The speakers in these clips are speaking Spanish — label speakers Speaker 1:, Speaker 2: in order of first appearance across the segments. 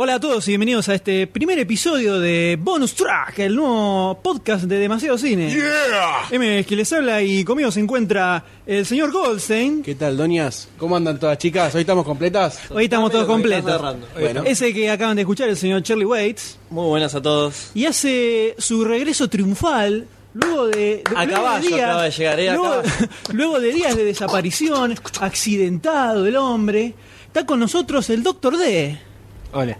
Speaker 1: Hola a todos y bienvenidos a este primer episodio de Bonus Track, el nuevo podcast de Demasiado Cine.
Speaker 2: Yeah.
Speaker 1: M es quien les habla y conmigo se encuentra el señor Goldstein.
Speaker 3: ¿Qué tal, doñas? ¿Cómo andan todas, chicas? ¿Hoy estamos completas?
Speaker 1: Hoy estamos todos completos.
Speaker 3: Bueno.
Speaker 1: Ese que acaban de escuchar, el señor Charlie Waits,
Speaker 4: Muy buenas a todos.
Speaker 1: y hace su regreso triunfal. Luego de, de-
Speaker 4: A
Speaker 1: luego
Speaker 4: caballo acaba de llegar, eh, a
Speaker 1: luego,
Speaker 4: caballo.
Speaker 1: luego de días de desaparición, accidentado el hombre, está con nosotros el Doctor D.
Speaker 3: Hola.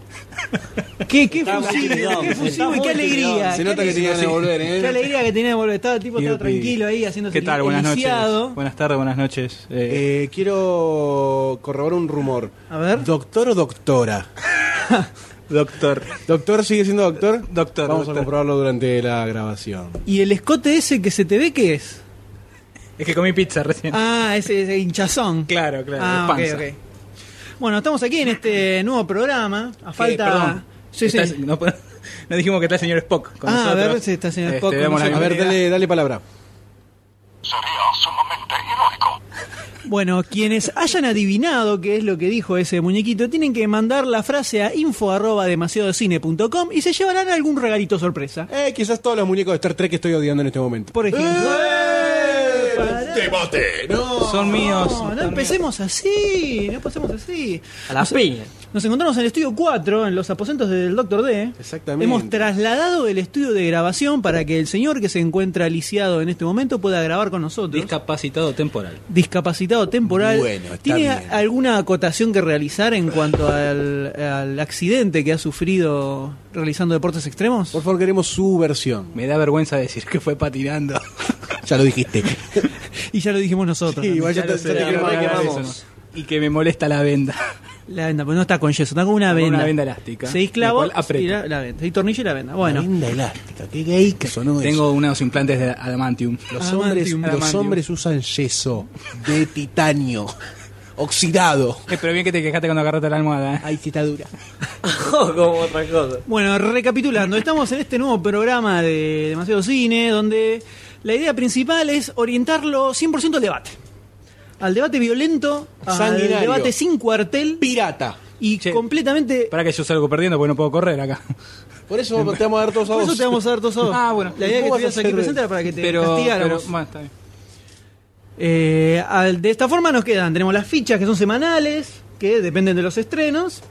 Speaker 1: Qué, qué
Speaker 4: Está muy
Speaker 1: fusivo,
Speaker 4: timidón,
Speaker 1: qué
Speaker 4: sí.
Speaker 1: fusivo y
Speaker 4: Está
Speaker 1: qué
Speaker 4: muy
Speaker 1: alegría.
Speaker 4: timidón.
Speaker 3: Se nota que tenía ganas de volver,
Speaker 1: Qué
Speaker 3: ¿eh?
Speaker 1: alegría que tenía de volver. Estaba tipo estaba
Speaker 3: Yupi.
Speaker 1: tranquilo ahí haciendo
Speaker 5: ¿Qué tal? Buenas
Speaker 1: iniciado.
Speaker 5: noches. Buenas tardes, buenas noches. Eh,
Speaker 3: Eh, quiero corroborar un rumor.
Speaker 1: A ver.
Speaker 3: ¿Doctor o doctora?
Speaker 5: doctor.
Speaker 3: ¿Doctor sigue siendo doctor?
Speaker 5: Doctor,
Speaker 3: Vamos
Speaker 5: doctor.
Speaker 3: a comprobarlo durante la grabación.
Speaker 1: ¿Y el escote ese que se te ve qué es?
Speaker 5: Es que comí pizza recién.
Speaker 1: Ah, ese, ese hinchazón.
Speaker 5: Claro, claro,
Speaker 1: Ah,
Speaker 5: es panza.
Speaker 1: ok, ok. Bueno, estamos aquí en este nuevo programa. A falta.
Speaker 5: Eh, perdón.
Speaker 1: Sí, sí.
Speaker 5: Está- No, po- no dijimos que está el señor Spock con
Speaker 1: Ah, a
Speaker 5: nosotros.
Speaker 1: ver si está el señor
Speaker 5: Este,
Speaker 1: Spock con
Speaker 5: damos la
Speaker 1: nosotros.
Speaker 3: A ver,
Speaker 5: bienvenida.
Speaker 3: dale, dale palabra.
Speaker 2: Sería sumamente ilógico.
Speaker 1: Bueno, quienes hayan adivinado qué es lo que dijo ese muñequito, tienen que mandar la frase a info arroba demasiadocine.com y se llevarán algún regalito sorpresa.
Speaker 3: Eh, quizás todos los muñecos de Star Trek que estoy odiando en este momento.
Speaker 1: Por ejemplo.
Speaker 5: ¡Eh!
Speaker 1: Pará.
Speaker 2: ¡Debate! ¡No!
Speaker 5: Son míos.
Speaker 1: No,
Speaker 5: son
Speaker 1: no
Speaker 5: míos.
Speaker 1: empecemos así, no pasemos así.
Speaker 4: A la piña.
Speaker 1: Nos encontramos en el estudio 4, en los aposentos del Doctor D.
Speaker 3: Exactamente.
Speaker 1: Hemos trasladado el estudio de grabación para que el señor que se encuentra lisiado en este momento pueda grabar con nosotros.
Speaker 5: Discapacitado temporal.
Speaker 1: Discapacitado temporal.
Speaker 3: Bueno, está
Speaker 1: ¿Tiene
Speaker 3: bien.
Speaker 1: alguna acotación que realizar en cuanto al, al accidente que ha sufrido realizando deportes extremos?
Speaker 3: Por favor, queremos su versión.
Speaker 5: Me da vergüenza decir que fue patinando.
Speaker 3: Ya lo dijiste.
Speaker 1: Y ya lo dijimos nosotros.
Speaker 3: Sí,
Speaker 1: también.
Speaker 3: vaya,
Speaker 5: Ya
Speaker 3: te-
Speaker 5: lo
Speaker 3: ya
Speaker 5: sé,
Speaker 3: te
Speaker 5: la
Speaker 3: quiero
Speaker 5: verdad que
Speaker 3: mandar
Speaker 5: vamos.
Speaker 3: eso,
Speaker 5: Y que me molesta la venda.
Speaker 1: La venda, pues no está con yeso, está con una
Speaker 5: Con
Speaker 1: venda.
Speaker 5: una venda elástica,
Speaker 1: Seis
Speaker 5: la
Speaker 1: clavos
Speaker 5: cual aprieta.
Speaker 1: y la, la venda. Seis tornillos y la venda. Bueno.
Speaker 3: La linda elástica, qué gay que sonó eso.
Speaker 5: Tengo unos implantes de adamantium.
Speaker 3: Los
Speaker 1: Adamantium.
Speaker 3: hombres, los
Speaker 5: Adamantium.
Speaker 3: hombres usan yeso de titanio oxidado.
Speaker 5: Eh, pero bien que te quejaste cuando agarraste la almohada. ¿eh?
Speaker 3: Ay, sí está dura.
Speaker 4: Como otra cosa.
Speaker 1: Bueno, recapitulando, estamos en este nuevo programa de Demasiado Cine, donde la idea principal es orientarlo 100% al debate. Al debate violento, al
Speaker 3: Sanguinario.
Speaker 1: debate sin cuartel
Speaker 3: Pirata.
Speaker 1: y
Speaker 5: Che,
Speaker 1: completamente...
Speaker 5: Para que yo salgo perdiendo porque no puedo correr acá.
Speaker 3: Por eso te vamos a dar todos a
Speaker 1: Em, Por eso
Speaker 3: dos.
Speaker 1: te vamos a dar dos a dos.
Speaker 5: Ah, bueno.
Speaker 1: La idea
Speaker 3: ¿Cómo
Speaker 1: que tuvieras
Speaker 3: vas a
Speaker 1: aquí
Speaker 3: hacer?
Speaker 1: presente era para que te
Speaker 5: Pero, pero
Speaker 1: castigáramos.
Speaker 5: bueno, está bien.
Speaker 1: Eh, al- de esta forma nos quedan, tenemos las fichas que son semanales, que dependen de los estrenos.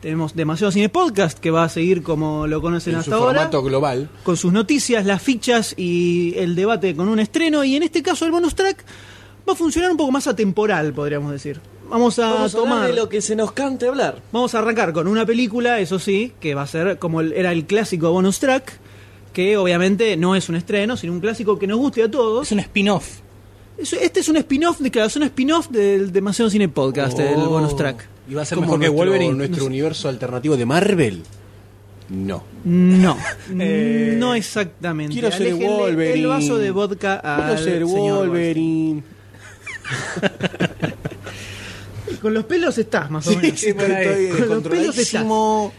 Speaker 1: Tenemos Demasiado Cine Podcast, que va a seguir como lo conocen
Speaker 3: En su
Speaker 1: hasta ahora.
Speaker 3: formato global.
Speaker 1: con sus noticias, las fichas y el debate con un estreno. Y en este caso, el bonus track va a funcionar un poco más atemporal, podríamos decir. Vamos a
Speaker 4: Vamos a hablar
Speaker 1: tomar.
Speaker 4: de lo que se nos cante hablar.
Speaker 1: Vamos a arrancar con una película, eso sí, que va a ser como el- era el clásico bonus track. Que obviamente no es un estreno, sino un clásico que nos guste a todos.
Speaker 5: Es un spin-off.
Speaker 1: Es- Este es un spin-off, de- claro, es un spin-off del Demasiado Cine Podcast, el
Speaker 3: Oh.
Speaker 1: bonus track.
Speaker 5: Y va a ser
Speaker 3: Como
Speaker 5: mejor que
Speaker 3: nuestro,
Speaker 5: Wolverine.
Speaker 3: nuestro universo alternativo de Marvel. No.
Speaker 1: No,
Speaker 5: Eh,
Speaker 1: no exactamente.
Speaker 3: quiero ser
Speaker 1: Aléjenle
Speaker 3: Wolverine.
Speaker 1: El vaso de vodka al señor Wolverine. Con los pelos estás, más o menos.
Speaker 3: Sí,
Speaker 5: por ahí.
Speaker 3: estoy
Speaker 1: Con los pelos estás.
Speaker 3: descontroladísimo.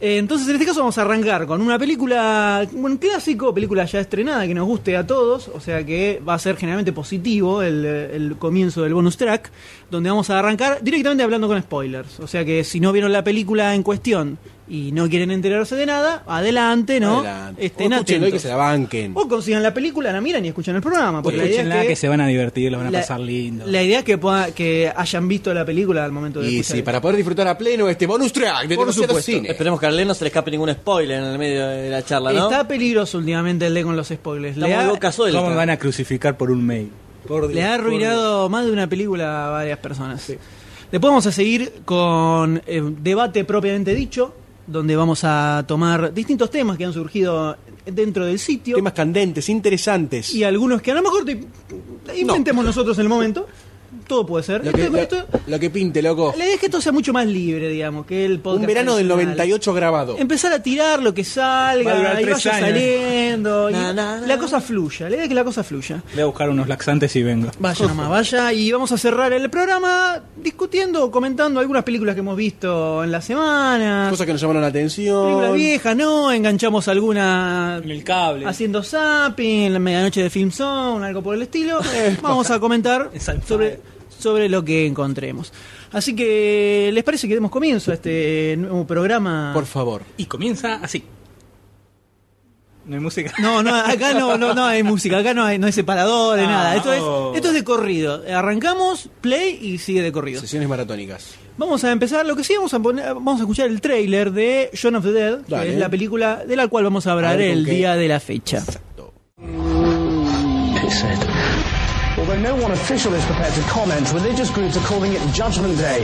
Speaker 1: Eh, Entonces, en este caso, vamos a arrancar con una película, un clásico, película ya estrenada que nos guste a todos. O sea que va a ser generalmente positivo el, eh, el comienzo del bonus track, donde vamos a arrancar directamente hablando con spoilers. O sea que si no vieron la película en cuestión y no quieren enterarse de nada, adelante, ¿no?
Speaker 3: Adelante.
Speaker 1: Estén
Speaker 3: O escúchenlo y que
Speaker 1: atentos.
Speaker 3: se la banquen.
Speaker 1: O consigan la película, la miran y escuchan el programa. Porque la idea
Speaker 5: Escúchenla
Speaker 1: es
Speaker 5: que,
Speaker 1: que,
Speaker 5: se van a divertir, lo van a
Speaker 1: la-
Speaker 5: pasar lindo.
Speaker 1: La idea es que, pueda- que hayan visto la película al momento de
Speaker 3: Y
Speaker 1: escuchar
Speaker 3: sí,
Speaker 1: esto.
Speaker 3: para poder disfrutar a pleno este bonus track de
Speaker 1: Por
Speaker 3: Demasiado
Speaker 1: supuesto.
Speaker 3: Cine.
Speaker 4: Esperemos que a Ale no se le escape ningún spoiler en el medio de la charla, ¿no?
Speaker 1: Está peligroso últimamente el de con los spoilers.
Speaker 4: Está
Speaker 1: Le ha-
Speaker 4: muy boca suelta.
Speaker 5: ¿Cómo me van a crucificar por un mail? Por
Speaker 1: Le ha arruinado más de una película a varias personas. Después vamos a seguir con eh, debate propiamente dicho, donde vamos a tomar distintos temas que han surgido dentro del sitio
Speaker 3: Temas candentes, interesantes.
Speaker 1: y algunos que a lo mejor te- inventemos nosotros en el momento. todo puede ser.
Speaker 2: Lo que,
Speaker 1: Esto- esto-
Speaker 2: lo- lo que pinte, loco.
Speaker 1: la idea es que esto sea mucho más libre, digamos, que el podcast.
Speaker 2: Un verano del
Speaker 1: tradicional.
Speaker 2: 98 grabado.
Speaker 1: Empezar a tirar lo que
Speaker 5: Va a
Speaker 1: salga,
Speaker 5: durar
Speaker 1: y
Speaker 5: tres
Speaker 1: vaya
Speaker 5: años.
Speaker 1: saliendo, y
Speaker 4: Na, na, na.
Speaker 1: la cosa fluya, la idea es que la cosa fluya.
Speaker 5: Voy a buscar unos laxantes y vengo.
Speaker 1: Vaya nomás, vaya. Y vamos a cerrar el programa discutiendo, o comentando algunas películas que hemos visto en la semana.
Speaker 2: Cosas que nos llamaron la
Speaker 1: Ah. Películas
Speaker 2: atención.
Speaker 1: viejas, ¿no? Enganchamos alguna
Speaker 5: el cable.
Speaker 1: haciendo zapping, en la medianoche de Film Zone, algo por el estilo. Vamos a comentar
Speaker 5: Exacto.
Speaker 1: sobre, sobre lo que encontremos. Así que, ¿les parece que demos comienzo a este nuevo programa?
Speaker 2: Por favor.
Speaker 5: Y comienza así. No hay música.
Speaker 1: No, no, acá no, no, no hay música, acá no hay, no hay separadores,
Speaker 5: Ah,
Speaker 1: nada. Esto
Speaker 5: oh.
Speaker 1: es, esto es de corrido. Arrancamos, play y sigue de corrido.
Speaker 2: Sesiones maratónicas.
Speaker 1: Vamos a empezar, lo que sí vamos a poner, vamos a escuchar el tráiler de Shaun of the Dead,
Speaker 2: Dale.
Speaker 1: que es la película de la cual vamos a hablar
Speaker 2: A ver con
Speaker 1: el
Speaker 2: qué.
Speaker 1: día de la fecha.
Speaker 6: Although no one official is prepared to comment, religious groups are calling it Judgment Day.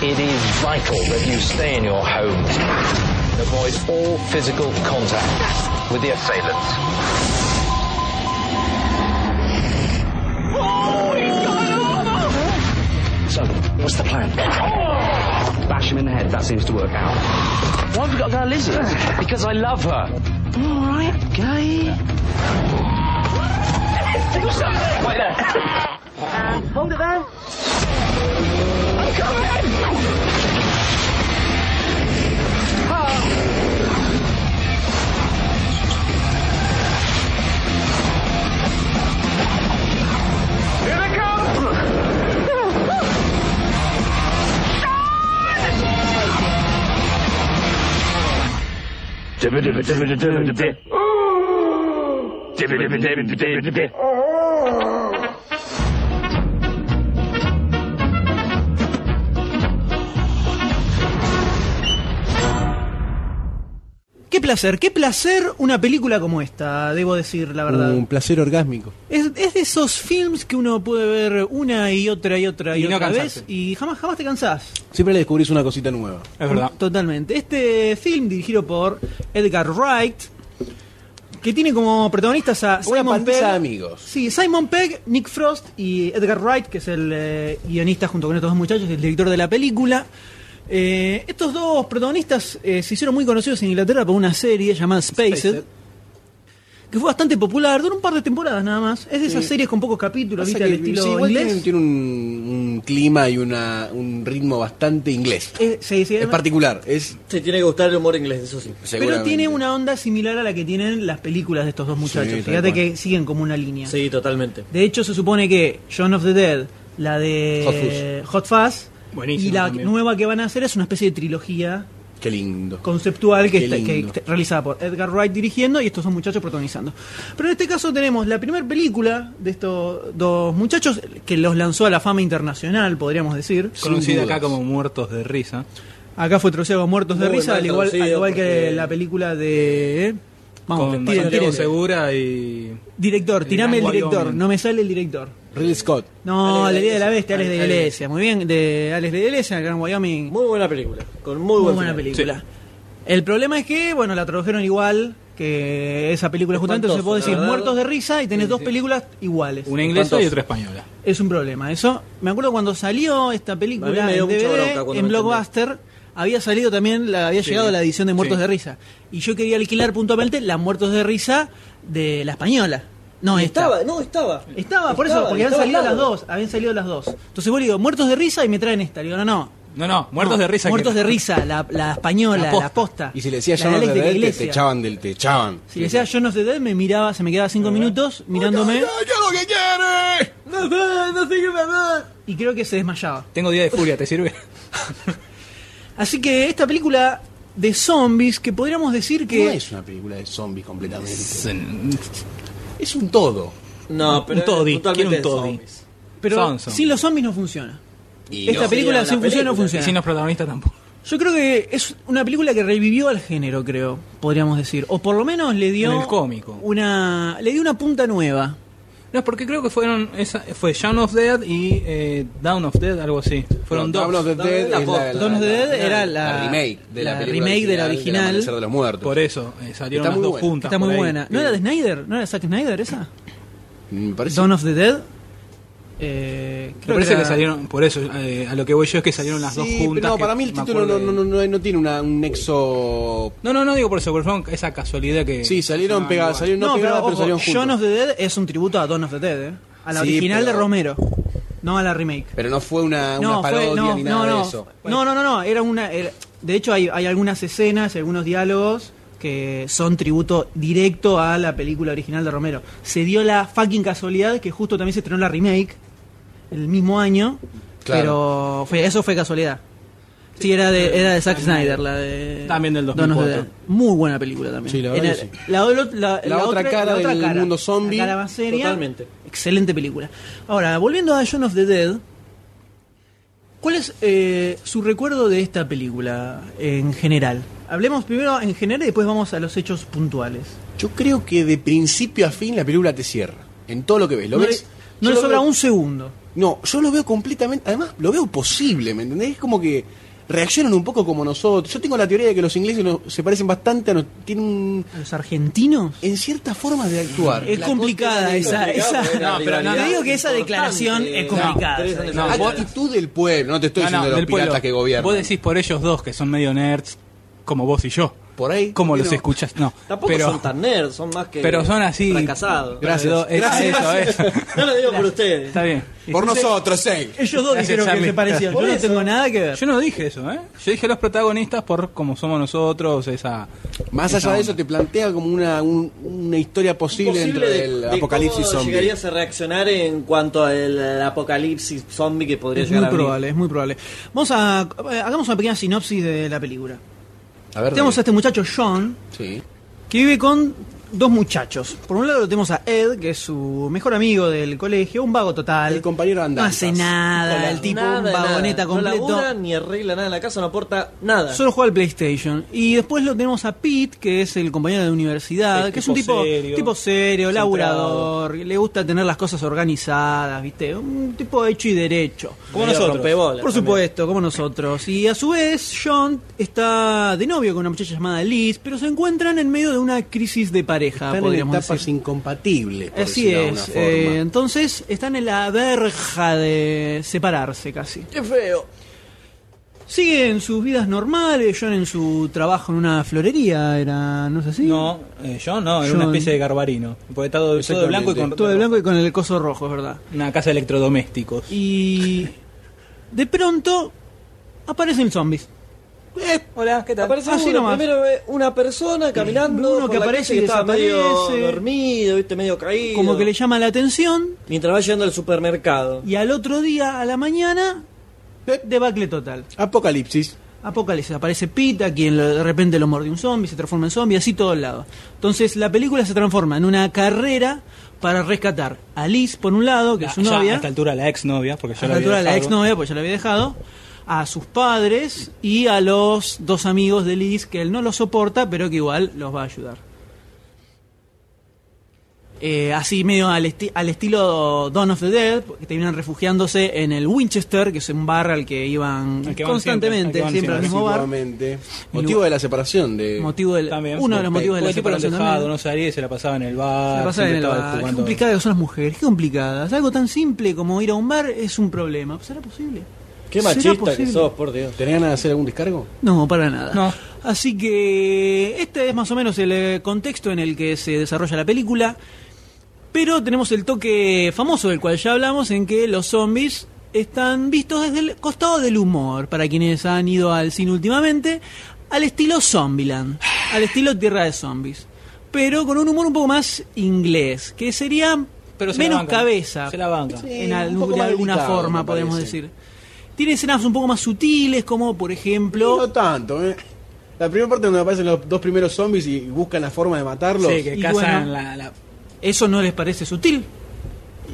Speaker 7: It is vital that you stay in your homes and avoid all physical contact with the assailants.
Speaker 6: So, what's the plan? Bash him in the head, that seems to work out. Why have we got to go to Lizzie? Because I love her. Alright, gay. Do something! Wait there. hold it there. I'm coming! Here they come!
Speaker 1: Qué placer, qué placer una película como esta, debo decir la verdad.
Speaker 2: Un placer orgásmico.
Speaker 1: Es, es de esos films que uno puede ver una y otra y otra y,
Speaker 5: Y no
Speaker 1: otra vez
Speaker 5: cansarse.
Speaker 1: y jamás jamás te cansás.
Speaker 2: Siempre le descubrís una cosita nueva.
Speaker 5: Es verdad.
Speaker 1: Totalmente. Este film dirigido por Edgar Wright, que tiene como protagonistas a
Speaker 2: Una
Speaker 1: Simon
Speaker 2: pandilla
Speaker 1: Pegg.
Speaker 2: de amigos.
Speaker 1: Sí, Simon Pegg, Nick Frost y Edgar Wright, que es el eh, guionista junto con estos dos muchachos, el director de la película. Eh, estos dos protagonistas eh, se hicieron muy conocidos en Inglaterra por una serie llamada Spaced.
Speaker 2: Spaced.
Speaker 1: Que fue bastante popular, duró un par de temporadas nada más. Es de esas series con pocos capítulos,
Speaker 2: Pasa
Speaker 1: ¿viste? Al
Speaker 2: que,
Speaker 1: estilo
Speaker 2: sí, igual
Speaker 1: inglés.
Speaker 2: tiene, tiene un, un clima y una, un ritmo bastante inglés.
Speaker 1: Eh, sí, sí,
Speaker 2: Es
Speaker 1: además-
Speaker 2: particular, es
Speaker 4: Se tiene que gustar el humor inglés, eso sí.
Speaker 1: Pero
Speaker 2: seguramente.
Speaker 1: tiene una onda similar a la que tienen las películas de estos dos muchachos.
Speaker 2: tal
Speaker 1: Fíjate
Speaker 2: cual.
Speaker 1: que siguen como una línea.
Speaker 4: Sí, totalmente.
Speaker 1: De hecho, se supone que Shaun of the Dead, la de Hot Fuzz,
Speaker 5: Buenísimo
Speaker 1: y la
Speaker 5: también.
Speaker 1: nueva que van a hacer es una especie de trilogía
Speaker 2: Qué lindo.
Speaker 1: conceptual que,
Speaker 2: Qué
Speaker 1: está- que
Speaker 2: lindo.
Speaker 1: está- realizada por Edgar Wright dirigiendo y estos dos muchachos protagonizando. Pero en este caso tenemos la primera película de estos dos muchachos que los lanzó a la fama internacional, podríamos decir.
Speaker 5: Conocida
Speaker 2: dudas.
Speaker 5: acá como Muertos de Risa.
Speaker 1: Acá fue troceado Muertos de
Speaker 4: Muy
Speaker 1: Risa,
Speaker 4: mal
Speaker 1: al igual, al
Speaker 4: traducido,
Speaker 1: igual que
Speaker 4: porque-
Speaker 1: la película de... eh, Vamos,
Speaker 5: con
Speaker 1: tiren,
Speaker 5: Santiago
Speaker 1: tiren.
Speaker 5: Segura y.
Speaker 1: Director, tirame el
Speaker 5: Gran
Speaker 1: director,
Speaker 5: Wyoming.
Speaker 1: no me sale el director.
Speaker 2: Ridley Scott.
Speaker 1: No,
Speaker 4: Alex
Speaker 1: la
Speaker 4: de
Speaker 1: idea de la bestia,
Speaker 4: Iglesia.
Speaker 1: Alex de
Speaker 4: Alex de
Speaker 1: Iglesia. Muy bien, de Alex de Iglesia, el Gran Wyoming. Muy,
Speaker 4: Muy buena película. Con muy, buen
Speaker 1: buena
Speaker 4: final.
Speaker 1: película. El problema es que, bueno, la tradujeron igual que esa película justamente, entonces
Speaker 4: Espantoso,
Speaker 1: puedo
Speaker 4: la
Speaker 1: decir
Speaker 4: verdad.
Speaker 1: muertos de risa y tenés dos películas iguales.
Speaker 5: Una inglesa y
Speaker 4: ¿Cuántos?
Speaker 5: otra española.
Speaker 1: Es un problema, eso. Me acuerdo cuando salió esta
Speaker 4: A mí
Speaker 1: película
Speaker 4: me
Speaker 1: en
Speaker 4: dio mucha
Speaker 1: DVD,
Speaker 4: bronca cuando
Speaker 1: en
Speaker 4: me
Speaker 1: Blockbuster, había salido también, la, había llegado la edición de Muertos
Speaker 5: Sí.
Speaker 1: de Risa. Y yo quería alquilar puntualmente la Muertos de Risa de la española. No,
Speaker 4: Y
Speaker 1: esta.
Speaker 4: Estaba, no, estaba.
Speaker 1: Estaba, por eso,
Speaker 4: Estaba,
Speaker 1: porque habían
Speaker 4: estaba
Speaker 1: salido
Speaker 4: al
Speaker 1: las
Speaker 4: lado.
Speaker 1: dos, habían salido las dos. Entonces vos le digo, muertos de risa y me traen esta. Le digo, no, no.
Speaker 5: No, no, Muertos
Speaker 1: no,
Speaker 5: de Risa.
Speaker 1: Muertos
Speaker 5: que-
Speaker 1: de risa, la, la española, la
Speaker 5: La
Speaker 1: posta.
Speaker 5: posta.
Speaker 2: Y si le decía
Speaker 1: la
Speaker 2: John of the
Speaker 1: dialéctica
Speaker 2: Dead, te,
Speaker 1: iglesia.
Speaker 2: te echaban del te echaban.
Speaker 1: Si le decía John of the Dead, me miraba, se me quedaba cinco minutos mirándome
Speaker 2: lo que quiere!
Speaker 4: No, no, no sé qué me va.
Speaker 1: y creo que se desmayaba.
Speaker 5: Tengo día de furia, ¿te sirve?
Speaker 1: Así que esta película de zombies, que podríamos decir
Speaker 2: No
Speaker 1: que...
Speaker 2: es una película de zombies completamente. Es un todo.
Speaker 4: No, pero
Speaker 5: Un toddy,
Speaker 4: totalmente
Speaker 5: quiero un
Speaker 4: de
Speaker 5: toddy.
Speaker 4: zombies.
Speaker 1: Pero
Speaker 5: son zombies.
Speaker 1: sin los zombies no funciona.
Speaker 2: Y
Speaker 1: Esta
Speaker 2: no.
Speaker 1: película
Speaker 4: Sería
Speaker 1: sin
Speaker 4: la
Speaker 1: funciona no
Speaker 4: película.
Speaker 5: Y
Speaker 1: funciona.
Speaker 5: sin los protagonistas tampoco.
Speaker 1: Yo creo que es una película que revivió al género, creo, podríamos decir. O por lo menos le dio.
Speaker 5: En el cómico.
Speaker 1: Una, le dio una punta nueva.
Speaker 5: No, es porque creo que fueron. Esa, fue Shaun of Dead y eh, Down of Dead, algo así. Fueron
Speaker 2: No, Dawn
Speaker 5: dos.
Speaker 2: of the
Speaker 4: Dawn
Speaker 2: Dead
Speaker 4: of the
Speaker 2: es
Speaker 4: Dead,
Speaker 2: la- la-
Speaker 1: Dawn of the
Speaker 2: la-
Speaker 1: Dead
Speaker 2: la-
Speaker 1: era
Speaker 2: la
Speaker 1: la-
Speaker 2: remake de la,
Speaker 1: la
Speaker 2: película
Speaker 1: remake de la
Speaker 2: del
Speaker 1: original.
Speaker 2: Amanecer de los muertos.
Speaker 5: Por eso, eh, salieron
Speaker 2: Está
Speaker 5: las
Speaker 2: muy
Speaker 5: dos
Speaker 2: buena.
Speaker 5: juntas.
Speaker 1: Está muy
Speaker 5: por ahí.
Speaker 1: buena. ¿No era de Snyder? ¿No era de Zack Snyder esa?
Speaker 2: Me parece.
Speaker 1: Dawn of the Dead. eh,
Speaker 5: Me
Speaker 1: creo
Speaker 5: parece
Speaker 1: era-
Speaker 5: que salieron, por eso, eh, a lo que voy yo es que salieron las dos
Speaker 2: Sí,
Speaker 5: juntas.
Speaker 2: No,
Speaker 5: que
Speaker 2: para mí el
Speaker 5: me
Speaker 2: título no,
Speaker 5: acuerdo
Speaker 2: no,
Speaker 5: de-
Speaker 2: no- no tiene una- un nexo.
Speaker 5: No, no, no digo por eso, pero fueron esa casualidad que.
Speaker 2: Sí, salieron
Speaker 5: No,
Speaker 2: pegadas,
Speaker 5: igual.
Speaker 2: salieron no,
Speaker 1: No, pero,
Speaker 2: pegadas, pero,
Speaker 1: ojo,
Speaker 2: salieron juntas.
Speaker 1: Shaun of the Dead es un tributo a Dawn of the Dead, ¿eh? A la
Speaker 2: Sí,
Speaker 1: original
Speaker 2: pero-
Speaker 1: de Romero, no a la remake.
Speaker 2: Pero no fue una, una
Speaker 1: no, fue-
Speaker 2: parodia
Speaker 1: no,
Speaker 2: ni nada
Speaker 1: no,
Speaker 2: de
Speaker 1: no.
Speaker 2: eso.
Speaker 1: No, no, no, no, era una... era- de hecho hay, hay algunas escenas, y algunos diálogos que son tributo directo a la película original de Romero. Se dio la fucking casualidad que justo también se estrenó la remake el mismo año,
Speaker 2: Claro.
Speaker 1: pero fue, eso fue casualidad. Sí, era de, era de Zack
Speaker 5: También-
Speaker 1: Snyder, la de...
Speaker 5: también del
Speaker 1: Dawn of the
Speaker 5: 2004.
Speaker 1: Dead. Muy buena película también.
Speaker 2: Sí, la verdad
Speaker 1: En
Speaker 2: que sí.
Speaker 1: la, la- la
Speaker 2: otra cara
Speaker 1: la otra
Speaker 2: del mundo zombie.
Speaker 1: La cara más seria.
Speaker 4: Totalmente.
Speaker 1: Excelente película. Ahora, volviendo a John of the Dead, ¿cuál es eh, su recuerdo de esta película en general? Hablemos primero en general y después vamos a los hechos puntuales.
Speaker 2: Yo creo que de principio a fin la película te cierra. En todo lo que ves. ¿Lo
Speaker 1: no
Speaker 2: ves?
Speaker 1: le, no
Speaker 2: Yo
Speaker 1: le
Speaker 2: lo
Speaker 1: sobra
Speaker 2: veo-
Speaker 1: un segundo.
Speaker 2: No, yo lo veo completamente. Además, lo veo posible, ¿me entendés? Es como que reaccionan un poco como nosotros. Yo tengo la teoría de que los ingleses no- se parecen bastante a. nos- tienen un-
Speaker 1: ¿A ¿Los argentinos?
Speaker 2: en ciertas formas de actuar.
Speaker 1: Es
Speaker 2: La
Speaker 1: complicada
Speaker 2: cosa
Speaker 1: esa. Ah, esa-
Speaker 4: porque era
Speaker 5: No, pero no,
Speaker 1: te
Speaker 5: no,
Speaker 1: digo que esa declaración es complicada.
Speaker 4: No,
Speaker 1: esa
Speaker 4: interesante.
Speaker 5: No,
Speaker 4: Ah,
Speaker 5: vos-
Speaker 2: Actitud del pueblo, no te estoy
Speaker 5: No,
Speaker 2: diciendo
Speaker 5: no,
Speaker 2: de
Speaker 5: del
Speaker 2: los piratas
Speaker 5: pueblo.
Speaker 2: que gobiernan.
Speaker 5: Vos decís por ellos dos, que son medio nerds, como vos y yo.
Speaker 2: por ahí.
Speaker 5: Como los
Speaker 2: pero-
Speaker 5: escuchas, no.
Speaker 4: Tampoco
Speaker 5: pero,
Speaker 4: son tan nerds, son más que.
Speaker 5: pero son así.
Speaker 4: Fracasados.
Speaker 5: Gracias. Es- eso, es.
Speaker 4: No lo digo por ustedes.
Speaker 5: Está bien.
Speaker 2: Por nosotros, eh.
Speaker 1: Ellos dos
Speaker 5: Gracias,
Speaker 1: dijeron que
Speaker 5: Charlie.
Speaker 1: se parecían. Yo
Speaker 4: Por
Speaker 1: no
Speaker 4: eso.
Speaker 1: tengo nada que ver.
Speaker 5: Yo no dije eso, ¿eh? Yo dije los protagonistas por como somos nosotros, esa.
Speaker 2: Más allá de eso, te plantea como una, un- una historia posible, dentro
Speaker 4: de-
Speaker 2: del
Speaker 4: de
Speaker 2: apocalipsis
Speaker 4: cómo
Speaker 2: zombie.
Speaker 4: llegarías a reaccionar en cuanto al al apocalipsis zombie que podría
Speaker 1: Es muy
Speaker 4: llegar a venir?
Speaker 1: probable, es muy probable. Vamos a. eh, Hagamos una pequeña sinopsis de la película.
Speaker 2: A ver,
Speaker 1: Tenemos a
Speaker 2: dale.
Speaker 1: este muchacho, John,
Speaker 2: Sí.
Speaker 1: que vive con dos muchachos. Por un lado lo tenemos a Ed, que es su mejor amigo del colegio, un vago total.
Speaker 2: El compañero de
Speaker 1: No
Speaker 2: andanzas.
Speaker 1: hace nada,
Speaker 4: Nada,
Speaker 1: el tipo
Speaker 4: nada,
Speaker 1: un vagoneta
Speaker 4: nada.
Speaker 1: completo.
Speaker 4: No labura, ni arregla nada en la casa, no aporta nada.
Speaker 1: Solo juega al PlayStation. Y después lo tenemos a Pete, que es el compañero de universidad,
Speaker 2: Este
Speaker 5: Es
Speaker 1: que es un
Speaker 5: tipo
Speaker 1: tipo
Speaker 5: serio,
Speaker 1: tipo serio,
Speaker 5: centrado.
Speaker 1: laburador, le gusta tener las cosas organizadas, ¿viste? Un tipo hecho y derecho.
Speaker 4: Como nosotros.
Speaker 1: Por supuesto, como nosotros. Y a su vez, John está de novio con una muchacha llamada Liz, pero se encuentran en medio de una crisis de pareja,
Speaker 2: Están en
Speaker 1: podríamos
Speaker 2: etapas
Speaker 1: decir.
Speaker 2: incompatibles. por
Speaker 1: Así
Speaker 2: decirlo de alguna
Speaker 1: es.
Speaker 2: forma.
Speaker 1: eh, entonces están en la verja de separarse casi.
Speaker 4: Qué feo.
Speaker 1: Siguen sus vidas normales, John en su trabajo en una florería, era, ¿no es así?
Speaker 5: No, eh, yo no, era una
Speaker 1: John.
Speaker 5: especie de garbarino. Porque está todo, todo de blanco y con
Speaker 1: Todo de blanco y con el coso rojo, es verdad.
Speaker 5: Una casa de electrodomésticos.
Speaker 1: Y de pronto aparecen zombies.
Speaker 5: Hola, ¿qué
Speaker 4: Eh, Aparece
Speaker 1: Así
Speaker 4: uno,
Speaker 1: nomás.
Speaker 4: primero ve una persona caminando.
Speaker 1: Uno
Speaker 4: por
Speaker 1: que
Speaker 4: la
Speaker 1: aparece
Speaker 4: calle
Speaker 1: y
Speaker 4: que estaba medio
Speaker 1: desaparece.
Speaker 4: dormido, viste, medio caído.
Speaker 1: Como que le llama la atención
Speaker 4: Mientras va llegando al supermercado.
Speaker 1: Y al otro día, a la mañana,
Speaker 2: ¿Eh?
Speaker 1: debacle total.
Speaker 2: Apocalipsis.
Speaker 1: Apocalipsis. Aparece Pete, a quien lo- de repente lo morde un zombie, se transforma en zombie, así todos lados. Entonces la película se transforma en una carrera para rescatar a Liz, por un lado, que es su
Speaker 5: Ah, Ya,
Speaker 1: novia,
Speaker 5: A esta altura la exnovia, porque yo
Speaker 1: a
Speaker 5: la
Speaker 1: la
Speaker 5: había
Speaker 1: altura de la
Speaker 5: dejado.
Speaker 1: exnovia, pues ya la había dejado, a sus padres y a los dos amigos de Liz, que él no los soporta, pero que igual los va a ayudar. Eh, así medio al, esti- al estilo Dawn of the Dead, que terminan refugiándose en el Winchester, que es un bar al que iban
Speaker 5: Al que van
Speaker 1: constantemente,
Speaker 5: siempre, al que van
Speaker 1: siempre al mismo bar.
Speaker 2: Antiguamente. Motivo de la separación de.
Speaker 1: Motivo del-
Speaker 5: Eh, También.
Speaker 1: uno de los motivos de la
Speaker 5: Porque el tipo era
Speaker 1: separación
Speaker 5: alejado,
Speaker 1: también.
Speaker 5: no salía y se la pasaba en el
Speaker 1: Se
Speaker 5: bar.
Speaker 1: la pasaban en el
Speaker 5: siempre estaba
Speaker 1: bar. Qué
Speaker 5: jugando.
Speaker 1: complicadas que son las mujeres, qué complicadas. Algo tan simple como ir a un bar es un problema. ¿Será posible?
Speaker 4: Qué
Speaker 1: ¿Será
Speaker 4: machista que
Speaker 1: posible?
Speaker 4: sos, por Dios.
Speaker 2: ¿Tenés ganas de hacer algún descargo?
Speaker 1: No, para nada.
Speaker 5: No.
Speaker 1: Así que este es más o menos el eh, contexto en el que se desarrolla la película. Pero tenemos el toque famoso del cual ya hablamos, en que los zombies están vistos desde el costado del humor, para quienes han ido al cine últimamente, al estilo Zombieland, al estilo Tierra de Zombies. Pero con un humor un poco más inglés, que sería
Speaker 5: Pero se la
Speaker 1: menos
Speaker 5: bancan.
Speaker 1: cabeza
Speaker 5: Se la bancan.
Speaker 2: Sí,
Speaker 1: en
Speaker 2: un
Speaker 1: algún-
Speaker 2: poco
Speaker 1: de
Speaker 2: más
Speaker 1: alguna
Speaker 2: delicado,
Speaker 1: forma,
Speaker 2: me
Speaker 1: podemos
Speaker 2: parece.
Speaker 1: decir. Tiene escenas un poco más sutiles, como por ejemplo...
Speaker 2: No tanto, eh. La primera parte donde aparecen los dos primeros zombies y buscan la forma de matarlos.
Speaker 5: Sí, que
Speaker 1: Y
Speaker 5: cazan
Speaker 1: bueno.
Speaker 5: la, la-
Speaker 1: ¿Eso no les parece sutil?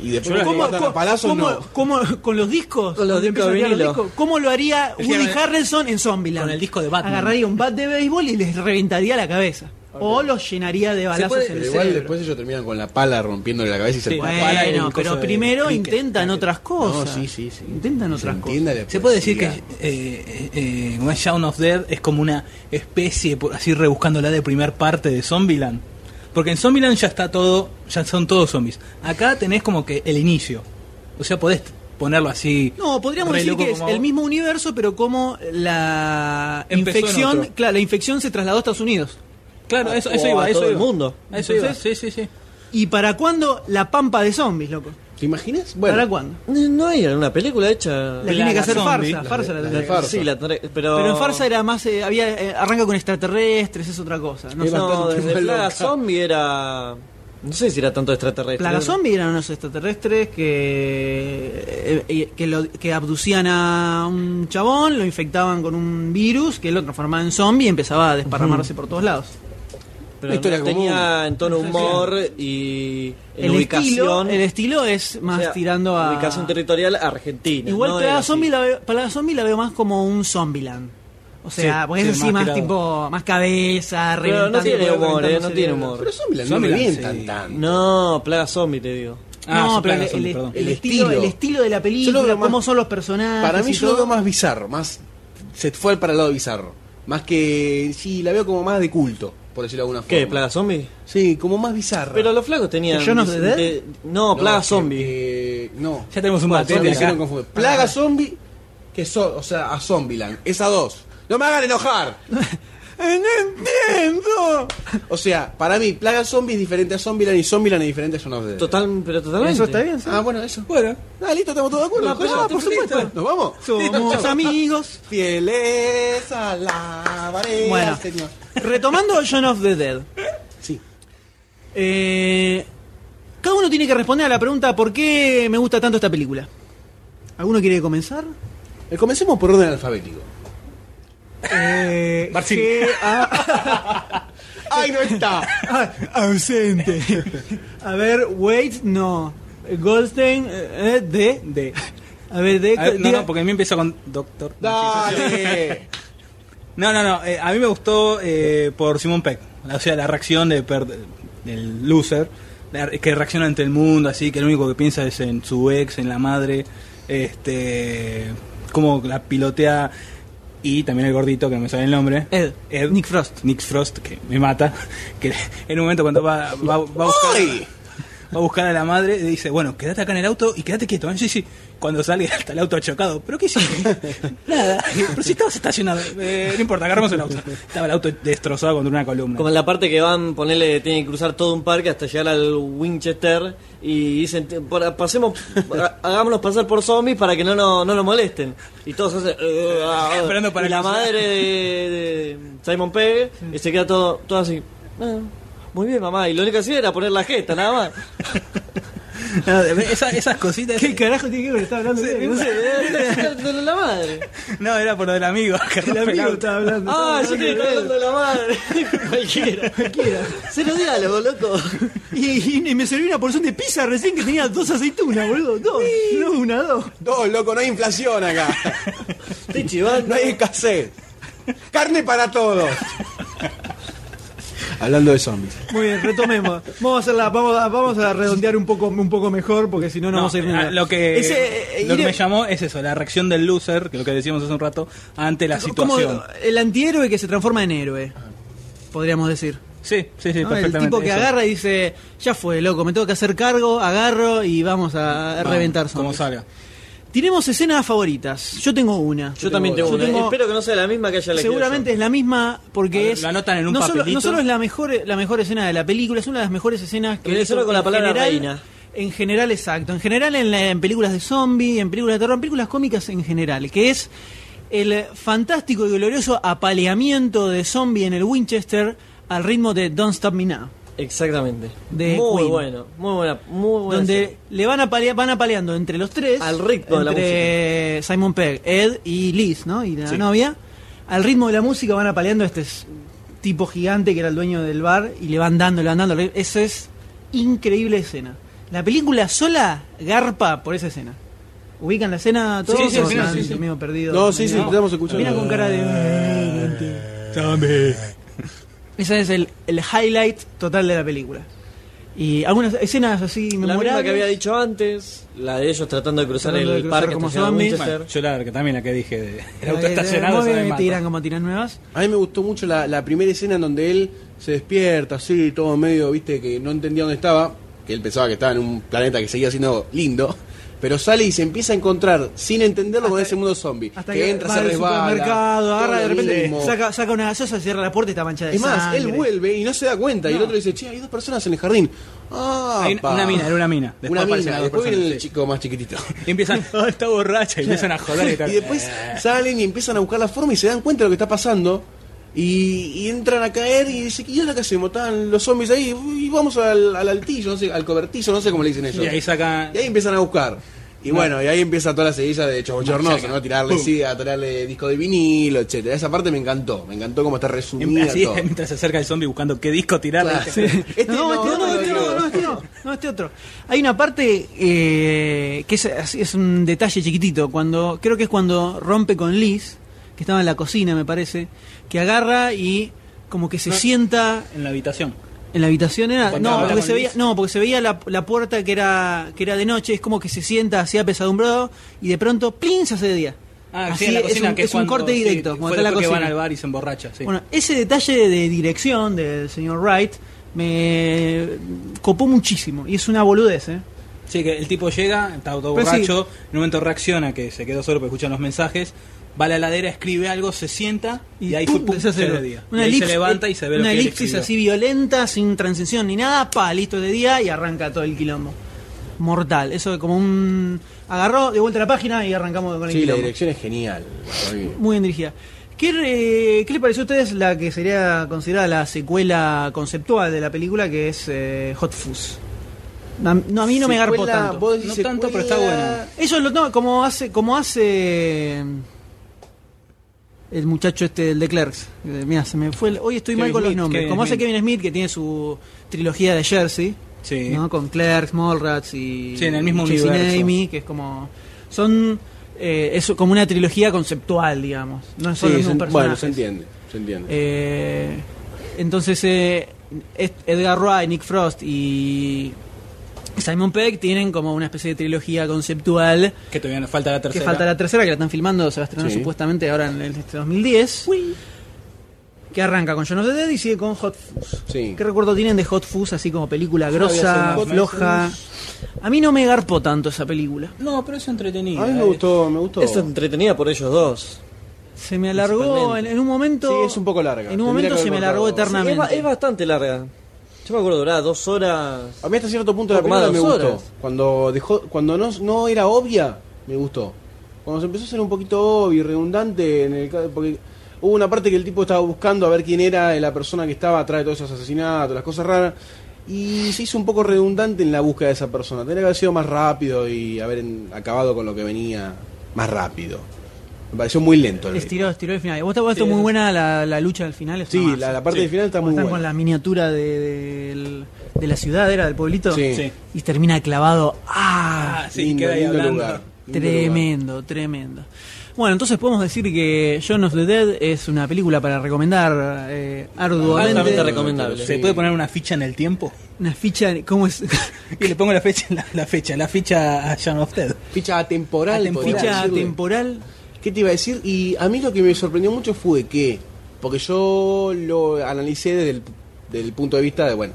Speaker 2: Y después
Speaker 5: ¿Cómo-
Speaker 2: los matan a palazos,
Speaker 1: cómo-
Speaker 2: no.
Speaker 1: cómo- con los discos?
Speaker 4: Con los
Speaker 1: ¿Cuando
Speaker 4: discos
Speaker 1: empiezan a
Speaker 4: de
Speaker 1: tirar los
Speaker 4: vinilo.
Speaker 1: discos? ¿Cómo lo haría
Speaker 5: Es que
Speaker 1: Woody
Speaker 5: con el-
Speaker 1: Harrelson en Zombieland?
Speaker 5: con el disco de Batman.
Speaker 1: Agarraría un bat de béisbol y les reventaría la cabeza. O los llenaría de balazos
Speaker 4: puede-
Speaker 1: en el
Speaker 2: Pero igual
Speaker 1: cerebro.
Speaker 2: después ellos terminan con la pala rompiéndole la cabeza y se
Speaker 5: Sí,
Speaker 2: la
Speaker 5: la pala y el
Speaker 1: Bueno,
Speaker 5: coso
Speaker 1: pero
Speaker 5: de
Speaker 1: primero
Speaker 5: cricket,
Speaker 1: intentan otras cosas.
Speaker 2: No, sí, sí, sí.
Speaker 1: Intentan otras
Speaker 2: se
Speaker 1: cosas.
Speaker 2: entienda la
Speaker 5: Se puede decir que
Speaker 2: poesía.
Speaker 5: eh, eh, eh, como es Shaun of Dead es como una especie, por así rebuscándola, de primer parte de Zombieland. Porque en Zombieland ya está todo, ya son todos zombies. Acá tenés como que el inicio. O sea, podés ponerlo así.
Speaker 1: No, podríamos
Speaker 5: re
Speaker 1: decir
Speaker 5: loco
Speaker 1: que es
Speaker 5: como-
Speaker 1: el mismo universo, pero como la
Speaker 5: Empezó en
Speaker 1: infección,
Speaker 5: otro.
Speaker 1: claro, la infección se trasladó a Estados Unidos.
Speaker 5: Claro, eso, eso
Speaker 4: O
Speaker 5: iba,
Speaker 4: a
Speaker 5: eso
Speaker 4: todo el
Speaker 5: iba.
Speaker 4: mundo.
Speaker 5: A eso
Speaker 1: Entonces-
Speaker 5: iba, sí, sí, sí.
Speaker 1: ¿Y para cuándo la pampa de zombies, loco?
Speaker 3: ¿Te imaginas?
Speaker 1: ¿Para cuándo?
Speaker 4: No hay una película hecha.
Speaker 1: La tiene que
Speaker 5: la
Speaker 1: hacer
Speaker 5: zombie,
Speaker 1: farsa,
Speaker 5: la-
Speaker 1: farsa la, tendría que hacer.
Speaker 3: farsa.
Speaker 4: Sí, la tendré- pero...
Speaker 1: Pero en farsa era más, eh, había, eh, arranca con extraterrestres, es otra cosa. No,
Speaker 3: Era-
Speaker 1: sé.
Speaker 4: No,
Speaker 3: bastante
Speaker 4: desde
Speaker 3: más
Speaker 4: Plaga
Speaker 3: loca.
Speaker 4: Zombie era... No sé si era tanto extraterrestre.
Speaker 1: Plaga
Speaker 4: Era-
Speaker 1: Zombie eran unos extraterrestres que, eh, que, lo- que abducían a un chabón, lo infectaban con un virus que lo transformaba en zombie y empezaba a desparramarse por todos lados.
Speaker 4: Pero
Speaker 3: Una historia
Speaker 4: no
Speaker 3: común.
Speaker 4: tenía en tono humor y en
Speaker 1: el, estilo,
Speaker 4: ubicación.
Speaker 1: el estilo es
Speaker 4: o
Speaker 1: más
Speaker 4: sea,
Speaker 1: tirando a.
Speaker 4: Ubicación territorial argentina.
Speaker 1: Igual
Speaker 4: no
Speaker 1: Plaga,
Speaker 4: era
Speaker 1: zombie
Speaker 4: así.
Speaker 1: la veo, Plaga Zombie la veo más como un Zombieland. O sea,
Speaker 5: Sí,
Speaker 1: porque es
Speaker 5: sí,
Speaker 1: así
Speaker 5: más
Speaker 1: más,
Speaker 5: tirado.
Speaker 1: tipo, más cabeza,
Speaker 4: Pero no
Speaker 1: reventando-
Speaker 4: tiene humor, eh,
Speaker 1: reventando
Speaker 4: no tiene
Speaker 1: cerebros.
Speaker 4: humor.
Speaker 3: Pero Zombieland no
Speaker 5: Zombieland,
Speaker 3: revientan
Speaker 5: sí.
Speaker 3: tan.
Speaker 4: No, Plaga Zombie te digo.
Speaker 5: Ah,
Speaker 1: no,
Speaker 5: sí,
Speaker 1: pero
Speaker 5: Plaga
Speaker 1: el,
Speaker 5: Zombie,
Speaker 1: el-
Speaker 5: perdón.
Speaker 1: el
Speaker 3: El
Speaker 1: estilo,
Speaker 3: estilo.
Speaker 1: el estilo de la película,
Speaker 3: Yo lo veo más-
Speaker 1: cómo son los personajes.
Speaker 3: Para mí
Speaker 1: y
Speaker 3: yo lo
Speaker 1: todo.
Speaker 3: veo más bizarro, más se fue para el lado bizarro. Más que sí, la veo como más de culto, por decirlo de alguna forma.
Speaker 4: ¿Qué? ¿Plaga Zombie?
Speaker 3: Sí, como más bizarra.
Speaker 4: Pero los flacos tenían...
Speaker 1: ¿Que yo no
Speaker 4: de-
Speaker 1: sé de-
Speaker 4: de- no,
Speaker 3: No,
Speaker 4: Plaga
Speaker 3: que-
Speaker 4: Zombie.
Speaker 3: que- no.
Speaker 5: Ya tenemos un
Speaker 3: Bueno,
Speaker 5: batete
Speaker 3: zombie,
Speaker 5: acá.
Speaker 3: se lo confunde. Plaga zombie que so- o sea, a Zombieland, es a dos. No me hagan enojar.
Speaker 1: ¡No entiendo!
Speaker 3: O sea, para mí Plaga zombie es diferente a Zombieland y Zombieland es diferente a Son of the Dead.
Speaker 4: Total, pero totalmente.
Speaker 1: Eso está bien, sí.
Speaker 3: Ah, bueno, eso.
Speaker 5: Bueno,
Speaker 3: Ah, listo, estamos todos de acuerdo.
Speaker 4: No, pero
Speaker 3: Ah, por
Speaker 4: listo.
Speaker 3: supuesto. Nos vamos.
Speaker 1: Somos amigos.
Speaker 3: Fieles a la varela,
Speaker 1: Bueno,
Speaker 3: señor.
Speaker 1: retomando John of the Dead.
Speaker 3: Sí.
Speaker 1: Eh, cada uno tiene que responder a la pregunta ¿por qué me gusta tanto esta película? ¿Alguno quiere comenzar?
Speaker 3: Eh, Comencemos por orden alfabético.
Speaker 1: Eh,
Speaker 5: Marcin.
Speaker 1: G- A-
Speaker 3: ¡Ay, no está!
Speaker 1: Ah, ausente. A ver, Wait, no. Goldstein, eh, eh, D.
Speaker 5: de.
Speaker 1: A ver, D.
Speaker 5: A ver, no,
Speaker 1: este, diga-
Speaker 5: no, porque a mí empieza con Doctor.
Speaker 3: ¡Dale!
Speaker 5: No, no, no. eh, a mí me gustó eh, por Simon Peck. O sea, la reacción de per- del loser. la re- que reacciona ante el mundo, así que lo único que piensa es en su ex, en la madre. Este. Cómo la pilotea. Y también el gordito, que no me sale el nombre.
Speaker 1: Ed.
Speaker 5: Ed.
Speaker 1: Nick Frost.
Speaker 5: Nick Frost, que me mata. Que en un momento cuando va, va- va a buscar.
Speaker 3: ¡Ay!
Speaker 5: Va a buscar a la madre y dice, bueno, quédate acá en el auto y quédate quieto. ¿eh? Sí, sí. Cuando salga hasta el auto chocado. ¿Pero qué hiciste? Nada. Pero si estabas estacionado. Eh, no importa, agarramos el auto. Estaba el auto destrozado contra una columna.
Speaker 4: Como en la parte que van, ponerle, tienen que cruzar todo un parque hasta llegar al Winchester y dicen, "Te- para- pasemos, ha- hagámonos pasar por zombies para que no, no, no nos molesten. Y todos hacen... "Ugh, ah, ah".
Speaker 5: Esperando para
Speaker 4: y la
Speaker 5: cruzar.
Speaker 4: madre de, de Simon Pegg y se queda todo, todo así. "Ah, muy bien, mamá. Y lo único que hacía era poner la jeta, nada más.
Speaker 5: Nada, esa- esas cositas.
Speaker 1: ¿Qué carajo tiene que ver? Está hablando de...
Speaker 4: No sé, de eh, la madre.
Speaker 5: No, era por lo del amigo. que rompe el auto.
Speaker 1: hablando.
Speaker 4: Ah, yo que está hablando de la madre. Cualquiera. Cualquiera. Cero diálogo, loco.
Speaker 1: Y, y- y me serví una porción de pizza recién que tenía dos aceitunas, boludo. Dos. No una, dos.
Speaker 3: Dos, loco, no hay inflación acá.
Speaker 4: Estoy chivando.
Speaker 3: No hay escasez. Carne para todos. Hablando de zombies.
Speaker 1: Muy bien, retomemos. Vamos a hacerla, vamos a, vamos a redondear un poco, un poco mejor, porque si no, no,
Speaker 5: No,
Speaker 1: vamos a ir
Speaker 5: eh, lo que,
Speaker 1: Ese, eh,
Speaker 5: lo que
Speaker 1: ir-
Speaker 5: me llamó es eso, la reacción del loser, que lo que decíamos hace un rato, ante la
Speaker 1: como
Speaker 5: situación.
Speaker 1: el antihéroe que se transforma en héroe, podríamos decir.
Speaker 5: Sí, sí,
Speaker 1: ¿no?
Speaker 5: sí,
Speaker 1: El
Speaker 5: perfectamente.
Speaker 1: tipo que
Speaker 5: eso.
Speaker 1: agarra y dice, ya fue, loco, me tengo que hacer cargo, agarro y vamos a
Speaker 5: Vamos,
Speaker 1: reventar
Speaker 5: Como
Speaker 1: zombies.
Speaker 5: salga.
Speaker 1: Tenemos escenas favoritas. Yo tengo una.
Speaker 4: Yo también tengo
Speaker 1: Yo
Speaker 4: una.
Speaker 5: Eh,
Speaker 1: tengo-
Speaker 4: Espero que no sea la misma que haya elegido
Speaker 1: Seguramente es la misma porque
Speaker 5: A ver,
Speaker 1: es.
Speaker 5: lo anotan en un
Speaker 1: no solo,
Speaker 5: papelito.
Speaker 1: no solo es la mejor, la mejor escena de la película, es una de las mejores escenas que.
Speaker 4: Viene
Speaker 1: he visto
Speaker 4: solo con la
Speaker 1: en
Speaker 4: palabra
Speaker 1: general-
Speaker 4: reina.
Speaker 1: En general, exacto. En general, en, la- en películas de zombie, en películas de terror, en películas cómicas en general, que es el fantástico y glorioso apaleamiento de zombie en el Winchester al ritmo de Don't Stop Me Now.
Speaker 4: yo. Exactamente.
Speaker 1: De
Speaker 4: muy
Speaker 1: Queen.
Speaker 4: bueno. Muy buena. Muy buena.
Speaker 1: donde
Speaker 4: serie.
Speaker 1: le van a van apaleando entre los tres
Speaker 4: Al ritmo de la
Speaker 1: entre Simon Pegg Ed y Liz no y la novia al ritmo de la música van apaleando a este s- tipo gigante que era el dueño del bar y le van dando le van dando esa es increíble escena la película sola garpa por esa escena ubican la escena todos
Speaker 5: Sí, sí,
Speaker 1: ¿O
Speaker 5: sí,
Speaker 1: están
Speaker 5: sí, sí.
Speaker 1: medio perdidos
Speaker 3: No, sí, sí,
Speaker 1: Mira,
Speaker 3: estamos escuchando. Ah. Eh,
Speaker 1: mira con cara de ese es el, el highlight total de la película y algunas escenas así
Speaker 4: La
Speaker 1: memorables
Speaker 4: misma que había dicho antes. La de ellos tratando de cruzar
Speaker 1: Tratando de
Speaker 4: el
Speaker 1: cruzar
Speaker 4: parque
Speaker 1: como
Speaker 4: hasta llegar a
Speaker 1: zombies.
Speaker 4: Winchester.
Speaker 5: Yo la que también la que dije, de, el auto
Speaker 1: Eh,
Speaker 5: estacionado
Speaker 1: muy
Speaker 5: se me
Speaker 1: bien,
Speaker 5: mata.
Speaker 1: tiran como tiran nuevas.
Speaker 3: A mí me gustó mucho la, la primera escena en donde él se despierta, así, todo medio, viste, que no entendía dónde estaba, que él pensaba que estaba en un planeta que seguía siendo lindo, Pero sale y se empieza a encontrar sin entenderlo con ese mundo zombie.
Speaker 1: Hasta
Speaker 3: que, entra,
Speaker 1: va
Speaker 3: se
Speaker 1: al
Speaker 3: resbala.
Speaker 1: supermercado,
Speaker 3: todo
Speaker 1: agarra de
Speaker 3: lo
Speaker 1: repente,
Speaker 3: mismo.
Speaker 1: saca, saca una gaseosa, cierra la puerta y está manchada de
Speaker 3: Es más, él
Speaker 1: sangre.
Speaker 3: vuelve y no se da cuenta. Y el otro dice, che, hay dos personas en el jardín. Ah,
Speaker 5: Hay una,
Speaker 3: pa.
Speaker 5: una mina, era una mina. Después
Speaker 3: Una mina,
Speaker 5: aparecen las dos
Speaker 3: después viene
Speaker 5: personas,
Speaker 3: el
Speaker 5: sí.
Speaker 3: chico más chiquitito.
Speaker 5: Y empiezan, "Ah, está borracha, y empiezan a joder. Y, tal.
Speaker 3: Y después salen y empiezan a buscar la forma y se dan cuenta de lo que está pasando. Y, y entran a caer y dicen, ¿qué es lo que hacemos? Están los zombies ahí y vamos al, al altillo, no sé, al cobertizo, no sé cómo le dicen ellos.
Speaker 5: Y ahí sacan.
Speaker 3: Y ahí empiezan a buscar. Y bueno, y ahí empieza toda la seguilla de Chornoso, ¿no? Tirarle
Speaker 5: Pum.
Speaker 3: sida, tirarle disco de vinilo, etcétera. Esa parte me encantó, me encantó cómo está resumida
Speaker 1: Em,
Speaker 5: Así
Speaker 3: todo.
Speaker 5: mientras se acerca el zombie buscando qué disco tirar.
Speaker 3: Claro.
Speaker 5: ¿viste?
Speaker 3: Este
Speaker 1: no, este no, este no, no, este no, no, este otro. Hay una parte eh, que es, así, es un detalle chiquitito, cuando creo que es cuando rompe con Liz, que estaba en la cocina, me parece, que agarra y como que se sienta
Speaker 5: En la habitación.
Speaker 1: en la habitación era
Speaker 5: Cuando
Speaker 1: no
Speaker 5: habla
Speaker 1: porque
Speaker 5: con
Speaker 1: se veía
Speaker 5: Liz.
Speaker 1: no porque se veía la, la puerta que era que era de noche es como que se sienta así apesadumbrado y de pronto plin se hace de día
Speaker 5: Ah,
Speaker 1: Así
Speaker 5: sí, en la
Speaker 1: es
Speaker 5: cocina,
Speaker 1: un-
Speaker 5: que
Speaker 1: es un
Speaker 5: cuando-
Speaker 1: corte
Speaker 5: sí,
Speaker 1: directo
Speaker 5: fue
Speaker 1: cuando está la
Speaker 5: después que
Speaker 1: cocina
Speaker 5: van al bar y se emborracha. Sí.
Speaker 1: bueno, ese detalle de dirección del señor Wright me copó muchísimo. Y es una boludez, ¿eh?
Speaker 5: Sí, que el tipo llega, está todo
Speaker 1: Pero
Speaker 5: borracho, en un momento reacciona que se quedó solo porque escuchan los mensajes, va a la ladera, escribe algo, se sienta y, ahí fue,
Speaker 1: pum,
Speaker 5: pum,
Speaker 1: se
Speaker 5: se
Speaker 1: hace
Speaker 5: ve
Speaker 1: lo-
Speaker 5: día.
Speaker 1: Una
Speaker 5: y ahí
Speaker 1: elipsis,
Speaker 5: se levanta y se ve lo
Speaker 1: una
Speaker 5: que él
Speaker 1: elipsis
Speaker 5: escribió.
Speaker 1: así violenta, sin transición ni nada. Pa, listo es de día y arranca todo el quilombo. Mortal. Eso de como un. Agarró de vuelta la página y arrancamos con el
Speaker 3: Sí, la
Speaker 1: quilombo.
Speaker 3: dirección es genial. Muy bien.
Speaker 1: Muy bien dirigida. ¿Qué, eh, ¿Qué le pareció a ustedes la que sería considerada la secuela conceptual de la película, que es eh, Hot Fuzz? A, no, a mí no me garpo
Speaker 3: Secuela,
Speaker 1: tanto.
Speaker 3: vos
Speaker 5: No
Speaker 3: decís
Speaker 5: tanto, pero está
Speaker 3: secuela.
Speaker 5: bueno.
Speaker 1: Ellos lo toman como hace, como hace eh, el muchacho este el de Clerks. Mira, se me fue. el- hoy estoy mal
Speaker 5: Kevin
Speaker 1: con los
Speaker 5: Smith,
Speaker 1: nombres.
Speaker 5: Kevin
Speaker 1: como hace
Speaker 5: Smith.
Speaker 1: Kevin Smith que tiene su trilogía de Jersey,
Speaker 5: Sí.
Speaker 1: ¿no? Con Clerks, Mallrats y
Speaker 5: Sí, en el mismo
Speaker 1: Chasing
Speaker 5: universo.
Speaker 1: Amy, que es como son eh, es como una trilogía conceptual, digamos. No son los
Speaker 3: Sí, se-
Speaker 1: mismos
Speaker 3: bueno,
Speaker 1: personajes.
Speaker 3: se entiende, se entiende.
Speaker 1: Eh, entonces, eh, Ed- Edgar Wright, Nick Frost y Simon Pegg tienen como una especie de trilogía conceptual.
Speaker 5: Que todavía nos falta la
Speaker 1: Que
Speaker 5: tercera.
Speaker 1: falta la tercera, que la están filmando, se va a estrenar
Speaker 3: Sí.
Speaker 1: supuestamente ahora en el este 2010. Que arranca con John of the Dead y sigue con Hot Fuzz.
Speaker 3: Sí.
Speaker 1: ¿Qué recuerdo tienen de Hot Fuzz así como película
Speaker 3: había
Speaker 1: grosa,
Speaker 3: sido Hot
Speaker 1: floja? A mí no me garpó tanto esa película.
Speaker 5: No, pero es entretenido.
Speaker 3: A mí me
Speaker 1: eh.
Speaker 3: gustó, me gustó.
Speaker 4: Es entretenida por ellos dos.
Speaker 1: Se me alargó en,
Speaker 4: Principalmente.
Speaker 1: en un momento.
Speaker 3: Sí, es un poco larga.
Speaker 1: En un
Speaker 3: Tendría
Speaker 1: momento
Speaker 3: que
Speaker 1: se me
Speaker 3: haber
Speaker 1: alargó
Speaker 3: cortado.
Speaker 4: Sí, es,
Speaker 1: eternamente.
Speaker 4: ba- es bastante larga. Yo me acuerdo, duraba dos horas.
Speaker 3: A mí hasta cierto punto la
Speaker 4: Poco más
Speaker 3: película
Speaker 4: de
Speaker 3: me
Speaker 4: dos
Speaker 3: gustó.
Speaker 4: horas.
Speaker 3: Cuando dejó, cuando no, no era obvia, me gustó. Cuando se empezó a ser un poquito obvio y redundante, en el, ca- porque hubo una parte que el tipo estaba buscando a ver quién era la persona que estaba atrás de todos esos asesinatos, las cosas raras, y se hizo un poco redundante en la búsqueda de esa persona. Tendría que haber sido más rápido y haber en- acabado con lo que venía más rápido. Me pareció muy lento el ritmo.
Speaker 1: Estiró, estiró el final. ¿Vos te vos te- muy buena la, la lucha del final? es una
Speaker 3: Sí,
Speaker 1: masa.
Speaker 3: la, la parte
Speaker 5: Sí.
Speaker 3: del final está
Speaker 1: Cuando
Speaker 3: muy
Speaker 1: están
Speaker 3: buena.
Speaker 1: con la miniatura de, del- de la ciudad, ¿era? ¿Del pueblito?
Speaker 3: Sí.
Speaker 5: Sí.
Speaker 1: Y termina clavado. ¡Ah!
Speaker 5: Ah, sí,
Speaker 3: Lindo,
Speaker 5: queda ahí
Speaker 3: lindo
Speaker 5: hablando.
Speaker 3: lugar, lindo lugar.
Speaker 1: Tremendo, tremendo. Bueno, entonces podemos decir que John of the Dead es una película para recomendar eh,
Speaker 4: Altamente
Speaker 1: arduamente.
Speaker 4: recomendable.
Speaker 5: ¿Se
Speaker 3: Sí.
Speaker 5: puede poner una ficha en el tiempo?
Speaker 1: Una ficha, ¿cómo es?
Speaker 5: Y le pongo la fecha, la, la fecha, la ficha a John of Dead.
Speaker 3: Ficha atemporal.
Speaker 5: Atemporal.
Speaker 3: podría
Speaker 1: ficha
Speaker 3: decirle.
Speaker 1: temporal.
Speaker 3: ¿Qué te iba a decir? Y a mí lo que me sorprendió mucho fue que, porque yo lo analicé desde el del punto de vista de, bueno,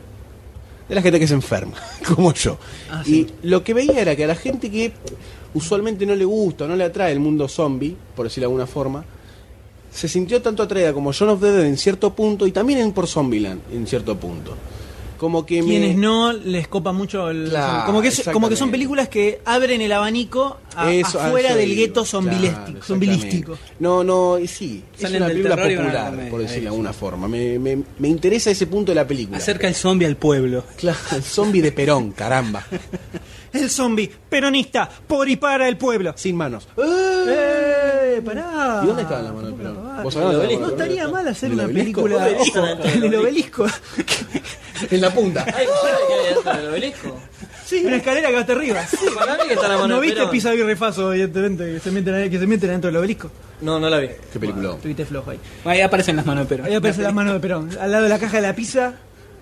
Speaker 3: de la gente que se enferma, como yo.
Speaker 1: Ah,
Speaker 3: Y lo que veía era que a la gente que usualmente no le gusta, o no le atrae el mundo zombie, por decirlo de alguna forma, se sintió tanto atraída como John of the Dead en cierto punto y también en por Zombieland en cierto punto. Como que me-
Speaker 1: Quienes no les copa mucho el.
Speaker 3: Claro,
Speaker 1: como, que es- como que son
Speaker 3: exactamente.
Speaker 1: películas que abren el abanico a-
Speaker 3: Eso, a
Speaker 1: afuera
Speaker 3: eso
Speaker 1: del
Speaker 3: iba,
Speaker 1: gueto
Speaker 3: claro,
Speaker 1: zombilístico-
Speaker 3: exactamente.
Speaker 1: zombilístico.
Speaker 3: No, no, y sí. Es
Speaker 5: Salen
Speaker 3: una
Speaker 5: del
Speaker 3: película
Speaker 5: terror y van a la
Speaker 3: popular,
Speaker 5: comedia,
Speaker 3: por decirlo de
Speaker 5: ahí.
Speaker 3: alguna forma. Me, me, me interesa ese punto de la película.
Speaker 5: Acerca el zombie al pueblo.
Speaker 3: Claro, el zombie de Perón, caramba.
Speaker 1: El zombi peronista por y para el pueblo.
Speaker 3: Sin manos.
Speaker 1: ¡Eh! ¡Pará!
Speaker 3: ¿Y dónde estaban las manos de Perón?
Speaker 5: Ah,
Speaker 3: ¿Vos sabés
Speaker 1: no no
Speaker 3: dónde estaban las manos de Perón?
Speaker 1: estaría mal hacer
Speaker 3: ¿En el
Speaker 1: una
Speaker 3: obelisco?
Speaker 1: película
Speaker 3: Obelisco.
Speaker 1: ojo, en el obelisco.
Speaker 3: En la punta.
Speaker 4: Ay, ¿sabes qué hay dentro del obelisco?
Speaker 1: Sí, una escalera que va hasta arriba.
Speaker 4: Para mí que está la mano
Speaker 1: ¿No
Speaker 4: de
Speaker 1: viste
Speaker 4: Perón.
Speaker 1: Pisa y Refaso, evidentemente, que se meten, ahí- que se meten adentro del obelisco?
Speaker 4: No, no la vi.
Speaker 3: Qué película.
Speaker 1: Tuviste flojo ahí.
Speaker 5: Ahí aparecen las manos, pero.
Speaker 1: Ahí aparece la mano de Perón. Al lado de la caja de la pizza,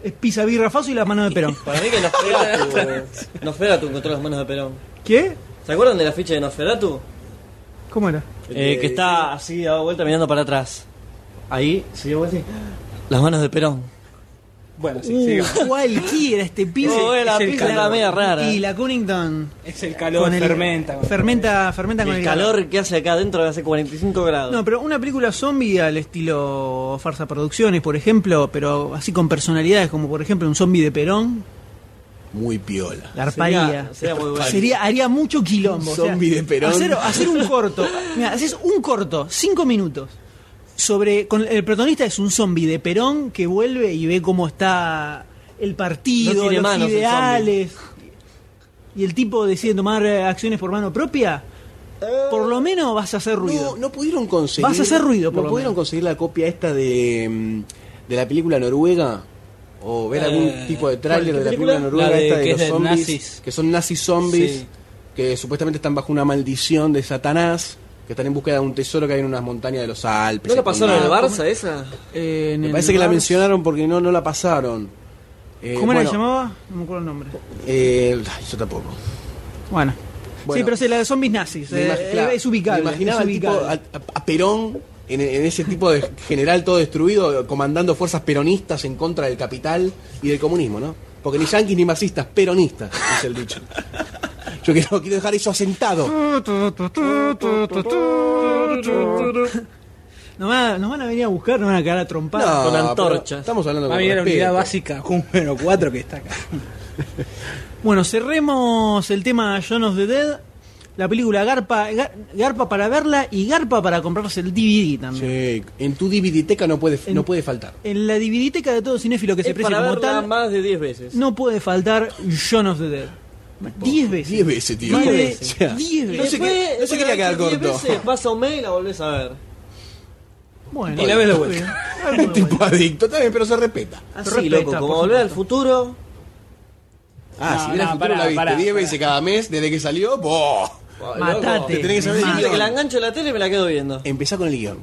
Speaker 1: es Pisa y Refaso y la mano de Perón.
Speaker 4: Para mí que Nosferatu, Nosferatu encontró las manos de Perón.
Speaker 1: ¿Qué?
Speaker 4: ¿Se acuerdan de la ficha de Nosferatu?
Speaker 1: ¿Cómo era?
Speaker 4: Eh, que está así, dado vuelta, mirando para atrás. Ahí, se dio vuelta y- Las manos de Perón.
Speaker 5: Bueno, sí,
Speaker 1: Uh,
Speaker 5: sigamos.
Speaker 1: cualquiera este pibe.
Speaker 4: Oh, la
Speaker 5: es el
Speaker 4: pizza
Speaker 5: calor.
Speaker 4: está media rara.
Speaker 1: Y la Cunnington
Speaker 5: Es el calor,
Speaker 1: con el-
Speaker 5: fermenta. con el-
Speaker 1: fermenta, fermenta con
Speaker 4: El calor que hace acá adentro hace 45 grados.
Speaker 1: No, pero una película zombie al estilo Farsa Producciones, por ejemplo, pero así con personalidades, como por ejemplo un zombie de Perón,
Speaker 3: Muy piola.
Speaker 1: garparía.
Speaker 4: Sería- sería muy bueno.
Speaker 1: Sería- haría mucho quilombo.
Speaker 3: Un
Speaker 1: o sea,
Speaker 3: zombie de Perón.
Speaker 1: Hacer, hacer un corto. Mira, haces un corto, cinco minutos. Sobre, con, el protagonista es un zombie de Perón que vuelve y ve cómo está el partido,
Speaker 4: No tiene
Speaker 1: los
Speaker 4: manos el
Speaker 1: ideales. y el tipo decide tomar eh, acciones por mano propia. Por lo menos vas a hacer ruido.
Speaker 3: No, no pudieron conseguir.
Speaker 1: Vas a hacer ruido, por
Speaker 3: ¿No
Speaker 1: lo
Speaker 3: pudieron
Speaker 1: menos.
Speaker 3: conseguir la copia esta de, mm, de la película noruega? ¿O ver algún
Speaker 5: Eh,
Speaker 3: tipo de tráiler
Speaker 5: ¿cuál?
Speaker 3: de la
Speaker 5: ¿Qué
Speaker 3: película
Speaker 5: película?
Speaker 3: noruega
Speaker 5: La de-
Speaker 3: esta de
Speaker 5: que es
Speaker 3: los
Speaker 5: de
Speaker 3: zombies?
Speaker 5: nazis.
Speaker 3: Que son nazis zombies.
Speaker 5: Sí.
Speaker 3: Que supuestamente están bajo una maldición de Satanás. Que están en búsqueda de un tesoro que hay en unas montañas de los Alpes.
Speaker 4: ¿No la pasaron en el
Speaker 3: Nada.
Speaker 4: Barça esa?
Speaker 1: Eh, en
Speaker 3: Me
Speaker 1: el
Speaker 3: parece que la
Speaker 1: bar-
Speaker 3: mencionaron porque no, no la pasaron. Eh,
Speaker 1: ¿Cómo era
Speaker 3: bueno,
Speaker 1: que llamaba? No me acuerdo el nombre.
Speaker 3: eh, ay, yo tampoco.
Speaker 1: Bueno. sí,
Speaker 3: Bueno.
Speaker 1: pero es la de zombies nazis.
Speaker 3: Me
Speaker 1: eh,
Speaker 3: imagi- claro,
Speaker 1: es ubicable.
Speaker 3: me imaginaba
Speaker 1: es
Speaker 3: al tipo,
Speaker 1: ubicable.
Speaker 3: al- a, a Perón en, en ese tipo de general todo destruido, comandando fuerzas peronistas en contra del capital y del comunismo, ¿no? Porque ni yanquis ni marxistas, peronistas, es el dicho. Yo quiero, quiero dejar eso asentado.
Speaker 1: Nos van, a- nos van a venir a buscar, nos van a quedar a
Speaker 5: Ah,
Speaker 1: trompar.
Speaker 3: No,
Speaker 4: Con
Speaker 3: pero
Speaker 4: antorchas.
Speaker 3: Estamos hablando
Speaker 5: A
Speaker 3: con
Speaker 5: mí era la unidad
Speaker 3: respeto.
Speaker 5: básica número 4 que está acá.
Speaker 1: Bueno, cerremos el tema John of the Dead. La película Garpa, Gar- Garpa para verla y Garpa para comprarse el DVD también.
Speaker 3: Sí, en tu dividiteca no puede, no puede faltar.
Speaker 1: En la DVDteca de todo cinéfilo que se
Speaker 4: Es
Speaker 1: precie
Speaker 4: para
Speaker 1: como
Speaker 4: verla
Speaker 1: tal,
Speaker 4: más de 10 veces.
Speaker 1: no puede faltar John of the Dead. Diez veces.
Speaker 3: Diez veces, tío.
Speaker 1: Más de-
Speaker 4: Diez veces.
Speaker 1: diez
Speaker 4: Y
Speaker 1: veces.
Speaker 3: No sé qué- no
Speaker 4: después,
Speaker 3: sé qué
Speaker 4: después de
Speaker 3: le queda
Speaker 4: haber hecho 10
Speaker 3: corto.
Speaker 4: veces, Pasa un mes y la volvés a ver.
Speaker 1: Bueno,
Speaker 5: Y la ves de vuelta.
Speaker 1: Bueno, bueno.
Speaker 3: tipo adicto también, pero se respeta.
Speaker 4: Así,
Speaker 1: Respeta,
Speaker 4: loco, como
Speaker 1: por
Speaker 4: volver al
Speaker 1: supuesto.
Speaker 4: futuro.
Speaker 3: Ah,
Speaker 5: No,
Speaker 3: si bien
Speaker 5: no,
Speaker 3: el futuro
Speaker 5: pará,
Speaker 3: la viste
Speaker 5: pará,
Speaker 3: 10
Speaker 5: pará.
Speaker 3: veces cada mes desde que salió, ¡boh!
Speaker 1: Matate.
Speaker 3: Te tenés que saber
Speaker 1: Matate.
Speaker 3: el
Speaker 4: Siempre que la
Speaker 3: guión.
Speaker 4: engancho en la tele me la quedo viendo.
Speaker 3: Empezá con el guión.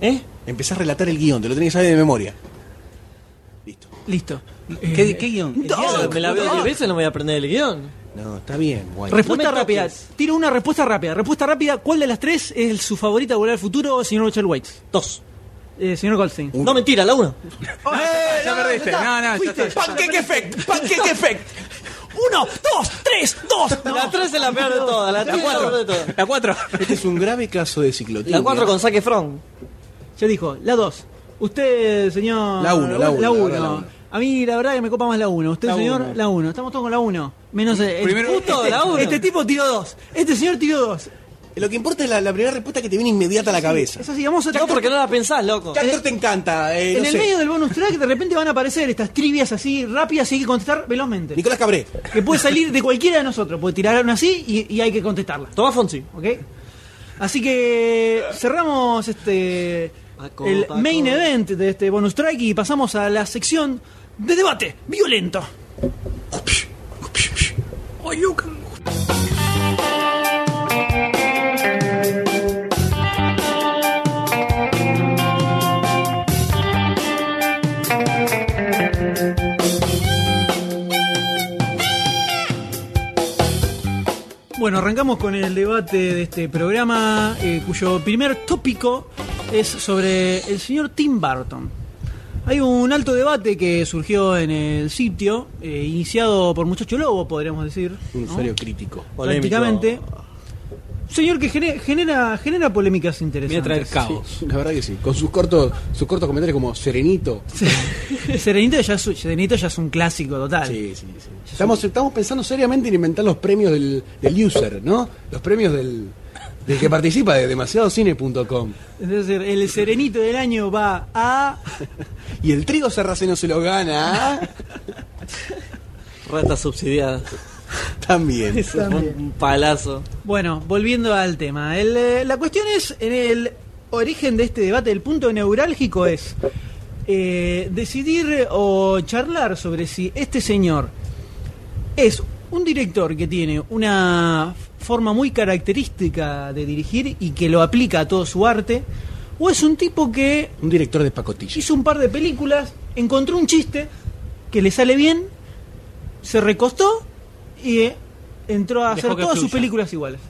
Speaker 4: ¿Eh?
Speaker 3: Empezá a relatar el guión, te lo tenés que saber de memoria. Listo.
Speaker 1: Listo.
Speaker 5: ¿Qué,
Speaker 1: Eh,
Speaker 5: qué guión? ¿El guión?
Speaker 4: me la veo 10 veces, no me voy a aprender el guión.
Speaker 3: No, está bien, guay.
Speaker 1: Respuesta
Speaker 4: No me
Speaker 1: rápida.
Speaker 4: toques.
Speaker 1: Tiro una respuesta rápida. Respuesta rápida. ¿Cuál de las tres es el- su favorita de Volver al Futuro, señor Richard Waits?
Speaker 4: Dos.
Speaker 1: Eh, señor Goldstein.
Speaker 3: Uh.
Speaker 4: No, mentira, la uno.
Speaker 5: Ya perdiste. No, no, ya está.
Speaker 3: ¡Pancake Effect! ¡Pancake Effect!
Speaker 1: Uno, dos, tres, dos.
Speaker 4: La tres es la peor de todas, la tres es la peor de todas.
Speaker 5: La 4.
Speaker 3: Este es un grave caso de ciclotimia.
Speaker 4: La cuatro con Zac Efron.
Speaker 1: Ya dijo, la dos. Usted, señor.
Speaker 3: La uno, la uno,
Speaker 1: La
Speaker 3: la
Speaker 1: uno.
Speaker 3: verdad, la uno.
Speaker 1: A mí la verdad que me copa más la uno. Usted,
Speaker 5: La
Speaker 1: señor,
Speaker 5: uno.
Speaker 1: la uno. Estamos todos con la uno. Menos el- el-
Speaker 5: Primero-
Speaker 1: Justo,
Speaker 4: Este-
Speaker 1: la uno.
Speaker 4: este
Speaker 1: Este tipo tiró dos. Este señor tiró dos.
Speaker 3: Lo que importa es la, la primera respuesta que te viene inmediata a la cabeza.
Speaker 1: Eso sí, vamos a
Speaker 4: No, porque no la pensás, loco.
Speaker 3: ¿Qué actor te encanta? Eh,
Speaker 1: En
Speaker 3: no
Speaker 1: el
Speaker 3: sé.
Speaker 1: medio del bonus track de repente van a aparecer estas trivias así rápidas y hay que contestar velozmente.
Speaker 3: Nicolás Cabré.
Speaker 1: que puede salir de cualquiera de nosotros. Puede tirar una así y, y hay que contestarla.
Speaker 4: Tomá Fonsi.
Speaker 1: ¿Ok? Así que cerramos este
Speaker 4: Paco,
Speaker 1: el
Speaker 4: Paco.
Speaker 1: main event de este bonus track y pasamos a la sección de debate violento. Bueno, arrancamos con el debate de este programa, eh, cuyo primer tópico es sobre el señor Tim Burton. Hay un alto debate que surgió en el sitio, eh, iniciado por Muchacho Lobo, podríamos decir.
Speaker 3: Un
Speaker 1: ¿no?
Speaker 3: usuario crítico.
Speaker 4: Polémico.
Speaker 1: Prácticamente. Señor que gene- genera, genera polémicas
Speaker 5: Voy a
Speaker 1: interesantes.
Speaker 5: traer caos.
Speaker 3: La verdad que sí. Con sus cortos, sus cortos comentarios como Serenito.
Speaker 1: Serenito ya, es, un- Serenito ya es un clásico total.
Speaker 3: Sí, sí, sí. Estamos, estamos pensando seriamente en inventar los premios del, del user, ¿no? Los premios del, del que participa de demasiadocine.com.
Speaker 1: Es decir, el Serenito del año va a.
Speaker 3: Y el trigo serraceno no se lo gana. ¿ah?
Speaker 4: Ratas subsidiadas.
Speaker 3: También.
Speaker 4: Fue Un palazo.
Speaker 1: Bueno, volviendo al tema. El, eh, la cuestión es, en el origen de este debate, el punto neurálgico es eh, decidir o charlar sobre si este señor es un director que tiene una forma muy característica de dirigir y que lo aplica a todo su arte, o es un tipo que
Speaker 3: Un director de pacotilla.
Speaker 1: hizo un par de películas, encontró un chiste que le sale bien, se recostó y eh, entró a
Speaker 5: Dejó
Speaker 1: hacer
Speaker 5: que
Speaker 1: todas sus
Speaker 5: fluya.
Speaker 1: películas iguales.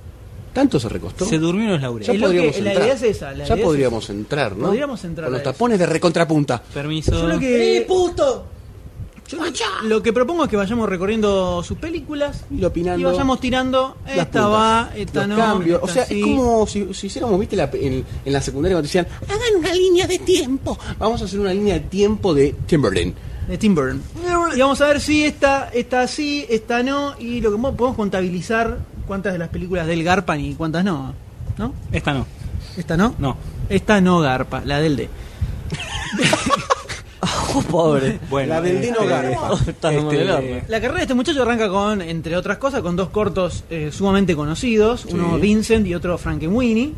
Speaker 3: ¿Tanto se recostó?
Speaker 5: Se durmió en los
Speaker 3: ya
Speaker 1: es
Speaker 5: laureles.
Speaker 1: lo
Speaker 3: podríamos
Speaker 1: que- la
Speaker 3: entrar.
Speaker 1: idea es esa, la
Speaker 3: ya
Speaker 1: idea es
Speaker 3: podríamos entrar, ¿no?
Speaker 1: Podríamos entrar
Speaker 3: Con los
Speaker 1: a eso.
Speaker 3: tapones de recontrapunta.
Speaker 5: Permiso.
Speaker 1: Yo lo que,
Speaker 4: puto!
Speaker 1: Yo lo que propongo es que vayamos recorriendo sus películas
Speaker 3: Y lo opinando.
Speaker 1: y vayamos tirando.
Speaker 3: las
Speaker 1: Esta
Speaker 3: puntas,
Speaker 1: va, esta
Speaker 3: los
Speaker 1: no.
Speaker 3: cambios. O
Speaker 1: esta
Speaker 3: sea,
Speaker 1: sí.
Speaker 3: es como si, si hiciéramos, viste, la- en, en la secundaria cuando te decían, hagan una línea de tiempo. Vamos a hacer una línea de tiempo de Timberlane.
Speaker 1: De Tim Burton. Y vamos a ver si esta, esta sí, esta no. Y lo que mo- podemos contabilizar cuántas de las películas del Garpan y cuántas no. ¿No?
Speaker 5: Esta no.
Speaker 1: ¿Esta no?
Speaker 5: No.
Speaker 1: Esta no Garpa, la del D.
Speaker 4: Oh, pobre.
Speaker 5: Bueno, este,
Speaker 3: La
Speaker 4: Eh,
Speaker 3: del Dino Garpa.
Speaker 4: Estás como en el horno.
Speaker 1: La carrera de este muchacho arranca con, entre otras cosas, con dos cortos eh, sumamente conocidos, uno Vincent y otro Frankenweenie.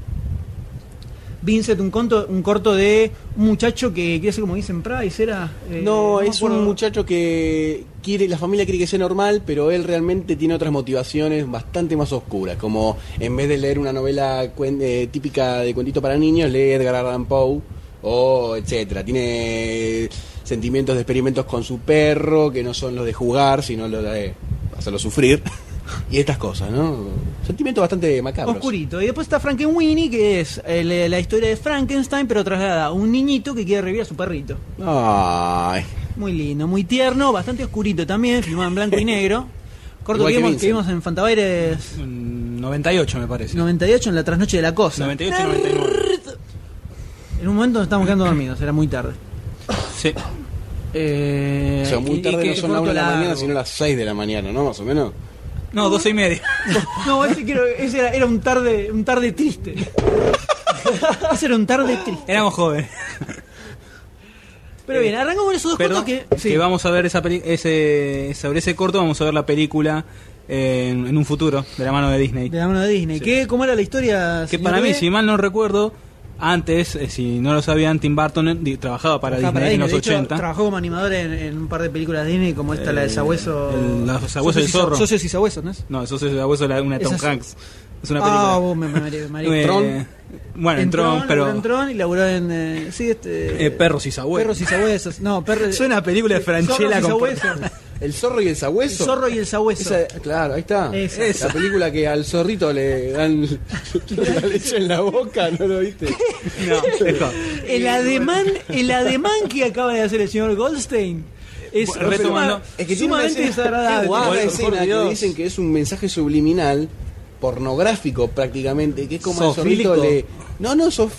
Speaker 1: Vincent, un, conto, un corto de un muchacho que quiere ser como dicen Price, era... eh,
Speaker 3: No,
Speaker 1: me
Speaker 3: es un
Speaker 1: acuerdo.
Speaker 3: muchacho que quiere, la familia quiere que sea normal, pero él realmente tiene otras motivaciones bastante más oscuras, como en vez de leer una novela cuen- eh, típica de cuentito para niños, lee Edgar Allan Poe o etcétera. Tiene sentimientos de experimentos con su perro, que no son los de jugar, sino los de hacerlo sufrir, y estas cosas, ¿no? Sentimientos bastante macabros.
Speaker 1: Oscurito. Y después está Frankenweenie, que es eh, la, la historia de Frankenstein, pero trasladada a un niñito que quiere revivir a su perrito.
Speaker 3: Ay.
Speaker 1: Muy lindo, muy tierno, bastante oscurito también, filmado en blanco y negro. Corto
Speaker 3: Igual
Speaker 1: que
Speaker 3: que
Speaker 1: vimos, que
Speaker 3: Vincent.
Speaker 1: vimos en Fantabaires
Speaker 5: Mm, 98 me parece.
Speaker 1: 98, en la trasnoche de la cosa.
Speaker 5: 98 y 99.
Speaker 1: En un momento nos estábamos quedando dormidos, era muy tarde.
Speaker 5: Sí.
Speaker 1: Eh,
Speaker 3: O sea,
Speaker 1: y-
Speaker 3: muy
Speaker 1: y
Speaker 3: tarde
Speaker 1: que
Speaker 3: no son las
Speaker 1: corto
Speaker 3: 1 de la
Speaker 1: largo.
Speaker 3: mañana, sino las 6 de la mañana, ¿no? Más o menos.
Speaker 5: No, 12 y media.
Speaker 1: No, ese, creo- ese era, era un tarde un tarde triste. ese era un tarde triste.
Speaker 5: Éramos jóvenes.
Speaker 1: Pero bien, arrancamos con esos dos
Speaker 5: Pero
Speaker 1: cortos que... sí.
Speaker 5: que vamos a ver esa peli ese sobre ese corto vamos a ver la película eh, en, en un futuro de la mano de Disney.
Speaker 1: De la mano de Disney.
Speaker 5: Sí.
Speaker 1: ¿Qué, ¿Cómo era la historia?
Speaker 5: que
Speaker 1: señor Ah,
Speaker 5: para mí,
Speaker 1: B?
Speaker 5: si mal no recuerdo, antes, eh, si no lo sabían, Tim Burton eh, di- trabajaba para
Speaker 1: Trabajaba para
Speaker 5: Disney en
Speaker 1: Disney.
Speaker 5: los
Speaker 1: De hecho,
Speaker 5: 80.
Speaker 1: trabajó como animador en, en un par de películas de Disney, como esta, la de
Speaker 5: Eh,
Speaker 1: Sabueso.
Speaker 5: el- la Sabueso
Speaker 1: Socios
Speaker 5: del
Speaker 1: y-
Speaker 5: Zorro.
Speaker 1: Socios y Sabuesos, ¿no es?
Speaker 5: no, eso es la hueso de la- una de Tom
Speaker 1: Esa es-
Speaker 5: Hanks. Es una película.
Speaker 1: Ah, vos me, me, mareé, me mareé.
Speaker 5: Eh,
Speaker 3: Tron.
Speaker 5: Bueno, en Tron, pero.
Speaker 1: laburó en Tron y laburó en. eh, sí, este.
Speaker 5: eh, perros y sabuesos.
Speaker 1: Perros y Sabuesos. No, perros.
Speaker 5: Suena a película de Franchella con-
Speaker 1: Zorros y Sabuesos.
Speaker 3: El zorro y el
Speaker 1: El
Speaker 3: sabueso.
Speaker 1: zorro y el Sabueso.
Speaker 3: Esa- claro, ahí está.
Speaker 1: Esa.
Speaker 3: La película que al zorrito le dan la leche en la boca, ¿no lo viste?
Speaker 5: No, dejo.
Speaker 1: El ademán, el ademán que acaba de hacer el señor Goldstein es
Speaker 5: Bueno, retomando.
Speaker 1: suma-
Speaker 3: Es que tiene una
Speaker 1: sumamente
Speaker 3: escena-
Speaker 1: desagradable.
Speaker 3: Tiene una
Speaker 4: Guau, por
Speaker 3: escena que
Speaker 4: Dios.
Speaker 3: dicen que es un mensaje subliminal, pornográfico prácticamente, que es como al
Speaker 5: Sofílico.
Speaker 3: zorrito le... No, no, sof...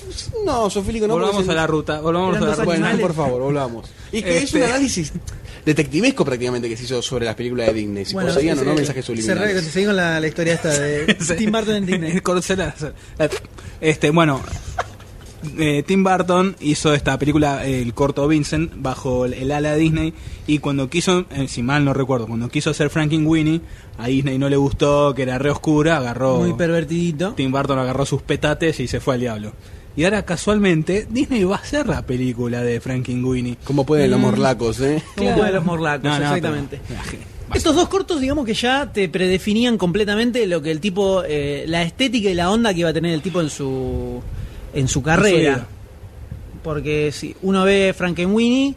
Speaker 3: no sofílico no.
Speaker 5: volvamos
Speaker 3: porque
Speaker 5: a
Speaker 3: se-
Speaker 5: la ruta. Volvamos a
Speaker 1: Eran
Speaker 5: la
Speaker 1: dos
Speaker 5: ruta.
Speaker 3: Bueno,
Speaker 1: animales.
Speaker 3: por favor, volvamos. Y que es
Speaker 5: Este-
Speaker 3: un análisis detectivesco prácticamente que se hizo sobre las películas de Disney, si conseguían o no mensajes
Speaker 1: cerré-
Speaker 3: subliminales.
Speaker 1: seguí con la, la historia esta de Tim Burton en Disney.
Speaker 5: Corsela, la- Este, bueno, eh, Tim Burton hizo esta película, eh, el corto Vincent, bajo el, el ala de Disney. Y cuando quiso, eh, si mal no recuerdo, cuando quiso hacer Frankenweenie, a Disney no le gustó, que era re oscura, agarró.
Speaker 1: Muy pervertidito.
Speaker 5: Tim Burton agarró sus petates y se fue al diablo. Y ahora casualmente Disney va a hacer la película de Frankenweenie.
Speaker 3: Como pueden los morlacos, ¿eh?
Speaker 1: Como
Speaker 5: Claro.
Speaker 1: uno de los morlacos,
Speaker 5: No, no,
Speaker 1: exactamente.
Speaker 5: pero-
Speaker 1: Estos dos cortos, digamos que ya te predefinían completamente lo que el tipo, eh, la estética y la onda que iba a tener el tipo en su, en su carrera.
Speaker 5: vida.
Speaker 1: Porque si uno ve Frankenweenie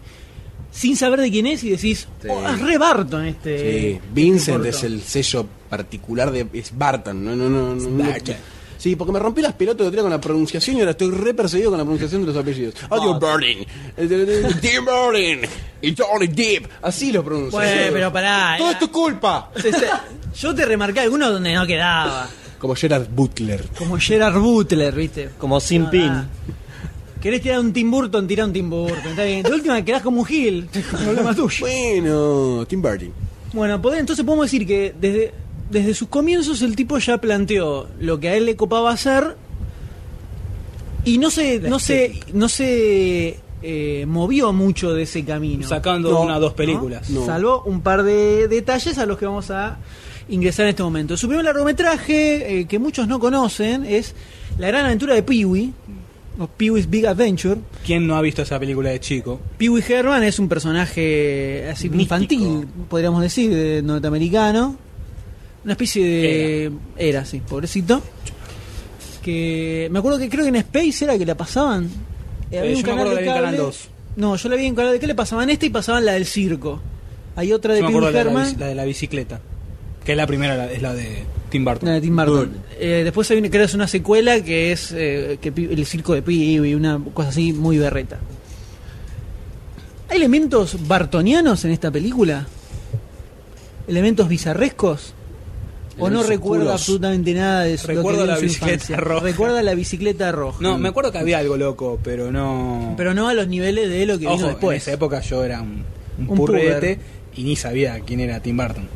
Speaker 1: sin saber de quién es y decís,
Speaker 3: Sí.
Speaker 1: "Oh, es re Barton este.
Speaker 3: Sí,
Speaker 1: este
Speaker 3: Vincent
Speaker 1: corto".
Speaker 3: es el sello particular de es Barton, no, no, no, no, no. Sí, porque me rompí las pelotas el otro día con la pronunciación y ahora estoy re perseguido con la pronunciación de los apellidos. Audio Burning, Tim Burning y Johnny Depp. Así lo pronuncio.
Speaker 1: Bueno,
Speaker 3: Sí.
Speaker 1: pero pará,
Speaker 3: Todo
Speaker 1: era-
Speaker 3: es tu culpa.
Speaker 1: Se- se- Yo te remarqué algunos donde no quedaba.
Speaker 3: Como Gerard Butler.
Speaker 1: Como Gerard Butler, ¿viste?
Speaker 4: Como sin
Speaker 1: No,
Speaker 4: pin.
Speaker 1: nada. ¿Querés tirar un Tim Burton? Tirá un Tim Burton. Está bien. De última quedás como un Gil. Problema tuyo.
Speaker 3: Bueno, Tim Burning.
Speaker 1: Bueno, podés- entonces podemos decir que desde, desde sus comienzos el tipo ya planteó lo que a él le copaba hacer y no se, no se, no se eh, movió mucho de ese camino.
Speaker 5: Sacando
Speaker 1: No,
Speaker 5: una o dos
Speaker 1: ¿no?
Speaker 5: películas.
Speaker 3: No.
Speaker 1: Salvo un par de detalles a los que vamos a ingresar en este momento. Su primer largometraje, eh, que muchos no conocen, es La gran aventura de Pee-Wee, o Pee-Wee's Big Adventure.
Speaker 5: ¿Quién no ha visto esa película de chico?
Speaker 1: Pee-Wee Herman es un personaje así infantil, podríamos decir, de- norteamericano. Una especie de. Era. sí, pobrecito. Que. Me acuerdo que creo que en Space era que la pasaban. Eh, había
Speaker 5: yo
Speaker 1: un
Speaker 5: me acuerdo
Speaker 1: de
Speaker 5: que la vi en
Speaker 1: cable-
Speaker 5: Canal 2.
Speaker 1: No, yo la vi en Canal de Cable, pasaban esta y pasaban la del circo. Hay otra de
Speaker 5: Yo me acuerdo
Speaker 1: Pee-Wee
Speaker 5: de la, la, bici-
Speaker 1: Herman.
Speaker 5: la de la bicicleta. Que es la primera, la- es la de Tim Burton.
Speaker 1: la de Tim Burton. Eh, después hay una, creo que es una secuela que es eh, que Pi- el circo de Pee-Wee, una cosa así muy berreta. ¿Hay elementos bartonianos en esta película? ¿Elementos bizarrescos? ¿O no
Speaker 2: Elementos
Speaker 1: recuerda
Speaker 2: oscuros.
Speaker 1: absolutamente nada de eso?
Speaker 5: Recuerdo la bicicleta roja.
Speaker 1: Recuerda la bicicleta roja.
Speaker 5: No, me acuerdo que había algo loco, pero no.
Speaker 1: Pero no a los niveles de lo que
Speaker 5: Ojo,
Speaker 1: vino
Speaker 5: en
Speaker 1: después.
Speaker 5: esa época yo era un, un
Speaker 1: Un
Speaker 5: purrete
Speaker 1: puber.
Speaker 5: y ni sabía quién era Tim Burton.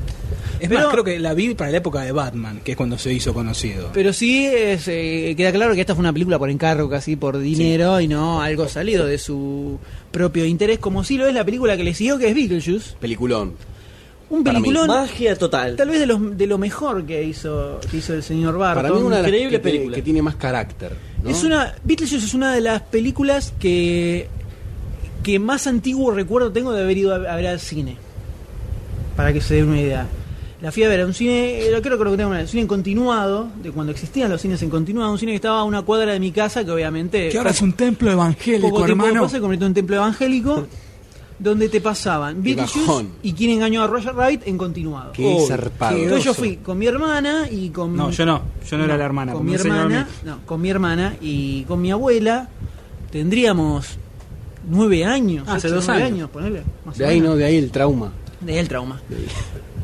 Speaker 5: Es
Speaker 1: Pero-
Speaker 5: más, creo que la vi para la época de Batman, que es cuando se hizo conocido.
Speaker 1: Pero sí es, eh, queda claro que esta fue una película por encargo, casi por dinero, y no algo salido de su propio interés, como sí lo es la película que le siguió, que es Beetlejuice.
Speaker 2: Peliculón.
Speaker 1: Un
Speaker 2: Para mí.
Speaker 1: peliculón,
Speaker 4: Magia total.
Speaker 1: tal vez de, los, de lo mejor que hizo, que hizo el señor Barton.
Speaker 2: Para mí una de las
Speaker 4: increíble
Speaker 2: que, tiene-
Speaker 4: película.
Speaker 2: que tiene más carácter. ¿no?
Speaker 1: Es una. Beetlejuice es una de las películas que. que más antiguo recuerdo tengo de haber ido a, a ver al cine. Para que se den una idea. La fui a ver a un cine, eh, creo que lo que tengo un cine en continuado, de cuando existían los cines en continuado, un cine que estaba a una cuadra de mi casa, que obviamente.
Speaker 5: Que ahora es un templo evangélico,
Speaker 1: poco tiempo
Speaker 5: hermano.
Speaker 1: después se convirtió en un templo evangélico, donde te pasaban Beetlejuice
Speaker 2: bajón.
Speaker 1: y quién engañó a Roger Wright en continuado.
Speaker 2: Qué
Speaker 5: Oh,
Speaker 2: zarpado.
Speaker 5: qué-
Speaker 1: Entonces yo
Speaker 5: groso.
Speaker 1: fui con mi hermana y con.
Speaker 5: No, yo no. Yo no, era la hermana.
Speaker 1: Con
Speaker 5: porque
Speaker 1: mi
Speaker 5: me enseñaron a
Speaker 1: hermana,
Speaker 5: mí.
Speaker 1: no, con mi hermana y con mi abuela tendríamos nueve años.
Speaker 5: Ah, Hace
Speaker 1: ocho,
Speaker 5: dos
Speaker 1: nueve
Speaker 5: años.
Speaker 1: ponele, más
Speaker 2: De
Speaker 1: o
Speaker 2: ahí
Speaker 1: menos.
Speaker 2: no, de ahí el trauma.
Speaker 1: De ahí el trauma.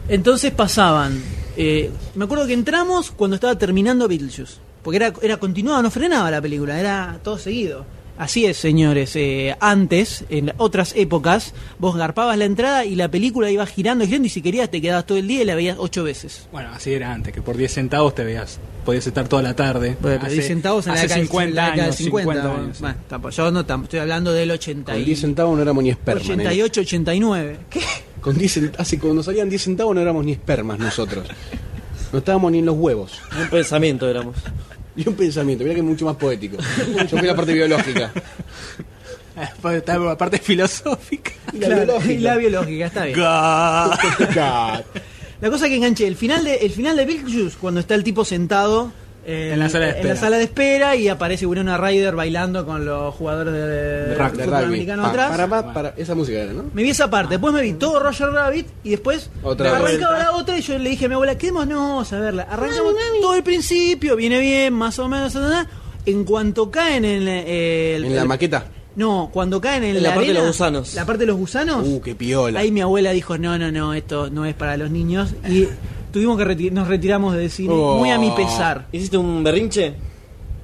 Speaker 1: Entonces pasaban. eh, me acuerdo que entramos cuando estaba terminando Beetlejuice. Porque era, era continuada, no frenaba la película, era todo seguido. Así es, señores. eh, antes, en otras épocas, vos garpabas la entrada y la película iba girando y girando. Y si querías, te quedabas todo el día y la veías ocho veces.
Speaker 5: Bueno, así era antes, que por 10 centavos te veías. Podías estar toda la tarde.
Speaker 1: Bueno, pero
Speaker 5: Hace-
Speaker 1: 10 centavos en la
Speaker 5: hace
Speaker 1: década de-
Speaker 5: 50
Speaker 1: en la década de
Speaker 5: años. 50,
Speaker 1: 50,
Speaker 5: años.
Speaker 1: bueno, tampoco, yo no tam- estoy hablando del
Speaker 2: Con
Speaker 1: 80 y,
Speaker 2: 10 centavos no éramos ni espermas. nene.
Speaker 1: 88, 89. ¿Qué?
Speaker 2: Con 10 cent- hace cuando salían 10 centavos no éramos ni espermas nosotros. No estábamos ni en los huevos.
Speaker 4: Un pensamiento éramos.
Speaker 2: Y un pensamiento, mira que es mucho más poético. Yo fui la parte biológica.
Speaker 5: Aparte- está la parte filosófica.
Speaker 2: Y la
Speaker 1: Claro,
Speaker 2: biológica.
Speaker 1: y la biológica, está bien.
Speaker 2: God.
Speaker 1: La cosa que enganché, el final de, el final de Beetlejuice, cuando está el tipo sentado eh,
Speaker 5: En la sala de
Speaker 1: en la
Speaker 5: espera.
Speaker 1: sala de espera y aparece Winona Ryder bailando con los jugadores de,
Speaker 2: De
Speaker 1: del
Speaker 2: rugby.
Speaker 1: fútbol americano
Speaker 5: Ah.
Speaker 2: Pa-
Speaker 1: atrás.
Speaker 2: para, pa- para- esa música era, ¿no?
Speaker 1: Me vi esa parte, después me vi todo Roger Rabbit y después
Speaker 2: Otra
Speaker 1: arrancaba
Speaker 5: vuelta.
Speaker 1: la otra y yo le dije a mi abuela, quedémonos a verla. Arrancamos todo el principio, viene bien, más o menos. na, na. En cuanto caen en la- el-
Speaker 2: En la
Speaker 1: el-
Speaker 2: maqueta.
Speaker 1: No, cuando caen en,
Speaker 4: En la parte de
Speaker 1: arena,
Speaker 4: los gusanos.
Speaker 1: La parte de los gusanos.
Speaker 2: Uh, qué piola.
Speaker 1: ahí mi abuela dijo, no, no, no, esto no es para los niños. Y tuvimos que reti- nos retiramos del cine,
Speaker 2: Oh.
Speaker 1: muy a mi pesar.
Speaker 4: ¿Hiciste un berrinche?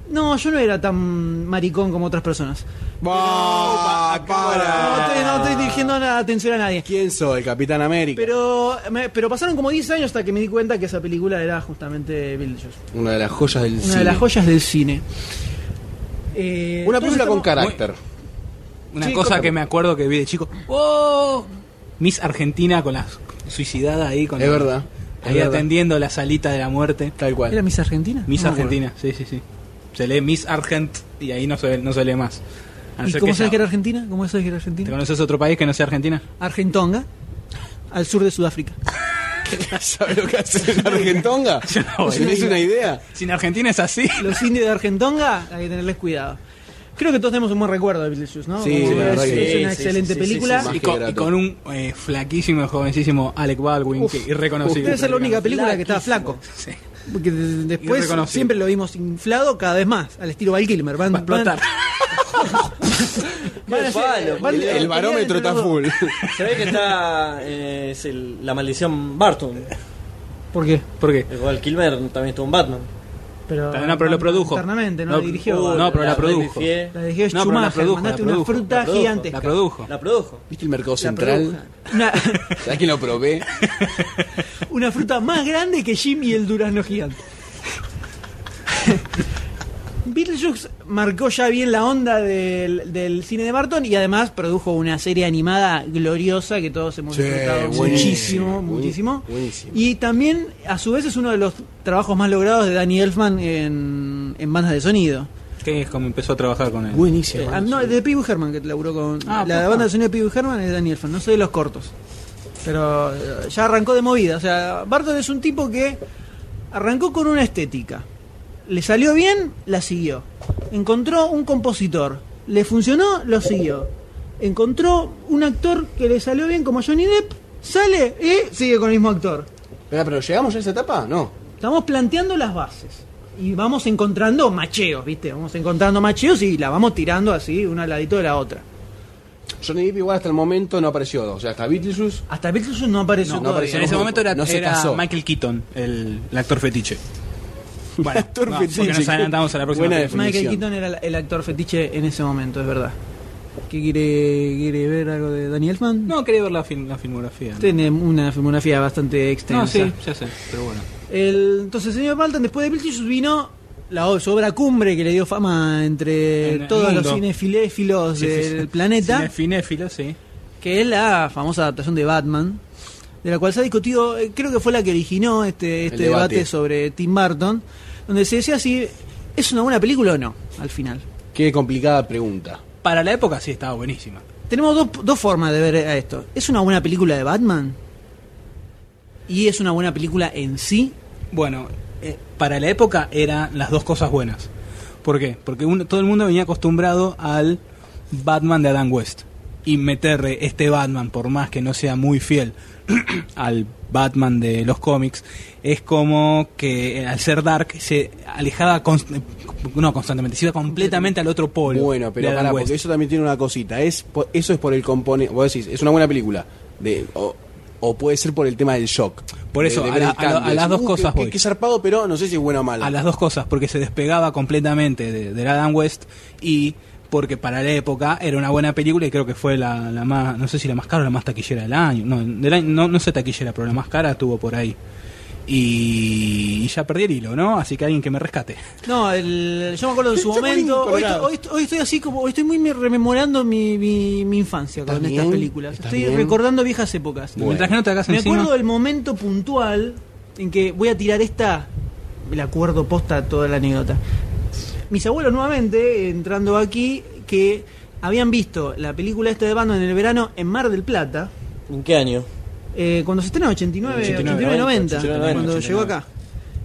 Speaker 1: No, yo no era tan maricón como otras personas.
Speaker 2: Va,
Speaker 1: No
Speaker 2: para.
Speaker 1: estoy, no estoy dirigiendo nada, atención a nadie.
Speaker 2: ¿Quién soy? Capitán América.
Speaker 1: Pero, me- pero pasaron como 10 años hasta que me di cuenta que esa película era justamente Beetlejuice.
Speaker 2: Una de las joyas del
Speaker 1: Una
Speaker 2: cine.
Speaker 1: de las joyas del cine. Eh,
Speaker 2: Una
Speaker 1: entonces
Speaker 2: película con
Speaker 1: estamos-
Speaker 2: carácter.
Speaker 5: Una
Speaker 1: Sí,
Speaker 5: cosa
Speaker 1: contame.
Speaker 5: que me acuerdo que vi de chico. ¡Oh! Miss Argentina con la suicidada ahí. Con
Speaker 2: Es verdad, es
Speaker 5: Ahí
Speaker 2: verdad.
Speaker 5: atendiendo la salita de la muerte.
Speaker 2: Tal cual.
Speaker 1: ¿Era Miss Argentina?
Speaker 5: Miss
Speaker 1: No me acuerdo.
Speaker 5: Argentina, sí, sí, sí. Se lee Miss Argent y ahí no se, ve- no se lee más. A no
Speaker 1: ¿Y
Speaker 5: ser
Speaker 1: cómo
Speaker 5: que
Speaker 1: sabes
Speaker 5: ya-
Speaker 1: que era Argentina? ¿Cómo sabes que era Argentina?
Speaker 5: ¿Te conoces otro país que no sea Argentina?
Speaker 1: Argentonga, al sur de Sudáfrica.
Speaker 2: ¿Sabes lo que hace en Argentonga?
Speaker 5: no voy.
Speaker 2: ¿Tenés una idea?
Speaker 5: Sin Argentina es así.
Speaker 1: Los indios de Argentonga, hay que tenerles cuidado. Creo que todos tenemos un buen recuerdo de Beetlejuice, ¿no?
Speaker 2: Sí,
Speaker 1: Como
Speaker 2: sí,
Speaker 1: que
Speaker 2: la
Speaker 1: es,
Speaker 2: verdad que
Speaker 1: es
Speaker 2: sí.
Speaker 1: una
Speaker 4: Sí, sí,
Speaker 1: excelente
Speaker 4: sí, sí,
Speaker 1: película.
Speaker 2: sí,
Speaker 5: Y
Speaker 2: Más que
Speaker 5: con,
Speaker 2: grato.
Speaker 5: y con un eh, flaquísimo, jovencísimo Alec Baldwin,
Speaker 1: Uf,
Speaker 5: que irreconocible.
Speaker 1: Debe ser la única
Speaker 5: prácticamente.
Speaker 1: película que estaba flaco.
Speaker 5: Sí.
Speaker 1: Porque de- después
Speaker 5: Irreconocible.
Speaker 1: siempre lo vimos inflado cada vez más, al estilo Val Kilmer. Van,
Speaker 5: Va a explotar.
Speaker 1: van- van a hacer-
Speaker 4: palo,
Speaker 1: van-
Speaker 2: El, el
Speaker 1: pelean
Speaker 2: barómetro
Speaker 1: entre
Speaker 2: está
Speaker 1: los dos.
Speaker 2: full.
Speaker 4: Se ve que está. eh, es el- la maldición Barton.
Speaker 1: ¿Por qué?
Speaker 5: ¿Por qué?
Speaker 4: Igual Kilmer también estuvo en Batman.
Speaker 1: Pero,
Speaker 5: No, pero lo produjo.
Speaker 1: Internamente, no, la dirigió.
Speaker 5: Uh, no, pero la,
Speaker 4: La
Speaker 5: produjo.
Speaker 4: repifié.
Speaker 1: la dirigió
Speaker 5: No, pero la
Speaker 1: Schumacher.
Speaker 5: produjo,
Speaker 1: mandaste
Speaker 5: la
Speaker 1: una
Speaker 5: produjo,
Speaker 1: fruta
Speaker 4: la produjo,
Speaker 1: gigantesca.
Speaker 5: La produjo.
Speaker 4: La produjo.
Speaker 2: ¿Viste el mercado
Speaker 1: La
Speaker 2: central?
Speaker 1: produjo. Una-
Speaker 2: ¿Sabés quién lo probé?
Speaker 1: Una fruta más grande que Jimmy el durazno gigante. Beetlejuice marcó ya bien la onda del, del cine de Barton y además produjo una serie animada gloriosa que todos hemos
Speaker 2: Sí,
Speaker 1: disfrutado
Speaker 2: buenísimo,
Speaker 1: muchísimo,
Speaker 2: buenísimo,
Speaker 1: muchísimo.
Speaker 2: buenísimo.
Speaker 1: Y también, a su vez, es uno de los trabajos más logrados de Danny Elfman en, en bandas de sonido.
Speaker 5: Que es como empezó a trabajar con él.
Speaker 2: Buenísimo.
Speaker 1: Eh, ah, no, de Pee Wee Herman que laburó con.
Speaker 5: Ah,
Speaker 1: la
Speaker 5: papá.
Speaker 1: banda de sonido de Pee Wee Herman es Daniel Fan, no sé de los cortos. Pero eh, ya arrancó de movida. O sea, Barton es un tipo que arrancó con una estética. Le salió bien, la siguió. Encontró un compositor. Le funcionó, lo siguió. Encontró un actor que le salió bien como Johnny Depp, sale y sigue con el mismo actor.
Speaker 2: Espera, pero ¿llegamos ya a esa etapa? No.
Speaker 1: Estamos planteando las bases. Y vamos encontrando macheos, ¿viste? Vamos encontrando macheos y la vamos tirando así, una al ladito de la otra.
Speaker 2: Johnny Depp igual hasta el momento no apareció, o sea, hasta Beetlejuice
Speaker 1: Hasta Beetlejuice no apareció
Speaker 2: No, no
Speaker 1: todavía.
Speaker 2: apareció.
Speaker 5: en ese
Speaker 2: no,
Speaker 5: momento era,
Speaker 2: no se
Speaker 5: era
Speaker 2: casó.
Speaker 5: Michael Keaton, el, el actor fetiche. Bueno,
Speaker 2: actor
Speaker 5: no,
Speaker 2: fetiche.
Speaker 5: porque nos adelantamos a la próxima.
Speaker 2: Buena
Speaker 5: película.
Speaker 1: Michael
Speaker 2: definición.
Speaker 1: Keaton era la- el actor fetiche en ese momento, es verdad. ¿Qué quiere, quiere ver algo de Danny Elfman?
Speaker 5: No, quería ver la, film- la filmografía. ¿no?
Speaker 1: Tiene una filmografía bastante extensa.
Speaker 5: No, sí, ya sé, pero bueno.
Speaker 1: El- entonces, señor Malton, después de Beetlejuice vino la o- su obra cumbre que le dio fama entre
Speaker 5: En el
Speaker 1: todos los
Speaker 5: mundo.
Speaker 1: cinefiléfilos
Speaker 5: Sí, sí, sí.
Speaker 1: del planeta,
Speaker 5: Cinefinéfilo, sí.
Speaker 1: que es la famosa adaptación de Batman, de la cual se ha discutido, eh, creo que fue la que originó este, este debate.
Speaker 2: debate.
Speaker 1: sobre Tim Burton, donde se decía si es una buena película o no, al final.
Speaker 2: Qué complicada pregunta.
Speaker 5: Para la época sí estaba buenísima.
Speaker 1: Tenemos dos, dos formas de ver a esto. ¿Es una buena película de Batman? ¿Y es una buena película en sí?
Speaker 5: Bueno, eh, para la época eran las dos cosas buenas. ¿Por qué? Porque uno- todo el mundo venía acostumbrado al Batman de Adam West. Y meterle este Batman, por más que no sea muy fiel al Batman de los cómics, es como que eh, al ser Dark se alejaba const- eh, no constantemente, se iba completamente al otro polo.
Speaker 2: Bueno,
Speaker 5: de
Speaker 2: pero
Speaker 5: Adam
Speaker 2: pará,
Speaker 5: West.
Speaker 2: porque eso también tiene una cosita. Es, po- eso es por el componente. Vos decís, es una buena película. De, o, o puede ser por el tema del shock.
Speaker 5: Por eso,
Speaker 2: De- de
Speaker 5: a
Speaker 2: ver
Speaker 5: la-
Speaker 2: el
Speaker 5: a la-
Speaker 2: cambio.
Speaker 5: a las
Speaker 2: Decís,
Speaker 5: dos
Speaker 2: "Uh,
Speaker 5: cosas
Speaker 2: qué-
Speaker 5: voy".
Speaker 2: Qué zarpado, pero no sé si es bueno o malo.
Speaker 5: a las dos cosas, porque se despegaba completamente de, del Adam West y porque para la época era una buena película y creo que fue la, la más, no sé si la más cara o la más taquillera del año, no, del año- no, no sé taquillera, pero la más cara estuvo por ahí. Y, y ya perdí el hilo, ¿no? Así que alguien que me rescate.
Speaker 1: No, el- yo me acuerdo de su
Speaker 2: Chacolín
Speaker 1: momento. Hoy,
Speaker 2: colorado.
Speaker 1: estoy- hoy estoy- hoy estoy así como. Hoy estoy muy me- rememorando mi, mi- mi infancia con
Speaker 2: ¿Estás
Speaker 1: estas
Speaker 2: bien?
Speaker 1: películas.
Speaker 2: ¿Estás
Speaker 1: Estoy
Speaker 2: bien?
Speaker 1: recordando viejas épocas.
Speaker 2: Bueno.
Speaker 5: Mientras que no te hagas
Speaker 1: Me
Speaker 5: encima.
Speaker 1: acuerdo del momento puntual en que voy a tirar esta. El acuerdo posta a toda la anécdota. Mis abuelos nuevamente, entrando aquí, que habían visto la película esta de Batman en el verano en Mar del Plata.
Speaker 4: ¿En qué año?
Speaker 1: Eh, cuando se estrenó, 89,
Speaker 5: 89,
Speaker 1: 89, 90,
Speaker 4: 89,
Speaker 1: cuando llegó acá.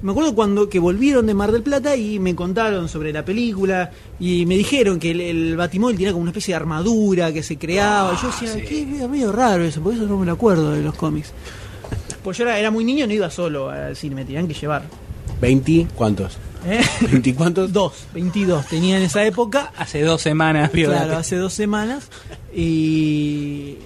Speaker 1: Me acuerdo cuando que volvieron de Mar del Plata y me contaron sobre la película y me dijeron que el, el batimóvil tenía como una especie de armadura que se creaba. yo decía, qué medio- medio raro eso, por eso no me lo acuerdo de los cómics. Pues yo era, era muy niño y no iba solo al cine, me tenían que llevar.
Speaker 2: ¿20? ¿Cuántos?
Speaker 1: ¿Eh?
Speaker 2: ¿20 cuántos?
Speaker 1: Dos, 22 tenía en esa época.
Speaker 5: Hace dos semanas, vio
Speaker 1: Claro,
Speaker 5: la-
Speaker 1: hace dos semanas. Y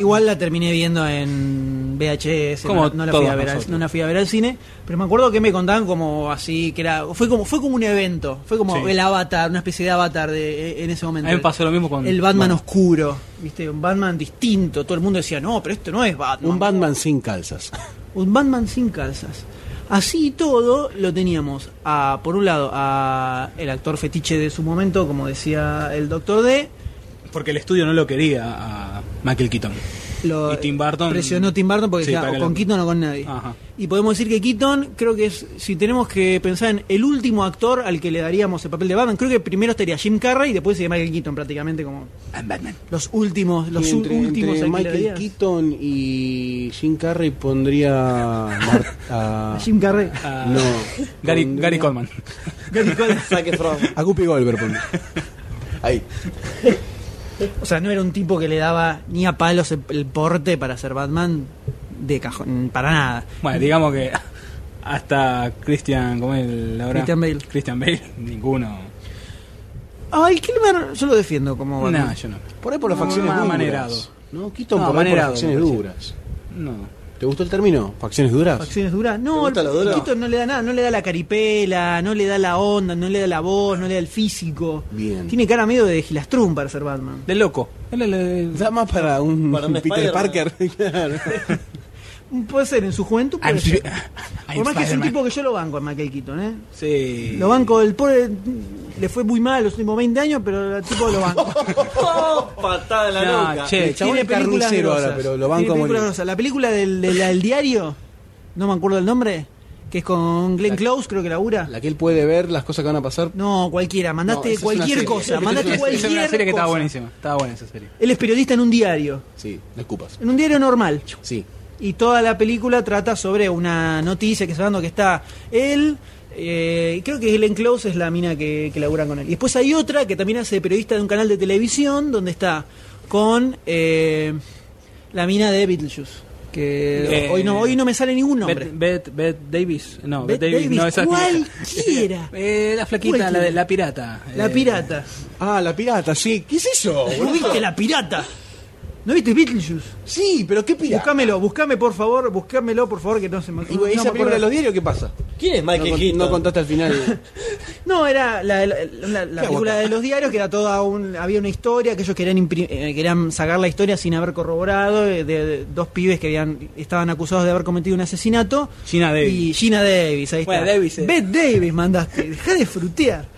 Speaker 1: igual la terminé viendo en VHS.
Speaker 5: Como
Speaker 1: no, no la fui
Speaker 5: todos
Speaker 1: a ver al,
Speaker 5: nosotros.
Speaker 1: no la fui a ver al cine. Pero me acuerdo que me contaban como así, que era. Fue como, fue como un evento. Fue como
Speaker 5: Sí.
Speaker 1: el avatar, una especie de avatar de, e, en ese momento.
Speaker 5: A mí me pasó lo mismo con-
Speaker 1: El Batman
Speaker 5: bueno.
Speaker 1: oscuro. ¿Viste? Un Batman distinto. Todo el mundo decía, no, pero esto no es Batman.
Speaker 2: Un Batman sin calzas.
Speaker 1: Un Batman sin calzas. Así y todo lo teníamos a, por un lado, a el actor fetiche de su momento, como decía el Doctor D,
Speaker 5: Porque el estudio no lo quería a Michael Keaton.
Speaker 1: Lo-
Speaker 5: Y Tim Burton-
Speaker 1: presionó Tim Burton porque
Speaker 5: Sí,
Speaker 1: decía,
Speaker 5: para
Speaker 1: o
Speaker 5: que
Speaker 1: con
Speaker 5: la-
Speaker 1: Keaton o con nadie.
Speaker 5: Ajá.
Speaker 1: Y podemos decir que Keaton, creo que es, si tenemos que pensar en el último actor al que le daríamos el papel de Batman, creo que primero estaría Jim Carrey y después sería Michael Keaton prácticamente como
Speaker 5: I'm Batman.
Speaker 1: los últimos, los
Speaker 2: Y entre,
Speaker 1: ul- últimos
Speaker 2: entre
Speaker 1: al que le
Speaker 2: Michael
Speaker 1: darías.
Speaker 2: Keaton y Jim Carrey pondría. a Mar- a-
Speaker 1: A Jim Carrey.
Speaker 5: A-
Speaker 2: No.
Speaker 5: Gary,
Speaker 2: pondría-
Speaker 5: Gary Coleman.
Speaker 4: Saque From.
Speaker 2: A Guppy Goldberg pondría. Ahí.
Speaker 1: o sea, no era un tipo que le daba ni a palos el, el porte para ser Batman de cajón, para nada.
Speaker 5: Bueno, digamos que hasta Christian, ¿cómo es el ahora?
Speaker 1: Christian Bale.
Speaker 5: Christian Bale, ninguno.
Speaker 1: Ay, Kilmer, yo lo defiendo como Batman.
Speaker 5: No, yo no.
Speaker 2: Por ahí por las
Speaker 5: No,
Speaker 2: facciones
Speaker 5: más
Speaker 2: duras.
Speaker 5: manerado.
Speaker 2: No, Keaton por ahí por
Speaker 5: No,
Speaker 2: las
Speaker 5: manerado,
Speaker 2: facciones
Speaker 5: me parece.
Speaker 2: duras.
Speaker 5: No.
Speaker 2: ¿Te gustó el término? ¿Facciones duras?
Speaker 1: Acciones duras. No, el
Speaker 4: gusta lo duro?
Speaker 1: Quito no le da nada, no le da la caripela, no le da la onda, no le da la voz, no le da el físico.
Speaker 2: Bien.
Speaker 1: Tiene cara medio de Gilastrón para ser Batman.
Speaker 5: De loco. Él es el-
Speaker 2: Da más para un,
Speaker 4: Para un
Speaker 2: Peter
Speaker 4: Spider-Man.
Speaker 2: Parker. claro.
Speaker 1: Puede ser en su juventud. puede
Speaker 5: I'm
Speaker 1: ser.
Speaker 5: Sp- I'm
Speaker 1: Ah, Por más que es un
Speaker 5: Spider-Man.
Speaker 1: tipo que yo lo banco a Michael Keaton, ¿eh?
Speaker 5: Sí.
Speaker 1: Lo banco, el pobre le fue muy mal los últimos 20 años, pero el tipo lo banco.
Speaker 4: ¡Oh! Patada en la
Speaker 5: No,
Speaker 4: nuca.
Speaker 5: che,
Speaker 2: El chabón
Speaker 1: Tiene
Speaker 2: es
Speaker 1: películas
Speaker 2: carnicero
Speaker 1: grosas.
Speaker 2: ahora, pero lo banco
Speaker 1: Tiene
Speaker 2: a
Speaker 1: películas
Speaker 2: morir.
Speaker 1: grosas. La película del, del- del diario, no me acuerdo el nombre, que es con Glenn Close, creo que labura.
Speaker 2: La que él puede ver las cosas que van a pasar.
Speaker 1: No, cualquiera, mandaste
Speaker 2: No, esa es una
Speaker 1: cualquier
Speaker 2: serie.
Speaker 1: cosa,
Speaker 5: Esa
Speaker 1: mandaste
Speaker 5: es una
Speaker 1: cualquier
Speaker 5: serie que
Speaker 1: cosa.
Speaker 5: estaba buenísima. Estaba buena esa serie.
Speaker 1: Él es periodista en un diario,
Speaker 2: Sí, no escupas.
Speaker 1: en un diario normal.
Speaker 2: Sí.
Speaker 1: Y toda la película trata sobre una noticia que se va dando que está él, eh, y creo que Ellen Close es la mina que, que labura con él. Y después hay otra que también hace de periodista de un canal de televisión donde está con eh, la mina de Beetlejuice. Que
Speaker 5: Eh,
Speaker 1: hoy no hoy no me sale ningún nombre.
Speaker 5: Bet, Bet, Bet Davis. No,
Speaker 1: Bette
Speaker 5: Bet, Davis,
Speaker 1: Davis,
Speaker 5: no, esa es
Speaker 1: cualquiera.
Speaker 5: Eh, la flaquita, la, de- la pirata.
Speaker 1: La
Speaker 5: Eh,
Speaker 1: pirata.
Speaker 2: Ah, la pirata, sí. ¿Qué es
Speaker 5: oh,
Speaker 2: eso?
Speaker 1: ¿No viste la pirata? ¿No viste Beetlejuice?
Speaker 2: Sí, pero ¿qué pirata?
Speaker 1: Buscámelo, buscame por favor, buscámelo por favor que no se me
Speaker 2: Y bueno,
Speaker 1: no
Speaker 2: esa
Speaker 1: me
Speaker 2: película de
Speaker 1: acuerdo.
Speaker 2: los diarios, ¿qué pasa?
Speaker 4: ¿Quién es
Speaker 2: No,
Speaker 4: Michael
Speaker 2: cont-
Speaker 4: Keaton?
Speaker 2: no contaste al final.
Speaker 1: No, era la, la- la- la
Speaker 2: Qué
Speaker 1: película
Speaker 2: guapa.
Speaker 1: de los diarios que era toda un, había una historia que ellos querían impri- eh, querían sacar la historia sin haber corroborado eh, de, de dos pibes que habían estaban acusados de haber cometido un asesinato.
Speaker 5: Gina Davis.
Speaker 1: Y Gina Davis, ahí
Speaker 5: Bueno,
Speaker 1: está.
Speaker 5: Davis, eh.
Speaker 1: Bette Davis mandaste, deja de frutear.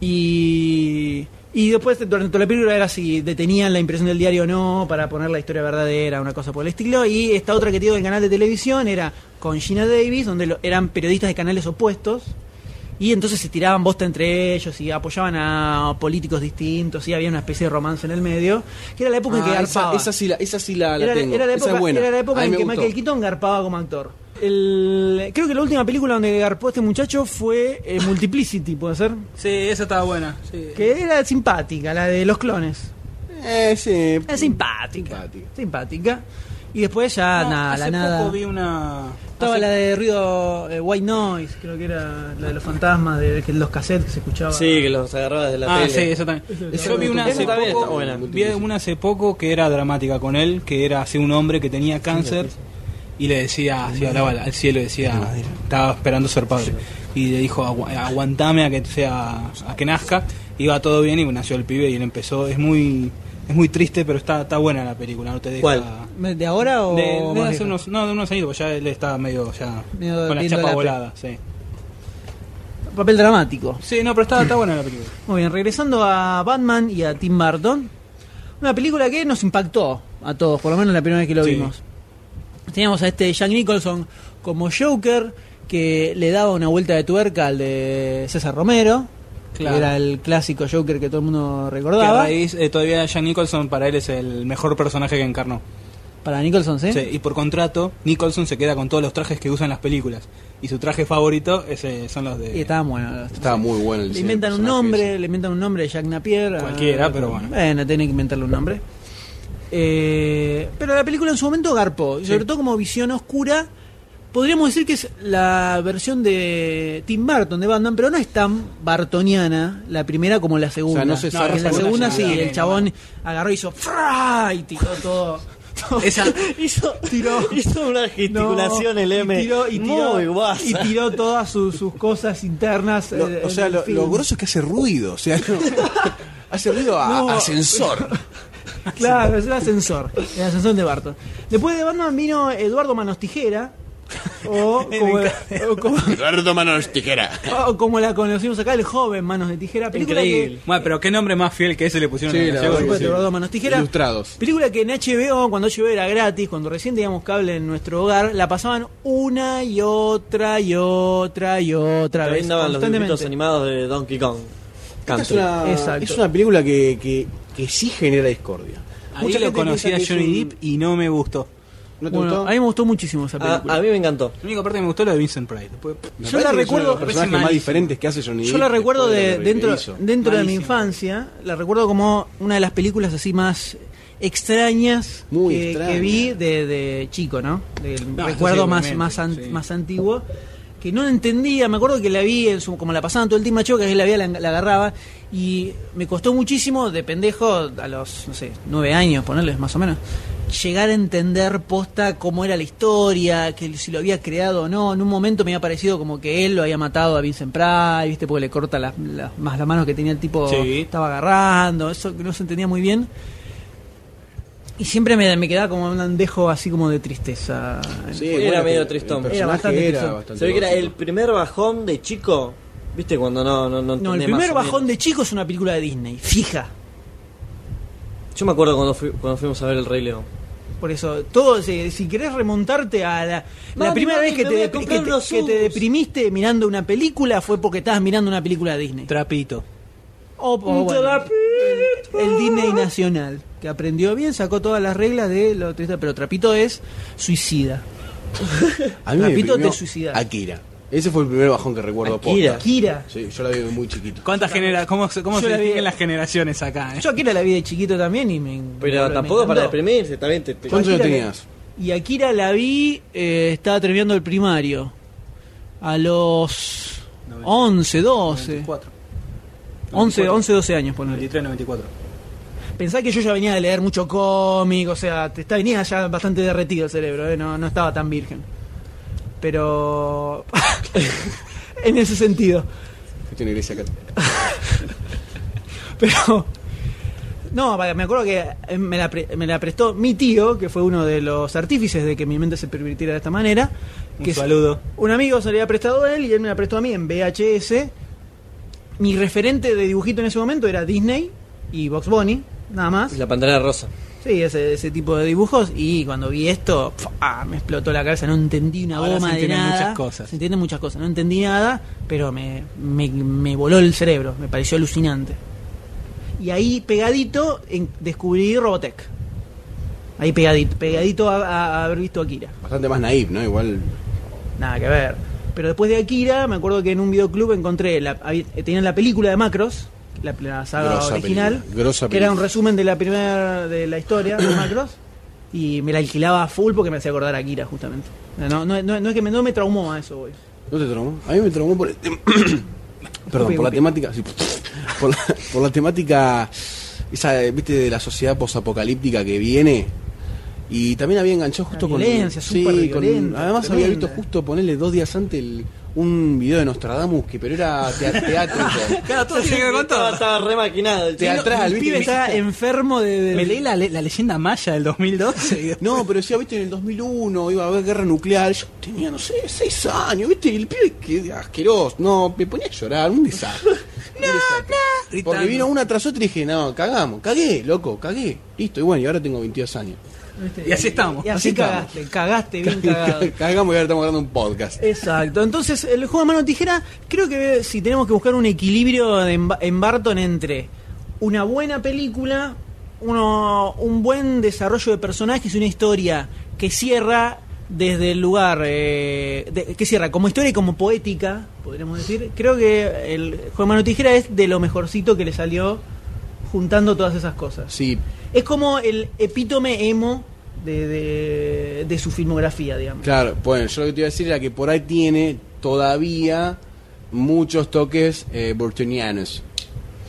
Speaker 1: Y y después durante toda la película era si detenían la impresión del diario o no para poner la historia verdadera, una cosa por el estilo. Y esta otra que te digo del canal de televisión era con Gina Davis, donde lo- eran periodistas de canales opuestos. Y entonces se tiraban bosta entre ellos y apoyaban a políticos distintos y había una especie de romance en el medio, que era la época en que
Speaker 2: Ah,
Speaker 1: garpaba.
Speaker 2: esa, esa sí la, esa sí la, Ah, la
Speaker 1: era,
Speaker 2: tengo.
Speaker 1: era la
Speaker 2: esa
Speaker 1: época,
Speaker 2: es buena.
Speaker 1: era la época
Speaker 2: A mí
Speaker 1: en
Speaker 2: me
Speaker 1: que
Speaker 2: gustó.
Speaker 1: Michael Keaton garpaba como actor. El- creo que la última película donde garpó este muchacho fue eh, Multiplicity, ¿puede ser?
Speaker 5: Sí, esa estaba buena. Sí.
Speaker 1: Que era simpática, la de los clones.
Speaker 2: Eh, sí.
Speaker 1: Era simpática.
Speaker 2: Simpática.
Speaker 1: Simpática. Y después ya
Speaker 5: No,
Speaker 1: nada, la
Speaker 5: hace
Speaker 1: nada.
Speaker 5: poco vi una.
Speaker 1: Estaba
Speaker 5: hace-
Speaker 1: la de ruido eh, White Noise, creo que era la de los fantasmas, de, de los cassettes que se escuchaba.
Speaker 4: Sí, que los agarraba desde la
Speaker 5: Ah,
Speaker 4: tele.
Speaker 5: sí, eso también.
Speaker 1: Eso
Speaker 5: Yo vi una
Speaker 4: también
Speaker 5: hace
Speaker 4: está bien,
Speaker 5: poco,
Speaker 4: está buena.
Speaker 5: vi una hace poco que era dramática con él, que era así un hombre que tenía cáncer y le decía, así hablaba al- al cielo, decía, estaba esperando ser padre y le dijo, "Agu- aguantame a que sea, a que nazca. Iba todo bien y nació el pibe y él empezó. Es muy, es muy triste, pero está, está buena la película. No te deja. Oh,
Speaker 4: ¿Cuál?
Speaker 1: ¿De ahora o.?
Speaker 5: De, de
Speaker 1: más
Speaker 5: hace
Speaker 1: vieja?
Speaker 5: unos, no, de unos años, porque ya él estaba medio, ya
Speaker 1: Medio
Speaker 5: con la
Speaker 1: viendo
Speaker 5: chapa
Speaker 1: la pe-
Speaker 5: volada. Sí.
Speaker 1: Papel dramático.
Speaker 5: sí, no, pero está, está buena la película.
Speaker 1: Muy bien, regresando a Batman y a Tim Burton. Una película que nos impactó a todos, por lo menos la primera vez que lo
Speaker 5: Sí.
Speaker 1: vimos. Teníamos a este Jack Nicholson como Joker, que le daba una vuelta de tuerca al de César Romero,
Speaker 5: Claro.
Speaker 1: que era el clásico Joker que todo el mundo
Speaker 5: Que a
Speaker 1: recordaba.
Speaker 5: raíz, eh, todavía Jack Nicholson para él es el mejor personaje que encarnó.
Speaker 1: Para Nicholson, ¿sí?
Speaker 5: Sí, y por contrato, Nicholson se queda con todos los trajes que usan las películas. Y su traje favorito ese son los de.
Speaker 1: Y estaban buenos.
Speaker 2: Estaba muy bueno el
Speaker 1: Le
Speaker 2: diseño
Speaker 1: inventan
Speaker 2: del
Speaker 1: un
Speaker 2: personaje
Speaker 1: nombre,
Speaker 2: ese.
Speaker 1: le inventan un nombre de Jack Napier. a-
Speaker 5: Cualquiera, pero bueno.
Speaker 1: Bueno, tienen que inventarle un nombre. Eh, pero la película en su momento garpó, y sobre todo como visión oscura. Podríamos decir que es la versión de Tim Burton de Batman, pero no es tan bartoniana la primera como la segunda.
Speaker 2: O sea, no se
Speaker 1: Porque
Speaker 2: zarpa
Speaker 1: en la
Speaker 5: con
Speaker 1: segunda
Speaker 5: una
Speaker 1: sí,
Speaker 5: llamada.
Speaker 1: el chabón agarró y hizo ¡fra! y tiró todo. todo-
Speaker 5: Esa-
Speaker 4: Hizo,
Speaker 1: Tiró.
Speaker 4: hizo una gesticulación el M.
Speaker 1: Y tiró, y tiró,
Speaker 4: muy guasa.
Speaker 1: y tiró todas sus, sus cosas internas.
Speaker 2: Lo-
Speaker 1: eh,
Speaker 2: o
Speaker 1: en
Speaker 2: sea,
Speaker 1: el
Speaker 2: lo, lo
Speaker 1: film.
Speaker 2: grosso es que hace ruido. O sea, no- hace ruido a,
Speaker 1: No.
Speaker 2: ascensor.
Speaker 1: Claro, es el ascensor. El ascensor de Barton. Después de Batman vino Eduardo Manos Tijera. O como, o como-
Speaker 8: Eduardo Manos Tijera.
Speaker 1: o como la conocimos acá, el joven Manos de Tijera. Película
Speaker 4: Increíble.
Speaker 1: que-
Speaker 5: Bueno, pero qué nombre más fiel que ese le pusieron
Speaker 2: Sí,
Speaker 1: por
Speaker 2: la
Speaker 5: a Jack
Speaker 2: verdad que
Speaker 1: supuesto,
Speaker 2: sí.
Speaker 1: Eduardo Manos Tijera.
Speaker 2: Ilustrados.
Speaker 1: Película que en HBO, cuando HBO era gratis, cuando recién teníamos cable en nuestro hogar, la pasaban una y otra y otra y otra
Speaker 4: También
Speaker 1: vez.
Speaker 4: daban los dibujitos
Speaker 1: Constantemente.
Speaker 4: animados de Donkey Kong.
Speaker 2: Esta es
Speaker 4: Country.
Speaker 2: una,
Speaker 1: Exacto.
Speaker 2: es una película que, que, que sí genera discordia.
Speaker 5: Ahí
Speaker 2: Mucha
Speaker 5: lo
Speaker 2: gente
Speaker 5: conocí a
Speaker 2: piensa que
Speaker 5: Johnny
Speaker 2: es un-
Speaker 5: Depp y no me gustó.
Speaker 2: ¿No te
Speaker 1: Bueno,
Speaker 2: gustó?
Speaker 1: a mí me gustó muchísimo esa
Speaker 4: A,
Speaker 1: película.
Speaker 4: a mí me encantó.
Speaker 5: La única parte que me gustó es la de Vincent Price. Después,
Speaker 2: Me
Speaker 1: ah, yo
Speaker 2: parece
Speaker 1: la
Speaker 2: que es uno de
Speaker 1: recuerdo-
Speaker 2: los personajes más
Speaker 5: parece
Speaker 2: diferentes que hace Johnny
Speaker 1: Yo
Speaker 2: Depp
Speaker 1: la recuerdo
Speaker 2: después
Speaker 1: de,
Speaker 2: lo que
Speaker 1: dentro,
Speaker 2: hizo.
Speaker 1: dentro de mi
Speaker 5: Malísimo.
Speaker 1: infancia, la recuerdo como una de las películas así más extrañas
Speaker 2: Muy
Speaker 1: que,
Speaker 2: extraña.
Speaker 1: que vi de, de chico, ¿no? Del
Speaker 5: No,
Speaker 1: recuerdo
Speaker 5: eso sí,
Speaker 1: más,
Speaker 5: obviamente,
Speaker 1: más, an-
Speaker 5: sí.
Speaker 1: más antiguo. Que no entendía, me acuerdo que la vi, en su- como la pasaban todo el tiempo choca, que la vi, la, la agarraba, y me costó muchísimo, de pendejo, a los, no sé, nueve años, ponerles más o menos, llegar a entender posta cómo era la historia, que si lo había creado o no. En un momento me había parecido como que él lo había matado a Vincent Price, ¿viste? Porque le corta las, las- más las manos que tenía el tipo,
Speaker 5: Sí.
Speaker 1: estaba agarrando, eso que no se entendía muy bien. Y siempre me, me quedaba como un andejo así como de tristeza. Eh,
Speaker 2: Sí,
Speaker 4: Era
Speaker 2: bueno,
Speaker 4: medio
Speaker 2: el
Speaker 4: tristón.
Speaker 2: personaje
Speaker 1: Era bastante
Speaker 2: era
Speaker 1: tristón.
Speaker 2: bastante
Speaker 4: Se ve que era
Speaker 2: gótico.
Speaker 4: el primer bajón de chico. ¿Viste cuando no No, no,
Speaker 1: No, el
Speaker 4: entendés
Speaker 1: primer
Speaker 4: más o
Speaker 1: bajón
Speaker 4: menos?
Speaker 1: de chico es una película de Disney, fija.
Speaker 4: Yo me acuerdo cuando, fui- cuando fuimos a ver El Rey León.
Speaker 1: Por eso, todo, si, si querés remontarte a la, la
Speaker 4: Mami,
Speaker 1: primera
Speaker 4: mami,
Speaker 1: vez que
Speaker 4: me
Speaker 1: te,
Speaker 4: voy a
Speaker 1: depri-
Speaker 4: comprar
Speaker 1: que te-
Speaker 4: unos
Speaker 1: que te
Speaker 4: Ubers.
Speaker 1: deprimiste mirando una película fue porque estabas mirando una película de Disney.
Speaker 5: Trapito.
Speaker 4: Oh,
Speaker 1: O, o, bueno, el Disney Nacional, que aprendió bien, sacó todas las reglas de lo triste, pero Trapito es suicida.
Speaker 2: A mí me
Speaker 1: Trapito
Speaker 2: deprimió
Speaker 1: te suicidas.
Speaker 2: Akira.
Speaker 3: Ese fue el primer bajón que recuerdo.
Speaker 4: Akira.
Speaker 3: posta.
Speaker 1: Akira.
Speaker 3: Sí, yo la vi muy chiquito.
Speaker 5: ¿Cuántas genera ¿Cómo, se- cómo
Speaker 1: Yo
Speaker 5: se
Speaker 1: la vi-
Speaker 5: distinguen las generaciones acá? eh?
Speaker 1: Yo Akira la vi de chiquito también y me.
Speaker 4: Pero
Speaker 1: me
Speaker 4: tampoco para
Speaker 1: encantó.
Speaker 4: deprimirse, también te, te-
Speaker 3: ¿Cuántos años
Speaker 1: Akira la-
Speaker 3: tenías?
Speaker 1: Y Akira la vi, eh, estaba terminando el primario. A los 11, 12.
Speaker 5: 94.
Speaker 1: 11, 11 12 años, ponele.
Speaker 5: 93, 94.
Speaker 1: Pensá que yo ya venía de leer mucho cómic, o sea, te está, venía ya bastante derretido el cerebro, ¿eh? no, no estaba tan virgen. Pero. en ese sentido.
Speaker 3: Fuiste a una iglesia católica.
Speaker 1: Pero. No, vaya, me acuerdo que eh, me la, pre- me la prestó mi tío, que fue uno de los artífices de que mi mente se pervirtiera de esta manera.
Speaker 5: Un
Speaker 1: que es-
Speaker 5: saludo.
Speaker 1: Un amigo se le había prestado a él y él me la prestó a mí en VHS. Mi referente de dibujito en ese momento era Disney y Box Bunny, nada más.
Speaker 4: La pantalla rosa.
Speaker 1: Sí, ese, ese tipo de dibujos. Y cuando vi esto, pf, ah, me explotó la cabeza. No entendí una
Speaker 5: Ahora se
Speaker 1: goma de
Speaker 5: entienden
Speaker 1: nada.
Speaker 5: muchas cosas.
Speaker 1: Se entienden muchas cosas. No entendí nada, pero me, me, me voló el cerebro. Me pareció alucinante. Y ahí pegadito en- descubrí Robotech. Ahí pegadito, pegadito a, a- a haber visto Akira.
Speaker 3: Bastante más naive, ¿no? Igual.
Speaker 1: Nada que ver. Pero después de Akira, me acuerdo que en un videoclub encontré, la, había- tenían la película de Macros, la, la saga
Speaker 3: Grosa
Speaker 1: original,
Speaker 3: película, grosa
Speaker 1: que era un
Speaker 3: película.
Speaker 1: resumen de la primera de la historia de Macros, y me la alquilaba a full porque me hacía acordar a Akira justamente. No, no, no, no es que me, no me traumó a eso, voy.
Speaker 3: ¿No te traumó? A mí me traumó por el tema- Perdón,
Speaker 1: Upi,
Speaker 3: por la
Speaker 1: upi.
Speaker 3: temática. sí, por, la, por la temática. Esa, viste, de la sociedad posapocalíptica que viene. Y también había enganchado justo
Speaker 1: La
Speaker 3: con.
Speaker 1: violencia,
Speaker 3: sí,
Speaker 1: superviolenta,
Speaker 3: con- Además había
Speaker 1: tremenda.
Speaker 3: visto justo ponerle dos días antes el- un video de Nostradamus, que pero era tea- teátrico.
Speaker 5: Claro, todo tiene que ver con
Speaker 4: Estaba,
Speaker 5: todo.
Speaker 4: estaba remaquinado el tío.
Speaker 3: Teatral,
Speaker 1: El
Speaker 3: viste,
Speaker 1: pibe
Speaker 3: viste.
Speaker 1: está enfermo de... de-
Speaker 5: Me leí la, la leyenda maya del 2012 y después-
Speaker 3: No, pero decía, viste, en el 2001 iba a haber guerra nuclear. Yo tenía, no sé, seis años, viste, y el pibe que asqueroso. No, me ponía a llorar, un desastre. Un desastre. Porque
Speaker 5: gritando.
Speaker 3: vino una tras otra y dije, no, cagamos, cagué, loco, cagué. Listo, y bueno, y ahora tengo 22 años.
Speaker 1: ¿viste?
Speaker 5: Y así estamos,
Speaker 1: Y así,
Speaker 3: así estamos.
Speaker 1: cagaste, cagaste bien cagado.
Speaker 3: cagamos y ahora estamos grabando un podcast.
Speaker 1: Exacto. Entonces, el juego de mano tijera, creo que si tenemos que buscar un equilibrio de en, en Barton entre una buena película, uno, un buen desarrollo de personajes y una historia que cierra desde el lugar, eh, de- que cierra como historia y como poética, podríamos decir. Creo que el juego de mano tijera es de lo mejorcito que le salió juntando todas esas cosas.
Speaker 3: Sí,
Speaker 1: Es como el epítome emo de, de- de su filmografía, digamos.
Speaker 3: claro, bueno, yo lo que te iba a decir era que por ahí tiene todavía muchos toques eh, burtonianos.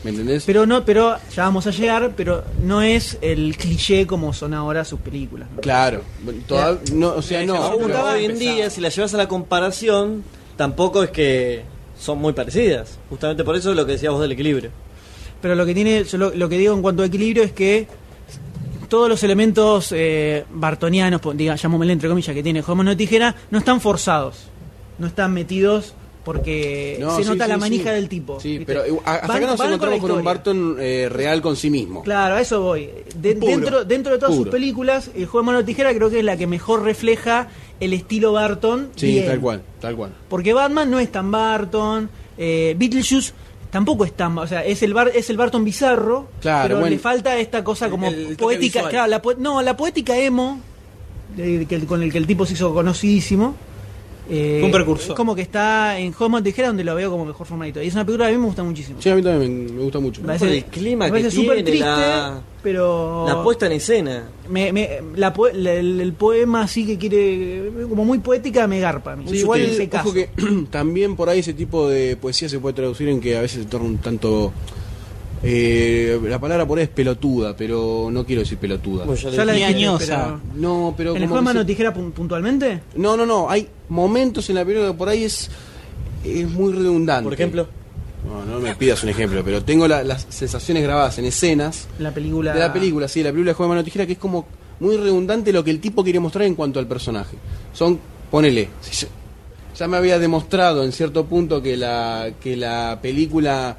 Speaker 3: ¿Me entendés?
Speaker 1: Pero no, pero ya vamos a llegar, pero no es el cliché como son ahora sus películas. ¿no?
Speaker 3: Claro, bueno, toda- no, o sea, no.
Speaker 4: Aún
Speaker 3: pero-
Speaker 4: hoy en día, si la llevas a la comparación, tampoco es que son muy parecidas. Justamente por eso es lo que decías vos del equilibrio.
Speaker 1: Pero lo que tiene, yo lo, lo que digo en cuanto a equilibrio es que todos los elementos eh, bartonianos, po- diga, llamémosle entre comillas, que tiene Homo no Tijera, no están forzados, no están metidos porque
Speaker 3: No,
Speaker 1: se
Speaker 3: sí,
Speaker 1: nota
Speaker 3: sí,
Speaker 1: la
Speaker 3: sí.
Speaker 1: manija del tipo.
Speaker 3: Sí,
Speaker 1: ¿viste?
Speaker 3: pero igual, a- hasta
Speaker 1: Van-
Speaker 3: acá nos
Speaker 1: van la
Speaker 3: encontramos con un
Speaker 1: historia.
Speaker 3: Barton eh, real con sí mismo.
Speaker 1: Claro, a eso voy. De-
Speaker 3: Puro.
Speaker 1: dentro, dentro de todas sus
Speaker 3: Puro.
Speaker 1: películas, el juego de mano tijera creo que es la que mejor refleja el estilo Barton.
Speaker 3: Sí,
Speaker 1: bien.
Speaker 3: tal cual, tal cual.
Speaker 1: Porque Batman no es tan Barton, eh, Beetlejuice tampoco es tan, o sea, es el bar, es el Barton bizarro,
Speaker 3: Claro,
Speaker 1: pero
Speaker 3: bueno.
Speaker 1: le falta esta cosa como
Speaker 5: El toque
Speaker 1: poética,
Speaker 5: visual.
Speaker 1: claro, la po- no, la poética emo de- que el- con el que el tipo se hizo conocidísimo. eh,
Speaker 5: Fue un precursor.
Speaker 1: es Como que está en Home of Tijera donde lo veo como mejor formadito. Y es una película que a mí me gusta muchísimo.
Speaker 3: Sí, a mí también me, me gusta mucho.
Speaker 1: Me
Speaker 4: Por el
Speaker 1: me
Speaker 4: clima que
Speaker 1: parece
Speaker 4: tiene,
Speaker 1: súper triste,
Speaker 4: la-
Speaker 1: pero
Speaker 4: La puesta en escena.
Speaker 1: me- me- la po- la- el, el poema así que quiere como muy poética me garpa a mí.
Speaker 3: Sí, igual,
Speaker 1: En ese
Speaker 3: ojo
Speaker 1: caso.
Speaker 3: que también por ahí ese tipo de poesía se puede traducir en que a veces se torna un tanto... eh, la palabra por ahí es pelotuda, pero no quiero decir pelotuda.
Speaker 4: Como yo
Speaker 1: Ya la
Speaker 4: dije.
Speaker 1: dijiste,
Speaker 5: Ñañosa.
Speaker 1: pero-
Speaker 3: No, pero...
Speaker 1: ¿En el
Speaker 3: como
Speaker 1: juego
Speaker 3: que
Speaker 1: mano
Speaker 3: se-
Speaker 1: tijera pun- puntualmente?
Speaker 3: No, no, no. Hay momentos en la película que por ahí es, es muy redundante.
Speaker 4: Por ejemplo,
Speaker 3: No, no me pidas un ejemplo, pero tengo la- las sensaciones grabadas en escenas
Speaker 1: La película.
Speaker 3: de la película, sí, la película de Juego de Mano Tijera, que es como muy redundante lo que el tipo quiere mostrar en cuanto al personaje. Son, ponele, si ya, ya me había demostrado en cierto punto que la, que la película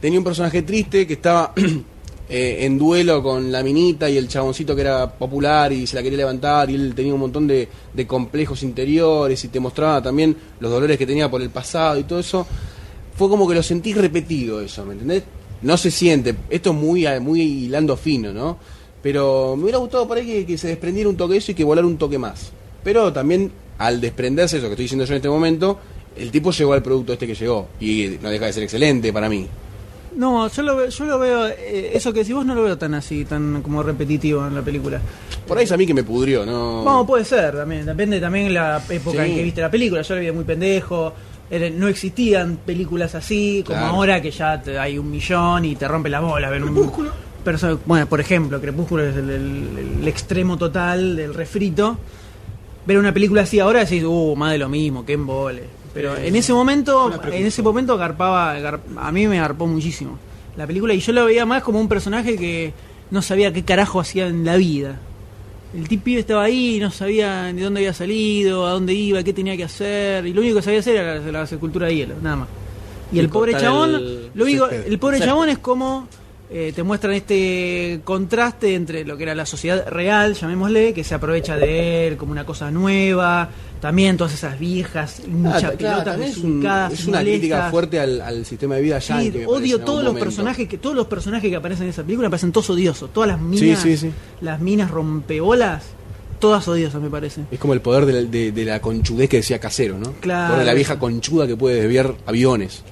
Speaker 3: tenía un personaje triste que estaba eh, en duelo con la minita y el chaboncito que era popular y se la quería levantar y él tenía un montón de, de complejos interiores y te mostraba también los dolores que tenía por el pasado y todo eso. Fue como que lo sentí repetido eso, ¿me entendés? No se siente, esto es muy, eh, muy hilando fino, ¿no? Pero me hubiera gustado por ahí que, que se desprendiera un toque eso y que volara un toque más. Pero también al desprenderse, eso que estoy diciendo yo en este momento, el tipo llegó al producto este que llegó. Y no deja de ser excelente para mí.
Speaker 1: No, yo lo, ve- yo lo veo, eh, eso que decís vos no lo veo tan así, tan como repetitivo en la película.
Speaker 3: Por ahí es a mí que me pudrió, ¿no?
Speaker 1: Bueno, puede ser también, depende también la época en
Speaker 3: Sí.
Speaker 1: que viste la película, yo la vi de muy pendejo, era- no existían películas así como
Speaker 3: Claro.
Speaker 1: ahora que ya te- hay un millón y te rompe las bolas ver un... Perso- bueno, por ejemplo, Crepúsculo es el, el- el extremo total del refrito. Ver una película así ahora decís, uh, más de lo mismo, que embole. Pero en ese momento, en ese momento garpaba, gar- a mí me garpó muchísimo la película y yo la veía más como un personaje que no sabía qué carajo hacía en la vida. El tipo estaba ahí, no sabía de dónde había salido, a dónde iba, qué tenía que hacer, y lo único que sabía hacer era la, la cultura de hielo, nada más. Y,
Speaker 4: Y
Speaker 1: el pobre
Speaker 4: cortar
Speaker 1: chabón,
Speaker 4: el
Speaker 1: lo único,
Speaker 3: césped.
Speaker 1: el pobre
Speaker 4: Césped.
Speaker 1: chabón es como eh, te muestran este contraste entre lo que era la sociedad real, llamémosle, que se aprovecha de él como una cosa nueva, también todas esas viejas,
Speaker 3: Ah,
Speaker 1: muchas
Speaker 3: claro,
Speaker 1: pelotas
Speaker 3: también es, un-
Speaker 1: desubicadas,
Speaker 3: es una crítica
Speaker 1: molestas.
Speaker 3: fuerte al, al sistema de vida
Speaker 1: Sí,
Speaker 3: ya.
Speaker 1: odio todos los personajes que todos los personajes que aparecen en esa película me parecen todos odiosos todas las minas
Speaker 3: sí, sí.
Speaker 1: las minas rompebolas todas odiosas me parece
Speaker 3: Es como el poder de la, de- de la conchudez que decía Casero, ¿no?
Speaker 1: Claro.
Speaker 3: El poder de la vieja conchuda que puede desviar aviones.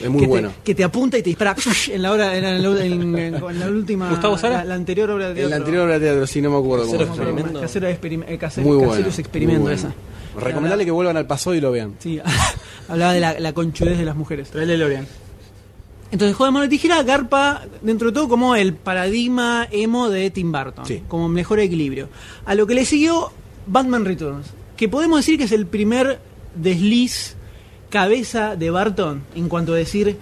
Speaker 3: Es muy
Speaker 1: que,
Speaker 3: bueno.
Speaker 1: te, que te apunta y te dispara en la hora en la, en- en- en la última
Speaker 5: Gustavo Sala.
Speaker 1: la, la anterior obra de
Speaker 3: En
Speaker 1: teatro.
Speaker 3: la anterior obra de teatro, sí, no me acuerdo
Speaker 1: No me
Speaker 3: cómo
Speaker 1: acuerdo
Speaker 3: se
Speaker 1: cómo
Speaker 3: llama.
Speaker 1: es.
Speaker 4: Experimento.
Speaker 1: Casero experim- eh, Case-
Speaker 3: Muy bueno.
Speaker 1: Caseros experimento
Speaker 3: muy bueno.
Speaker 1: esa
Speaker 3: Recomendable que vuelvan al pasado y lo vean.
Speaker 1: sí hablaba de la, la conchudez de las mujeres
Speaker 5: Trae el Lorian.
Speaker 1: Entonces, Joder Mano de Tijera garpa, dentro de todo, como el paradigma emo de Tim Burton.
Speaker 3: Sí.
Speaker 1: Como mejor equilibrio. A lo que le siguió Batman Returns. Que podemos decir que es el primer desliz cabeza de Barton en cuanto a decir,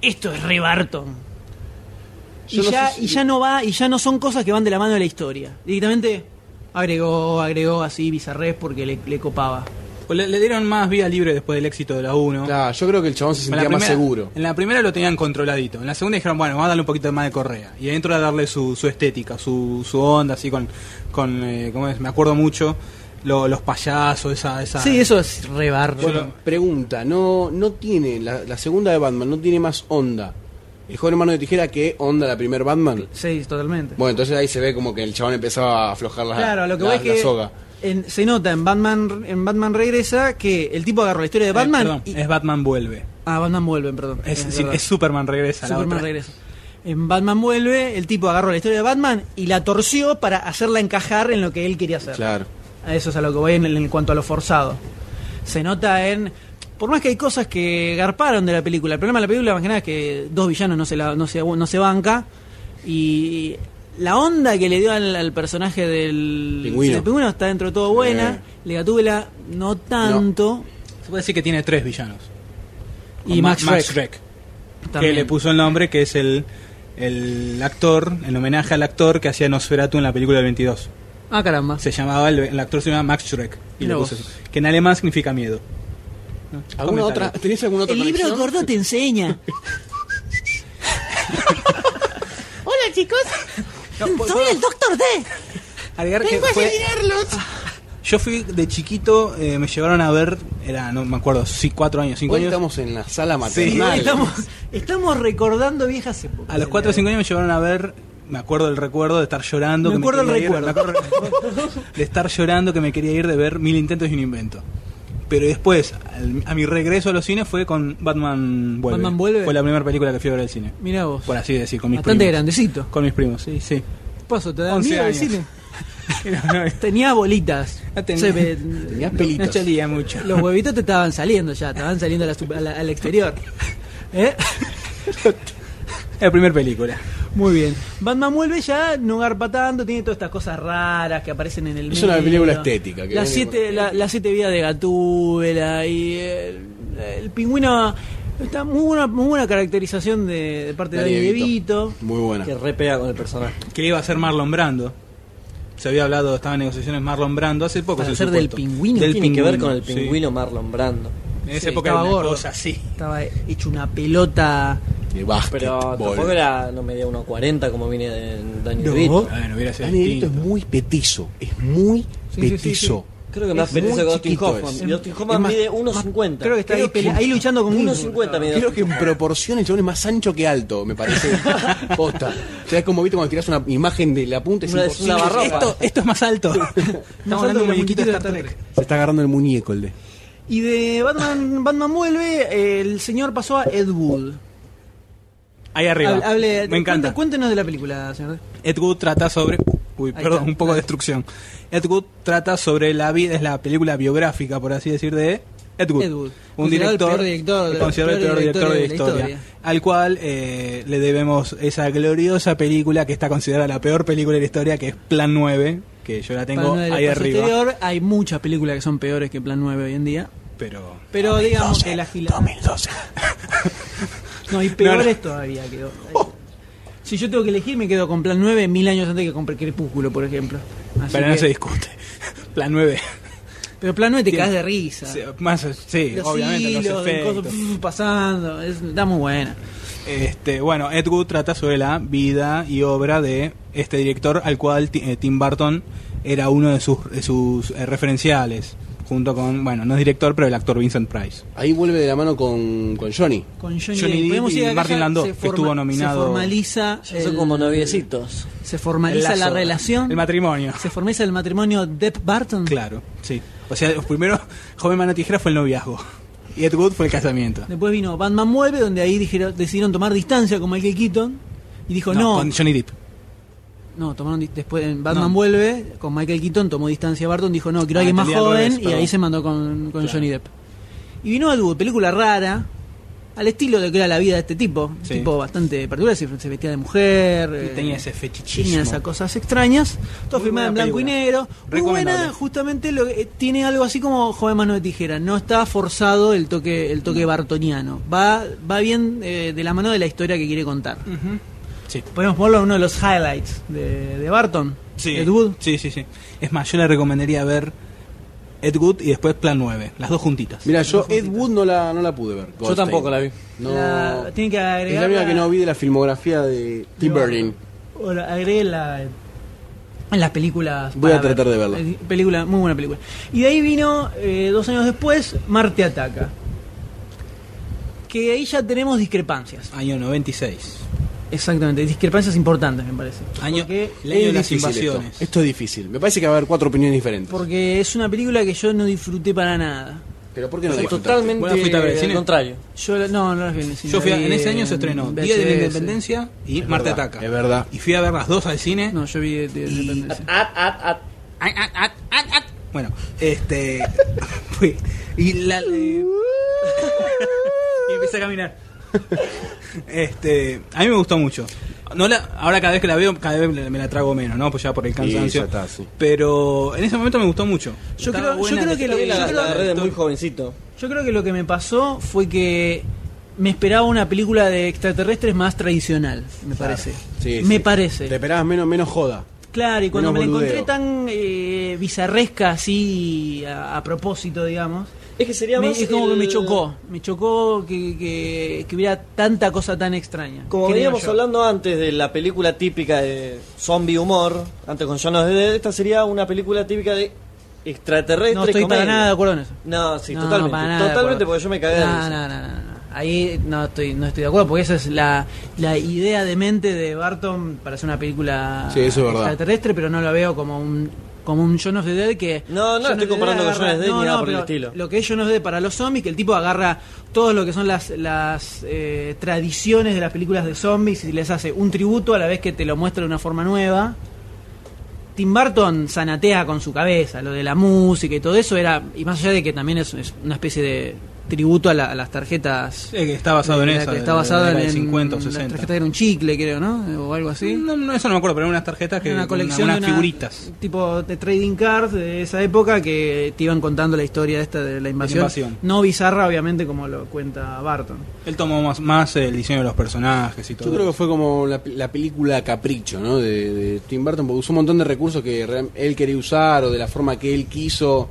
Speaker 1: esto es re Barton. Y,
Speaker 3: Yo no
Speaker 1: ya,
Speaker 3: sé si-
Speaker 1: y ya no va, y ya no son cosas que van de la mano de la historia. Directamente agregó, agregó así bizarrés porque le, le copaba.
Speaker 5: Pues le, le dieron más vía libre después del éxito de la 1.
Speaker 3: Claro, yo creo que el chabón se
Speaker 5: En la
Speaker 3: sentía más
Speaker 5: primera-
Speaker 3: seguro.
Speaker 5: En la primera lo tenían controladito. En la segunda dijeron, bueno, vamos a darle un poquito más de correa. Y adentro a darle su, su estética, su, su onda, así con. con eh, ¿Cómo es? Me acuerdo mucho. lo- los payasos, esa. esa
Speaker 1: Sí, eso es re Barton.
Speaker 3: Bueno, pregunta, no, no tiene, la, la segunda de Batman no tiene más onda. El joven hermano de tijera que onda la primer Batman.
Speaker 1: Sí, totalmente.
Speaker 3: Bueno, entonces ahí se ve como que el chabón empezaba a aflojar la,
Speaker 1: Claro, a lo que voy
Speaker 3: la-
Speaker 1: es que
Speaker 3: la soga.
Speaker 1: en- se nota en Batman en Batman regresa que el tipo agarró la historia de
Speaker 5: eh,
Speaker 1: Batman
Speaker 5: perdón,
Speaker 1: y-
Speaker 5: es Batman vuelve.
Speaker 1: ah Batman vuelve, perdón.
Speaker 5: Es,
Speaker 1: Es
Speaker 5: sí,
Speaker 1: verdad.
Speaker 5: es Superman regresa. la
Speaker 1: Superman
Speaker 5: otra.
Speaker 1: regresa. En Batman vuelve, el tipo agarró la historia de Batman y la torció para hacerla encajar en lo que él quería hacer.
Speaker 3: Claro.
Speaker 1: A eso es a lo que voy en, en cuanto a lo forzado. Se nota en. Por más que hay cosas que garparon de la película. El problema de la película, más que nada, es que dos villanos no se, la, no se, no se banca. Y la onda que le dio al, al personaje del
Speaker 3: Pingüino.
Speaker 1: del está dentro de todo buena.
Speaker 3: Sí.
Speaker 1: Legatúbela no tanto.
Speaker 5: Se puede decir que tiene tres villanos.
Speaker 1: Y
Speaker 5: Con Ma-
Speaker 1: Max, Schreck
Speaker 5: Schreck, que
Speaker 1: también.
Speaker 5: le puso el nombre, que es el, el actor, en homenaje al actor que hacía Nosferatu en la película del 22.
Speaker 1: Ah, caramba.
Speaker 5: Se llamaba, el, el actor se llamaba Max Schreck. Y
Speaker 1: Mira
Speaker 5: le
Speaker 1: vos.
Speaker 5: puso eso, que en alemán significa miedo.
Speaker 3: ¿Alguna
Speaker 5: Comentario.
Speaker 3: otra, ¿Tenés alguna otra
Speaker 1: El libro
Speaker 3: conexión?
Speaker 1: gordo te enseña. Hola, chicos. Soy el doctor D.
Speaker 5: Agregar pues, que fue- Yo fui de chiquito, eh, me llevaron a ver, era, no me acuerdo, sí, cuatro años, cinco
Speaker 3: Hoy
Speaker 5: años.
Speaker 3: estamos en la sala maternal.
Speaker 1: Estamos, estamos recordando viejas épocas.
Speaker 5: A los cuatro o cinco años me llevaron a ver, me acuerdo el recuerdo de estar llorando.
Speaker 1: Me
Speaker 5: que
Speaker 1: acuerdo el
Speaker 5: quería ir,
Speaker 1: recuerdo.
Speaker 5: me acuerdo de estar llorando que me quería ir de ver Mil Intentos y un Invento. Pero después, al- a mi regreso a los cines fue con Batman Vuelve.
Speaker 1: Batman Vuelve.
Speaker 5: Fue la primera película que fui a ver al cine.
Speaker 1: Mira vos.
Speaker 5: Por así decir, con mis
Speaker 1: Bastante
Speaker 5: primos.
Speaker 1: grandecito.
Speaker 5: Con mis primos, sí, sí.
Speaker 1: Paso, te da
Speaker 5: 11
Speaker 1: miedo el
Speaker 5: años.
Speaker 1: cine.
Speaker 5: No, no,
Speaker 1: Tenía bolitas.
Speaker 5: no tenía-
Speaker 1: Se ve-
Speaker 3: Tenías
Speaker 5: no
Speaker 3: pelitos.
Speaker 5: chalía mucho.
Speaker 1: los huevitos te estaban saliendo ya, te estaban saliendo a la sup- a la- al exterior. ¿Eh?
Speaker 5: La primera película.
Speaker 1: Muy bien. Batman vuelve ya, no garpa tanto, tiene todas estas cosas raras que aparecen en el
Speaker 3: Es una
Speaker 1: medio.
Speaker 3: película estética, que
Speaker 1: Las
Speaker 3: viene
Speaker 1: siete,
Speaker 3: con-
Speaker 1: la- las siete vidas de Gatúbela y el, el pingüino. Está muy buena, muy buena caracterización de, de parte de
Speaker 3: Danny
Speaker 1: Danny
Speaker 3: DeVito.
Speaker 1: DeVito.
Speaker 3: Muy buena.
Speaker 4: Que re pega con el personaje.
Speaker 5: Que iba a ser Marlon Brando. Se había hablado, estaba en negociaciones Marlon Brando hace poco.
Speaker 1: Para
Speaker 5: se
Speaker 1: ser
Speaker 5: supo
Speaker 1: del
Speaker 5: esto.
Speaker 1: pingüino.
Speaker 5: Del
Speaker 4: Tiene que ver con el
Speaker 5: sí.
Speaker 4: pingüino Marlon Brando.
Speaker 5: En esa
Speaker 1: Sí,
Speaker 5: época era
Speaker 1: estaba
Speaker 5: una
Speaker 1: gordo.
Speaker 5: cosa así.
Speaker 1: Estaba hecho una pelota.
Speaker 3: De básquetbol.
Speaker 4: Pero tampoco era, no medía 1.40 como viene de Daniel
Speaker 1: No.
Speaker 4: DeVito.
Speaker 5: Bueno, hubiera sido
Speaker 3: Dani DeVito
Speaker 5: distinto.
Speaker 3: es muy petizo. Es muy
Speaker 1: Sí, sí, sí,
Speaker 3: petizo.
Speaker 4: Creo que más
Speaker 3: Es muy
Speaker 4: feliz que Austin
Speaker 3: chiquito
Speaker 4: Hoffman.
Speaker 3: es.
Speaker 4: Y Austin Hoffman
Speaker 3: Es más-
Speaker 4: mide 1.50.
Speaker 1: Creo que está ahí, pele- ahí luchando con Gilmour.
Speaker 4: 1.50 mide.
Speaker 3: Creo que en proporción el chabón es más ancho que alto, me parece. Posta. O sea, es como viste cuando tirás una imagen de la punta, es
Speaker 4: Una- es
Speaker 3: imposible.
Speaker 4: una barropa.
Speaker 5: Esto, esto es más alto. Estamos
Speaker 1: alto
Speaker 5: hablando de
Speaker 1: que el
Speaker 5: muñequito de
Speaker 1: muñequito
Speaker 5: Star Trek.
Speaker 3: Se está agarrando el muñeco el de.
Speaker 1: Y de Batman, Batman vuelve, eh, el señor pasó a Ed Wood.
Speaker 5: Ahí arriba.
Speaker 1: Hable- hable-
Speaker 5: Me
Speaker 1: cuente-
Speaker 5: encanta.
Speaker 1: Cuéntenos de la película, señor.
Speaker 5: Ed Wood trata sobre. Uy,
Speaker 1: Ahí
Speaker 5: perdón,
Speaker 1: está.
Speaker 5: un poco de destrucción. Ed Wood trata sobre la vida, es la película biográfica, por así decir, de Ed Wood.
Speaker 1: Ed Wood,
Speaker 5: Un
Speaker 1: considerado el
Speaker 5: director.
Speaker 1: peor director de-
Speaker 5: considerado el
Speaker 1: peor
Speaker 5: peor director de la
Speaker 1: director de la
Speaker 5: historia.
Speaker 1: historia.
Speaker 5: Al cual eh, le debemos esa gloriosa película que está considerada la peor película de la historia, que es Plan 9, que yo la tengo
Speaker 1: Para no
Speaker 5: ahí
Speaker 1: del espacio
Speaker 5: arriba.
Speaker 1: exterior, hay muchas películas que son peores que Plan 9 hoy en día.
Speaker 5: Pero.
Speaker 1: Pero digamos que la gilada.
Speaker 5: 2012.
Speaker 1: No, hay
Speaker 5: No, Oh. no.
Speaker 1: peores todavía. Quedó. Si yo tengo que elegir, me quedo con Plan 9 mil años antes que con Crepúsculo, por ejemplo. Así
Speaker 5: Pero no
Speaker 1: que-
Speaker 5: se discute. Plan 9.
Speaker 1: pero Plan 9 te
Speaker 5: Tiene-
Speaker 1: caes de risa.
Speaker 5: Sí, Más, sí,
Speaker 1: los
Speaker 5: obviamente, los
Speaker 1: hilos, de
Speaker 5: efectos.
Speaker 1: cosas, pf, pasando. Es, está muy buena.
Speaker 5: Este, bueno, Ed Wood trata sobre la vida y obra de este director al cual Ti- eh, Tim Burton era uno de sus, de sus eh, referenciales, junto con, bueno, no es director, pero el actor Vincent Price.
Speaker 2: Ahí vuelve de la mano con, con Johnny.
Speaker 1: Con Johnny,
Speaker 5: Johnny Depp
Speaker 1: Podemos
Speaker 5: y
Speaker 1: decir que acá
Speaker 5: Martin
Speaker 1: ya
Speaker 5: Landau,
Speaker 1: se
Speaker 5: que estuvo nominado.
Speaker 1: Se formaliza.
Speaker 4: Ya son
Speaker 1: el-
Speaker 4: como noviecitos.
Speaker 1: Se formaliza
Speaker 4: El
Speaker 1: la
Speaker 4: lazo.
Speaker 1: relación.
Speaker 5: El matrimonio.
Speaker 1: se formaliza el matrimonio Depp-Barton.
Speaker 5: Claro, sí. O sea, los primeros, Joven Mano Tijera fue el noviazgo. Y Ed Wood fue el casamiento.
Speaker 1: Después vino Batman Vuelve, donde ahí dijeron- decidieron tomar distancia con Michael Keaton. Y dijo, no,
Speaker 5: Con Johnny Depp.
Speaker 1: No, tomaron dis- después en Batman
Speaker 5: No.
Speaker 1: vuelve con Michael Keaton, tomó distancia a Barton, dijo no, quiero
Speaker 5: Ah,
Speaker 1: alguien más
Speaker 5: entendí al
Speaker 1: joven
Speaker 5: revés,
Speaker 1: y ahí
Speaker 5: perdón.
Speaker 1: se mandó con, con
Speaker 5: Claro.
Speaker 1: Johnny Depp. Y vino Ed Wood, película rara, al estilo de que era la vida de este tipo,
Speaker 5: Sí.
Speaker 1: tipo bastante particular, se, se vestía de mujer, eh,
Speaker 5: Tenía ese fetichismo.
Speaker 1: tenía esas cosas extrañas, todo
Speaker 5: Muy
Speaker 1: filmado en
Speaker 5: buena
Speaker 1: blanco y
Speaker 5: película.
Speaker 1: negro, muy buena,
Speaker 5: Recomendable.
Speaker 1: justamente lo que, eh, tiene algo así como joven mano de tijera, no está forzado el toque, el toque bartoniano, va, va bien eh, de la mano de la historia que quiere contar.
Speaker 5: Sí.
Speaker 1: Podemos ponerlo en uno de los highlights de, de Barton.
Speaker 5: Sí.
Speaker 1: Ed Wood.
Speaker 5: Sí, sí, sí. Es más, yo le recomendaría ver Ed Wood y después Plan 9, las dos juntitas.
Speaker 2: Mira, yo Ed Wood no la, no la pude ver.
Speaker 4: Yo tampoco la vi.
Speaker 2: No.
Speaker 1: La- tiene que
Speaker 2: es
Speaker 1: agregar.
Speaker 2: la misma que no vi de la filmografía de Tim Burton.
Speaker 1: agregué la, en las películas.
Speaker 2: Voy a
Speaker 1: para
Speaker 2: tratar
Speaker 1: ver.
Speaker 2: de verla.
Speaker 1: Eh, Película, muy buena película. Y de ahí vino, eh, dos años después, Marte Ataca. Que ahí ya tenemos discrepancias.
Speaker 5: Año 96.
Speaker 1: Exactamente, discrepancias importantes, me parece.
Speaker 5: Año,
Speaker 1: Porque-
Speaker 5: el año de
Speaker 2: Es
Speaker 5: las
Speaker 2: difícil
Speaker 5: invasiones.
Speaker 2: Esto. Esto es difícil. Me parece que va a haber cuatro opiniones diferentes.
Speaker 1: porque es una película que yo no disfruté para nada.
Speaker 2: Pero ¿por qué no la
Speaker 4: Soy
Speaker 2: disfrutaste?
Speaker 4: totalmente
Speaker 5: Bueno, fuiste a ver el
Speaker 4: al
Speaker 5: cine.
Speaker 4: contrario.
Speaker 1: Yo la- no, no la vi en el cine,
Speaker 5: Yo fui a-
Speaker 1: la vi
Speaker 5: en ese año se estrenó Día de la
Speaker 1: VHS.
Speaker 5: Independencia y
Speaker 2: Es
Speaker 5: Marte
Speaker 2: verdad,
Speaker 5: Ataca.
Speaker 2: Es verdad.
Speaker 5: Y fui a ver las dos al cine.
Speaker 1: No, yo vi Día de la Independencia.
Speaker 4: At, at, at.
Speaker 5: Ay, ay, ay, ay, ay. Bueno, este. fui. Y la. eh, y empecé a caminar. Este. A mí me gustó mucho. No la, ahora cada vez que la veo, cada vez me la trago menos, ¿no? Pues ya por el cansancio.
Speaker 2: ya está, sí.
Speaker 5: Pero en ese momento me gustó mucho.
Speaker 1: Yo
Speaker 5: Estaba
Speaker 1: creo- yo
Speaker 5: buena,
Speaker 1: creo que
Speaker 5: estaba
Speaker 1: le-
Speaker 5: bien
Speaker 1: yo
Speaker 4: La,
Speaker 1: creo
Speaker 4: la
Speaker 1: que-
Speaker 4: red es muy jovencito.
Speaker 1: Yo creo que lo que me pasó fue que me esperaba una película de extraterrestres más tradicional, me parece.
Speaker 2: Sí,
Speaker 1: me
Speaker 2: sí. Te
Speaker 1: parece.
Speaker 2: esperabas menos, menos joda.
Speaker 1: Claro, y cuando me
Speaker 2: menos
Speaker 1: la encontré
Speaker 2: boludeo.
Speaker 1: tan eh, bizarresca así a, a propósito, digamos,
Speaker 4: Es que sería
Speaker 1: me-
Speaker 4: más.
Speaker 1: es como que
Speaker 4: el-
Speaker 1: me chocó. Me chocó que, que- que hubiera tanta cosa tan extraña.
Speaker 4: Como
Speaker 1: creo
Speaker 4: veníamos
Speaker 1: yo.
Speaker 4: hablando antes de la película típica de zombie humor, antes con John de esta sería una película típica de extraterrestre.
Speaker 1: No estoy para
Speaker 4: comedia.
Speaker 1: nada de acuerdo en eso.
Speaker 4: No, sí,
Speaker 1: No,
Speaker 4: totalmente.
Speaker 1: para nada de
Speaker 4: totalmente,
Speaker 1: acuerdo.
Speaker 4: porque yo me cagué de
Speaker 1: No,
Speaker 4: risa.
Speaker 1: no, no, no, no. Ahí no estoy, no estoy de acuerdo, porque esa es la, la idea de mente de Barton para hacer una película
Speaker 2: Sí, eso es verdad.
Speaker 1: extraterrestre, pero no la veo como un como un John of the Dead que...
Speaker 4: No, no
Speaker 1: Shaun
Speaker 4: la
Speaker 1: of
Speaker 4: estoy
Speaker 1: the
Speaker 4: comparando
Speaker 1: Dead
Speaker 4: con Shaun of the Dead
Speaker 1: agarra- no,
Speaker 4: ni nada
Speaker 1: no,
Speaker 4: por el
Speaker 1: pero
Speaker 4: estilo.
Speaker 1: Lo que es John of the Dead para los zombies, que el tipo agarra todo lo que son las, las eh, tradiciones de las películas de zombies y les hace un tributo a la vez que te lo muestra de una forma nueva. Tim Burton zanatea con su cabeza, lo de la música y todo eso era, y más allá de que también es, es una especie de tributo a, la- a las tarjetas.
Speaker 5: Sí, que está basado en
Speaker 1: la-
Speaker 5: esa.
Speaker 1: que
Speaker 5: de-
Speaker 1: está
Speaker 5: de-
Speaker 1: basado
Speaker 5: de la
Speaker 1: en,
Speaker 5: de 50 o
Speaker 1: La
Speaker 5: 60.
Speaker 1: tarjeta era un chicle, creo, ¿no? O algo así.
Speaker 5: No, no, eso no me acuerdo, pero eran unas tarjetas que.
Speaker 1: Era una colección
Speaker 5: unas
Speaker 1: de una-
Speaker 5: figuritas.
Speaker 1: tipo de trading cards de esa época que te iban contando la historia esta de la invasión.
Speaker 5: invasión.
Speaker 1: No bizarra, obviamente, como lo cuenta Barton.
Speaker 5: Él tomó más, más el diseño de los personajes y todo.
Speaker 2: Yo creo que fue como la, la película Capricho, ¿no? De, de Tim Burton, porque usó un montón de recursos que re- él quería usar o de la forma que él quiso.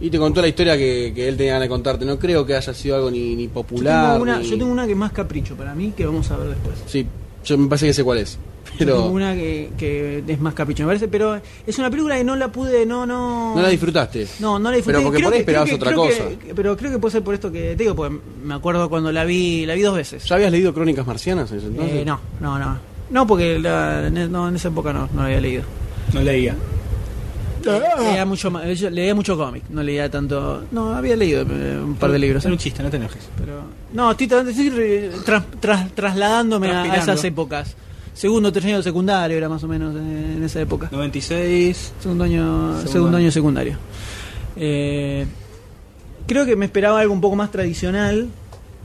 Speaker 2: Y te contó la historia que, que él tenía ganas de contarte. No creo que haya sido algo ni, ni
Speaker 1: Yo
Speaker 2: popular.
Speaker 1: tengo, una,
Speaker 2: ni-
Speaker 1: yo tengo una que es más capricho para mí, que vamos a ver después.
Speaker 2: Sí, yo me parece que sé cuál es.
Speaker 1: Yo tengo
Speaker 2: Pero
Speaker 1: una que, que es más capricho, me parece, pero es una película que no la pude, no, no.
Speaker 2: no la disfrutaste.
Speaker 1: No, no la disfruté.
Speaker 2: Pero porque
Speaker 1: Creo
Speaker 2: por ahí
Speaker 1: que- creo
Speaker 2: esperabas
Speaker 1: que-
Speaker 2: otra
Speaker 1: creo
Speaker 2: cosa.
Speaker 1: que- pero creo que puede ser por esto que te digo, porque me acuerdo cuando la vi, la vi dos veces.
Speaker 2: ¿Ya habías leído Crónicas Marcianas en ese entonces?
Speaker 1: Eh, no, e, no, no. No, porque la- en- no, en esa época no, no la había leído.
Speaker 5: No leía.
Speaker 1: Leía mucho, ma- yo leía mucho cómic, no leía tanto. No, había leído eh, un par de libros.
Speaker 5: Es un
Speaker 1: ¿eh?
Speaker 5: chiste, no te enojes.
Speaker 1: Pero, no, estoy, tra- estoy, eh, tras- tras- trasladándome a- a
Speaker 5: Transpirando.
Speaker 1: esas épocas. Segundo, tercer año de secundario era más o menos eh, en esa época.
Speaker 5: 96.
Speaker 1: Segundo año, segundo,
Speaker 5: Segundo
Speaker 1: año secundario. Eh, creo que me esperaba algo un poco más tradicional.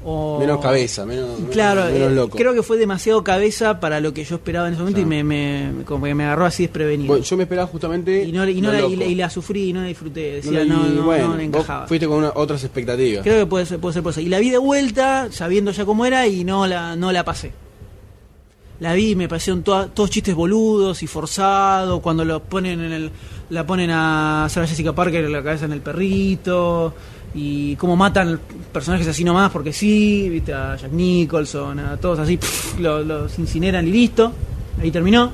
Speaker 1: O...
Speaker 3: Menos cabeza, menos, menos-
Speaker 1: Claro,
Speaker 3: menos
Speaker 1: eh,
Speaker 3: loco.
Speaker 1: creo que fue demasiado cabeza para lo que yo esperaba en ese momento y me, me- como que me agarró así desprevenido.
Speaker 3: Bueno, yo me esperaba justamente.
Speaker 1: y, no, y, no
Speaker 3: lo
Speaker 1: la, y
Speaker 3: loco.
Speaker 1: la- y la sufrí y no la disfruté.
Speaker 3: No
Speaker 1: Decía,
Speaker 3: lo-
Speaker 1: no,
Speaker 3: y
Speaker 1: no,
Speaker 3: bueno,
Speaker 1: no me
Speaker 3: vos
Speaker 1: encajaba.
Speaker 3: Fuiste con una- otras expectativas.
Speaker 1: Creo que puede ser, puede ser por eso. Y la vi de vuelta, sabiendo ya cómo era, y no la, no la pasé. La vi, y me parecieron toa- todos chistes boludos y forzados, cuando lo ponen en el, la ponen a Sarah Jessica Parker la cabeza en el perrito, y cómo matan personajes así nomás porque sí, viste, a Jack Nicholson, a todos así, pf, lo- los incineran y listo, ahí terminó.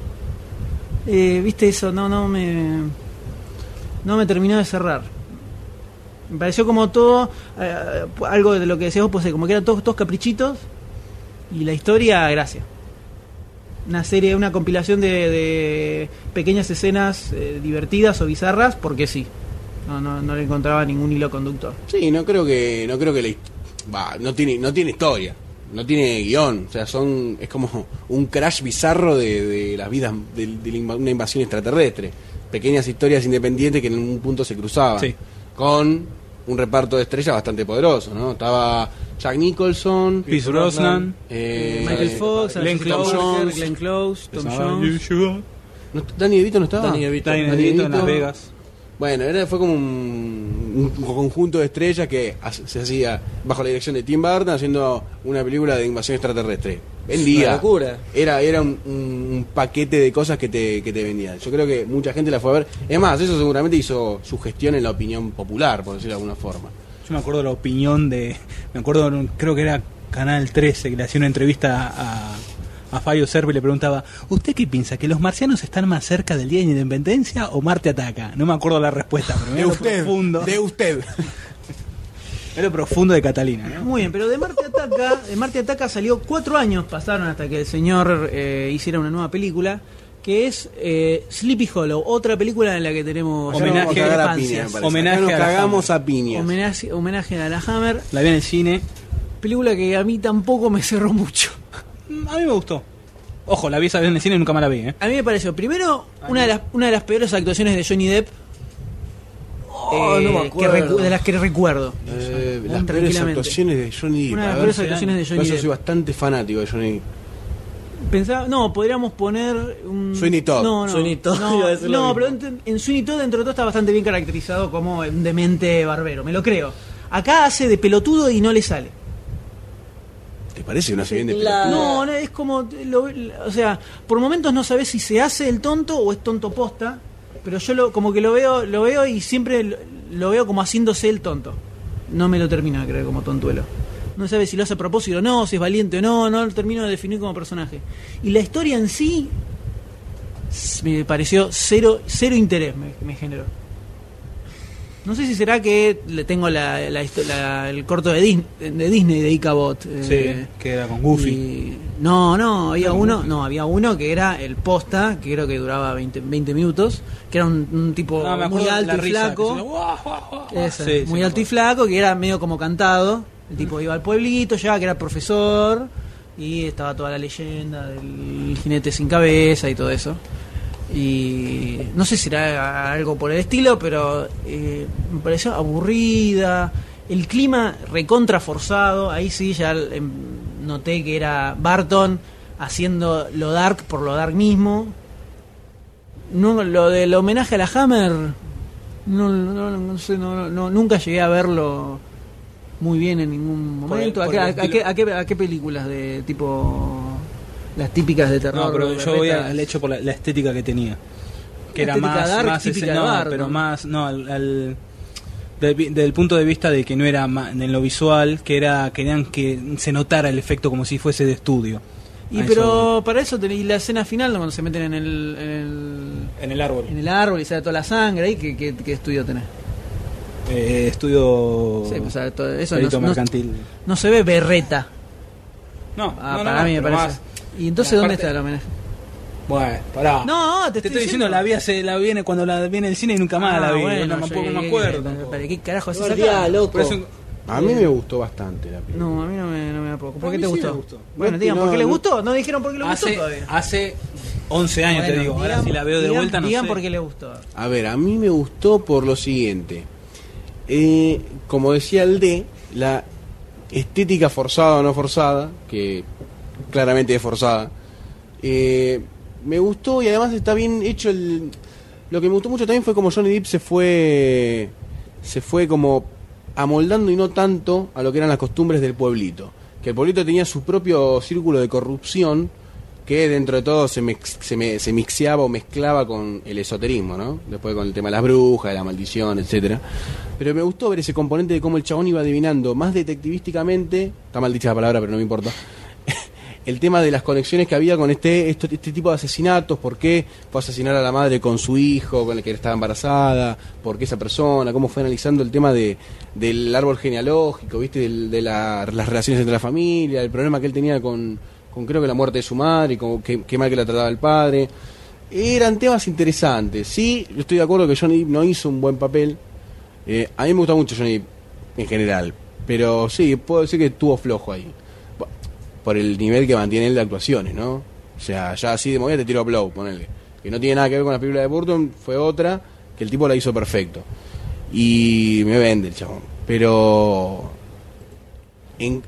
Speaker 1: Eh, viste eso, no, no me. No me terminó de cerrar. Me pareció como todo, eh, algo de lo que decías vos, pues eh, como que eran todos, todos caprichitos y la historia, gracias. Una serie, una compilación de, de pequeñas escenas eh, divertidas o bizarras, porque sí. No, no, no le encontraba ningún hilo conductor.
Speaker 3: Sí, no creo que no creo que la hist- va, no tiene no tiene historia, no tiene guión, o sea, son es como un crash bizarro de, de las vidas de, de la inva- una invasión extraterrestre, pequeñas historias independientes que en un punto se cruzaban.
Speaker 5: Sí.
Speaker 3: Con un reparto de estrellas bastante poderoso, ¿no? Estaba Jack Nicholson,
Speaker 5: Pierce Brosnan.
Speaker 3: eh,
Speaker 1: Michael
Speaker 3: eh,
Speaker 1: Fox,
Speaker 5: Glenn
Speaker 1: Alexis Tom
Speaker 5: Close.
Speaker 1: Jones, Glenn Close, Tom Jones.
Speaker 3: ¿no- Danny DeVito no estaba.
Speaker 4: Danny DeVito.
Speaker 5: Danny DeVito en Las Vegas.
Speaker 3: Bueno, era, fue como un, un conjunto de estrellas que ha- se hacía bajo la dirección de Tim Burton haciendo una película de invasión extraterrestre. Vendía.
Speaker 4: Una locura.
Speaker 3: Era, era un, un- un paquete de cosas que te, que te vendían. Yo creo que mucha gente la fue a ver. Es más, eso seguramente hizo su gestión en la opinión popular, por decirlo de alguna forma.
Speaker 5: Yo me acuerdo la opinión de. Me acuerdo, en un- creo que era Canal 13, que le hacía una entrevista a, a Fabio Servi y le preguntaba: ¿Usted qué piensa? ¿Que los marcianos están más cerca del día de independencia o Marte ataca? No me acuerdo la respuesta, pero era lo profundo.
Speaker 3: de usted.
Speaker 5: Era lo profundo de Catalina, ¿no?
Speaker 1: Muy bien, pero de Marte Ataca, de Marte Ataca salió cuatro años, pasaron hasta que el señor eh, hiciera una nueva película, que es eh, Sleepy Hollow, otra película en la que tenemos
Speaker 3: Acá nos
Speaker 5: Homenaje
Speaker 3: vamos a cagar a piña, me
Speaker 1: infancias.
Speaker 3: parece.
Speaker 5: Homenaje
Speaker 3: Acá nos
Speaker 5: a la
Speaker 3: cagamos a piña.
Speaker 1: homenaje, homenaje a la Hammer,
Speaker 5: La vi en el cine.
Speaker 1: película que a mí tampoco me cerró mucho.
Speaker 5: Mm, A mí me gustó. Ojo, la vi esa vez en el cine y nunca más la vi, ¿eh?
Speaker 1: A mí me pareció, primero, una de las, una de las peores actuaciones de Johnny Depp.
Speaker 3: Oh,
Speaker 1: eh,
Speaker 4: no me
Speaker 1: que recu-
Speaker 4: acuerdo.
Speaker 1: de las que recuerdo.
Speaker 3: Eh,
Speaker 1: Muy
Speaker 3: las peores
Speaker 1: tranquilamente.
Speaker 3: actuaciones de Johnny Depp.
Speaker 1: Una de las
Speaker 3: A ver,
Speaker 1: peores actuaciones de Johnny
Speaker 3: yo soy
Speaker 1: Depp.
Speaker 3: bastante fanático de Johnny Depp.
Speaker 1: Pensaba, no, podríamos poner un.
Speaker 3: Sweeney Todd.
Speaker 1: No, no.
Speaker 4: Sweeney Todd,
Speaker 1: no,
Speaker 4: iba a decir lo
Speaker 1: no,
Speaker 4: mismo.
Speaker 1: pero en, en Sweeney Todd, dentro de todo, está bastante bien caracterizado como un demente barbero, me lo creo. Acá hace de pelotudo y no le sale.
Speaker 3: ¿Te parece una siguiente
Speaker 4: La-
Speaker 1: No, no, es como. lo- o sea, por momentos no sabes si se hace el tonto o es tonto posta. Pero yo lo, como que lo veo, lo veo y siempre lo, lo veo como haciéndose el tonto. No me lo termino de creer como tontuelo. No sabes si lo hace a propósito o no, si es valiente o no, no lo termino de definir como personaje. Y la historia en sí s- me pareció cero, cero interés me, me generó. No sé si será que le tengo la, la histo- la- el corto de Disney de, Disney de Icabot. eh,
Speaker 5: Que era con Goofy.
Speaker 1: y- no, no, había uno, no, había uno que era el posta, que creo que duraba 20, 20 minutos, que era un, un tipo
Speaker 5: Ah, me acuerdo
Speaker 1: muy
Speaker 5: de
Speaker 1: alto
Speaker 5: la
Speaker 1: y
Speaker 5: risa, que se-
Speaker 1: flaco.
Speaker 5: ¡Guau, guau, guau!
Speaker 1: Ese,
Speaker 5: Sí, sí,
Speaker 1: muy
Speaker 5: me
Speaker 1: alto y
Speaker 5: acuerdo.
Speaker 1: flaco, que era medio como cantado. El tipo iba al pueblito, ya que era profesor, y estaba toda la leyenda del jinete sin cabeza y todo eso. Y no sé si era algo por el estilo, pero eh, me pareció aburrida. El clima recontraforzado, ahí sí ya em, noté que era Barton haciendo lo dark por lo dark mismo. No, lo del homenaje a la Hammer, no, no, no, no sé, no, no, nunca llegué a verlo muy bien en ningún
Speaker 4: Por el-
Speaker 1: momento. ¿A
Speaker 4: por
Speaker 1: qué-
Speaker 4: el
Speaker 1: a- a,
Speaker 4: estilo.
Speaker 1: qué, a qué- a qué películas de tipo las típicas de terror?
Speaker 5: No, pero yo voy
Speaker 1: berretas?
Speaker 5: al hecho por la, la estética que tenía. Que
Speaker 1: Una
Speaker 5: era
Speaker 1: estética
Speaker 5: más,
Speaker 1: dark,
Speaker 5: más
Speaker 1: típica
Speaker 5: ese- no,
Speaker 1: de Barton.
Speaker 5: pero más, no, al, al- del, vi- del punto de vista de que no era ma- en lo visual, que era querían que se notara el efecto como si fuese de estudio.
Speaker 1: Y
Speaker 5: A eso
Speaker 1: pero para eso tenés y la escena final ¿no? cuando se meten en el, en el
Speaker 5: voy. en el árbol.
Speaker 1: en el árbol y sale toda la sangre ahí qué, qué- qué estudio tenés.
Speaker 5: Eh, estudio
Speaker 1: Sí, o sea, todo- eso
Speaker 5: perito
Speaker 1: no- no-
Speaker 5: mercantil.
Speaker 1: No se ve berreta.
Speaker 5: No,
Speaker 1: Ah,
Speaker 5: no, no,
Speaker 1: para
Speaker 5: no,
Speaker 1: mí me
Speaker 5: pero
Speaker 1: parece.
Speaker 5: más-
Speaker 1: Y entonces
Speaker 5: la
Speaker 1: dónde
Speaker 5: parte-
Speaker 1: está el homenaje?
Speaker 5: Bueno, pará.
Speaker 1: No, te
Speaker 5: te
Speaker 1: estoy
Speaker 5: estoy diciendo, la vi hace- la viene cuando la viene el cine y nunca más
Speaker 1: Ah,
Speaker 5: la vi.
Speaker 1: bueno,
Speaker 5: no, tampoco
Speaker 1: sí,
Speaker 5: me acuerdo. tampoco.
Speaker 1: ¿Para qué carajo haces
Speaker 4: Igual
Speaker 1: acá?
Speaker 4: día, loco.
Speaker 5: Pero es un-
Speaker 3: A mí me gustó bastante la película.
Speaker 1: No, a mí no me, no me da poco.
Speaker 5: A
Speaker 1: ¿Por qué
Speaker 5: mí
Speaker 1: te
Speaker 5: sí me
Speaker 1: gustó?
Speaker 5: gustó.
Speaker 1: Bueno,
Speaker 3: No,
Speaker 1: digan, ¿por
Speaker 3: no,
Speaker 1: qué le
Speaker 3: no.
Speaker 1: gustó? No dijeron por qué le gustó
Speaker 5: hace,
Speaker 1: todavía.
Speaker 5: hace 11 años te
Speaker 1: Bueno,
Speaker 5: digo. Ahora
Speaker 1: digan-
Speaker 5: si la veo de
Speaker 1: digan-
Speaker 5: vuelta no
Speaker 1: digan
Speaker 5: sé.
Speaker 1: por qué le gustó.
Speaker 3: A ver, a mí me gustó por lo siguiente. Eh, como decía el D, la estética forzada o no forzada, que claramente es forzada, eh, me gustó y además está bien hecho el... Lo que me gustó mucho también fue como Johnny Depp se fue... Se fue como amoldando y no tanto a lo que eran las costumbres del pueblito. Que el pueblito tenía su propio círculo de corrupción que dentro de todo se, mix- se, me- se mixeaba o mezclaba con el esoterismo, ¿no? Después con el tema de las brujas, de la maldición, etcétera. Pero me gustó ver ese componente de cómo el chabón iba adivinando más detectivísticamente, está mal dicha la palabra, pero no me importa, el tema de las conexiones que había con este, esto- este tipo de asesinatos, por qué fue a asesinar a la madre con su hijo, con el que estaba embarazada, por qué esa persona, cómo fue analizando el tema de, del árbol genealógico, viste, Del- de la- las relaciones entre la familia, el problema que él tenía con, con creo que la muerte de su madre, y con qué, qué mal que la trataba el padre. Eran temas interesantes, sí, yo estoy de acuerdo que Johnny Depp no hizo un buen papel, eh, a mí me gusta mucho Johnny Depp, en general, pero sí, puedo decir que estuvo flojo ahí. Bu- Por el nivel que mantiene él de actuaciones, ¿no? O sea, ya así de movida te tiro Blow, ponele. Que no tiene nada que ver con la película de Burton, fue otra, que el tipo la hizo perfecto. Y me vende el chabón. Pero en-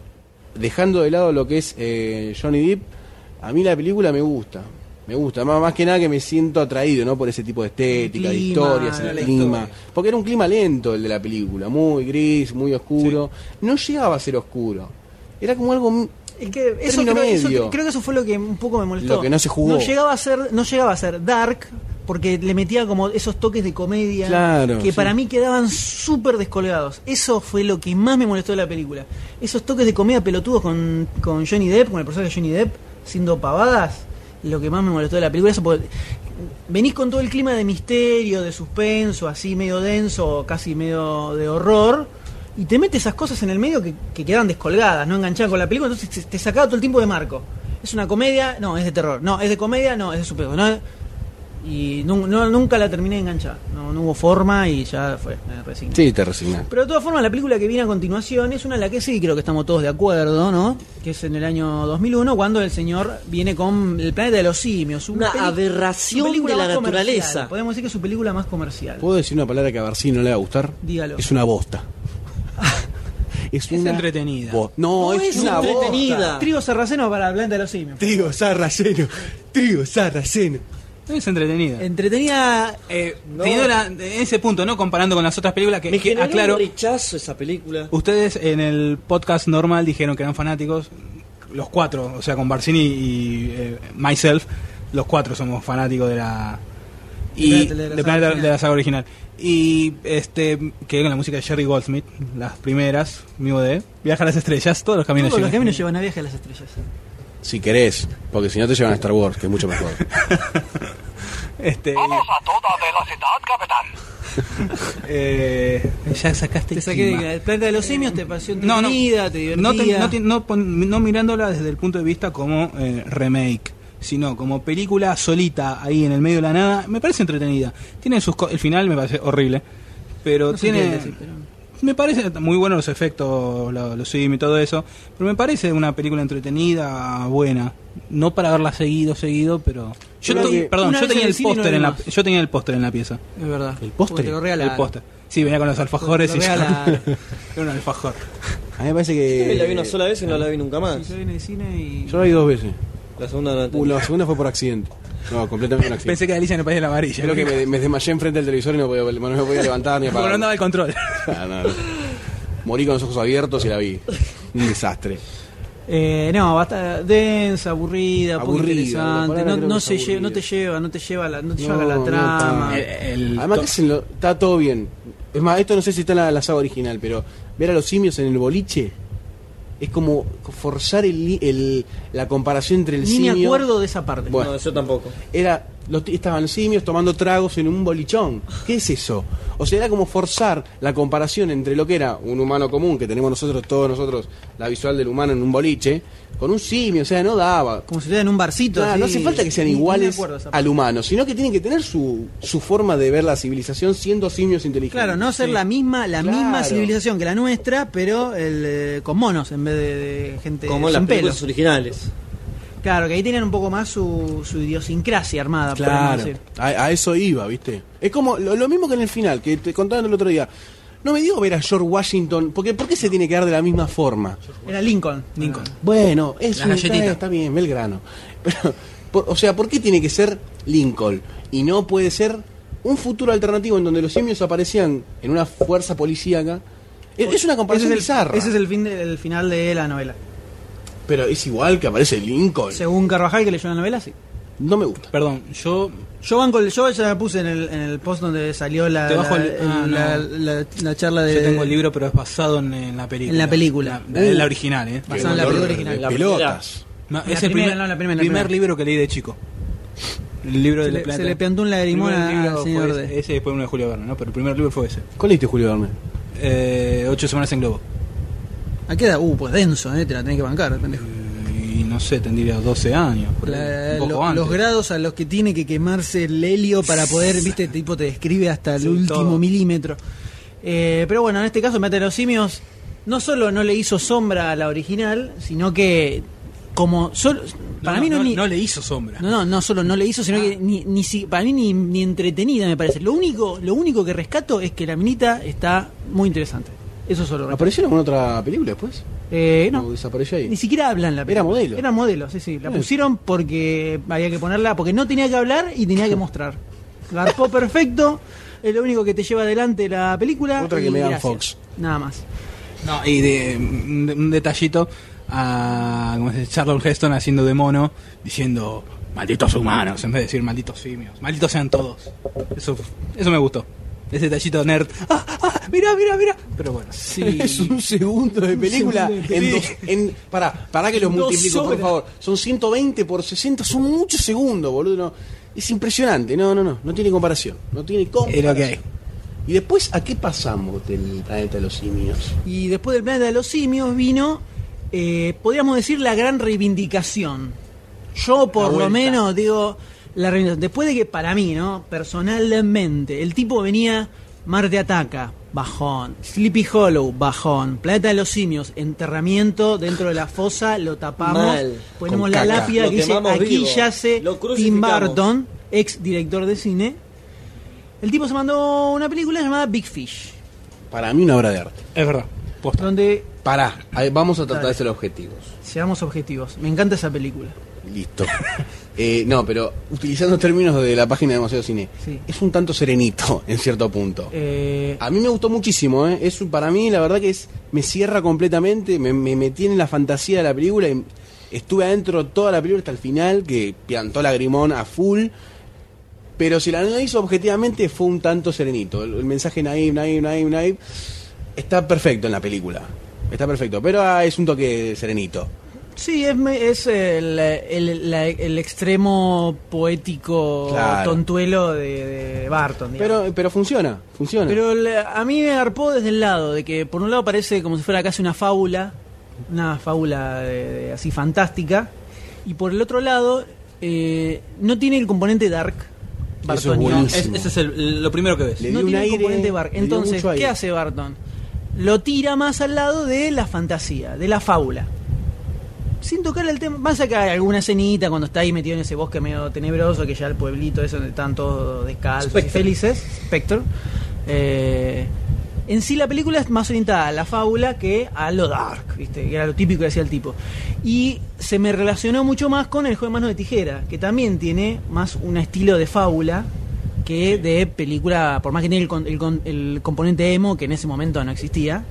Speaker 3: dejando de lado lo que es eh, Johnny Depp, a mí la película me gusta. Me gusta, más, más que nada que me siento atraído, ¿no? Por ese tipo de estética, de
Speaker 1: clima,
Speaker 3: historias, el
Speaker 1: la
Speaker 3: clima.
Speaker 5: historia.
Speaker 3: Porque era un clima lento el de la película, muy gris, muy oscuro. No llegaba a ser oscuro. Era como algo... m-
Speaker 1: Es que eso
Speaker 3: Término
Speaker 1: creo, eso-
Speaker 3: medio.
Speaker 1: creo que eso fue lo que un poco me molestó.
Speaker 3: Lo que no se jugó.
Speaker 1: No llegaba a ser, no llegaba a ser dark porque le metía como esos toques de comedia
Speaker 3: Claro,
Speaker 1: que
Speaker 3: sí.
Speaker 1: para mí quedaban súper descolgados. Eso fue lo que más me molestó de la película. Esos toques de comedia pelotudos con, con Johnny Depp, con el personaje de Johnny Depp, siendo pavadas, lo que más me molestó de la película. Eso porque venís con todo el clima de misterio, de suspenso, así medio denso, casi medio de horror, y te metes esas cosas en el medio que, que quedan descolgadas, no enganchadas con la película, entonces te, te sacaba todo el tiempo de marco. Es una comedia, no, es de terror, no, es de comedia, no, es de suspenso, no, es- y nu- no- nunca la terminé de enganchar, no, no hubo forma y ya fue, me resigné.
Speaker 3: Sí, te resignas.
Speaker 1: Pero de todas formas, la película que viene a continuación es una en la que sí creo que estamos todos de acuerdo, ¿no? Que es en el año 2001, cuando el señor viene con El planeta de los simios.
Speaker 4: Una
Speaker 1: peli- su
Speaker 4: aberración
Speaker 1: película
Speaker 4: de la
Speaker 1: más comercial.
Speaker 4: naturaleza.
Speaker 1: Podemos decir que es su película más comercial.
Speaker 3: ¿Puedo decir una palabra que a Barcí no le va a gustar?
Speaker 1: Dígalo.
Speaker 3: Es una bosta. es una
Speaker 5: entretenida.
Speaker 3: bo- no,
Speaker 4: No
Speaker 3: es,
Speaker 4: es
Speaker 3: una
Speaker 4: entretenida.
Speaker 3: bosta.
Speaker 4: Vida.
Speaker 1: Trigo sarraceno para El planeta de los simios.
Speaker 3: Trigo sarraceno. Trigo sarraceno.
Speaker 5: Es entretenida.
Speaker 1: Entretenida.
Speaker 5: Eh, teniendo la- en ese punto, ¿no? Comparando con las otras películas que,
Speaker 4: Me
Speaker 5: que,
Speaker 4: generó
Speaker 5: aclaro.
Speaker 4: un rechazo esa película.
Speaker 5: Ustedes en el podcast normal dijeron que eran fanáticos, los cuatro, o sea, con Barcini y eh, myself, los cuatro somos fanáticos de la y
Speaker 1: De la- de la
Speaker 5: de,
Speaker 1: saga
Speaker 5: Planeta-
Speaker 1: original.
Speaker 5: de la saga original. Y este que con la música de Jerry Goldsmith, las primeras, amigo de Viaja a las estrellas, todos los caminos
Speaker 1: Todos los
Speaker 5: llevan-
Speaker 1: caminos llevan a viaje a las estrellas.
Speaker 3: Si querés, porque si no te llevan a Star Wars, que es mucho mejor.
Speaker 5: Este
Speaker 9: Vamos a toda velocidad, capitán.
Speaker 5: eh, ya sacaste
Speaker 1: Te saqué
Speaker 5: encima.
Speaker 1: de El planeta de los simios, te pareció
Speaker 5: No, no.
Speaker 1: entretenida, te
Speaker 5: No, te-
Speaker 1: divertía.
Speaker 5: no te- no pon- no mirándola desde el punto de vista como eh, remake, sino como película solita ahí en el medio de la nada, me parece entretenida. Tiene sus co- el final me parece horrible, pero
Speaker 1: No se
Speaker 5: tiene
Speaker 1: entiende así, pero-
Speaker 5: me parece muy buenos los efectos, lo- los sim y todo eso, pero me parece una película entretenida, buena. No para verla seguido, seguido, pero yo,
Speaker 3: Creo
Speaker 5: to-
Speaker 3: que
Speaker 5: perdón,
Speaker 1: una
Speaker 5: yo
Speaker 1: vez en
Speaker 5: tenía
Speaker 1: el
Speaker 5: el
Speaker 1: cine no
Speaker 5: póster
Speaker 1: la
Speaker 5: en la
Speaker 1: vimos.
Speaker 5: yo tenía el póster en la pieza,
Speaker 1: Es verdad.
Speaker 3: ¿El postre?
Speaker 1: Porque Te lo regalaron.
Speaker 5: el póster. Sí, venía con los alfajores
Speaker 1: Te lo
Speaker 5: y
Speaker 1: regalaron.
Speaker 5: era un alfajor.
Speaker 3: A mí me parece que.
Speaker 4: la vi una sola vez y no la vi nunca más.
Speaker 1: Sí, yo vine de cine y...
Speaker 3: Yo la vi dos veces.
Speaker 4: La segunda no la
Speaker 3: Uh,
Speaker 4: entendí.
Speaker 3: la segunda fue por accidente. No, completamente un accidente.
Speaker 5: Pensé que Alicia en el país de la amarilla.
Speaker 3: Creo que me, me desmayé enfrente del televisor y no, podía, no me podía levantar ni
Speaker 5: Porque no
Speaker 3: apagar.
Speaker 5: andaba el control.
Speaker 3: Ah, no, no. Morí con los ojos abiertos y la vi. Un desastre.
Speaker 1: Eh, no, basta densa, aburrida, poco
Speaker 3: Aburrida, la
Speaker 1: interesante,
Speaker 3: palabra
Speaker 1: no,
Speaker 3: creo
Speaker 1: no
Speaker 3: que
Speaker 1: se
Speaker 3: es
Speaker 1: lle- no te
Speaker 3: aburrida.
Speaker 1: lleva, no te lleva la, no te
Speaker 3: No,
Speaker 1: lleva la
Speaker 3: no,
Speaker 1: trama. Eh,
Speaker 3: no.
Speaker 5: El- el-
Speaker 3: Además,
Speaker 5: to-
Speaker 3: que hacen lo- está todo bien. Es más, esto no sé si está en la, la saga original, pero ver a los simios en el boliche es como forzar el, li- el- la comparación entre el
Speaker 1: Ni
Speaker 3: simio.
Speaker 1: me acuerdo de esa parte.
Speaker 3: Bueno.
Speaker 4: No, yo tampoco.
Speaker 3: Era los ti- estaban simios tomando tragos en un bolichón. ¿Qué es eso? O sea, era como forzar la comparación entre lo que era un humano común, que tenemos nosotros, todos nosotros, la visual del humano en un boliche, con un simio, o sea, no daba.
Speaker 1: Como si estuviera en un barcito.
Speaker 3: Claro,
Speaker 1: así.
Speaker 3: no hace falta que sean
Speaker 1: Ni- ni me
Speaker 3: iguales
Speaker 1: acuerdo esa
Speaker 3: al humano, sino que tienen que tener su, su forma de ver la civilización siendo simios inteligentes.
Speaker 1: Claro, no ser la misma la
Speaker 3: Claro.
Speaker 1: misma civilización que la nuestra, pero el, eh, con monos en vez de, de gente
Speaker 4: Como en las
Speaker 1: sin pelo.
Speaker 4: películas originales.
Speaker 1: Claro, que ahí tienen un poco más su, su idiosincrasia armada,
Speaker 3: Claro,
Speaker 1: podemos decir.
Speaker 3: a, a eso iba, ¿viste? Es como lo, lo mismo que en el final, que te contaban el otro día. No me digo ver a George Washington, porque ¿por qué se tiene que dar de la misma forma?
Speaker 1: Era Lincoln.
Speaker 5: Lincoln.
Speaker 3: Bueno, es
Speaker 5: La
Speaker 3: un-
Speaker 5: galletita.
Speaker 3: está- está bien, Belgrano. Pero, por- o sea, ¿por qué tiene que ser Lincoln y no puede ser un futuro alternativo en donde los simios aparecían en una fuerza policíaca? Es, es una
Speaker 1: Ese es
Speaker 3: comparación
Speaker 1: el,
Speaker 3: bizarra.
Speaker 1: ese es el fin de- el final de la novela.
Speaker 3: Pero es igual que aparece Lincoln.
Speaker 1: Según Carvajal, que leyó la novela, sí.
Speaker 3: No me gusta.
Speaker 5: Perdón, yo
Speaker 1: Yo banco el, yo ya la puse en el, en el post donde salió la,
Speaker 5: Te bajo
Speaker 1: la,
Speaker 5: el- ah,
Speaker 1: la-
Speaker 5: no.
Speaker 1: la- la charla de
Speaker 5: yo tengo el libro, pero es basado en, en la película.
Speaker 1: Eh, En la película.
Speaker 5: La, la-
Speaker 1: Uh.
Speaker 5: la original, ¿eh?
Speaker 1: Basado en la película original.
Speaker 4: La
Speaker 3: pelotas.
Speaker 5: No,
Speaker 1: La
Speaker 5: es
Speaker 1: primera,
Speaker 5: el primer,
Speaker 1: no, la primera, la
Speaker 5: primer
Speaker 1: primera.
Speaker 5: libro que leí de chico. El libro
Speaker 1: Se
Speaker 5: de la
Speaker 1: le-
Speaker 5: plata.
Speaker 1: se le piantó un lagrimón
Speaker 5: El primer
Speaker 1: al
Speaker 5: libro
Speaker 1: señor
Speaker 5: fue ese,
Speaker 1: de-
Speaker 5: ese y después uno de Julio Verne, ¿no? Pero el primer libro fue ese.
Speaker 3: ¿Cuál leíste, este Julio Verne?
Speaker 5: Eh, ocho semanas en globo.
Speaker 1: ¿A qué edad? Uh, pues denso, eh, te la tenés que bancar, pendejo.
Speaker 5: Y no sé, tendría 12 años. por ahí,
Speaker 1: La-
Speaker 5: un poco
Speaker 1: lo-
Speaker 5: antes.
Speaker 1: los grados a los que tiene que quemarse el helio para poder, viste, tipo te describe hasta el
Speaker 5: Sí,
Speaker 1: último
Speaker 5: todo.
Speaker 1: milímetro. Eh, pero bueno, en este caso Mate los simios no solo no le hizo sombra a la original, sino que como solo para
Speaker 5: no,
Speaker 1: mí no,
Speaker 5: no,
Speaker 1: ni-
Speaker 5: no le hizo sombra.
Speaker 1: No, no, no solo no le hizo, sino que ni, ni si- para mí ni, ni entretenida me parece. Lo único, lo único que rescato es que la minita está muy interesante. Eso solo. rescato.
Speaker 3: ¿Apareció en alguna otra película después?
Speaker 1: Eh,
Speaker 3: ¿O
Speaker 1: no,
Speaker 3: desapareció ahí?
Speaker 1: ni siquiera hablan la
Speaker 3: Era modelo.
Speaker 1: Era modelo, sí, sí. La
Speaker 3: Sí.
Speaker 1: pusieron porque había que ponerla, porque no tenía que hablar y tenía que mostrar. Garpó perfecto, es lo único que te lleva adelante la película.
Speaker 3: Otra que
Speaker 1: y
Speaker 3: Megan
Speaker 1: gracias.
Speaker 3: Fox.
Speaker 1: Nada más.
Speaker 5: No, y de, un de- un detallito a como es, Charlton Heston haciendo de mono, diciendo malditos humanos, en vez de decir malditos simios, malditos sean todos. Eso, eso me gustó. Ese detallito nerd. ¡Ah, ah! ¡Mirá, mirá, mirá! Pero bueno. Sí.
Speaker 3: Es un segundo de película.
Speaker 5: segundo de
Speaker 3: en
Speaker 5: peli-
Speaker 3: dos, en, pará, pará que los
Speaker 1: Dos
Speaker 3: multiplico, por
Speaker 1: horas.
Speaker 3: favor. Son 120 por 60, son muchos segundos, boludo. no. Es impresionante. No, no, no. No tiene comparación. No tiene
Speaker 5: Es
Speaker 3: comparación.
Speaker 5: lo que hay.
Speaker 3: ¿Y después a qué pasamos del planeta de los simios?
Speaker 1: Y después del planeta de los simios vino, eh, podríamos decir, la gran reivindicación. Yo, por lo
Speaker 3: vuelta.
Speaker 1: menos, digo, la reivindicación. Después de que, para mí, ¿no? Personalmente, el tipo venía Marte Ataca, bajón. Sleepy Hollow, bajón. Planeta de los simios, enterramiento dentro de la fosa, lo tapamos.
Speaker 4: Mal.
Speaker 1: Ponemos
Speaker 3: Con
Speaker 1: la
Speaker 3: caca.
Speaker 1: lápida
Speaker 4: Lo
Speaker 1: que dice:
Speaker 4: quemamos
Speaker 1: aquí
Speaker 4: vivo.
Speaker 1: yace
Speaker 4: Lo
Speaker 1: Tim
Speaker 4: crucificamos".
Speaker 1: Burton, ex director de cine. El tipo se mandó una película llamada Big Fish,
Speaker 3: Para mí, una obra de arte.
Speaker 5: Es verdad. Posta.
Speaker 1: donde
Speaker 3: Pará, ahí vamos a tratar
Speaker 1: Dale.
Speaker 3: de ser objetivos.
Speaker 1: Seamos objetivos. Me encanta esa película.
Speaker 3: Listo. Eh, no, pero utilizando términos de la página de Museo Cine,
Speaker 1: Sí.
Speaker 3: es un tanto serenito en cierto punto.
Speaker 1: Eh,
Speaker 3: A mí me gustó muchísimo, ¿eh? Es, un- para mí la verdad que es me cierra completamente, me, me metí en la fantasía de la película y estuve adentro toda la película hasta el final, que piantó lagrimón a full. Pero si la analizo objetivamente fue un tanto serenito. El, el mensaje naive, naive, naive, naive está perfecto en la película. Está perfecto, pero ah, es un toque serenito.
Speaker 1: sí, es, me- es el, el- la- el extremo poético
Speaker 3: Claro.
Speaker 1: tontuelo de, de Barton. digamos.
Speaker 3: Pero pero funciona, funciona.
Speaker 1: Pero el- a mí me arpó desde el lado de que, por un lado, parece como si fuera casi una fábula, una fábula de- de- así fantástica, y por el otro lado, eh, no tiene el componente dark.
Speaker 3: Eso es
Speaker 1: bartoniano.
Speaker 5: No, es-
Speaker 3: buenísimo.
Speaker 5: ese es el- lo primero que ves.
Speaker 3: Le
Speaker 1: no
Speaker 3: dio un
Speaker 1: tiene
Speaker 3: aire,
Speaker 1: componente Barton.
Speaker 3: le dio
Speaker 1: Entonces,
Speaker 3: mucho aire.
Speaker 1: ¿qué hace Barton? Lo tira más al lado de la fantasía, de la fábula. Sin tocar el tema, más acá hay alguna escenita cuando está ahí metido en ese bosque medio tenebroso, que ya el pueblito es donde están todos descalzos y
Speaker 4: Spectre.
Speaker 1: felices, Spectre. Eh, en sí la película es más orientada a la fábula que a lo dark, ¿viste? que era lo típico que hacía el tipo. Y se me relacionó mucho más con el juego de manos de tijera, que también tiene más un estilo de fábula que de película, por más que tiene el, con- el con- el componente emo, que en ese momento no existía.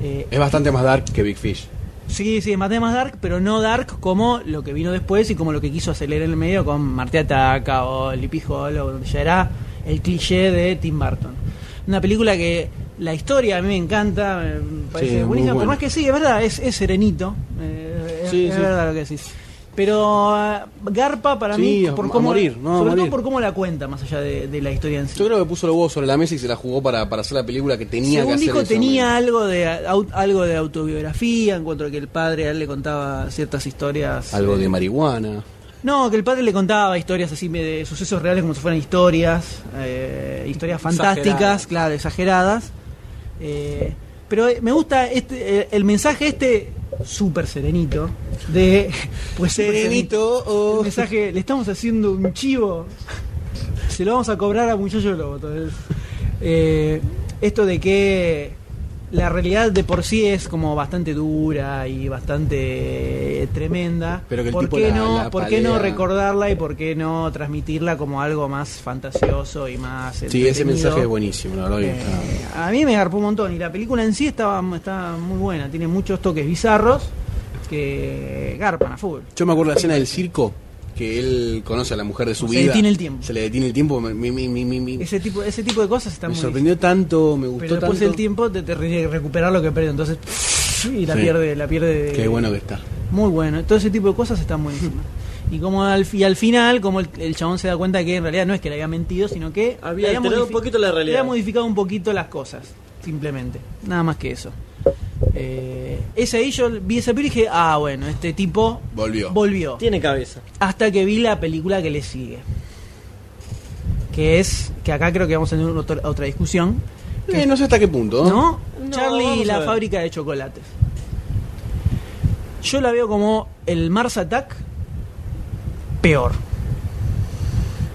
Speaker 1: Eh,
Speaker 3: Es bastante más dark que Big Fish.
Speaker 1: Sí, sí, Marte más Dark, pero no Dark como lo que vino después y como lo que quiso acelerar en el medio con Marte Ataca o Lippy Hollow, donde ya era el cliché de Tim Burton. Una película que la historia a mí me encanta, me parece
Speaker 3: muy
Speaker 1: buenísima, por
Speaker 3: buena.
Speaker 1: más que sí, es verdad, es, es serenito, eh, es,
Speaker 3: Sí,
Speaker 1: es
Speaker 3: sí.
Speaker 1: verdad lo que decís. Pero ah, Garpa para
Speaker 2: Sí,
Speaker 1: mí,
Speaker 2: a-
Speaker 1: por
Speaker 2: a
Speaker 1: cómo,
Speaker 2: morir, no, a
Speaker 1: sobre
Speaker 2: morir.
Speaker 1: todo por cómo la cuenta, más allá de, de la historia en sí.
Speaker 3: Yo creo que puso los huevos sobre la mesa y se la jugó para, para hacer la película que tenía
Speaker 1: Según
Speaker 3: que hacer.
Speaker 1: dijo,
Speaker 3: en ese
Speaker 1: tenía
Speaker 3: momento.
Speaker 1: algo de, au- algo de autobiografía, en cuanto a que el padre a él le contaba ciertas historias.
Speaker 3: Algo de marihuana.
Speaker 1: No, que el padre le contaba historias así de sucesos reales como si fueran historias, eh, historias fantásticas,
Speaker 5: Exageradas.
Speaker 1: claro, exageradas. Eh, pero eh, me gusta este, eh, el mensaje este súper serenito de pues
Speaker 2: Serenito, oh.
Speaker 1: El mensaje le estamos haciendo un chivo. Se lo vamos a cobrar a Muchacho Lobo. entonces. Eh, esto de que la realidad de por sí es como bastante dura y bastante eh, tremenda.
Speaker 3: Pero que el
Speaker 1: ¿Por
Speaker 3: tipo
Speaker 1: qué
Speaker 3: la-
Speaker 1: no,
Speaker 3: la
Speaker 1: por qué no
Speaker 3: palea.
Speaker 1: recordarla y por qué no transmitirla como algo más fantasioso y más
Speaker 3: Sí, ese
Speaker 1: entretenido?
Speaker 3: mensaje es buenísimo, la verdad. que
Speaker 1: Eh,
Speaker 3: está-
Speaker 1: a mí me agarpó un montón y la película en sí estaba, estaba muy buena, tiene muchos toques bizarros que garpan a fútbol.
Speaker 3: Yo me acuerdo la escena del circo, que él conoce a la mujer de su
Speaker 1: Se
Speaker 3: vida.
Speaker 1: detiene el tiempo.
Speaker 3: Se le detiene el tiempo. Me, me- me- me- me-
Speaker 1: Ese tipo, ese tipo de cosas están
Speaker 3: me
Speaker 1: muy
Speaker 3: sorprendió tanto, me gustó
Speaker 1: Pero después
Speaker 3: tanto.
Speaker 1: el tiempo te, te re- recuperar lo que perdió, entonces y la
Speaker 3: Sí.
Speaker 1: pierde, la pierde
Speaker 3: Qué bueno que está.
Speaker 1: Muy bueno, todo ese tipo de cosas están buenísimas. Y como al, fi- y al final, como el, el chabón se da cuenta que en realidad no es que le había mentido, sino que
Speaker 4: Había
Speaker 1: le
Speaker 4: alterado
Speaker 1: modifi-
Speaker 4: un poquito la realidad.
Speaker 1: le había modificado un poquito las cosas, simplemente. Nada más que eso. Eh, ese ahí yo vi esa película y dije, ah, bueno, este tipo
Speaker 3: Volvió.
Speaker 1: volvió.
Speaker 4: Tiene cabeza.
Speaker 1: Hasta que vi la película que le sigue. Que es, que acá creo que vamos a tener otro- otra discusión.
Speaker 3: Eh, no sé hasta qué punto.
Speaker 1: ¿No?
Speaker 4: No,
Speaker 1: Charlie y
Speaker 4: vamos a
Speaker 1: la
Speaker 4: ver.
Speaker 1: fábrica de chocolates. Yo la veo como el Mars Attack peor.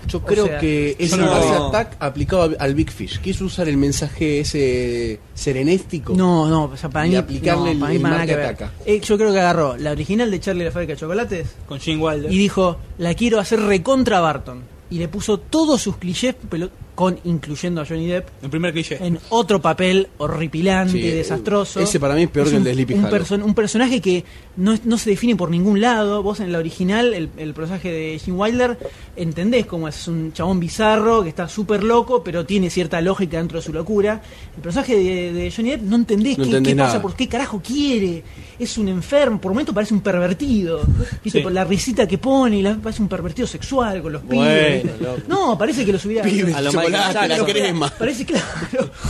Speaker 3: Yo creo
Speaker 1: sea,
Speaker 3: que es
Speaker 4: yo
Speaker 3: un
Speaker 4: no-
Speaker 3: base attack aplicado a- al Big Fish. Quiso usar el mensaje ese serenéstico.
Speaker 1: No, no, o sea, para
Speaker 3: Y
Speaker 1: mí.
Speaker 3: aplicarle
Speaker 1: no,
Speaker 3: el-
Speaker 1: para mí
Speaker 3: el
Speaker 1: nada
Speaker 3: Mars
Speaker 1: que ver.
Speaker 3: Attack.
Speaker 1: Eh, yo creo que agarró la original de Charlie y la fábrica de chocolates
Speaker 5: Con Gene Wilder.
Speaker 1: y dijo: La quiero hacer recontra Barton. Y le puso todos sus clichés, pelo- con, incluyendo a Johnny Depp,
Speaker 5: El primer cliché.
Speaker 1: en otro papel horripilante,
Speaker 3: Sí,
Speaker 1: desastroso.
Speaker 3: ese para mí es peor que el
Speaker 1: un-
Speaker 3: de Sleepy
Speaker 1: un,
Speaker 3: Hollow.
Speaker 1: perso- un personaje que no, es- no se define por ningún lado. Vos en la original, el, el personaje de Jim Wilder, entendés cómo es, es un chabón bizarro que está súper loco, pero tiene cierta lógica dentro de su locura. El personaje de, de Johnny Depp no entendés,
Speaker 3: No
Speaker 1: qué,
Speaker 3: entendés
Speaker 1: qué pasa,
Speaker 3: nada.
Speaker 1: por qué carajo quiere. Es un enfermo, por momentos parece un pervertido. ¿viste?
Speaker 5: Sí.
Speaker 1: Por la risita que pone, la- parece un pervertido sexual con los pibes. ¿viste? No, parece que los hubiera.
Speaker 3: Pibes,
Speaker 4: A lo
Speaker 3: chocolate,
Speaker 4: Michael
Speaker 3: la
Speaker 4: Jackson.
Speaker 3: crema.
Speaker 1: Parece claro,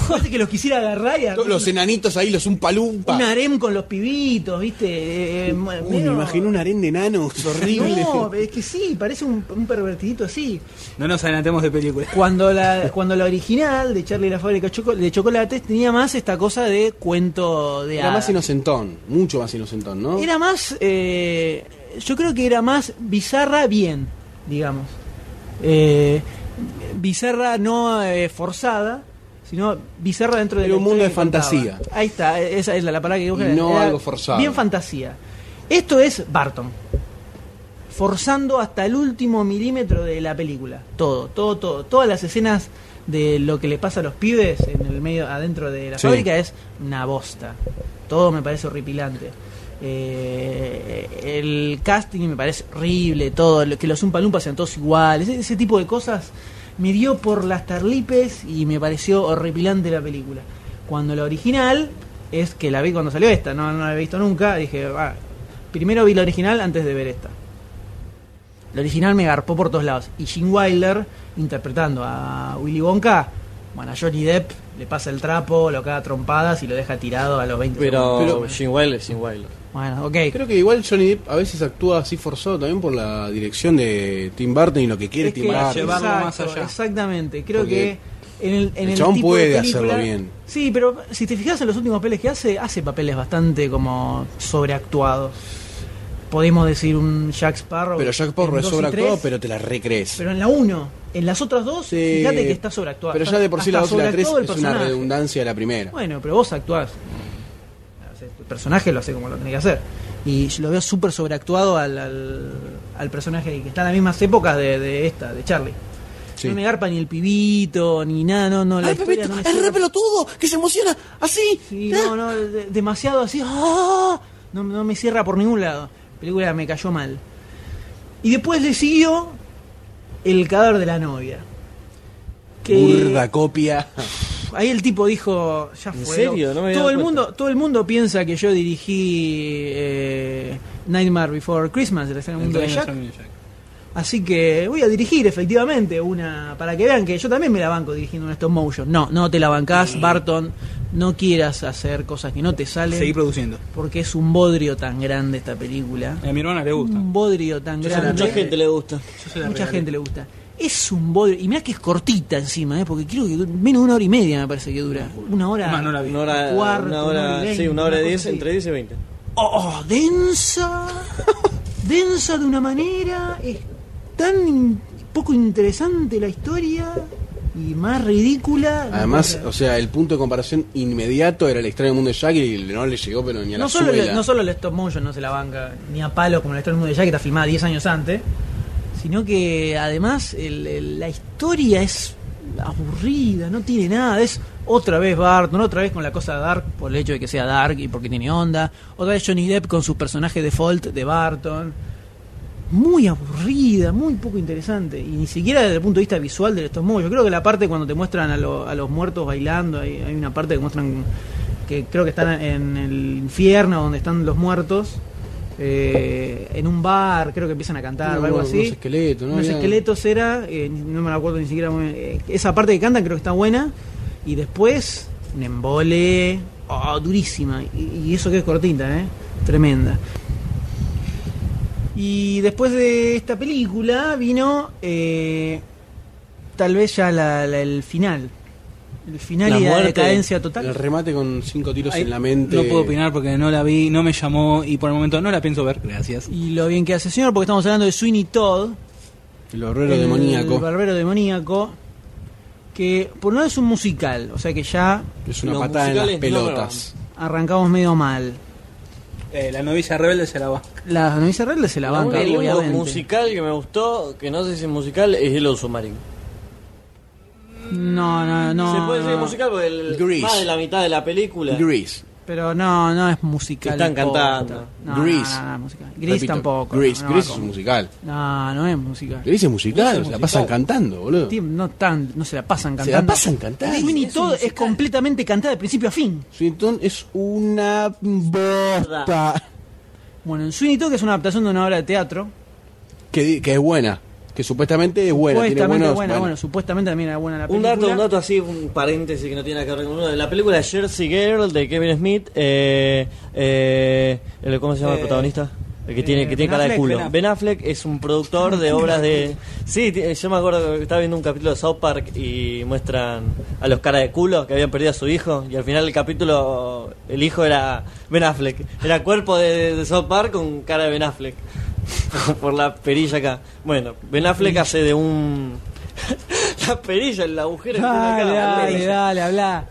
Speaker 1: parece que los quisiera agarrar y
Speaker 3: Todos los enanitos ahí, los umpalumpa.
Speaker 1: un harem con los pibitos, ¿viste? Eh, eh,
Speaker 3: Uy, me
Speaker 1: medio-
Speaker 3: imagino un harén de enanos horrible.
Speaker 1: No, es que sí, parece un, un pervertidito así.
Speaker 5: No nos adelantemos de película.
Speaker 1: Cuando la, cuando la original de Charlie y la fábrica de choco- de chocolates tenía más esta cosa de cuento de
Speaker 3: Era
Speaker 1: hadas.
Speaker 3: más inocentón, mucho más inocentón, ¿no?
Speaker 1: Era más, eh, yo creo que era más bizarra bien, digamos. Eh, bizarra no eh, forzada, sino bizarra dentro de
Speaker 3: Era
Speaker 1: la
Speaker 3: un mundo
Speaker 1: historia
Speaker 3: de
Speaker 1: que contaba.
Speaker 3: fantasía.
Speaker 1: Ahí está, esa es la, la palabra que buscaba.
Speaker 3: Y no
Speaker 1: Era
Speaker 3: algo forzado.
Speaker 1: Bien fantasía. Esto es Barton. Forzando hasta el último milímetro de la película. Todo, todo, todo. Todas las escenas de lo que le pasa a los pibes en el medio, adentro de la
Speaker 3: Sí.
Speaker 1: fábrica es una bosta. Todo me parece horripilante. Eh, el casting me parece horrible, todo, lo- que los umpalumpas sean todos iguales, ese, ese tipo de cosas me dio por las tarlipes y me pareció horripilante la película. Cuando la original es que la vi cuando salió esta, no, no la había visto nunca, dije, "Ah, primero vi la original antes de ver esta. La original me garpó por todos lados. Y Gene Wilder, interpretando a Willy Wonka, bueno, a Johnny Depp le pasa el trapo, lo caga a trompadas y lo deja tirado a los 20
Speaker 4: Pero,
Speaker 1: segundos.
Speaker 4: pero Gene Wilder, Gene Wilder.
Speaker 1: Bueno, ok.
Speaker 3: Creo que igual Johnny Depp a veces actúa así forzado también por la dirección de Tim Burton y lo que quiere
Speaker 1: Es
Speaker 3: Tim
Speaker 1: que-
Speaker 5: para
Speaker 3: Burton.
Speaker 5: llevarlo más allá.
Speaker 1: Exactamente. Creo
Speaker 3: Porque
Speaker 1: que en el, en
Speaker 3: el
Speaker 1: el
Speaker 3: chabón
Speaker 1: tipo
Speaker 3: puede
Speaker 1: de
Speaker 3: hacerlo
Speaker 1: película-
Speaker 3: bien.
Speaker 1: Sí, pero si te fijas en los últimos papeles que hace, hace papeles bastante como sobreactuados. Podemos decir un Jack Sparrow.
Speaker 3: Pero Jack Porro
Speaker 1: en
Speaker 3: es
Speaker 1: dos y
Speaker 3: sobreactuado,
Speaker 1: tres,
Speaker 3: pero te la recrees.
Speaker 1: pero en la 1, en las otras dos,
Speaker 3: Sí.
Speaker 1: fíjate que está sobreactuado.
Speaker 3: Pero
Speaker 1: Está-
Speaker 3: ya de por sí la
Speaker 1: hasta
Speaker 3: 2 y la 3
Speaker 1: sobreactuado el
Speaker 3: es una
Speaker 1: personaje.
Speaker 3: redundancia de la primera.
Speaker 1: Bueno, pero vos actuás. Haces Tu personaje lo hace como lo tenés que hacer. Y yo lo veo súper sobreactuado al, al, al personaje que está en las mismas épocas de, de esta, de Charlie.
Speaker 3: Sí.
Speaker 1: No me garpa ni el pibito, ni nada, no, no. La historia no me cierra.
Speaker 3: pelotudo! ¡Que se emociona! ¡Así!
Speaker 1: Sí, no, no, de- demasiado así. ¡ah! No, no me cierra por ningún lado. La película me cayó mal. Y después le siguió El cadáver de la novia. Que-
Speaker 3: Burda copia.
Speaker 1: Ahí el tipo dijo, ya
Speaker 4: ¿En
Speaker 1: fue.
Speaker 4: serio? No me había
Speaker 1: todo
Speaker 4: dado
Speaker 1: el
Speaker 4: cuenta.
Speaker 1: mundo, todo el mundo piensa que yo dirigí eh, Nightmare Before Christmas, el extraño mundo de
Speaker 5: Extraño
Speaker 1: Jack.
Speaker 5: extraño de Jack.
Speaker 1: Así que voy a dirigir efectivamente una. Para que vean que yo también me la banco dirigiendo una stop motion. No, no te la bancás, Barton. No quieras hacer cosas que no te salen.
Speaker 5: Seguí produciendo.
Speaker 1: porque es un bodrio tan grande esta película.
Speaker 5: A mi hermana le gusta.
Speaker 1: Un bodrio tan
Speaker 5: se la
Speaker 1: grande.
Speaker 4: Mucha gente le gusta.
Speaker 5: Yo se la
Speaker 1: Mucha
Speaker 5: regalé.
Speaker 1: gente le gusta. Es un bodrio. Y mirá que es cortita encima, ¿eh? porque creo que du- menos de una hora y media me parece que dura. Una hora.
Speaker 5: Más, no la vi.
Speaker 4: Una hora,
Speaker 1: Cuarto,
Speaker 4: una
Speaker 1: una hora y
Speaker 4: hora, sí, una hora
Speaker 1: veinte,
Speaker 4: diez,
Speaker 1: una cosa
Speaker 4: entre
Speaker 1: así.
Speaker 4: 10 y 20.
Speaker 1: Oh, oh, densa. densa de una manera. Es tan in- poco interesante la historia. Y más ridícula. No
Speaker 3: Además,
Speaker 1: puedo
Speaker 3: o
Speaker 1: creer.
Speaker 3: sea, el punto de comparación inmediato era el extraño mundo de Jack y no le llegó, pero ni a la
Speaker 1: no solo,
Speaker 3: suela.
Speaker 1: el, no solo el stop motion no se la banca ni a palo como el Stone Moon de Jack que está filmada 10 años antes, sino que además el- el- la historia es aburrida, no tiene nada, es otra vez Barton, otra vez con la cosa Dark por el hecho de que sea Dark y porque tiene onda, otra vez Johnny Depp con su personaje default de Barton. Muy aburrida, muy poco interesante, y ni siquiera desde el punto de vista visual del stop motion. Creo que la parte cuando te muestran a, lo- a los muertos bailando, hay, hay una parte que muestran que creo que están en el infierno donde están los muertos eh, en un bar creo que empiezan a cantar o algo
Speaker 3: Unos-
Speaker 1: así
Speaker 3: unos esqueletos, ¿no?
Speaker 1: unos
Speaker 3: Había-
Speaker 1: esqueletos era eh, no me acuerdo ni siquiera muy- eh, esa parte que cantan creo que está buena y después un embole oh, durísima y, y eso que es cortita eh tremenda y después de esta película vino eh, tal vez ya la- la- el final el final
Speaker 4: La
Speaker 1: y la
Speaker 4: muerte.
Speaker 1: decadencia total
Speaker 3: El remate con cinco tiros
Speaker 5: Ahí
Speaker 3: en la mente.
Speaker 5: No puedo opinar porque no la vi, no me llamó y por el momento no la pienso ver. Gracias.
Speaker 1: Y lo bien que hace el señor, porque estamos hablando de Sweeney Todd.
Speaker 3: El barbero
Speaker 1: el
Speaker 3: demoníaco.
Speaker 1: barbero demoníaco. Que por un lado es un musical, o sea que ya
Speaker 3: Es una
Speaker 4: Los
Speaker 3: patada en las
Speaker 4: musicales no me
Speaker 3: pelotas.
Speaker 1: arrancamos medio mal.
Speaker 5: Eh, la novicia rebelde se la va.
Speaker 1: La novicia Rebelde se la banca,
Speaker 4: el único
Speaker 1: obviamente.
Speaker 4: musical que me gustó, que no sé si es musical, es Yellow Submarine.
Speaker 1: No, no, no.
Speaker 4: Se puede decir
Speaker 1: no.
Speaker 4: musical porque el-
Speaker 3: Grease.
Speaker 4: más de la mitad de la película.
Speaker 3: Grease.
Speaker 1: Pero no, no es musical.
Speaker 4: Están
Speaker 1: posta.
Speaker 4: cantando.
Speaker 1: No, no,
Speaker 3: Grease.
Speaker 1: no, no es musical. Gris
Speaker 3: Repito,
Speaker 1: tampoco.
Speaker 3: Grease,
Speaker 1: no,
Speaker 3: Grease
Speaker 1: no,
Speaker 3: es un musical.
Speaker 1: No, no es musical.
Speaker 3: Grease es musical, se la pasan cantando, boludo.
Speaker 1: Tim, No, tan, no se la pasan
Speaker 3: Se
Speaker 1: cantando.
Speaker 3: la pasan cantando.
Speaker 1: Sweeney Todd es completamente cantada de principio a fin.
Speaker 3: Swinton es una bosta.
Speaker 1: Bueno, en Sweeney Todd, que es una adaptación de una obra de teatro.
Speaker 3: Que, di- que es buena. Que supuestamente es buena. Tiene
Speaker 1: supuestamente
Speaker 3: buenos,
Speaker 1: buena,
Speaker 3: bueno.
Speaker 1: bueno, supuestamente también era buena la
Speaker 4: Un
Speaker 1: película.
Speaker 4: dato, un dato así, un paréntesis que no tiene nada que ver con uno. La película Jersey Girl de Kevin Smith, eh, eh, el- ¿cómo se llama el
Speaker 1: Eh,
Speaker 4: protagonista? El que
Speaker 1: eh,
Speaker 4: tiene, que tiene
Speaker 1: Ben
Speaker 4: cara de
Speaker 1: Affleck,
Speaker 4: culo.
Speaker 1: Ben Affleck.
Speaker 4: Ben Affleck es un productor de obras de... Sí, ti- eh, yo me acuerdo que estaba viendo un capítulo de South Park y muestran a los cara de culo que habían perdido a su hijo y al final del capítulo el hijo era Ben Affleck. Era cuerpo de, de South Park con cara de Ben Affleck. Por la perilla acá. Bueno, Ben Affleck hace de un... la perilla, el agujero. en una
Speaker 1: Dale,
Speaker 4: cara, la
Speaker 1: dale,
Speaker 4: perilla.
Speaker 1: dale, habla.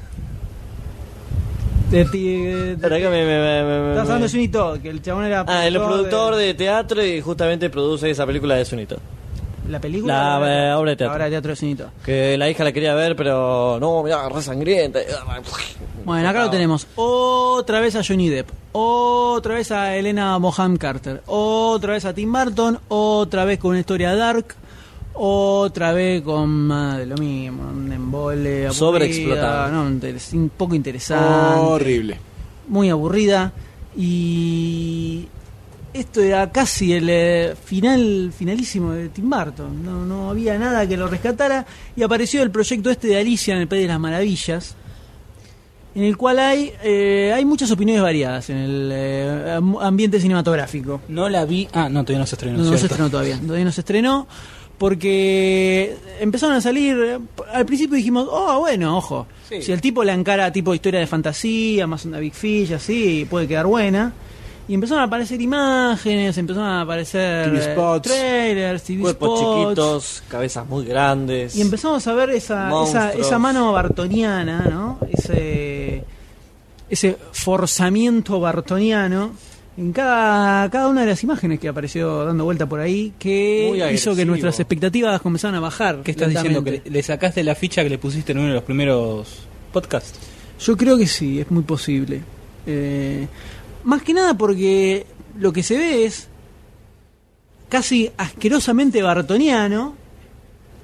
Speaker 1: Te- te- te-
Speaker 4: Espera, que me- me- me- me- me-
Speaker 1: Estás hablando de Sweeney Todd, que el chabón era.
Speaker 4: Ah, el productor de... teatro y justamente produce esa película de Sunito.
Speaker 1: La película.
Speaker 4: La,
Speaker 1: o
Speaker 4: eh, obra de teatro.
Speaker 1: La obra de teatro de Sweeney Todd.
Speaker 4: Que la hija la quería ver, pero no, mira, re sangrienta.
Speaker 1: Bueno, acá lo tenemos. Otra vez a Johnny Depp. Otra vez a Elena Moham Carter. Otra vez a Tim Burton. Otra vez con una historia dark. Otra vez con más de lo mismo. Un embole. aburrida,
Speaker 4: Sobreexplotado.
Speaker 1: No, interes- un poco interesante.
Speaker 3: Horrible.
Speaker 1: Muy aburrida. Y. Esto era casi el eh, final finalísimo de Tim Burton. No, no había nada que lo rescatara. Y apareció el proyecto este de Alicia en el País de las Maravillas en el cual hay eh, hay muchas opiniones variadas en el eh, am- ambiente cinematográfico.
Speaker 5: No la vi. Ah, no, todavía no se estrenó.
Speaker 1: No, no se
Speaker 5: ¿cierto?
Speaker 1: estrenó todavía, todavía no se estrenó porque empezaron a salir, eh, al principio dijimos, oh, bueno, ojo,
Speaker 5: Sí.
Speaker 1: si el tipo la encara tipo historia de fantasía, más una Big Fish, así, puede quedar buena. Y empezaron a aparecer imágenes, empezaron a aparecer
Speaker 3: TV
Speaker 1: eh,
Speaker 3: spots.
Speaker 1: trailers, TV
Speaker 4: Cuerpos
Speaker 1: spots.
Speaker 4: chiquitos, cabezas muy grandes.
Speaker 1: Y empezamos a ver esa, esa,
Speaker 4: Monstruos.
Speaker 1: esa mano bartoniana, ¿no? Ese, ese forzamiento bartoniano en cada, cada una de las imágenes que apareció dando vuelta por ahí,
Speaker 4: Muy
Speaker 1: que hizo
Speaker 4: agresivo.
Speaker 1: que nuestras expectativas comenzaron a bajar.
Speaker 5: ¿Qué estás diciendo?
Speaker 1: lentamente.
Speaker 5: ¿Que le sacaste la ficha que le pusiste en uno de los primeros podcasts?
Speaker 1: Yo creo que sí, es muy posible. Eh, más que nada porque lo que se ve es casi asquerosamente bartoniano.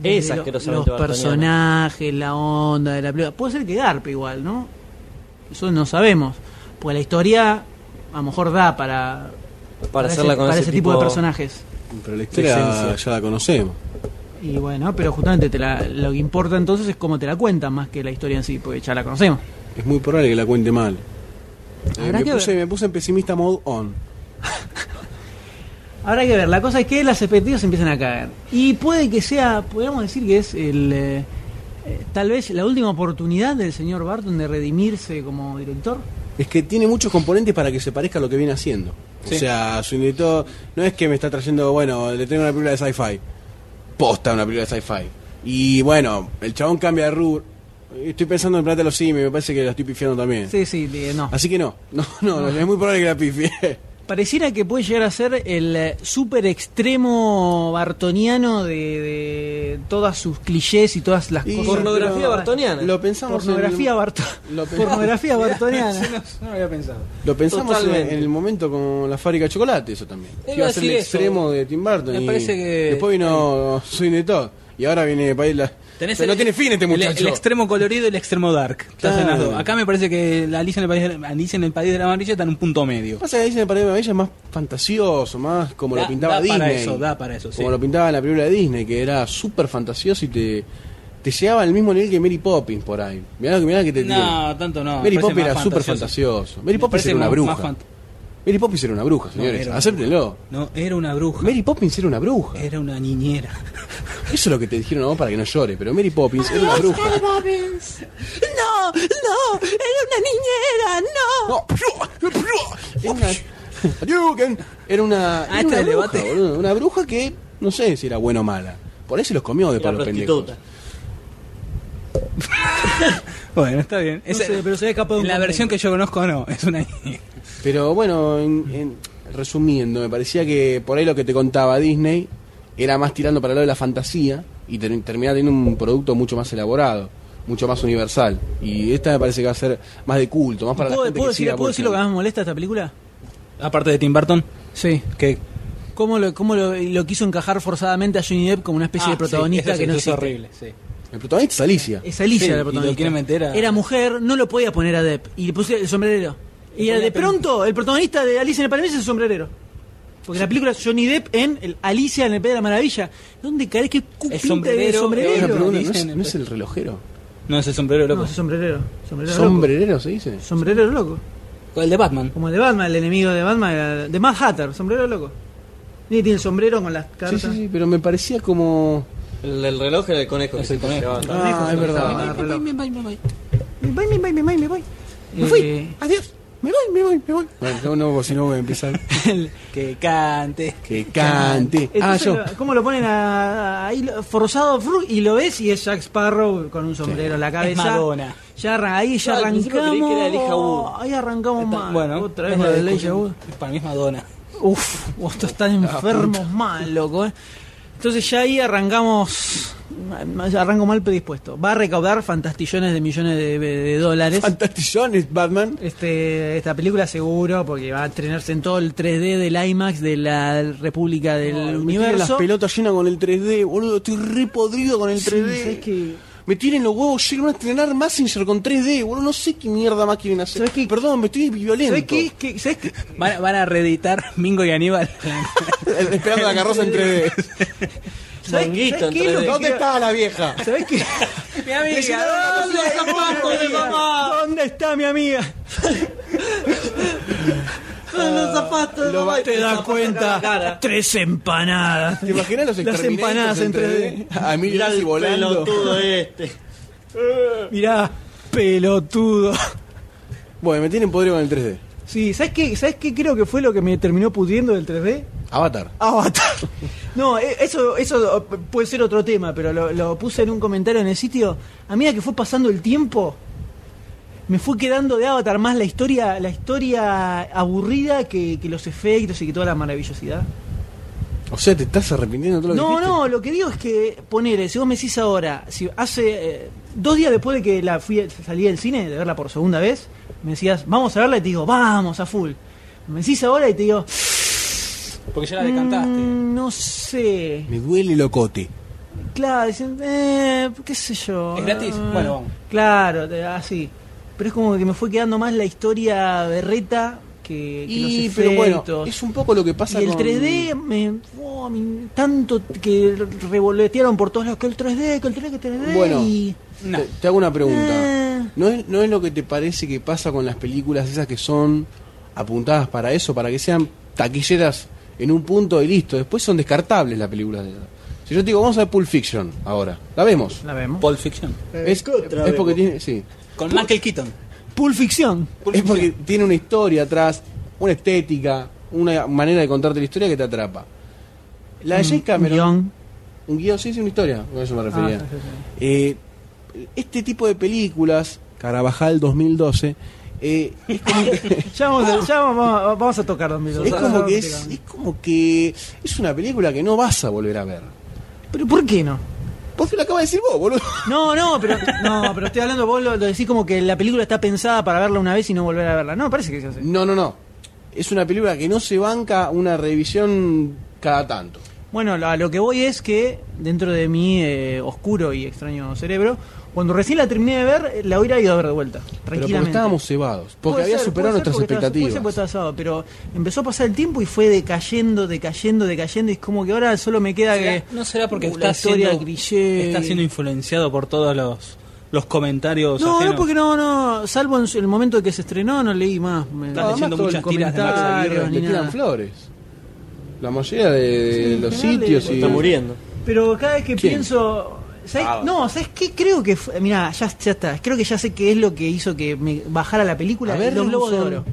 Speaker 4: Es
Speaker 1: Desde lo-
Speaker 4: asquerosamente
Speaker 1: Los
Speaker 4: bartoniano.
Speaker 1: personajes, la onda de la película. Puede ser que garpe igual, ¿no? Eso no sabemos. Porque la historia a lo mejor da para
Speaker 4: para, hacerla con
Speaker 1: para
Speaker 4: ese, tipo
Speaker 1: de personajes.
Speaker 3: Pero la historia
Speaker 4: Presencia.
Speaker 3: ya la conocemos.
Speaker 1: Y bueno, pero justamente te la- lo que importa entonces es cómo te la cuentan más que la historia en sí, porque ya la conocemos.
Speaker 3: Es muy probable que la cuente mal. Eh,
Speaker 1: Habrá
Speaker 3: me,
Speaker 1: que
Speaker 3: puse,
Speaker 1: ver.
Speaker 3: me puse en pesimista mode on.
Speaker 1: Habrá que ver, la cosa es que las expectativas empiezan a caer. Y puede que sea, podríamos decir que es el eh, eh, tal vez la última oportunidad del señor Barton de redimirse como director.
Speaker 3: Es que tiene muchos componentes para que se parezca a lo que viene haciendo.
Speaker 5: Sí.
Speaker 3: O sea, su director no es que me está trayendo, bueno, le tengo una película de sci-fi. Posta una película de sci-fi. Y bueno, el chabón cambia de rubro. Estoy pensando en Plata de los Simios, me parece que la estoy pifiando también.
Speaker 1: Sí, sí, de- no.
Speaker 3: Así que no, no, no, no, es muy probable que la pifie.
Speaker 1: Pareciera que puede llegar a ser el eh, super extremo bartoniano de, de todas sus clichés y todas las
Speaker 3: Y-
Speaker 1: cosas.
Speaker 4: Pornografía
Speaker 1: Pero-
Speaker 4: bartoniana.
Speaker 3: Lo pensamos en el-
Speaker 1: Pornografía, barto-
Speaker 3: Lo pensamos-
Speaker 1: pornografía bartoniana.
Speaker 5: Sí, no, no lo había pensado.
Speaker 3: Lo pensamos en,
Speaker 4: Totalmente.
Speaker 3: en el momento con la fábrica de chocolate, eso también.
Speaker 4: Iba
Speaker 3: Que iba
Speaker 4: a
Speaker 3: a ser el
Speaker 4: decir eso.
Speaker 3: extremo de Tim Burton.
Speaker 5: Me
Speaker 3: y
Speaker 5: parece que-
Speaker 3: Después vino Sweeney Todd. Y ahora viene para ir la...
Speaker 5: Tenés
Speaker 3: Pero no
Speaker 5: el-
Speaker 3: tiene fin este
Speaker 5: el-
Speaker 3: muchacho.
Speaker 5: El, extremo colorido y el extremo dark. Estás en las
Speaker 3: Claro.
Speaker 5: dos. Acá me parece que la Alicia en el País de la, Alicia en el País de la Amarilla está en un punto medio.
Speaker 3: Lo que pasa es que dicen que el Paradero de Maravilla es más fantasioso, más como
Speaker 5: Da-
Speaker 3: lo pintaba
Speaker 5: da
Speaker 3: Disney.
Speaker 5: para eso, da para eso, sí.
Speaker 3: Como lo pintaba en la película de Disney, que era súper fantasioso y te, te llegaba al mismo nivel que Mary Poppins por ahí. Mirá lo que, mirá lo que te
Speaker 5: No,
Speaker 3: tiene.
Speaker 5: tanto no. me
Speaker 3: Mary
Speaker 5: parece
Speaker 3: Poppins
Speaker 5: más
Speaker 3: era súper
Speaker 5: fantasioso.
Speaker 3: fantasioso. Mary
Speaker 5: Me
Speaker 3: Poppins
Speaker 5: parece
Speaker 3: era una
Speaker 5: más-
Speaker 3: bruja.
Speaker 5: más fant-
Speaker 3: Mary Poppins era una bruja,
Speaker 5: No,
Speaker 3: señores.
Speaker 5: era una
Speaker 3: Acéptenlo.
Speaker 5: No, era una bruja.
Speaker 3: Mary Poppins era una bruja.
Speaker 5: Era una niñera.
Speaker 3: Eso es lo que te dijeron a vos para que no llores, pero Mary Poppins era una bruja.
Speaker 1: No, no, era una niñera, no.
Speaker 3: No. Era una- Hadouken. Era una,
Speaker 5: Ah,
Speaker 3: era
Speaker 5: este
Speaker 3: una
Speaker 5: del
Speaker 3: bruja,
Speaker 5: debate.
Speaker 3: boludo. Una bruja que no sé si era buena o mala. Por ahí se los comió de
Speaker 4: Era
Speaker 3: palo pendejo.
Speaker 4: prostituta.
Speaker 5: Bueno, está bien. Esa-
Speaker 1: sé, pero se había escapado un
Speaker 5: La
Speaker 1: contexto.
Speaker 5: versión que yo conozco no, es una niñera.
Speaker 3: Pero bueno, en- en- resumiendo, me parecía que por ahí lo que te contaba Disney era más tirando para lo de la fantasía y ter- terminaba teniendo un producto mucho más elaborado, mucho más universal. Y esta me parece que va a ser más de culto, más para la
Speaker 1: ¿Puedo,
Speaker 3: gente
Speaker 1: puedo
Speaker 3: que
Speaker 1: decir,
Speaker 3: siga
Speaker 1: ¿puedo decir lo que
Speaker 3: Borges.
Speaker 1: más me molesta de esta película?
Speaker 5: Aparte de Tim Burton,
Speaker 1: Sí.
Speaker 5: que
Speaker 1: ¿Cómo lo, cómo lo, lo quiso encajar forzadamente a Johnny Depp como una especie
Speaker 5: Ah,
Speaker 1: de protagonista
Speaker 5: sí, eso
Speaker 1: que
Speaker 5: sí,
Speaker 1: no
Speaker 5: eso
Speaker 1: existe?
Speaker 5: es horrible, sí.
Speaker 3: El protagonista es Alicia.
Speaker 1: Es Alicia
Speaker 5: Sí, y
Speaker 1: la
Speaker 5: lo
Speaker 1: protagonista.
Speaker 5: quiere meter a-
Speaker 1: Era mujer, no lo podía poner a Depp. Y le puse el sombrerero. Y
Speaker 5: Le ponía
Speaker 1: de
Speaker 5: peluca.
Speaker 1: pronto, el protagonista de Alicia en el País de las Maravillas es el sombrerero. Porque la película es Johnny Depp en el Alicia en el País de la Maravilla. ¿Dónde cae? ¿Qué cu-
Speaker 5: El
Speaker 1: pinta de
Speaker 5: sombrerero,
Speaker 3: Una
Speaker 5: Pero,
Speaker 1: sombrerero?
Speaker 3: pregunta, ¿no, es,
Speaker 5: dicen-
Speaker 3: no es el relojero?
Speaker 5: No, ese sombrero
Speaker 1: No,
Speaker 5: loco.
Speaker 1: es sombrerero. Sombrerero loco.
Speaker 3: ¿Sombrerero se dice?
Speaker 1: Sombrerero loco.
Speaker 5: el de Batman.
Speaker 1: Como el de Batman, el enemigo de Batman, era- de Mad Hatter, sombrero loco. Y tiene el sombrero con las
Speaker 3: Sí,
Speaker 1: cartas.
Speaker 3: sí, sí, pero me parecía como...
Speaker 4: El, el reloj era el conejo. que
Speaker 5: Es
Speaker 4: se
Speaker 5: el
Speaker 4: llevaba.
Speaker 5: conejo.
Speaker 3: Ah, es verdad.
Speaker 1: reloj. Me voy, me voy, me voy, me voy.
Speaker 3: Me
Speaker 1: Eh,
Speaker 3: fui, adiós. Me voy, me voy, me voy. Eh. Bueno, no, no, si no voy a empezar.
Speaker 5: Que cante.
Speaker 3: Que cante. Ah,
Speaker 1: Entonces,
Speaker 3: yo.
Speaker 1: lo- ¿Cómo lo ponen a- a- ahí lo- forzado fru- y lo ves y es Jack Sparrow con un sombrero en la cabeza?
Speaker 5: Es Madonna.
Speaker 1: Ya arran- ahí ya
Speaker 4: Yo al principio creí
Speaker 1: arrancamos.
Speaker 4: que era Elijah Wood.
Speaker 1: ahí arrancamos mal.
Speaker 5: bueno,
Speaker 1: Oh, otra vez
Speaker 5: es
Speaker 1: lo
Speaker 5: la
Speaker 1: de Elijah
Speaker 5: discusión.
Speaker 1: Wood.
Speaker 5: Para mí es Madonna.
Speaker 1: Uf, vos estás enfermos mal, loco. eh. Entonces ya ahí arrancamos. Arranco mal predispuesto. Va a recaudar fantastillones de millones de, de- de dólares.
Speaker 3: Fantastillones, Batman.
Speaker 1: Este, esta película seguro, porque va a estrenarse en todo el 3D del IMAX de la República del
Speaker 3: Me tienen las
Speaker 1: Universo.
Speaker 3: pelotas llenas con el 3D, boludo. Estoy re podrido con el
Speaker 1: Sí,
Speaker 3: 3D.
Speaker 1: ¿sabes qué?
Speaker 3: Me tienen los huevos llenos a estrenar Messenger con 3D, boludo. No sé qué mierda más quieren hacer.
Speaker 1: ¿Sabes qué?
Speaker 3: Perdón, me estoy violento.
Speaker 1: ¿Sabes qué? ¿Qué- sabes qué?
Speaker 5: Van, a- van a reeditar Mingo y Aníbal.
Speaker 3: Esperando la carroza en 3D.
Speaker 1: ¿Sabes-
Speaker 4: Manguito
Speaker 1: sabes qué
Speaker 4: en
Speaker 1: es lo
Speaker 4: 3D.
Speaker 1: que
Speaker 3: ¿Dónde
Speaker 1: quiero-
Speaker 3: está la vieja?
Speaker 1: ¿Sabes qué?
Speaker 5: Mi amiga.
Speaker 4: ¡Dale, zapatos de mamá!
Speaker 1: ¿Dónde está mi amiga?
Speaker 4: los zapatos de
Speaker 3: lo
Speaker 4: mamá!
Speaker 3: va-
Speaker 4: Y
Speaker 1: Ah, Te das
Speaker 4: zapatos en la
Speaker 1: cuenta.
Speaker 4: cara.
Speaker 1: Tres empanadas.
Speaker 3: ¿Te imaginas los
Speaker 1: Las empanadas
Speaker 3: exterminators
Speaker 1: en 3D.
Speaker 3: 3D? A mí
Speaker 4: Mirá el
Speaker 3: volando.
Speaker 4: pelotudo este.
Speaker 1: Mirá, pelotudo.
Speaker 3: Bueno, me tienen podrido con el 3D.
Speaker 1: Sí, ¿sabes qué? ¿Sabes qué creo que fue lo que me terminó pudiendo del 3D?
Speaker 3: Avatar.
Speaker 1: Avatar. No, eh, eso, eso eh, puede ser otro tema, pero lo, lo puse en un comentario en el sitio. A medida que fue pasando el tiempo, me fue quedando de Avatar más la historia, la historia aburrida que, que los efectos y que toda la maravillosidad.
Speaker 3: O sea, te estás arrepintiendo de todo lo que
Speaker 1: No,
Speaker 3: dijiste?
Speaker 1: no, lo que digo es que, ponele, si vos me decís ahora, si hace eh, dos días después de que la fui, salí del cine, de verla por segunda vez, me decías, vamos a verla y te digo, vamos a full. Me decís ahora y te digo,
Speaker 5: Porque ya la decantaste.
Speaker 1: "Mm, no sé.
Speaker 3: Me duele locote.
Speaker 1: Claro, dicen, eh, qué sé yo.
Speaker 5: ¿Es gratis?
Speaker 1: eh,
Speaker 5: Bueno, vamos.
Speaker 1: ah, Claro, te- así. Pero es como que me fue quedando más la historia berreta que, que los
Speaker 2: Y,
Speaker 1: efectos.
Speaker 2: pero bueno, es un poco lo que pasa
Speaker 1: y el
Speaker 2: con-
Speaker 1: 3D, me, oh, me- tanto que revolotearon por todos lados, que el 3D, que el 3D, que el 3D.
Speaker 2: Bueno,
Speaker 1: y-
Speaker 5: No.
Speaker 2: Te, te hago una pregunta.
Speaker 1: Eh,
Speaker 3: ¿No es, ¿No es lo que te parece que pasa con las películas esas que son apuntadas para eso, para que sean taquilleras en un punto y listo? Después son descartables las películas de esas. Si yo te digo, vamos a ver Pulp Fiction ahora, la vemos.
Speaker 1: la vemos.
Speaker 5: Pulp Fiction.
Speaker 1: Eh,
Speaker 3: Es, es porque tiene, sí.
Speaker 5: Con Michael Keaton.
Speaker 1: Pulp Ficción.
Speaker 3: es porque tiene una historia atrás, una estética, una manera de contarte la historia que te atrapa. La de James Cameron,
Speaker 1: Mm. Guión.
Speaker 3: un guión, sí, es una historia, a eso me refería.
Speaker 1: Ah, sí, sí, sí.
Speaker 3: Eh, este tipo de películas, Carabajal 2012, eh, es como que,
Speaker 1: Ya vamos, a- ya vamos, vamos a tocar 2002.
Speaker 3: es, como que es, es como que es una película que no vas a volver a ver.
Speaker 1: Pero ¿por qué no?
Speaker 3: Vos la acabas de decir vos, boludo.
Speaker 1: No, no, pero no, pero estoy hablando vos lo, lo decís como que la película está pensada para verla una vez y no volver a verla. No, parece que se hace.
Speaker 3: No, no, no. Es una película que no se banca una revisión cada tanto.
Speaker 1: Bueno, lo- a lo que voy es que dentro de mi eh, oscuro y extraño cerebro, cuando recién la terminé de ver, eh, la hubiera ido a ver de vuelta,
Speaker 3: Pero
Speaker 1: tranquilamente.
Speaker 3: porque estábamos cebados, porque
Speaker 1: Puede
Speaker 3: había
Speaker 1: ser,
Speaker 3: superado
Speaker 1: puede ser
Speaker 3: nuestras
Speaker 1: porque estaba-
Speaker 3: expectativas.
Speaker 1: puede ser porque estaba asado, pero empezó a pasar el tiempo y fue decayendo, decayendo, decayendo. Y es como que ahora solo me queda que.
Speaker 5: ¿No será porque
Speaker 1: Uh,
Speaker 5: está
Speaker 1: la historia
Speaker 5: siendo,
Speaker 1: cliché.
Speaker 5: está siendo influenciado por todos los, los comentarios
Speaker 1: No,
Speaker 5: ajenos?
Speaker 1: no, porque no, no. Salvo en su- el momento que se estrenó, no leí más. Me-
Speaker 5: Estás leyendo
Speaker 3: todo el
Speaker 5: muchas tiras de Max
Speaker 3: comentario,
Speaker 1: Aguirre,
Speaker 3: le
Speaker 1: ni
Speaker 3: tiran
Speaker 1: nada.
Speaker 3: flores. La mayoría de
Speaker 1: Sí,
Speaker 3: los
Speaker 1: en general
Speaker 3: sitios
Speaker 1: le-
Speaker 3: y...
Speaker 4: Está muriendo.
Speaker 1: Pero cada vez que
Speaker 3: ¿Quién?
Speaker 1: pienso. ¿sabés?
Speaker 3: Ah,
Speaker 1: no, ¿sabes qué? Creo que. Mira, ya, ya está. Creo que ya sé qué es lo que hizo que me bajara la película.
Speaker 3: A ver,
Speaker 1: los Globos de
Speaker 3: Ronson.
Speaker 1: Oro.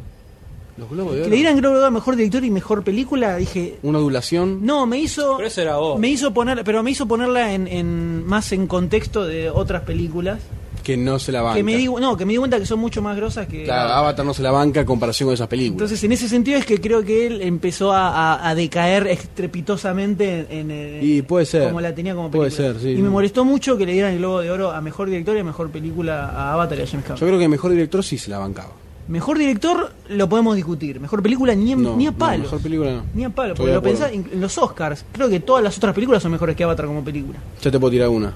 Speaker 3: Los globos de
Speaker 1: Que
Speaker 3: oro.
Speaker 1: le dieran Globo de Oro a mejor director y mejor película, dije.
Speaker 3: Una adulación.
Speaker 1: No, me hizo.
Speaker 5: Pero eso era vos.
Speaker 1: Me hizo poner, pero me hizo ponerla en, en- más en contexto de otras películas
Speaker 3: Que no se la banca.
Speaker 1: que me di, no, que me di cuenta que son mucho más grosas que
Speaker 3: Claro, Avatar no se la banca en comparación con esas películas.
Speaker 1: Entonces, en ese sentido es que creo que él empezó a, a- a decaer estrepitosamente en, en-
Speaker 3: Y puede ser.
Speaker 1: como la tenía como
Speaker 3: Puede
Speaker 1: película.
Speaker 3: ser, sí.
Speaker 1: y me molestó mucho que le dieran el Globo de Oro a Mejor Director y a Mejor Película a Avatar y a James
Speaker 3: Yo
Speaker 1: Cameron.
Speaker 3: creo que el mejor director sí se la bancaba.
Speaker 1: Mejor Director lo podemos discutir. Mejor Película ni, en-
Speaker 3: No,
Speaker 1: ni a
Speaker 3: no,
Speaker 1: palo.
Speaker 3: mejor película no.
Speaker 1: ni a palo, porque
Speaker 3: Estoy de
Speaker 1: lo
Speaker 3: acuerdo.
Speaker 1: pensás en en los Oscars. Creo que todas las otras películas son mejores que Avatar como película.
Speaker 3: Ya te puedo tirar una.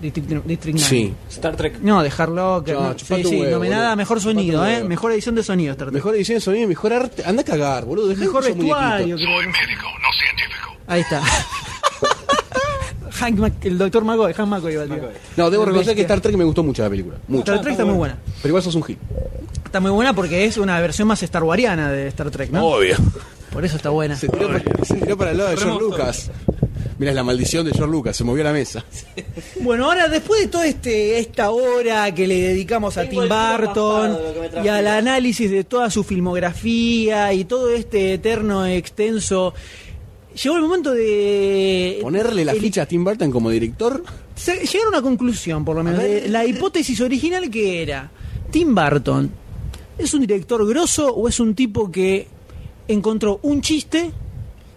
Speaker 1: District, District Nine.
Speaker 3: Sí.
Speaker 5: Star Trek.
Speaker 1: No, de Hard Locker.
Speaker 3: No,
Speaker 1: No,
Speaker 3: chupate
Speaker 1: sí,
Speaker 3: un
Speaker 1: sí,
Speaker 3: huevo,
Speaker 1: nominada
Speaker 3: boludo.
Speaker 1: a mejor
Speaker 3: Chupate
Speaker 1: sonido,
Speaker 3: un
Speaker 1: ¿eh?
Speaker 3: huevo.
Speaker 1: Mejor edición de sonido, Star Trek.
Speaker 3: Mejor edición de sonido, mejor arte. Anda a cagar, boludo. Dejá
Speaker 1: Mejor
Speaker 3: esos
Speaker 1: vestuario,
Speaker 3: muñequitos.
Speaker 1: creo. ¿no?
Speaker 8: Médico, no científico.
Speaker 1: Ahí está. Hank Mac- el doctor McCoy, Hank McCoy. iba a tirar.
Speaker 3: No, debo
Speaker 1: El
Speaker 3: reconocer que
Speaker 1: bestia.
Speaker 3: Star Trek me gustó mucho la película. Mucho.
Speaker 1: Star Trek está muy buena.
Speaker 3: Pero igual sos un hit.
Speaker 1: Está muy buena porque es una versión más Star Wariana de Star Trek, ¿no?
Speaker 3: Obvio.
Speaker 1: Por eso está buena.
Speaker 3: Se tiró, para, se tiró para el lado de George Lucas. Mirá, es la maldición de George Lucas. Se movió la mesa.
Speaker 1: Bueno, ahora después de toda este, esta hora que le dedicamos a
Speaker 4: Tengo
Speaker 1: Tim
Speaker 4: el culo
Speaker 1: Burton
Speaker 4: raspado de lo que me
Speaker 1: y al
Speaker 4: trajiste.
Speaker 1: análisis de toda su filmografía y todo este eterno extenso, llegó el momento de
Speaker 3: Ponerle la
Speaker 1: el-
Speaker 3: ficha a Tim Burton como director.
Speaker 1: se- llegar a eh, una conclusión, por lo menos, de la hipótesis original que era, Tim Burton, ¿es un director grosso o es un tipo que encontró un chiste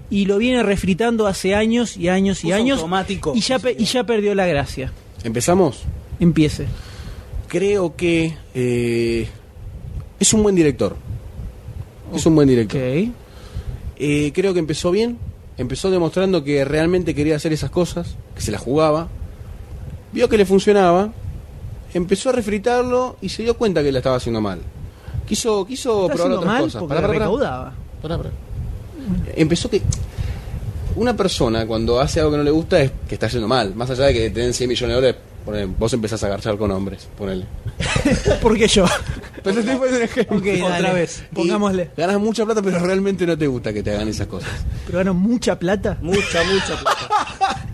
Speaker 1: y lo viene refritando hace años y años y
Speaker 5: Es
Speaker 1: años
Speaker 5: automático.
Speaker 1: y ya, pe- y ya perdió la gracia?
Speaker 3: Empezamos.
Speaker 1: Empiece.
Speaker 3: Creo que eh, es un buen director. Es un
Speaker 1: Ok.
Speaker 3: buen director. Eh, creo que empezó bien. Empezó demostrando que realmente quería hacer esas cosas, que se las jugaba. Vio que le funcionaba. Empezó a refritarlo y se dio cuenta que la estaba haciendo mal. Quiso, quiso
Speaker 1: Está
Speaker 3: probar
Speaker 1: haciendo
Speaker 3: otras
Speaker 1: mal
Speaker 3: cosas.
Speaker 1: porque
Speaker 3: Pará, pará, pará.
Speaker 1: recaudaba.
Speaker 3: Pará, pará. Empezó que. Una persona cuando hace algo que no le gusta es que está yendo mal. Más allá de que te den 100 millones de dólares, ponele, vos empezás a agarchar con hombres. Ponele.
Speaker 1: Porque yo.
Speaker 3: Pero este fue un ejemplo.
Speaker 1: Ok, dale.
Speaker 5: Otra vez.
Speaker 3: Y
Speaker 1: Pongámosle.
Speaker 3: Ganas mucha plata, pero realmente no te gusta que te hagan esas cosas.
Speaker 1: Pero ganó mucha plata.
Speaker 4: Mucha, mucha plata.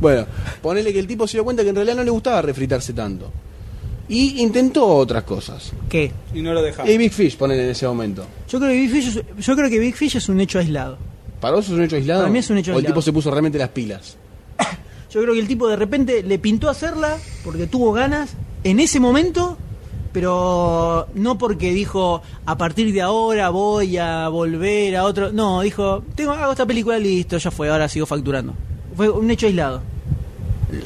Speaker 3: Bueno, ponele que el tipo se dio cuenta que en realidad no le gustaba refritarse tanto. Y intentó otras cosas.
Speaker 1: ¿Qué?
Speaker 5: Y no lo dejamos.
Speaker 3: Y Big Fish, ponele en ese momento.
Speaker 1: Yo creo que Big Fish es, yo creo que Big Fish es un hecho aislado.
Speaker 3: ¿Para vos es un hecho aislado?
Speaker 1: Para mí es un hecho
Speaker 3: O el
Speaker 1: aislado.
Speaker 3: tipo se puso realmente las pilas.
Speaker 1: Yo creo que el tipo de repente le pintó hacerla porque tuvo ganas en ese momento, pero no porque dijo a partir de ahora voy a volver a otro. No, dijo, tengo hago esta película listo, ya fue, ahora sigo facturando. Fue un hecho aislado.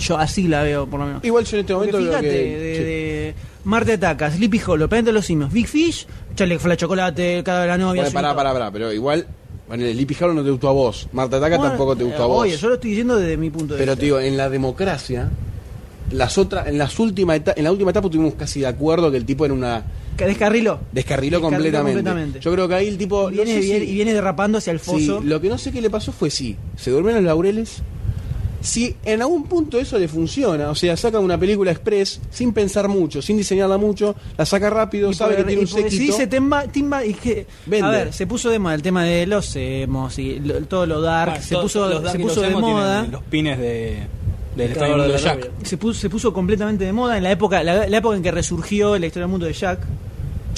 Speaker 1: Yo así la veo por lo menos.
Speaker 3: Igual yo en este
Speaker 1: Porque
Speaker 3: momento
Speaker 1: fíjate,
Speaker 3: creo que.
Speaker 1: de,
Speaker 3: sí.
Speaker 1: de Marte Ataca, Sleepy Hollow, Planeta de los Simios, Big Fish, Charlie Fla Chocolate, Cada de la Novia.
Speaker 3: Bueno,
Speaker 1: Sweeney
Speaker 3: pará,
Speaker 1: Todd.
Speaker 3: pará, pará, pero igual, bueno, el Sleepy Hollow no te gustó a vos, Marta Ataca
Speaker 1: Bueno,
Speaker 3: tampoco te gustó a
Speaker 1: eh,
Speaker 3: vos.
Speaker 1: Oye, yo lo estoy diciendo desde mi punto de
Speaker 3: Pero
Speaker 1: vista.
Speaker 3: te digo, en la democracia, las otras, en las últimas eta- en la última etapa tuvimos casi de acuerdo que el tipo era una
Speaker 1: Que descarriló.
Speaker 3: Descarriló
Speaker 1: Descarriló
Speaker 3: completamente.
Speaker 1: completamente.
Speaker 3: Yo creo que ahí el tipo.
Speaker 1: Y
Speaker 3: no
Speaker 1: viene,
Speaker 3: sé si-
Speaker 1: viene- y viene derrapando hacia el
Speaker 3: Sí,
Speaker 1: foso.
Speaker 3: lo que no sé qué le pasó fue si se duerme en los laureles. Si en algún punto eso le funciona, o sea, saca una película express sin pensar mucho, sin diseñarla mucho, la saca rápido,
Speaker 1: Y
Speaker 3: sabe que
Speaker 1: porque-
Speaker 3: tiene un
Speaker 1: y porque
Speaker 3: séquito.
Speaker 1: Si dice Timba, Timba y que,
Speaker 3: Vende.
Speaker 1: A ver, se puso de moda el tema de los emos y lo- todo lo dark.
Speaker 5: Bueno,
Speaker 1: se,
Speaker 5: to-
Speaker 1: puso,
Speaker 5: Ah, los Dark
Speaker 1: se
Speaker 5: y
Speaker 1: puso
Speaker 5: los
Speaker 1: de
Speaker 5: emo tienen
Speaker 1: moda.
Speaker 5: Los pines de, del
Speaker 4: El
Speaker 5: Estadio
Speaker 4: cadáver
Speaker 5: Mundo
Speaker 4: de
Speaker 5: de
Speaker 4: la
Speaker 5: Jack.
Speaker 4: novia.
Speaker 1: Se puso, se puso completamente de moda en la época, la, la época en que resurgió la historia del mundo de Jack.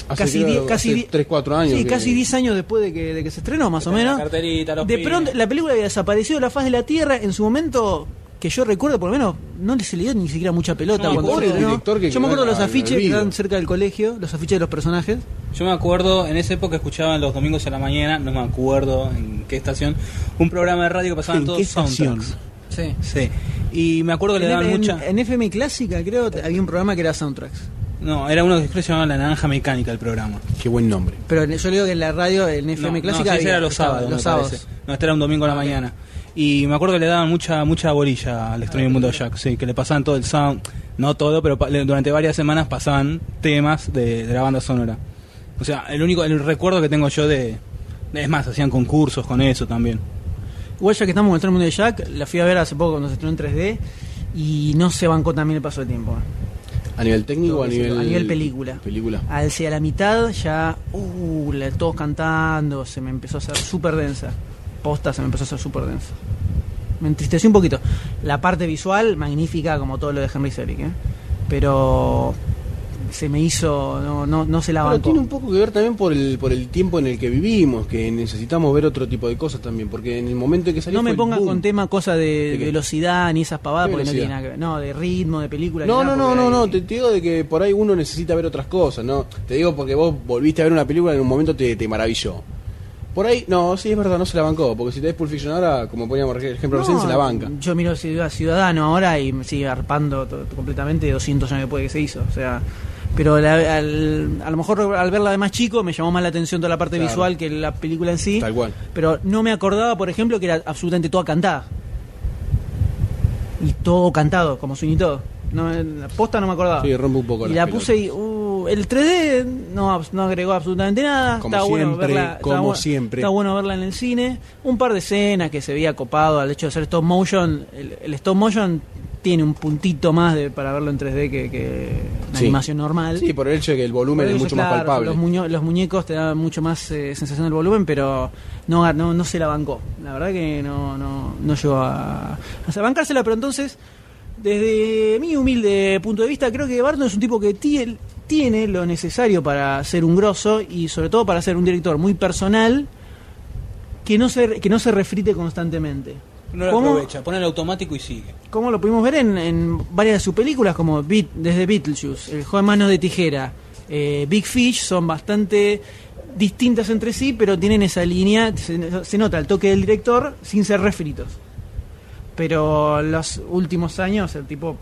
Speaker 3: Hace,
Speaker 1: Casi,
Speaker 3: creo,
Speaker 1: die-
Speaker 3: hace
Speaker 1: casi die-
Speaker 3: tres, cuatro años.
Speaker 1: Sí,
Speaker 3: que-
Speaker 1: casi 10 años después de que, de que se estrenó, más o
Speaker 5: Tenés la
Speaker 1: menos.
Speaker 5: carterita, los
Speaker 1: De
Speaker 5: pines.
Speaker 1: pronto, la película había desaparecido de la faz de la Tierra en su momento. Que yo recuerdo, por lo menos, no le se le dio ni siquiera mucha pelota.
Speaker 5: Yo me
Speaker 1: cuando se
Speaker 5: acuerdo del
Speaker 1: estrenó.
Speaker 3: director que
Speaker 1: Yo me
Speaker 3: quedó
Speaker 1: acuerdo
Speaker 3: en
Speaker 1: los
Speaker 3: la- en
Speaker 1: afiches
Speaker 3: el
Speaker 1: que estaban
Speaker 3: olvido.
Speaker 1: cerca del colegio, los afiches de los personajes.
Speaker 5: Yo me acuerdo, en esa época escuchaban los domingos a la mañana, no me acuerdo en qué estación, un programa de radio que pasaban
Speaker 3: ¿En
Speaker 5: todos
Speaker 3: qué
Speaker 5: soundtracks.
Speaker 3: estación?
Speaker 1: Sí.
Speaker 5: Sí. Y me acuerdo que le
Speaker 1: En,
Speaker 5: daban
Speaker 1: en-
Speaker 5: mucha.
Speaker 1: en FM Clásica, creo, te- había un programa que era Soundtracks.
Speaker 5: No, era uno que después se llamaba La Naranja Mecánica el programa.
Speaker 3: Qué buen nombre.
Speaker 1: Pero en- yo le digo que en la radio, en
Speaker 5: No,
Speaker 1: FM
Speaker 5: no,
Speaker 1: Clásica.
Speaker 5: sí, ese
Speaker 1: había-
Speaker 5: era los
Speaker 1: estaba-
Speaker 5: sábados.
Speaker 1: Los
Speaker 5: me
Speaker 1: sábados.
Speaker 5: parece. No, este era un domingo a la mañana. Y me acuerdo que le daban mucha mucha bolilla al Extraño Mundo de Jack, sí, que le pasaban todo el sound, no todo, pero pa- le- durante varias semanas pasaban temas de, de la banda sonora. O sea, el único el recuerdo que tengo yo de es más, hacían concursos con eso también.
Speaker 1: Igual ya que estamos con el mundo de Jack, la fui a ver hace poco cuando se estrenó en 3D y no se bancó también el paso del tiempo.
Speaker 3: A nivel técnico,
Speaker 1: Tengo
Speaker 3: a
Speaker 1: que
Speaker 3: nivel,
Speaker 1: decirlo, a nivel película. Ah,
Speaker 3: Película.
Speaker 1: Hacia la mitad ya, uh, la- todos cantando, se me empezó a hacer súper densa. Posta se me empezó a hacer súper densa. Me entristeció un poquito. La parte visual, magnífica como todo lo de Henry Selick, ¿eh? pero se me hizo, no, no, no se la
Speaker 3: Pero
Speaker 1: bancó.
Speaker 3: tiene un poco que ver también por el, por el tiempo en el que vivimos, que necesitamos ver otro tipo de cosas también, porque en el momento en que salió
Speaker 1: No me pongan
Speaker 3: pongan
Speaker 1: con tema cosa de,
Speaker 3: ¿De qué?
Speaker 1: velocidad ni esas pavadas
Speaker 3: ¿Qué
Speaker 1: porque no
Speaker 3: velocidad?
Speaker 1: tiene nada que ver. No, de ritmo, de película.
Speaker 3: No,
Speaker 1: ni nada,
Speaker 3: no, no,
Speaker 1: porque
Speaker 3: no,
Speaker 1: ahí-
Speaker 3: no, te, te digo de que por ahí uno necesita ver otras cosas, ¿no? Te digo porque vos volviste a ver una película y en un momento te, te maravilló. Por ahí, no, sí, es verdad, no se la bancó, porque si te ves Pulp Fiction ahora, como poníamos ejemplo recién,
Speaker 1: No,
Speaker 3: se la banca.
Speaker 1: Yo miro Ciudad- Ciudadano ahora y me sigue arpando to- completamente de 200 años después de que se hizo. O sea, pero la- al- a lo mejor al verla de más chico me llamó más la atención toda la parte
Speaker 3: Claro.
Speaker 1: visual que la película en sí.
Speaker 3: Tal cual.
Speaker 1: Pero no me acordaba, por ejemplo, que era absolutamente toda cantada. Y todo cantado, como swing y todo. No, en la posta no me acordaba.
Speaker 3: Sí, rompe un poco
Speaker 1: Ah. Y
Speaker 3: las
Speaker 1: la
Speaker 3: pelotas.
Speaker 1: puse y. uh, el 3D no, abs- no agregó absolutamente nada.
Speaker 3: Como
Speaker 1: está bueno
Speaker 3: siempre,
Speaker 1: verla. está
Speaker 3: como
Speaker 1: bueno-
Speaker 3: siempre.
Speaker 1: está bueno verla en el cine. Un par de escenas que se veía copado al hecho de hacer stop motion. El, el stop motion tiene un puntito más de, para verlo en 3D que, que una
Speaker 3: Sí.
Speaker 1: animación normal.
Speaker 3: Sí, por el hecho de que el volumen
Speaker 1: Por
Speaker 3: es
Speaker 1: eso,
Speaker 3: mucho más
Speaker 1: claro,
Speaker 3: palpable.
Speaker 1: Los, muño- los muñecos te dan mucho más eh, sensación del volumen, pero no, no, no se la bancó. La verdad que no, no, no llegó a, a bancársela, pero entonces, desde mi humilde punto de vista, creo que Barton es un tipo que tie- tiene lo necesario para ser un grosso y sobre todo para ser un director muy personal que no se, que no se refrite constantemente.
Speaker 5: No lo
Speaker 1: ¿Cómo?
Speaker 5: aprovecha, pone el automático y sigue.
Speaker 1: como lo pudimos ver en, en varias de sus películas, como Beat- desde Beetlejuice, El Joven Manos de Tijera, eh, Big Fish, son bastante distintas entre sí, pero tienen esa línea, se, se nota el toque del director sin ser refritos. Pero los últimos años el tipo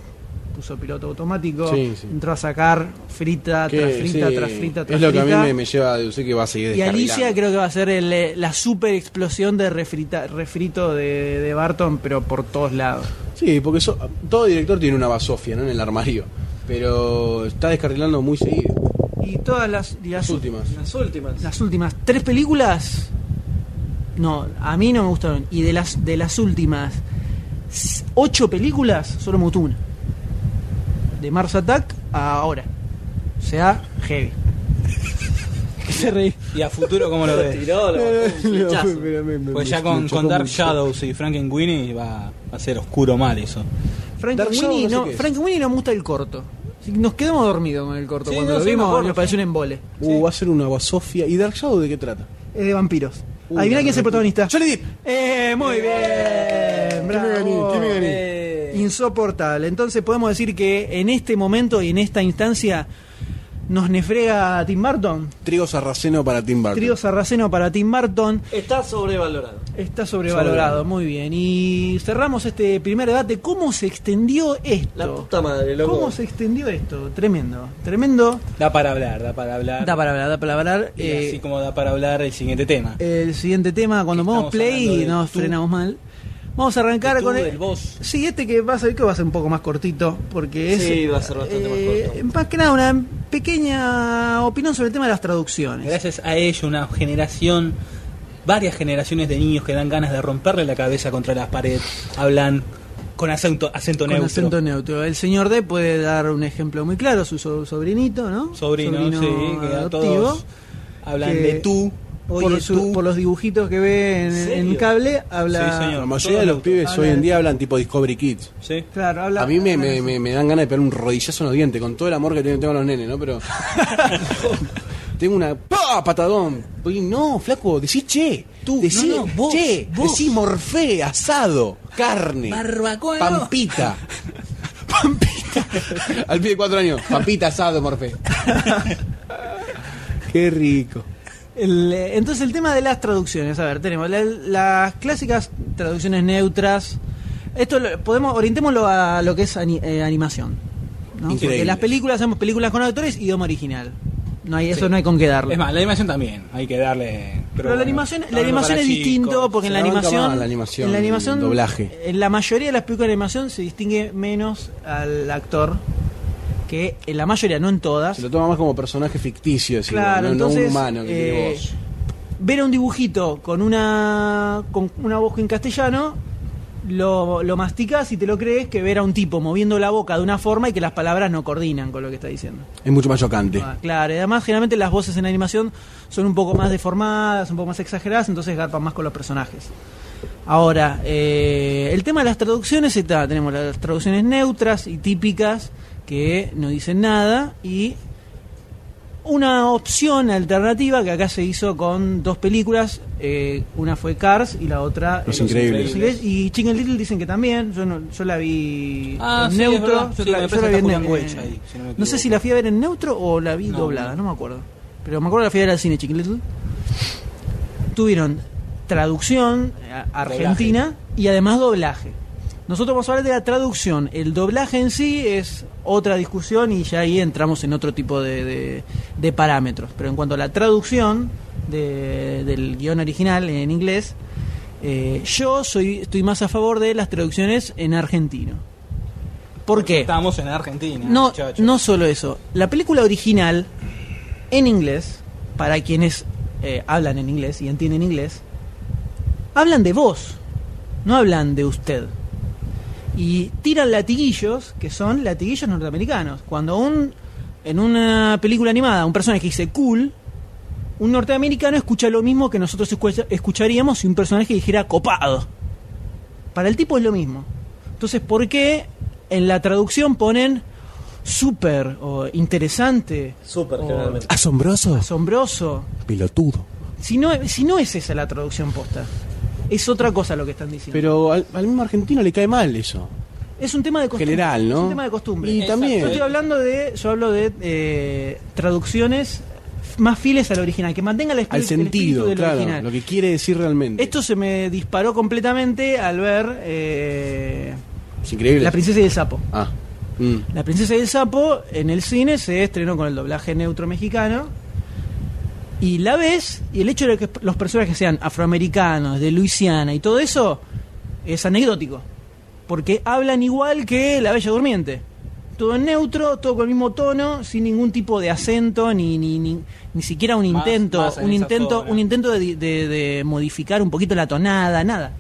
Speaker 1: puso piloto automático,
Speaker 3: Sí, sí.
Speaker 1: entró a sacar frita
Speaker 3: Que,
Speaker 1: tras frita
Speaker 3: sí,
Speaker 1: tras frita tras
Speaker 3: es lo que
Speaker 1: frita.
Speaker 3: a mí me, me lleva a deducir que va a seguir
Speaker 1: Y Alicia
Speaker 3: descarrilando.
Speaker 1: creo que va a ser el, eh, la super explosión de refrita- refrito de, de Barton, pero por todos lados.
Speaker 3: Sí, porque so- todo director tiene una basofia, ¿no? En el armario. Pero está descarrilando muy seguido.
Speaker 1: Y todas las, y las,
Speaker 3: Las últimas.
Speaker 4: Las últimas.
Speaker 1: las últimas tres películas, no, a mí no me gustaron. Y de las, de las últimas s- ocho películas, solo me gustó una. De Mars Attack a ahora. O sea, heavy. ¿Qué se reí?
Speaker 5: ¿Y a futuro cómo lo
Speaker 4: Lo
Speaker 5: ves?
Speaker 4: tiró, lo mató, un flechazo.
Speaker 5: Pues ya con, con Dark Shadows y Frankenweenie va a ser oscuro mal eso.
Speaker 1: Frank
Speaker 3: Dark Shadow
Speaker 1: Winnie
Speaker 3: no sé
Speaker 1: no,
Speaker 3: qué es.
Speaker 1: Frank Winnie no me gusta el corto. Así que Nos quedamos dormidos con el corto.
Speaker 5: Sí,
Speaker 1: Cuando
Speaker 5: no,
Speaker 1: lo
Speaker 5: sí, me
Speaker 1: vimos
Speaker 5: acuerdo,
Speaker 1: nos pareció un embole.
Speaker 3: Uh, va a ser una basofia. ¿Y Dark Shadow de qué trata? Ah,
Speaker 1: Es de vampiros.
Speaker 3: Uy,
Speaker 1: Adivina
Speaker 3: la
Speaker 1: quién es el
Speaker 3: repu-
Speaker 1: protagonista.
Speaker 3: Johnny Depp.
Speaker 1: Eh, muy bien.
Speaker 3: ¿Qué me gané?
Speaker 1: bravo.
Speaker 3: ¿Qué me gané?
Speaker 1: Eh, Insoportable. Entonces podemos decir que en este momento y en esta instancia nos nefrega Tim Burton.
Speaker 3: Trigo sarraceno para Tim Burton.
Speaker 1: Trío sarraceno para Tim Burton.
Speaker 4: Está sobrevalorado.
Speaker 1: Está sobrevalorado, muy bien. Y cerramos este primer debate. ¿Cómo se extendió esto?
Speaker 4: La puta madre, loco.
Speaker 1: ¿Cómo se extendió esto? Tremendo, tremendo.
Speaker 5: Da para hablar, da para hablar.
Speaker 1: Da para hablar, da para hablar.
Speaker 5: Y
Speaker 1: Eh,
Speaker 5: así como da para hablar el siguiente tema.
Speaker 1: el siguiente tema, cuando
Speaker 5: Estamos
Speaker 1: vamos play
Speaker 5: hablando
Speaker 1: y
Speaker 5: de
Speaker 1: nos
Speaker 5: tú.
Speaker 1: frenamos mal. Vamos a arrancar
Speaker 5: De tú,
Speaker 1: con
Speaker 5: del vos.
Speaker 1: Sí, este que va a ser que va a ser un poco más cortito porque es
Speaker 4: Sí, va a ser bastante más corto.
Speaker 1: eh, Más que nada una pequeña opinión sobre el tema de las traducciones.
Speaker 5: Gracias a ello, una generación, varias generaciones de niños que dan ganas de romperle la cabeza contra las paredes, hablan con acento, acento
Speaker 1: Con
Speaker 5: neutro.
Speaker 1: acento neutro. El señor D puede dar un ejemplo muy claro, su so- sobrinito, ¿no?
Speaker 5: Sobrino, sí, que a todos hablan
Speaker 1: que-
Speaker 5: de
Speaker 3: Uh.
Speaker 5: tú.
Speaker 1: Por,
Speaker 5: oye,
Speaker 1: su-
Speaker 5: tú.
Speaker 1: por los dibujitos que ve en, en
Speaker 5: serio?
Speaker 1: cable, habla.
Speaker 5: Sí, señor.
Speaker 3: La mayoría de los pibes hoy en día hablan tipo Discovery Kids.
Speaker 5: Sí.
Speaker 1: Claro, habla.
Speaker 3: A mí me, me, me- me dan ganas de pegar un rodillazo en los dientes, con todo el amor que tengo, tengo a los nenes, ¿no? Pero. tengo una. ¡Pah! Patadón. Oye, no, flaco, decís che. Tú, decí,
Speaker 5: no, no, vos,
Speaker 3: che,
Speaker 5: vos.
Speaker 3: decí morfé, asado, carne,
Speaker 5: Barbacoa, ¿no?
Speaker 3: pampita. pampita. Al pie de cuatro años, pampita, asado, morfé. Qué rico.
Speaker 1: El, eh, entonces el tema de las traducciones, a ver, tenemos la- las clásicas traducciones neutras. Esto lo- podemos orientémoslo a lo que es ani- eh, animación. ¿no?
Speaker 3: Increíble.
Speaker 1: Porque las películas hacemos películas con actores idioma original. No hay eso no hay con qué darle.
Speaker 5: Es más, la animación también, hay que darle.
Speaker 1: Pero, la
Speaker 5: bueno,
Speaker 1: animación, la
Speaker 5: no, no
Speaker 1: animación
Speaker 5: para
Speaker 1: es
Speaker 5: chicos.
Speaker 1: distinto porque en la
Speaker 3: Se la banca
Speaker 1: animación,
Speaker 3: más la animación,
Speaker 1: en la
Speaker 3: el
Speaker 1: animación,
Speaker 3: doblaje.
Speaker 1: en la mayoría de las películas de animación se distingue menos al actor que en la mayoría, no en todas.
Speaker 3: Se lo toma más como personaje ficticio, así,
Speaker 1: Claro,
Speaker 3: no, no
Speaker 1: entonces,
Speaker 3: un humano que tiene
Speaker 1: eh,
Speaker 3: voz.
Speaker 1: Ver a un dibujito con una con una voz en castellano lo, lo masticas y te lo crees que ver a un tipo moviendo la boca de una forma y que las palabras no coordinan con lo que está diciendo.
Speaker 3: Es mucho más chocante.
Speaker 1: Ah, claro, y además generalmente las voces en animación son un poco más deformadas, un poco más exageradas, entonces garpan más con los personajes. Ahora, eh, el tema de las traducciones está, tenemos las traducciones neutras y típicas que no dicen nada y una opción alternativa que acá se hizo con dos películas, eh, una fue Cars y la otra
Speaker 3: Los
Speaker 1: eh,
Speaker 3: Increíbles.
Speaker 1: Increíbles. Y Chicken Little dicen que también, yo, no- yo la vi
Speaker 5: Ah,
Speaker 1: en
Speaker 5: sí, es
Speaker 1: neutro,
Speaker 5: verdad.
Speaker 1: yo
Speaker 5: Sí,
Speaker 1: la,
Speaker 5: me
Speaker 1: yo
Speaker 5: parece
Speaker 1: la
Speaker 5: que
Speaker 1: vi
Speaker 5: está
Speaker 1: en,
Speaker 5: Julián
Speaker 1: en-
Speaker 5: Cuecha ahí, si no me
Speaker 1: no sé
Speaker 5: equivoco.
Speaker 1: si la fui a ver en neutro o la vi
Speaker 5: No,
Speaker 1: doblada,
Speaker 5: no.
Speaker 1: no me acuerdo. Pero me acuerdo que la fui a ver al cine Chicken Little. Tuvieron traducción eh, argentina y además doblaje. Nosotros vamos a hablar de la traducción. El doblaje en sí es otra discusión y ya ahí entramos en otro tipo de, de- de parámetros. Pero en cuanto a la traducción de- del guión original en inglés, eh, yo soy, estoy más a favor de las traducciones en argentino. ¿Por qué?
Speaker 5: Estamos en Argentina.
Speaker 1: No,
Speaker 5: muchachos.
Speaker 1: no solo eso. La película original, en inglés, para quienes eh, hablan en inglés y entienden inglés, hablan de vos, no hablan de usted. Y tiran latiguillos, que son latiguillos norteamericanos. Cuando un, en una película animada un personaje dice cool, un norteamericano escucha lo mismo que nosotros escucha- escucharíamos si un personaje dijera copado. Para el tipo es lo mismo. Entonces, ¿por qué en la traducción ponen súper o interesante?
Speaker 4: Súper,
Speaker 1: o
Speaker 4: generalmente.
Speaker 3: Asombroso,
Speaker 1: Asombroso.
Speaker 3: pelotudo.
Speaker 1: Si no, si no es esa la traducción posta. Es otra cosa lo que están diciendo.
Speaker 3: Pero al, al mismo argentino le cae mal eso.
Speaker 1: es un tema de costumbre.
Speaker 3: General, ¿no?
Speaker 1: Es un tema de costumbre.
Speaker 3: Y también.
Speaker 1: Yo estoy hablando de, yo hablo de eh, traducciones más fieles al original, que mantenga el, espí-
Speaker 3: Al
Speaker 1: el espíritu
Speaker 3: sentido,
Speaker 1: del
Speaker 3: claro.
Speaker 1: original.
Speaker 3: Lo que quiere decir realmente.
Speaker 1: Esto se me disparó completamente al ver eh,
Speaker 3: es increíble.
Speaker 1: La princesa y el sapo.
Speaker 3: Ah. Mm.
Speaker 1: La princesa y el sapo en el cine se estrenó con el doblaje neutro mexicano. Y la ves, y el hecho de que los personajes sean afroamericanos, de Luisiana y todo eso, es anecdótico. Porque hablan igual que la Bella Durmiente. Todo en neutro, todo con el mismo tono, sin ningún tipo de acento, ni, ni, ni, ni siquiera un
Speaker 5: Más-
Speaker 1: intento,
Speaker 5: más en
Speaker 1: un
Speaker 5: esa
Speaker 1: intento,
Speaker 5: zona.
Speaker 1: un intento de, de- de modificar un poquito la tonada, nada.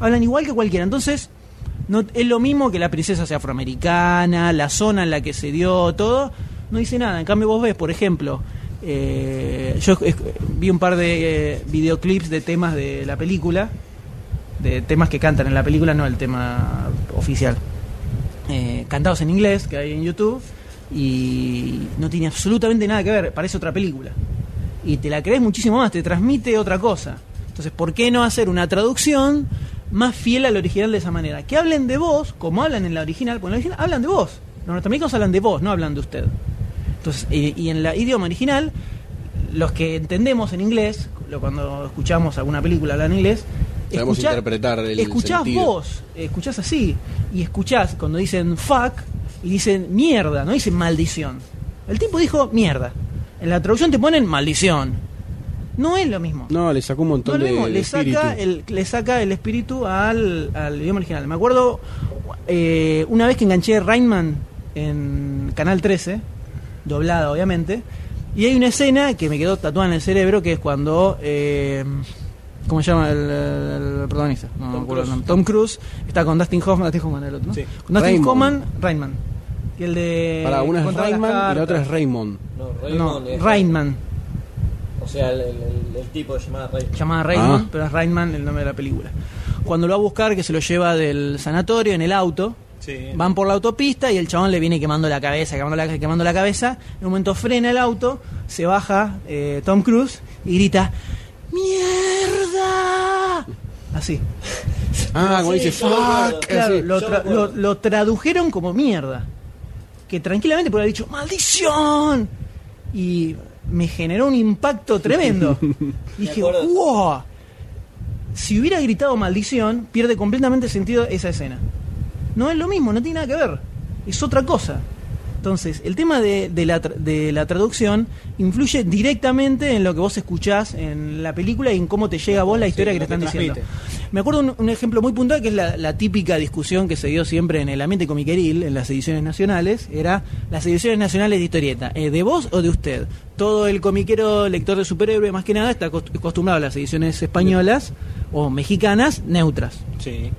Speaker 1: Hablan igual que cualquiera. Entonces, no, es lo mismo que la princesa sea afroamericana, la zona en la que se dio, todo. No dice nada. En cambio, vos ves, por ejemplo, eh, yo eh, vi un par de eh, videoclips de temas de la película, de temas que cantan en la película, no el tema oficial. eh, cantados en inglés que hay en YouTube y no tiene absolutamente nada que ver, parece otra película. Y te la crees muchísimo más, te transmite otra cosa. Entonces, ¿por qué no hacer una traducción más fiel al original de esa manera? Que hablen de vos, como hablan en la original, porque en la original hablan de vos. Los norteamericanos hablan de vos, no hablan de usted. Entonces, eh, y en la idioma original, los que entendemos en inglés, lo- cuando escuchamos alguna película hablar en inglés,
Speaker 3: Sabemos interpretar el
Speaker 1: escuchás
Speaker 3: sentido.
Speaker 1: vos, escuchás así, y escuchás cuando dicen fuck y dicen mierda, no dicen maldición. El tipo dijo mierda. En la traducción te ponen maldición. No es lo mismo.
Speaker 3: No, le sacó un montón
Speaker 1: No, lo
Speaker 3: de,
Speaker 1: mismo,
Speaker 3: de
Speaker 1: le
Speaker 3: espíritu.
Speaker 1: saca, el, le saca el espíritu al, al idioma original. Me acuerdo eh, una vez que enganché Rainman en Canal 13, doblada obviamente. Y hay una escena que me quedó tatuada en el cerebro, que es cuando... eh, ¿Cómo se llama el, el protagonista? No, me acuerdo el nombre. Tom Cruise está con Dustin Hoffman, Dustin Hoffman era el otro, ¿no?
Speaker 5: Sí.
Speaker 1: Con Dustin
Speaker 3: Raymond.
Speaker 1: Hoffman, Rainman. Que el de...
Speaker 3: Para una es
Speaker 1: contaba eh, las
Speaker 3: Rayman y la
Speaker 1: cartas.
Speaker 3: otra es Raymond.
Speaker 4: No,
Speaker 1: No,
Speaker 4: Raymond es-
Speaker 1: Rainman.
Speaker 4: O sea, el, el- el- el tipo se llamaba Raymond.
Speaker 1: llamada Rainman,
Speaker 3: Ah.
Speaker 1: pero es Rainman el nombre de la película. Cuando lo va a buscar, que se lo lleva del sanatorio en el auto,
Speaker 5: Sí.
Speaker 1: van por la autopista y el chabón le viene quemando la cabeza, quemando la, quemando la cabeza. En un momento frena el auto, se baja eh, Tom Cruise y grita: ¡Mierda! Así.
Speaker 3: Ah, como dice,
Speaker 4: yo me acuerdo.
Speaker 3: fuck.
Speaker 1: Claro,
Speaker 3: así.
Speaker 1: lo,
Speaker 4: yo
Speaker 1: tra-
Speaker 4: me acuerdo.
Speaker 1: lo- lo tradujeron como mierda. Que tranquilamente podría haber dicho, ¡maldición! Y me generó un impacto tremendo. Dije,
Speaker 4: acuerdo.
Speaker 1: ¡wow! Si hubiera gritado maldición, pierde completamente sentido esa escena. No es lo mismo, no tiene nada que ver. Es otra cosa. Entonces, el tema de, de la, tra- de la traducción influye directamente en lo que vos escuchás en la película y en cómo te llega a vos la historia
Speaker 5: Sí,
Speaker 1: que te
Speaker 5: lo
Speaker 1: están
Speaker 5: que
Speaker 1: diciendo. Me acuerdo un, un ejemplo muy puntual que es la, la típica discusión que se dio siempre en el ambiente comiqueril, en las ediciones nacionales, era las ediciones nacionales de historieta, eh, ¿de vos o de usted? Todo el comiquero lector de superhéroe, más que nada, está acost- acostumbrado a las ediciones españolas o mexicanas neutras,
Speaker 5: Sí.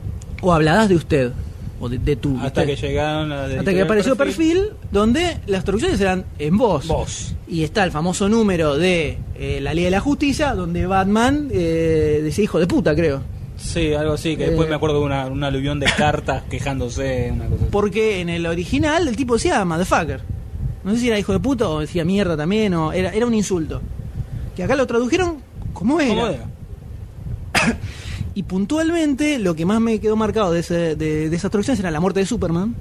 Speaker 1: o habladas de usted, o de, de tú.
Speaker 5: Hasta que
Speaker 1: usted.
Speaker 5: llegaron a
Speaker 1: Hasta que apareció perfil, donde las traducciones eran en voz.
Speaker 5: Vos.
Speaker 1: Y está el famoso número de eh, la Liga de la Justicia, donde Batman eh, dice hijo de puta, creo.
Speaker 5: Sí, algo así, que
Speaker 1: Eh.
Speaker 5: después me acuerdo de una, un aluvión de cartas quejándose, una cosa así.
Speaker 1: Porque en el original el tipo decía motherfucker. No sé si era hijo de puta o decía mierda también, o era, era un insulto. Que acá lo tradujeron como era.
Speaker 5: ¿Cómo era?
Speaker 1: Y puntualmente lo que más me quedó marcado de, ese- de, de esas traducciones era la muerte de Superman.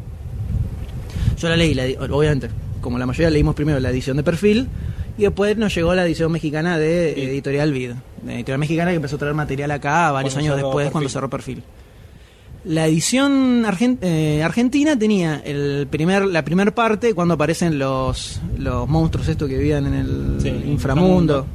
Speaker 1: Yo la leí, la di- obviamente, como la mayoría leímos primero la edición de perfil y después nos llegó la edición mexicana de eh,
Speaker 5: Sí.
Speaker 1: Editorial Vid. La editorial mexicana que empezó a traer material acá varios
Speaker 5: Cuando
Speaker 1: años
Speaker 5: cerró
Speaker 1: después
Speaker 5: Perfil.
Speaker 1: cuando cerró perfil. La edición argen- eh, argentina tenía el primer, la primera parte cuando aparecen los, los monstruos estos que vivían en el
Speaker 5: Sí,
Speaker 1: inframundo.
Speaker 5: inframundo.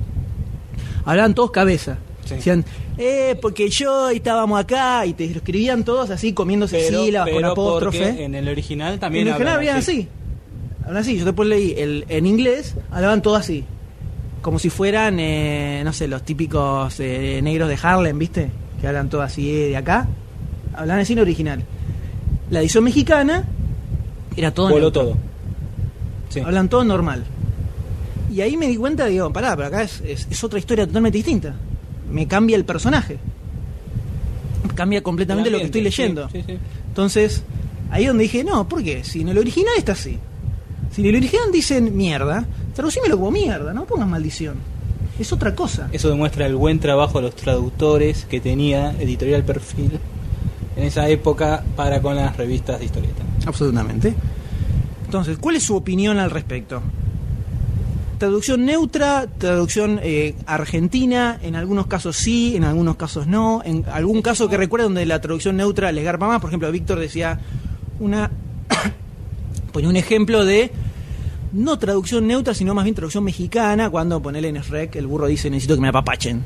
Speaker 1: Hablaban todos cabeza.
Speaker 5: Sí.
Speaker 1: Decían, eh, porque yo y estábamos acá y te lo escribían todos así comiéndose sílabas con
Speaker 5: pero porque
Speaker 1: apóstrofe.
Speaker 5: en el original
Speaker 1: En
Speaker 5: también
Speaker 1: el general hablan
Speaker 5: hablaban
Speaker 1: así. Hablan así. Yo después leí el, en inglés, hablaban todo así. Como si fueran, eh, no sé, los típicos eh, negros de Harlem, ¿viste? Que hablan todo así eh, de acá. Hablaban así en original. La edición mexicana era todo
Speaker 5: Voló
Speaker 1: neutro.
Speaker 5: todo. Sí.
Speaker 1: Hablan todo normal. Y ahí me di cuenta, digo, pará, pero acá es, es- es otra historia totalmente distinta. Me cambia el personaje. Cambia completamente
Speaker 5: El
Speaker 1: lo que estoy
Speaker 5: ambiente,
Speaker 1: leyendo.
Speaker 5: sí, sí, sí.
Speaker 1: Entonces, ahí donde dije, no, ¿por qué? Si en el original está así. Si en el original dicen mierda, traducímelo como mierda, no pongas maldición. Es otra cosa.
Speaker 5: Eso demuestra el buen trabajo de los traductores que tenía Editorial Perfil en esa época para con las revistas de historieta.
Speaker 1: Absolutamente. Entonces, ¿cuál es su opinión al respecto? Traducción neutra, traducción eh, argentina, en algunos casos sí, en algunos casos no, en algún caso que recuerde donde la traducción neutra les garpa más, por ejemplo, Víctor decía una ponía un ejemplo de no traducción neutra, sino más bien traducción mexicana, cuando ponele en Shrek el burro dice necesito que me apapachen,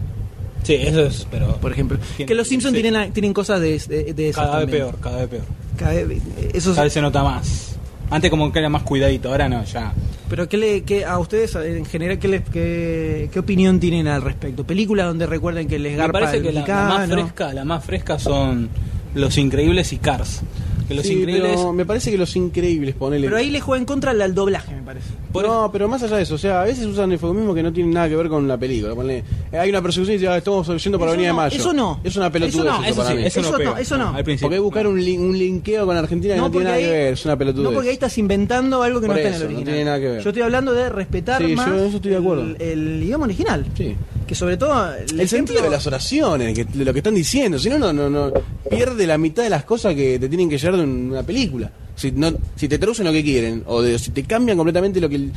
Speaker 5: Sí, eso es, pero
Speaker 1: por ejemplo.
Speaker 5: Tiene-
Speaker 1: Que los Simpsons
Speaker 5: sí.
Speaker 1: tienen, tienen cosas de, de, de esas
Speaker 5: cada vez
Speaker 1: también.
Speaker 5: peor, cada vez peor.
Speaker 1: Cada vez- eso es-
Speaker 5: Cada vez se nota más. Antes como que era más cuidadito, ahora no, ya.
Speaker 1: Pero ¿qué le, qué- a ustedes eh, en general ¿qué, les, qué, qué opinión tienen al respecto? Películas donde recuerden que les
Speaker 5: Me
Speaker 1: garpa
Speaker 5: parece
Speaker 1: el
Speaker 5: que la, la más
Speaker 1: mexicano.
Speaker 5: fresca, la más fresca son Los Increíbles y Cars. Que los
Speaker 3: Sí,
Speaker 5: Increíbles
Speaker 3: pero me parece que los increíbles, ponele.
Speaker 1: Pero ahí le juega en contra al al doblaje, me parece.
Speaker 5: por
Speaker 3: no, pero más allá de eso, o sea, a veces usan eufemismos que no tienen nada que ver con la película. ponele. Eh, hay una persecución y dice, ah, estamos yendo para
Speaker 1: Eso
Speaker 3: Avenida
Speaker 1: no,
Speaker 3: de Mayo.
Speaker 1: eso no.
Speaker 3: Es una
Speaker 1: Eso
Speaker 3: pelotudez
Speaker 1: no,
Speaker 3: eso
Speaker 1: eso
Speaker 3: para
Speaker 1: sí,
Speaker 3: mí.
Speaker 1: eso no
Speaker 5: pega.
Speaker 1: no, eso no.
Speaker 5: al principio.
Speaker 3: Porque buscar un, lin- un linkeo con Argentina que no, tiene nada
Speaker 1: ahí-
Speaker 3: que ver, es una pelotudez.
Speaker 1: No, porque ahí estás inventando algo que
Speaker 3: Por
Speaker 1: no está en el
Speaker 3: eso, no
Speaker 1: original.
Speaker 3: tiene nada que ver.
Speaker 1: Yo estoy hablando de respetar
Speaker 3: Sí, yo
Speaker 1: más
Speaker 3: en eso estoy de acuerdo.
Speaker 1: El, el idioma original.
Speaker 3: Sí.
Speaker 1: Que sobre todo... El,
Speaker 3: El
Speaker 1: ejemplo-
Speaker 3: sentido de las oraciones, que- de lo que están diciendo, si no, no, no, no, pierde la mitad de las cosas que te tienen que llegar de un- una película. Si, no, si te traducen lo que quieren, o de- si te cambian completamente lo que el,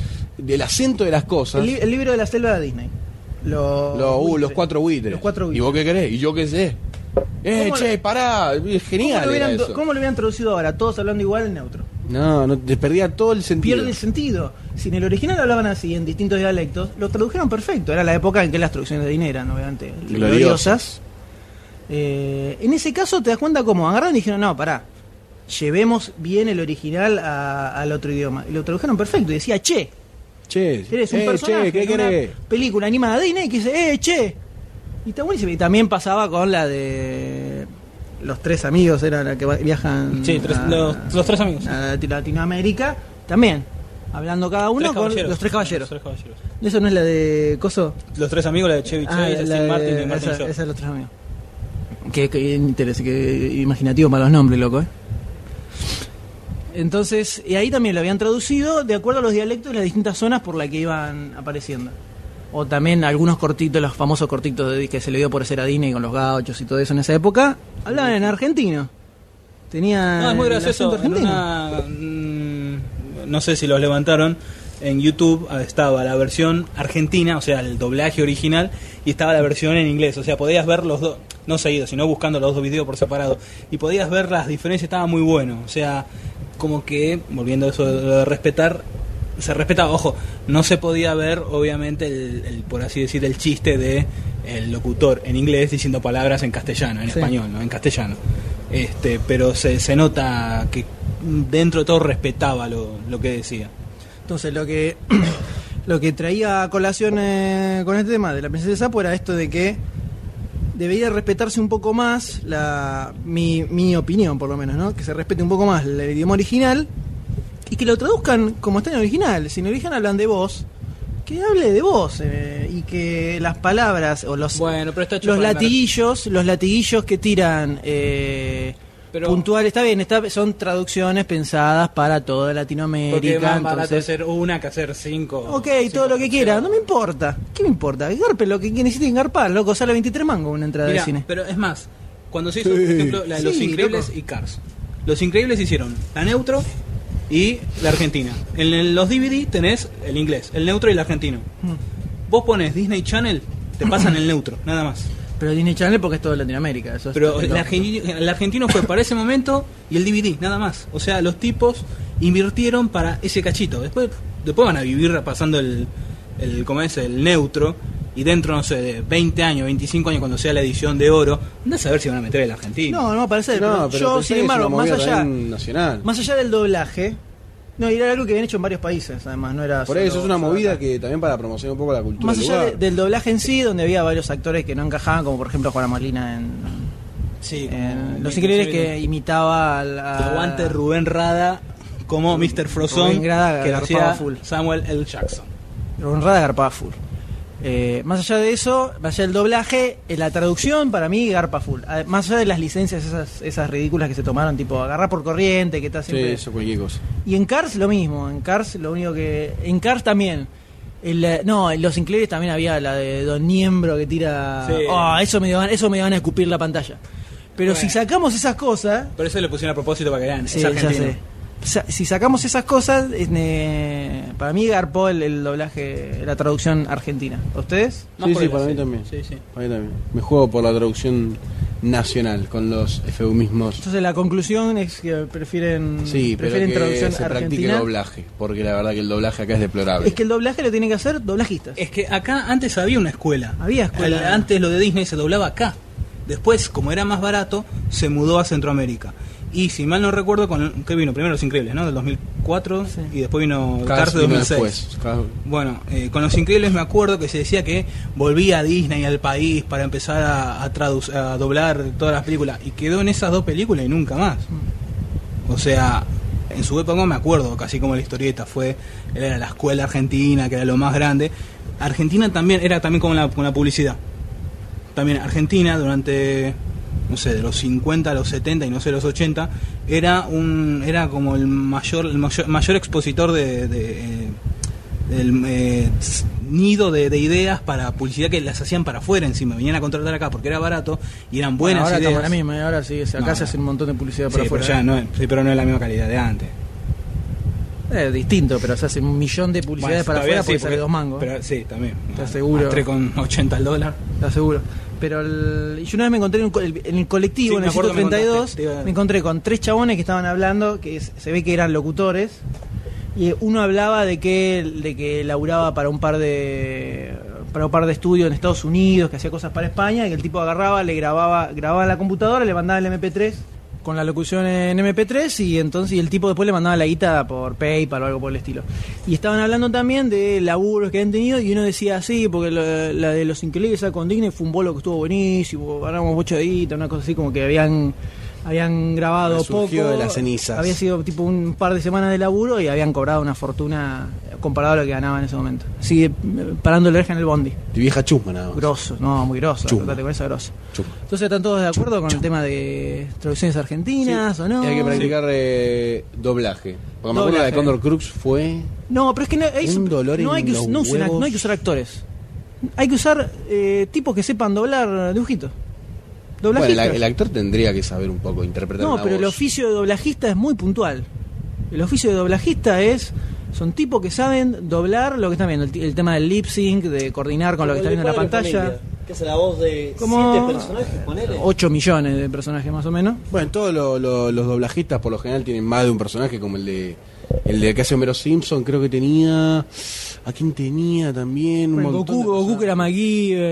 Speaker 3: el acento de las cosas,
Speaker 1: el, li- el libro de la selva de Disney. Los,
Speaker 3: los, uh, los cuatro buitres.
Speaker 1: Los cuatro
Speaker 3: ¿Y
Speaker 1: buitres.
Speaker 3: vos qué querés? ¿Y yo qué sé? Eh,
Speaker 1: ¿Cómo
Speaker 3: che,
Speaker 1: lo-
Speaker 3: pará, es
Speaker 1: ¿Cómo
Speaker 3: genial.
Speaker 1: lo,
Speaker 3: era
Speaker 1: hubieran,
Speaker 3: eso.
Speaker 1: ¿Cómo lo hubieran traducido ahora? Todos hablando igual en neutro.
Speaker 3: No, no, te perdía todo el sentido.
Speaker 1: pierde el sentido. Si en el original hablaban así, en distintos dialectos, lo tradujeron perfecto. Era la época en que las traducciones de dinero eran, obviamente,
Speaker 3: Gloriosas.
Speaker 1: gloriosas. Eh, en ese caso, te das cuenta cómo agarraron y dijeron, no, pará, llevemos bien el original a- al otro idioma. Y lo tradujeron perfecto. Y decía, che,
Speaker 3: Che,
Speaker 1: Eres un
Speaker 3: eh,
Speaker 1: personaje
Speaker 3: che, ¿qué
Speaker 1: en una
Speaker 3: querés?
Speaker 1: película animada de Disney que dice, ¡eh, che! Y está buenísimo. Y también pasaba con la de los tres amigos, era la que va- viajan
Speaker 5: Sí, tres-
Speaker 1: a,
Speaker 5: los, los tres amigos.
Speaker 1: a Latinoamérica. También, hablando cada uno
Speaker 5: Tres
Speaker 1: con
Speaker 5: caballeros.
Speaker 1: los tres caballeros.
Speaker 5: Los tres caballeros.
Speaker 1: ¿Eso no es la de Coso?
Speaker 5: Los tres amigos, la de Chevy
Speaker 1: Ah, la
Speaker 5: Chase, Steve
Speaker 1: de-
Speaker 5: Martin y Martin
Speaker 1: esa,
Speaker 5: Short.
Speaker 1: esa es la otra amiga. Qué, qué interés, qué imaginativo para los nombres, loco, ¿eh? Entonces, y ahí también lo habían traducido de acuerdo a los dialectos de las distintas zonas por las que iban apareciendo. O también algunos cortitos, los famosos cortitos de- que se le dio por hacer a Disney con los gauchos y todo eso en esa época, hablaban en argentino. Tenía
Speaker 5: No, es muy
Speaker 1: Ah, el acento
Speaker 5: gracioso. en
Speaker 1: argentino.
Speaker 5: una- mm, no sé si los levantaron. En YouTube ah, estaba la versión argentina, o sea, el doblaje original, y estaba la versión en inglés. O sea, podías ver los dos, no seguidos, sino buscando los dos videos por separado. Y podías ver las diferencias, estaba muy bueno. O sea, como que, volviendo a eso de, lo de respetar, se respetaba. Ojo, no se podía ver, obviamente, el, el, por así decir, el chiste de el locutor en inglés diciendo palabras en castellano, en
Speaker 1: Sí.
Speaker 5: español, ¿no? en castellano. Este, pero se, se nota que dentro de todo respetaba lo, lo que decía.
Speaker 1: Entonces lo que lo que traía a colación eh, con este tema de la princesa sapo era esto de que debería respetarse un poco más la mi, mi opinión por lo menos, ¿no? Que se respete un poco más el idioma original y que lo traduzcan como está en el original. Si en el original hablan de vos, que hable de vos eh, y que las palabras o los
Speaker 10: Bueno, pero está hecho
Speaker 1: los
Speaker 10: para el
Speaker 1: latiguillos, los latiguillos que tiran eh,
Speaker 10: Pero-
Speaker 1: puntual, está bien, está, son traducciones pensadas para toda
Speaker 5: Porque es
Speaker 1: Latinoamérica.
Speaker 5: más barato
Speaker 1: entonces-
Speaker 5: hacer una que hacer cinco.
Speaker 1: Ok,
Speaker 5: cinco
Speaker 1: todo lo que quiera, no
Speaker 5: canciones.
Speaker 1: me importa. ¿Qué me importa? Garpe lo que necesiten garpar, loco. Sale 23 mangos una entrada
Speaker 5: Mirá,
Speaker 1: de cine.
Speaker 5: pero es más, cuando se hizo, por ejemplo, la de Los
Speaker 1: Sí,
Speaker 5: Increíbles
Speaker 1: loco.
Speaker 5: y Cars. Los Increíbles hicieron la neutro y la argentina. En el- los DVD tenés el inglés, el neutro y el argentino. Vos pones Disney Channel, te pasan el neutro, nada más.
Speaker 1: Pero Disney Channel porque es todo Latinoamérica. Eso es-
Speaker 5: Pero el,
Speaker 1: no.
Speaker 5: argentino- el argentino fue para ese momento y el DVD, nada más. O sea, los tipos invirtieron para ese cachito. Después, después van a vivir pasando el, el, ¿cómo es? el neutro. Y dentro, no sé, de 20 años, 25 años, cuando sea la edición de oro, no a ver si van a meter el argentino.
Speaker 1: No, no, parece.
Speaker 3: No,
Speaker 1: pero
Speaker 3: pero
Speaker 1: yo,
Speaker 3: pensá
Speaker 1: sin
Speaker 3: que es
Speaker 1: embargo,
Speaker 3: una
Speaker 1: más
Speaker 3: movida
Speaker 1: allá,
Speaker 3: también nacional.
Speaker 1: más allá del doblaje, no, y era algo que habían hecho en varios países, además, no era.
Speaker 3: Por
Speaker 1: solo-
Speaker 3: eso es una
Speaker 1: solo
Speaker 3: movida
Speaker 1: acá.
Speaker 3: que también para promocionar un poco la cultura.
Speaker 1: Más
Speaker 3: del
Speaker 1: allá
Speaker 3: lugar.
Speaker 1: de- del doblaje en sí, donde había varios actores que no encajaban, como por ejemplo Juana Molina en, Eh,
Speaker 5: Sí, como-
Speaker 1: en Los Increíbles, que imitaba al. a-
Speaker 5: Aguante Rubén Rada como Mr. Frozone,
Speaker 1: Rubén Rada
Speaker 5: que lo
Speaker 1: garpaba
Speaker 5: hacía
Speaker 1: full.
Speaker 5: Samuel L. Jackson.
Speaker 1: Honrada garpa full. Eh, más allá de eso, más allá del doblaje, eh, la traducción para mí garpa full. A- Más allá de las licencias esas, esas ridículas que se tomaron, tipo agarrar por corriente, que está
Speaker 3: Sí,
Speaker 1: siempre...
Speaker 3: eso cualquier cosa.
Speaker 1: Y en Cars lo mismo, en Cars lo único que... En Cars también. El, eh, no, en Los Increíbles también había la de Don Niembro que tira...
Speaker 5: Sí.
Speaker 1: Oh, eso me, dio gan- eso me van a escupir la pantalla. Pero si
Speaker 5: Bueno.
Speaker 1: sacamos esas cosas,
Speaker 5: Pero eso lo pusieron a propósito para que vean,
Speaker 1: Sí,
Speaker 5: es
Speaker 1: ya
Speaker 5: argentino.
Speaker 1: sé. Sa- si sacamos esas cosas, es, eh, para mí garpó el, el doblaje, la traducción argentina. ¿A ¿Ustedes?
Speaker 5: Más
Speaker 3: Sí,
Speaker 5: por
Speaker 3: sí,
Speaker 5: el
Speaker 3: para mí
Speaker 5: acento.
Speaker 3: también.
Speaker 5: Sí, sí.
Speaker 3: Para mí también. Me juego por la traducción nacional con los eufemismos.
Speaker 1: Entonces la conclusión es que prefieren,
Speaker 3: Sí, pero
Speaker 1: prefieren
Speaker 3: que
Speaker 1: traducción
Speaker 3: se practique el
Speaker 1: argentina.
Speaker 3: doblaje, porque la verdad que el doblaje acá es deplorable.
Speaker 1: Es que el doblaje lo tienen que hacer doblajistas.
Speaker 5: Es que acá antes había una escuela.
Speaker 1: Había escuela.
Speaker 5: El- antes lo de Disney se doblaba acá. Después, como era más barato, se mudó a Centroamérica. Y si mal no recuerdo, con, ¿qué vino? Primero Los Increíbles, ¿no? Del 2004
Speaker 1: Sí.
Speaker 5: y después vino
Speaker 3: Cada
Speaker 5: Cars de
Speaker 3: vino
Speaker 5: 2006.
Speaker 3: después, cada-
Speaker 5: Bueno, eh, con Los Increíbles me acuerdo que se decía que volvía a Disney al país para empezar a, a tradu- a doblar todas las películas. Y quedó en esas dos películas y nunca más. O sea, en su época me acuerdo, casi como la historieta fue, era la escuela argentina, que era lo más grande. Argentina también era también como la, como la publicidad. También Argentina durante, no sé, de los 50 a los 70 y no sé, los 80, era un era como el mayor el mayor, mayor expositor de, de, eh, del eh, s- nido de, de ideas para publicidad que las hacían para afuera encima. Venían a contratar acá porque era barato y eran buenas
Speaker 1: ahora
Speaker 5: ideas.
Speaker 1: estamos en la misma, ¿eh? ahora sí, acá
Speaker 5: No,
Speaker 1: se
Speaker 5: no.
Speaker 1: hace un montón de publicidad
Speaker 5: Sí,
Speaker 1: para
Speaker 5: pero
Speaker 1: afuera.
Speaker 5: ya no es- sí, pero no es la misma calidad de antes.
Speaker 1: Eh, distinto, pero se hace un millón de publicidades
Speaker 5: Bueno,
Speaker 1: para
Speaker 5: todavía
Speaker 1: afuera porque
Speaker 5: sí,
Speaker 1: sale dos mangos.
Speaker 5: Pero sí, también.
Speaker 1: Te aseguro.
Speaker 5: Entré con 80 al dólar.
Speaker 1: Te aseguro. Pero el- yo una vez me encontré en, un co- el- en el colectivo,
Speaker 5: Sí,
Speaker 1: en
Speaker 5: me
Speaker 1: el
Speaker 5: acuerdo que me
Speaker 1: 132,
Speaker 5: contaste, te iba a-
Speaker 1: me encontré con tres chabones que estaban hablando, que es- se ve que eran locutores, y uno hablaba de que, de que laburaba para un par de para un par de estudios en Estados Unidos, que hacía cosas para España, y que el tipo agarraba, le grababa, grababa en la computadora, le mandaba el MP3 con la locución en MP3 y entonces y el tipo después le mandaba la guita por PayPal o algo por el estilo. Y estaban hablando también de laburos que han tenido y uno decía así, porque la, la de los increíbles esa con Digne fue un bolo que estuvo buenísimo, ganamos mucho de guita, una cosa así como que habían habían grabado poco,
Speaker 3: Resurgió de las cenizas.
Speaker 1: había sido tipo un par de semanas de laburo y habían cobrado una fortuna comparado a lo que ganaban en ese momento. Así eh, parando el oreja en el bondi.
Speaker 3: De vieja chusma nada más.
Speaker 1: Grosso, no, muy grosso,
Speaker 3: Chuma.
Speaker 1: tratate con esa grosso.
Speaker 3: Chusma.
Speaker 1: Entonces están todos de acuerdo con el tema de traducciones argentinas o no.
Speaker 3: Y hay que practicar eh, doblaje. Porque me acuerdo
Speaker 1: Doblaje.
Speaker 3: la de Condor Crux fue.
Speaker 1: No, pero es que no, hay,
Speaker 3: Un dolor
Speaker 1: no,
Speaker 3: en
Speaker 1: hay, que, us-
Speaker 3: los
Speaker 1: no, usen act-
Speaker 3: huevos.
Speaker 1: no hay que usar actores. Hay que usar eh, tipos que sepan doblar dibujitos.
Speaker 3: Bueno, la-
Speaker 1: Doblajistas.
Speaker 3: el actor tendría que saber un poco interpretar.
Speaker 1: no,
Speaker 3: una
Speaker 1: pero el
Speaker 3: voz.
Speaker 1: oficio de doblajista es muy puntual. El oficio de doblajista es. Son tipos que saben doblar lo que están viendo. El, t- el tema del lip sync, de coordinar con lo que está viendo en la pantalla.
Speaker 4: Que hace la voz de siete
Speaker 1: Como
Speaker 4: personajes, ponele.
Speaker 1: 8 millones de personajes más o menos.
Speaker 3: Bueno, todos lo- lo- los doblajistas por lo general tienen más de un personaje, como el de el de que hace Homero Simpson, creo que tenía. ¿A quién tenía también? Un
Speaker 1: Bueno,
Speaker 3: montón
Speaker 1: Goku,
Speaker 3: de
Speaker 1: Goku
Speaker 3: personajes.
Speaker 1: que era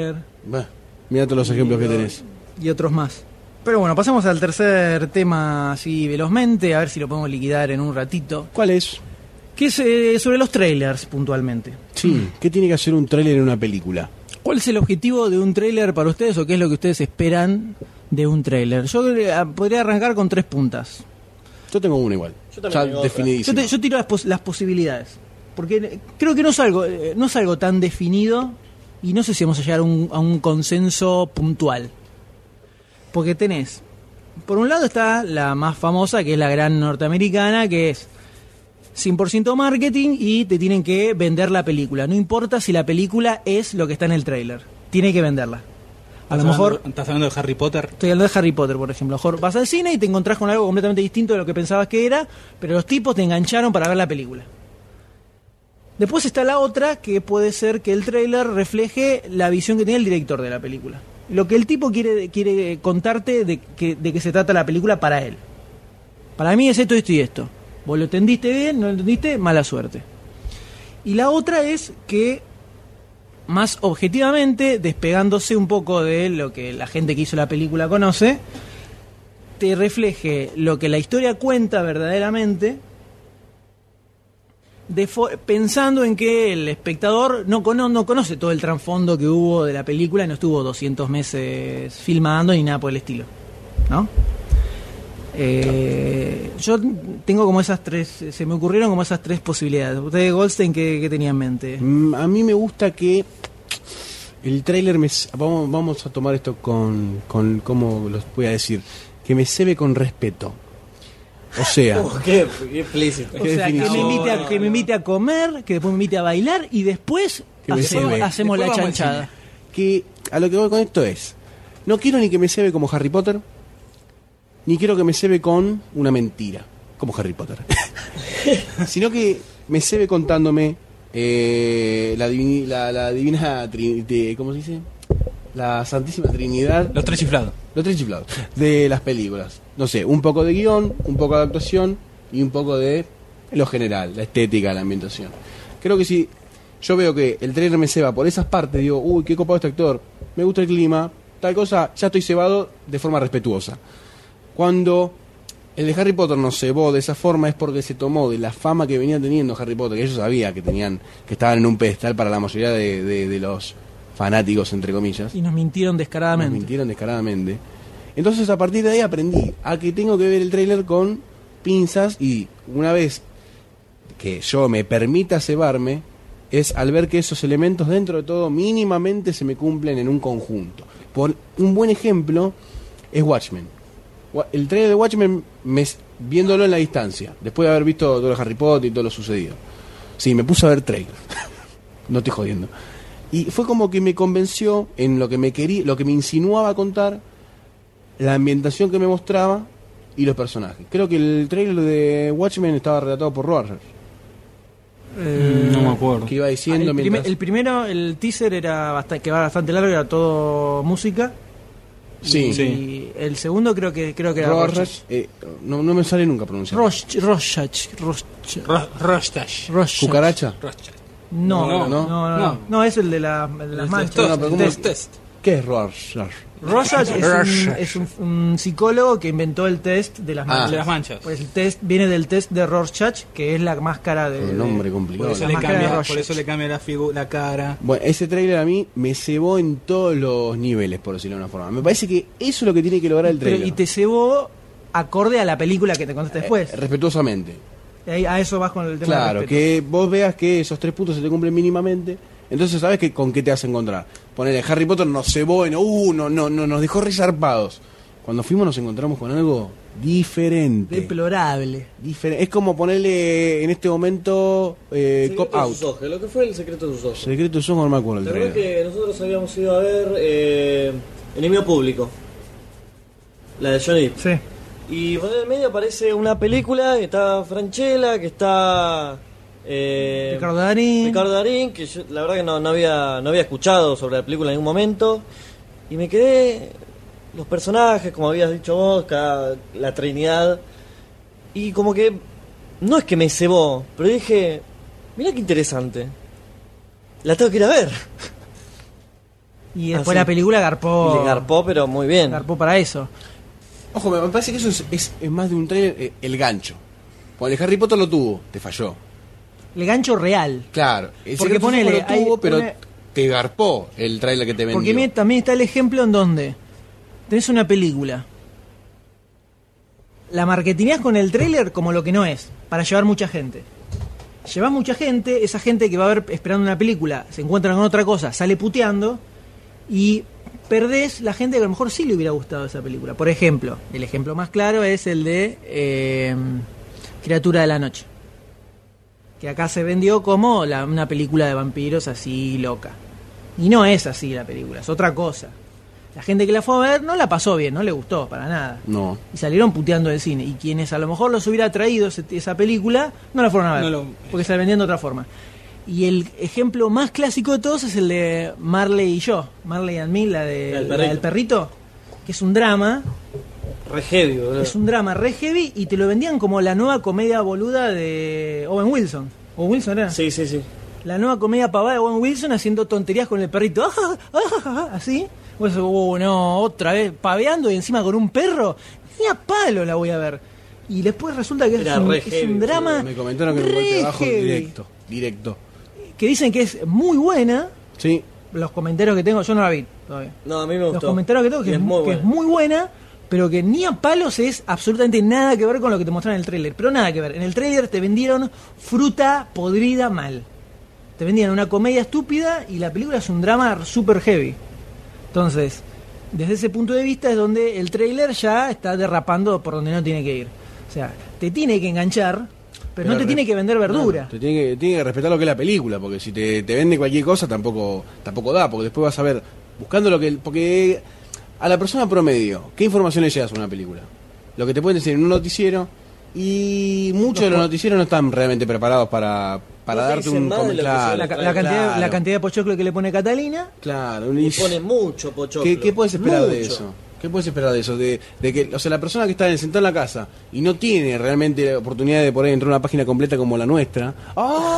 Speaker 1: MacGyver
Speaker 3: Bah, mira todos los ejemplos que tenés.
Speaker 1: y otros más. Pero bueno, pasemos al tercer tema así velozmente, a ver si lo podemos liquidar en un ratito.
Speaker 3: ¿Cuál es?
Speaker 1: Que es eh, sobre los trailers puntualmente.
Speaker 3: Sí, ¿qué tiene que hacer un tráiler en una película?
Speaker 1: ¿Cuál es el objetivo de un trailer para ustedes o qué es lo que ustedes esperan de un trailer? Yo eh, podría arrancar con tres puntas.
Speaker 3: Yo tengo uno igual.
Speaker 4: Yo también
Speaker 3: ya
Speaker 4: tengo otra.
Speaker 1: Yo,
Speaker 3: definidísimo.
Speaker 1: te- yo tiro las, pos- las posibilidades. Porque eh, creo que no es algo, eh, no es algo tan definido y no sé si vamos a llegar a un, a un consenso puntual. Porque tenés, por un lado está la más famosa, que es la gran norteamericana, que es 100% marketing y te tienen que vender la película. No importa si la película es lo que está en el tráiler, tiene que venderla. A lo
Speaker 5: ¿Estás hablando-
Speaker 1: mejor
Speaker 5: ¿Estás hablando de Harry Potter?
Speaker 1: Estoy hablando de Harry Potter, por ejemplo. Jorge, Vas al cine y te encontrás con algo completamente distinto de lo que pensabas que era, pero los tipos te engancharon para ver la película. Después está la otra que puede ser que el tráiler refleje la visión que tiene el director de la película. Lo que el tipo quiere, quiere contarte de que, de que se trata la película para él. Para mí es esto, esto y esto. Vos lo entendiste bien, no lo entendiste, mala suerte. Y la otra es que más objetivamente, despegándose un poco de lo que la gente que hizo la película conoce, te refleje lo que la historia cuenta verdaderamente, de fo- pensando en que el espectador no, cono- no conoce todo el trasfondo que hubo de la película y no estuvo 200 meses filmando ni nada por el estilo. ¿No? Eh, yo tengo como esas tres, se me ocurrieron como esas tres posibilidades. Ustedes, Goldstein, ¿qué, qué tenía en mente?
Speaker 3: Mm, A mí me gusta que el tráiler me... s- Vamos, vamos a tomar esto con, con... ¿Cómo los voy a decir? Que me cebe con respeto. O sea...
Speaker 4: Oh, qué, qué explícito.
Speaker 1: O sea, que me,
Speaker 3: definición.
Speaker 1: invite a, que me invite a comer, que después me invite a bailar y después
Speaker 3: Que me
Speaker 1: hacemos,
Speaker 3: lleve.
Speaker 1: hacemos
Speaker 5: Después
Speaker 1: la
Speaker 5: vamos al
Speaker 1: chanchada.
Speaker 3: que a lo que voy con esto es, no quiero ni que me cebe como Harry Potter, ni quiero que me cebe con una mentira, como Harry Potter, sino que me cebe contándome eh, la, divini- la- la divina, tri- de- ¿cómo se dice? La Santísima Trinidad,
Speaker 5: Los tres chiflados.
Speaker 3: los tres chiflados, de las películas. No sé, un poco de guión, un poco de actuación y un poco de lo general, la estética, la ambientación. Creo que si yo veo que el trailer me ceba por esas partes, digo, uy, qué copado este actor, me gusta el clima, tal cosa, ya estoy cebado de forma respetuosa. Cuando el de Harry Potter nos cebó de esa forma es porque se tomó de la fama que venía teniendo Harry Potter, que ellos sabían que tenían, que estaban en un pedestal para la mayoría de, de- de los fanáticos, entre comillas.
Speaker 1: Y nos mintieron
Speaker 3: Nos
Speaker 1: descaradamente.
Speaker 3: mintieron descaradamente. Entonces a partir de ahí aprendí a que tengo que ver el tráiler con pinzas y una vez que yo me permita cebarme es al ver que esos elementos dentro de todo mínimamente se me cumplen en un conjunto. Por un buen ejemplo es Watchmen. Wa- El trailer de Watchmen me, s- viéndolo en la distancia, después de haber visto todo lo de Harry Potter y todo lo sucedido. Sí, me puse a ver trailer. no estoy jodiendo. Y fue como que me convenció en lo que me quería, lo que me insinuaba contar, la ambientación que me mostraba y los personajes. Creo que el trailer de Watchmen estaba relatado por Rogers,
Speaker 1: Eh,
Speaker 5: Mm, no me acuerdo.
Speaker 3: que iba diciendo
Speaker 1: Ah, el,
Speaker 3: mientras...
Speaker 1: primer- el primero, el teaser era bastante, que va bastante largo, era todo música.
Speaker 3: Sí.
Speaker 1: y
Speaker 5: Sí.
Speaker 1: el segundo creo que creo que era
Speaker 3: Rorschach,
Speaker 1: Rorschach.
Speaker 3: eh, no, no me sale nunca pronunciar.
Speaker 1: Rosh- Rorschach. Rorschach.
Speaker 5: Rostash.
Speaker 1: Rorschach.
Speaker 3: Cucaracha.
Speaker 1: No,
Speaker 5: No,
Speaker 1: no,
Speaker 5: no.
Speaker 1: no. No,
Speaker 5: No.
Speaker 1: No, es el de, la- de las manchas.
Speaker 3: Este- No, pero ¿cómo-
Speaker 5: test, test.
Speaker 3: ¿Qué es Rorschach?
Speaker 1: Rorschach es, un,
Speaker 5: Rorschach.
Speaker 1: es un, un psicólogo que inventó el test de las
Speaker 3: Ah.
Speaker 1: manchas.
Speaker 5: De las manchas.
Speaker 1: Pues el test viene del test de Rorschach, que es la máscara de.
Speaker 3: Un nombre
Speaker 1: de-
Speaker 3: complicado.
Speaker 5: Por eso,
Speaker 1: La
Speaker 5: le
Speaker 1: máscara de
Speaker 5: cambia,
Speaker 1: Rorschach.
Speaker 5: por eso le cambia la, figu- la cara.
Speaker 3: Bueno, ese trailer a mí me cebó en todos los niveles, por decirlo de una forma. Me parece que eso es lo que tiene que lograr el
Speaker 1: Pero-
Speaker 3: trailer.
Speaker 1: y te cebó acorde a la película que te contaste después.
Speaker 3: Eh, respetuosamente.
Speaker 1: Y ahí- a eso vas con el tema del
Speaker 3: Claro,
Speaker 1: respeto.
Speaker 3: que vos veas que esos tres puntos se te cumplen mínimamente. Entonces sabes que con qué te vas a encontrar. Ponele, Harry Potter nos cebó en uno, no, no, nos dejó resarpados. Cuando fuimos nos encontramos con algo diferente.
Speaker 1: Deplorable.
Speaker 3: Difere- es como ponerle en este momento eh,
Speaker 4: Secreto
Speaker 3: Cop
Speaker 4: de sus
Speaker 3: Out.
Speaker 4: ojos, lo que fue el secreto de sus ojos.
Speaker 3: Secreto de sus ojos, no me acuerdo el
Speaker 4: ¿Te acuerdas
Speaker 3: trailer.
Speaker 4: que nosotros habíamos ido a ver eh, Enemigo Público? La de Johnny Depp.
Speaker 1: Sí.
Speaker 4: Y por en el medio aparece una película que está Franchella, que está. eh,
Speaker 1: Ricardo Darín.
Speaker 4: Ricardo Darín, que yo, la verdad que no, no había, no había escuchado sobre la película en ningún momento. Y me quedé. Los personajes, como habías dicho vos, cada- la Trinidad. Y como que. No es que me cebó, pero dije. Mirá qué interesante. La tengo que ir a ver.
Speaker 1: Y después
Speaker 4: Ah, sí.
Speaker 1: la película garpó.
Speaker 4: Y le garpó, pero muy bien.
Speaker 1: Oh. garpó para eso.
Speaker 3: Ojo, me me parece que eso es, es- es más de un trailer eh, el gancho. Ponele, Harry Potter lo tuvo, te falló.
Speaker 1: El gancho real.
Speaker 3: Claro, el
Speaker 1: Porque
Speaker 3: Secreto de sus ojos
Speaker 1: ponele,
Speaker 3: lo tuvo,
Speaker 1: hay
Speaker 3: pero
Speaker 1: una-
Speaker 3: te garpó el trailer que te vendió.
Speaker 1: Porque mira, también está el ejemplo en donde tenés una película, la marketineás con el tráiler como lo que no es, para llevar mucha gente. Llevas mucha gente, esa gente que va a ver esperando una película, se encuentra con otra cosa, sale puteando y perdés la gente que a lo mejor sí le hubiera gustado esa película. Por ejemplo, el ejemplo más claro es el de eh, Criatura de la Noche, que acá se vendió como la- una película de vampiros así loca. Y no es así la película, es otra cosa. La gente que la fue a ver no la pasó bien, no le gustó para nada.
Speaker 3: No.
Speaker 1: Y salieron puteando del cine. Y quienes a lo mejor los hubiera traído ese- esa película, no la fueron a ver.
Speaker 5: No lo-
Speaker 1: porque se la vendían de otra forma. Y el ejemplo más clásico de todos es el de Marley y yo. Marley and Me, la, de,
Speaker 4: La del
Speaker 1: la del perrito. Que es un drama,
Speaker 4: Re heavy, boludo.
Speaker 1: es un drama re heavy y te lo vendían como la nueva comedia boluda de Owen Wilson. ¿Owen Wilson era?
Speaker 4: Sí, sí, sí.
Speaker 1: La nueva comedia pavada de Owen Wilson haciendo tonterías con el perrito. Ah, ah, ah, así. Vos decís, "Oh, no, otra vez paveando y encima con un perro. Ni a palo la voy a ver. Y después resulta que es
Speaker 4: Era
Speaker 1: un,
Speaker 4: re
Speaker 1: es un
Speaker 4: heavy,
Speaker 1: drama.
Speaker 3: Me comentaron que me
Speaker 1: re
Speaker 3: golpe bajo
Speaker 1: heavy,
Speaker 3: directo. Directo.
Speaker 1: Que dicen que es muy buena.
Speaker 3: Sí.
Speaker 1: Los comentarios que tengo, yo no la vi todavía.
Speaker 4: No, a mí me
Speaker 1: Los
Speaker 4: gustó.
Speaker 1: comentarios que tengo
Speaker 4: Y
Speaker 1: que,
Speaker 4: es
Speaker 1: es,
Speaker 4: muy
Speaker 1: que
Speaker 4: bueno.
Speaker 1: es muy buena, pero que ni a palos es absolutamente nada que ver con lo que te mostraron en el tráiler. Pero nada que ver. En el tráiler te vendieron fruta podrida mal. Te vendían una comedia estúpida y la película es un drama super heavy. Entonces, desde ese punto de vista es donde el tráiler ya está derrapando por donde no tiene que ir. O sea, te tiene que enganchar, pero, no te
Speaker 3: re-
Speaker 1: tiene que vender verdura.
Speaker 3: No, te tiene que, tiene que respetar lo que es la película, porque si te, te vende cualquier cosa tampoco tampoco da, porque después vas a ver buscando lo que porque a la persona promedio, ¿qué información le llega sobre una película? Lo que te pueden decir en un noticiero y muchos de los noticieros no están realmente preparados para para
Speaker 4: No te
Speaker 3: darte
Speaker 4: dicen
Speaker 3: un
Speaker 4: más de lo que
Speaker 3: comentario.
Speaker 4: se
Speaker 1: la,
Speaker 4: le
Speaker 1: ca- la
Speaker 4: Claro.
Speaker 1: cantidad, la
Speaker 3: Claro.
Speaker 1: cantidad de pochoclo que le pone Catalina
Speaker 3: Claro, un-
Speaker 4: Y pone mucho pochoclo.
Speaker 3: ¿Qué, qué puedes esperar de
Speaker 4: Mucho.
Speaker 3: eso? ¿Qué puedes esperar de eso? De, de que, o sea, la persona que está sentada en la casa y no tiene realmente la oportunidad de poner entrar a una página completa como la nuestra.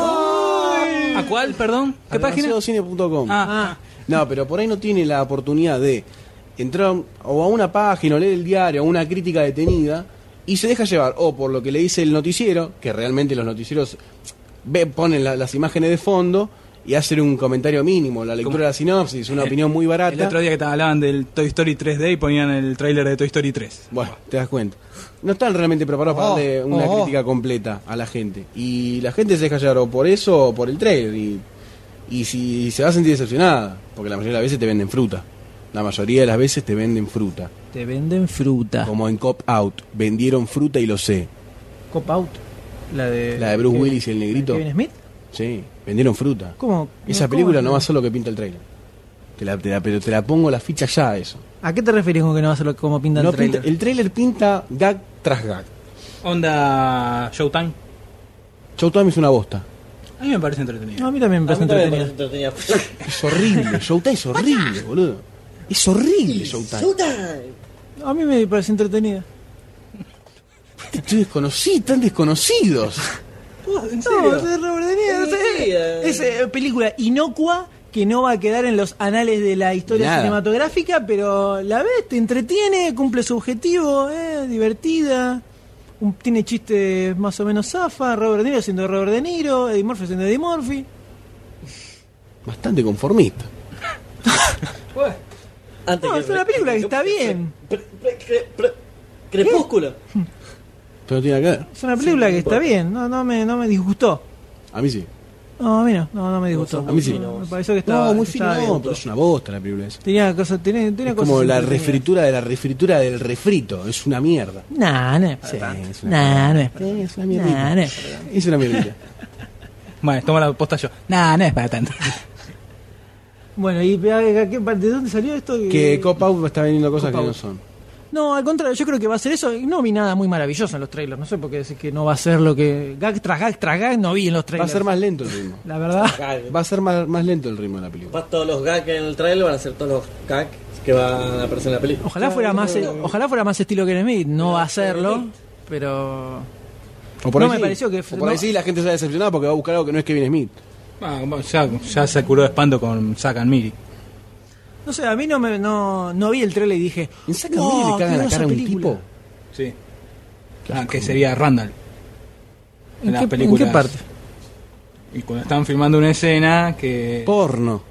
Speaker 3: ¡Ay!
Speaker 5: ¿A cuál, perdón? ¿Qué página?
Speaker 3: Cine.com.
Speaker 5: Ah,
Speaker 3: No, pero por ahí no tiene la oportunidad de entrar a un- o a una página o leer el diario o una crítica detenida y se deja llevar o por lo que le dice el noticiero, que realmente los noticieros ve- ponen la- las imágenes de fondo y hacen un comentario mínimo, la lectura
Speaker 5: Como-
Speaker 3: de la sinopsis, una
Speaker 5: Eh,
Speaker 3: opinión muy barata.
Speaker 5: el otro día que te hablaban del Toy Story 3D y ponían el tráiler de Toy Story 3.
Speaker 3: Bueno, te das cuenta. No están realmente preparados para
Speaker 1: Oh,
Speaker 3: darle una
Speaker 1: oh.
Speaker 3: crítica completa a la gente. Y la gente se deja llevar o por eso o por el trailer. Y, y si se va a sentir decepcionada, porque la mayoría de las veces te venden fruta. La mayoría de las veces te venden fruta.
Speaker 1: te venden fruta.
Speaker 3: Como en Cop Out, vendieron fruta y lo sé.
Speaker 1: Cop Out. La de,
Speaker 3: La de Bruce Willis y el negrito.
Speaker 1: ¿Kevin Smith?
Speaker 3: Sí, vendieron fruta.
Speaker 1: ¿Cómo?
Speaker 3: Esa
Speaker 1: ¿Cómo
Speaker 3: película
Speaker 1: es?
Speaker 3: no va a ser lo que pinta el trailer. Te la, te la- pero te la pongo la ficha ya a eso.
Speaker 1: ¿A qué te refieres con que no va a ser lo- como pinta
Speaker 3: No
Speaker 1: el trailer?
Speaker 3: pinta- el trailer pinta gag tras gag.
Speaker 5: Onda Showtime.
Speaker 3: Showtime es una bosta.
Speaker 5: A mí me parece entretenido.
Speaker 1: No, a mí también me
Speaker 4: A
Speaker 1: parece
Speaker 4: mí también me
Speaker 1: entretenida.
Speaker 4: parece entretenida.
Speaker 3: Es horrible, Showtime es horrible, boludo. Es horrible Showtime.
Speaker 4: Showtime.
Speaker 1: A mí me parece entretenida.
Speaker 3: Estoy desconocido, están desconocidos.
Speaker 5: ¿En serio?
Speaker 1: No, es Robert De Niro,
Speaker 4: Sí,
Speaker 1: es-
Speaker 4: sí, eh.
Speaker 1: es eh, película inocua que no va a quedar en los anales de la historia
Speaker 3: Nada.
Speaker 1: cinematográfica, pero la ves, te entretiene, cumple su objetivo, eh, divertida, un- tiene chistes más o menos zafa, Robert De Niro siendo Robert De Niro, Eddie Murphy siendo Eddie Murphy.
Speaker 3: Bastante conformista.
Speaker 4: Antes
Speaker 1: No,
Speaker 4: que-
Speaker 1: es una película que está bien.
Speaker 4: Pre- pre- cre- pre- Crepúsculo.
Speaker 3: Pero no tiene nada que ver.
Speaker 1: Es una película que está bien, no, no, me, no me disgustó.
Speaker 3: A mí sí.
Speaker 1: No, a mí no, no, no me disgustó.
Speaker 4: sos
Speaker 3: muy fino
Speaker 1: No,
Speaker 4: vos.
Speaker 1: me pareció que estaba,
Speaker 3: No, muy fino,
Speaker 1: estaba
Speaker 3: no,
Speaker 1: bien.
Speaker 3: pero es una bosta la película esa.
Speaker 1: Tenía cosas, tenía, tenía
Speaker 3: Es
Speaker 1: cosas
Speaker 3: como la
Speaker 1: entretenidas.
Speaker 3: refritura de la refritura del refrito. Es una mierda.
Speaker 1: Nah, no es para
Speaker 3: Sí,
Speaker 1: tanto.
Speaker 3: es una
Speaker 1: Nah, no es para
Speaker 3: Sí, es una
Speaker 1: tanto. Nah,
Speaker 3: mierdita.
Speaker 1: no es para tanto.
Speaker 3: Es una mierdita.
Speaker 5: Bueno, toma la posta yo. Nah, no es para tanto.
Speaker 1: Bueno, ¿y a- a qué parte- de dónde salió esto?
Speaker 3: que Cop Out está vendiendo cosas
Speaker 1: Cop
Speaker 3: que no
Speaker 1: Out.
Speaker 3: son.
Speaker 1: No, al contrario, yo creo que va a ser eso. Y No vi nada muy maravilloso en los trailers. No sé por qué decir que no va a ser lo que. Gag tras gag tras gag no vi en los
Speaker 3: Va a
Speaker 1: trailers.
Speaker 3: ser más lento el ritmo.
Speaker 1: La verdad.
Speaker 3: Va a ser más, más lento el ritmo de la película.
Speaker 4: Capaz todos los gags en el trailer van a ser todos los gags que van a aparecer en la película.
Speaker 1: Ojalá fuera más, ojalá fuera más estilo que Smith. No va a serlo, pero.
Speaker 3: O por
Speaker 1: No
Speaker 3: ahí
Speaker 1: me
Speaker 3: sí.
Speaker 1: pareció que-
Speaker 3: O por ahí
Speaker 1: no.
Speaker 3: sí la gente se ha decepcionado porque va a buscar algo que no es Kevin Smith.
Speaker 5: Ah, bueno, ya, ya se curó de espanto con Zack and Miri.
Speaker 1: No sé, a mí no me no, no vi el trailer y dije.
Speaker 3: ¿En Sacan
Speaker 1: "Wow,
Speaker 3: Miri le
Speaker 1: qué
Speaker 3: cagan la
Speaker 1: grosa
Speaker 3: cara a un
Speaker 1: película".
Speaker 3: tipo?
Speaker 5: Sí. Ah, que sería Randall. En, las
Speaker 1: qué- en
Speaker 5: películas.
Speaker 1: qué parte?
Speaker 5: Y cuando estaban filmando una escena que.
Speaker 3: Porno.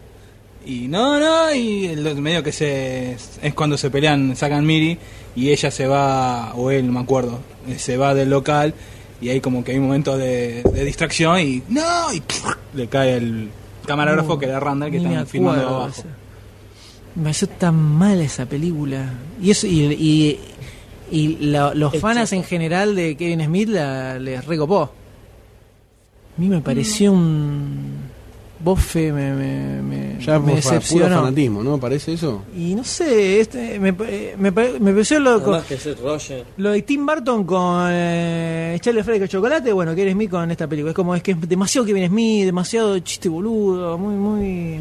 Speaker 5: Y no, no, y el- medio que se. Es cuando se pelean, sacan Miri, y ella se va, o él, no me acuerdo, eh, se va del local, y ahí como que hay un momento de, de distracción, y. ¡No! Y le cae el camarógrafo que era Randall, que
Speaker 1: Uh, Ni me
Speaker 5: están filmando
Speaker 1: acuerdo de
Speaker 5: abajo.
Speaker 1: eso. Me pareció tan mal esa película. Y eso, y, y, y la- los fans en general de Kevin Smith la, les recopó. A mí me pareció un bofe, me, me, me-
Speaker 5: pues,
Speaker 1: me
Speaker 3: Ya por fa- puro
Speaker 1: decepcionó.
Speaker 3: fanatismo, ¿no? ¿Parece eso?
Speaker 1: Y no sé, este, me, eh, me, pare- me pareció lo, co-
Speaker 4: Además que es Roger.
Speaker 1: lo de Tim Burton con eh, Charlie Freddy con Chocolate. Bueno, Kevin Smith con esta película. Es como es que es demasiado Kevin Smith, demasiado chiste boludo, muy, muy.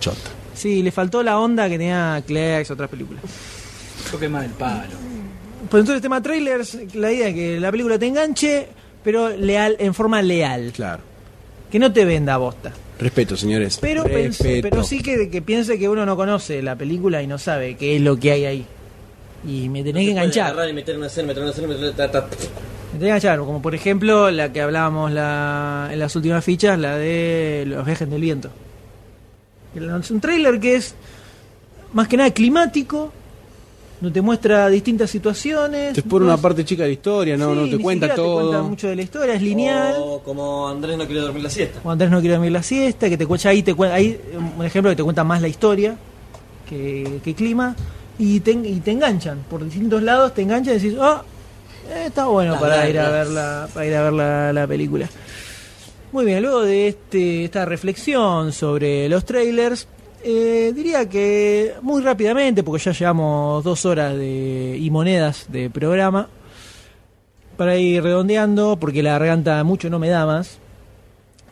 Speaker 3: Chota.
Speaker 1: Sí, le faltó la onda que tenía Clex, otras películas.
Speaker 5: Toque más el palo.
Speaker 1: Pues entonces, tema trailers, la idea es que la película te enganche, pero leal, en forma leal.
Speaker 3: Claro.
Speaker 1: Que no te venda bosta.
Speaker 3: Respeto, señores.
Speaker 1: Pero, pens-
Speaker 3: Respeto.
Speaker 1: pero sí que, que piense que uno no conoce la película y no sabe qué es lo que hay ahí. Y me tenés que
Speaker 4: Pueden
Speaker 1: enganchar.
Speaker 4: agarrar y meter una escena, meter una escena, meter una ta, ta.
Speaker 1: Me tenés que enganchar. Como por ejemplo la que hablábamos la- en las últimas fichas, la de Los viajes del viento. Es un trailer que es más que nada climático. No te muestra distintas situaciones.
Speaker 3: Te pone
Speaker 1: no
Speaker 3: una
Speaker 1: es-
Speaker 3: parte chica de la historia, no,
Speaker 1: Sí,
Speaker 3: no te
Speaker 1: ni
Speaker 3: cuenta
Speaker 1: siquiera Te
Speaker 3: todo. Oh.
Speaker 1: cuenta mucho de la historia, es lineal.
Speaker 4: O Oh, como Andrés no quiere dormir la siesta.
Speaker 1: Cuando Andrés no quiere dormir la siesta, que te cuenta, ahí te cuenta, ahí eh, un ejemplo que te cuenta más la historia que, que clima, y te, en- y te enganchan, por distintos lados te enganchan y decís, ah, eh, está bueno
Speaker 4: Las
Speaker 1: para ir a
Speaker 4: largas.
Speaker 1: ver la, para ir a ver la, la película. Muy bien, luego de este, esta reflexión sobre los trailers, eh, diría que muy rápidamente, porque ya llevamos dos horas de, y monedas de programa, para ir redondeando, porque la garganta mucho no me da más.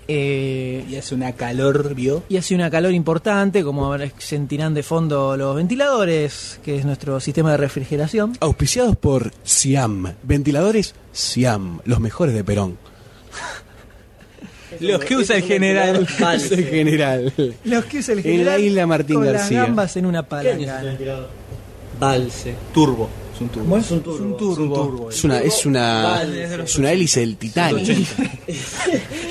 Speaker 1: Eh,
Speaker 5: Y hace una calor, vio.
Speaker 1: y hace una calor importante, como sentirán de fondo los ventiladores, que es nuestro sistema de refrigeración.
Speaker 3: Auspiciados por Siam. Ventiladores Siam. Los mejores de Perón.
Speaker 5: Los que
Speaker 4: Este
Speaker 5: usa el general.
Speaker 4: Vale.
Speaker 3: Es el general.
Speaker 1: Los que es el
Speaker 3: En la isla Martín
Speaker 1: con
Speaker 3: García.
Speaker 1: las gambas en una
Speaker 4: ¿Qué año es
Speaker 1: palanca.
Speaker 4: el ventilador? Valse.
Speaker 5: Turbo. Es un turbo.
Speaker 1: Es un turbo.
Speaker 5: turbo.
Speaker 3: Es una, es una,
Speaker 4: Vale, desde
Speaker 3: es una hélice del Titanic.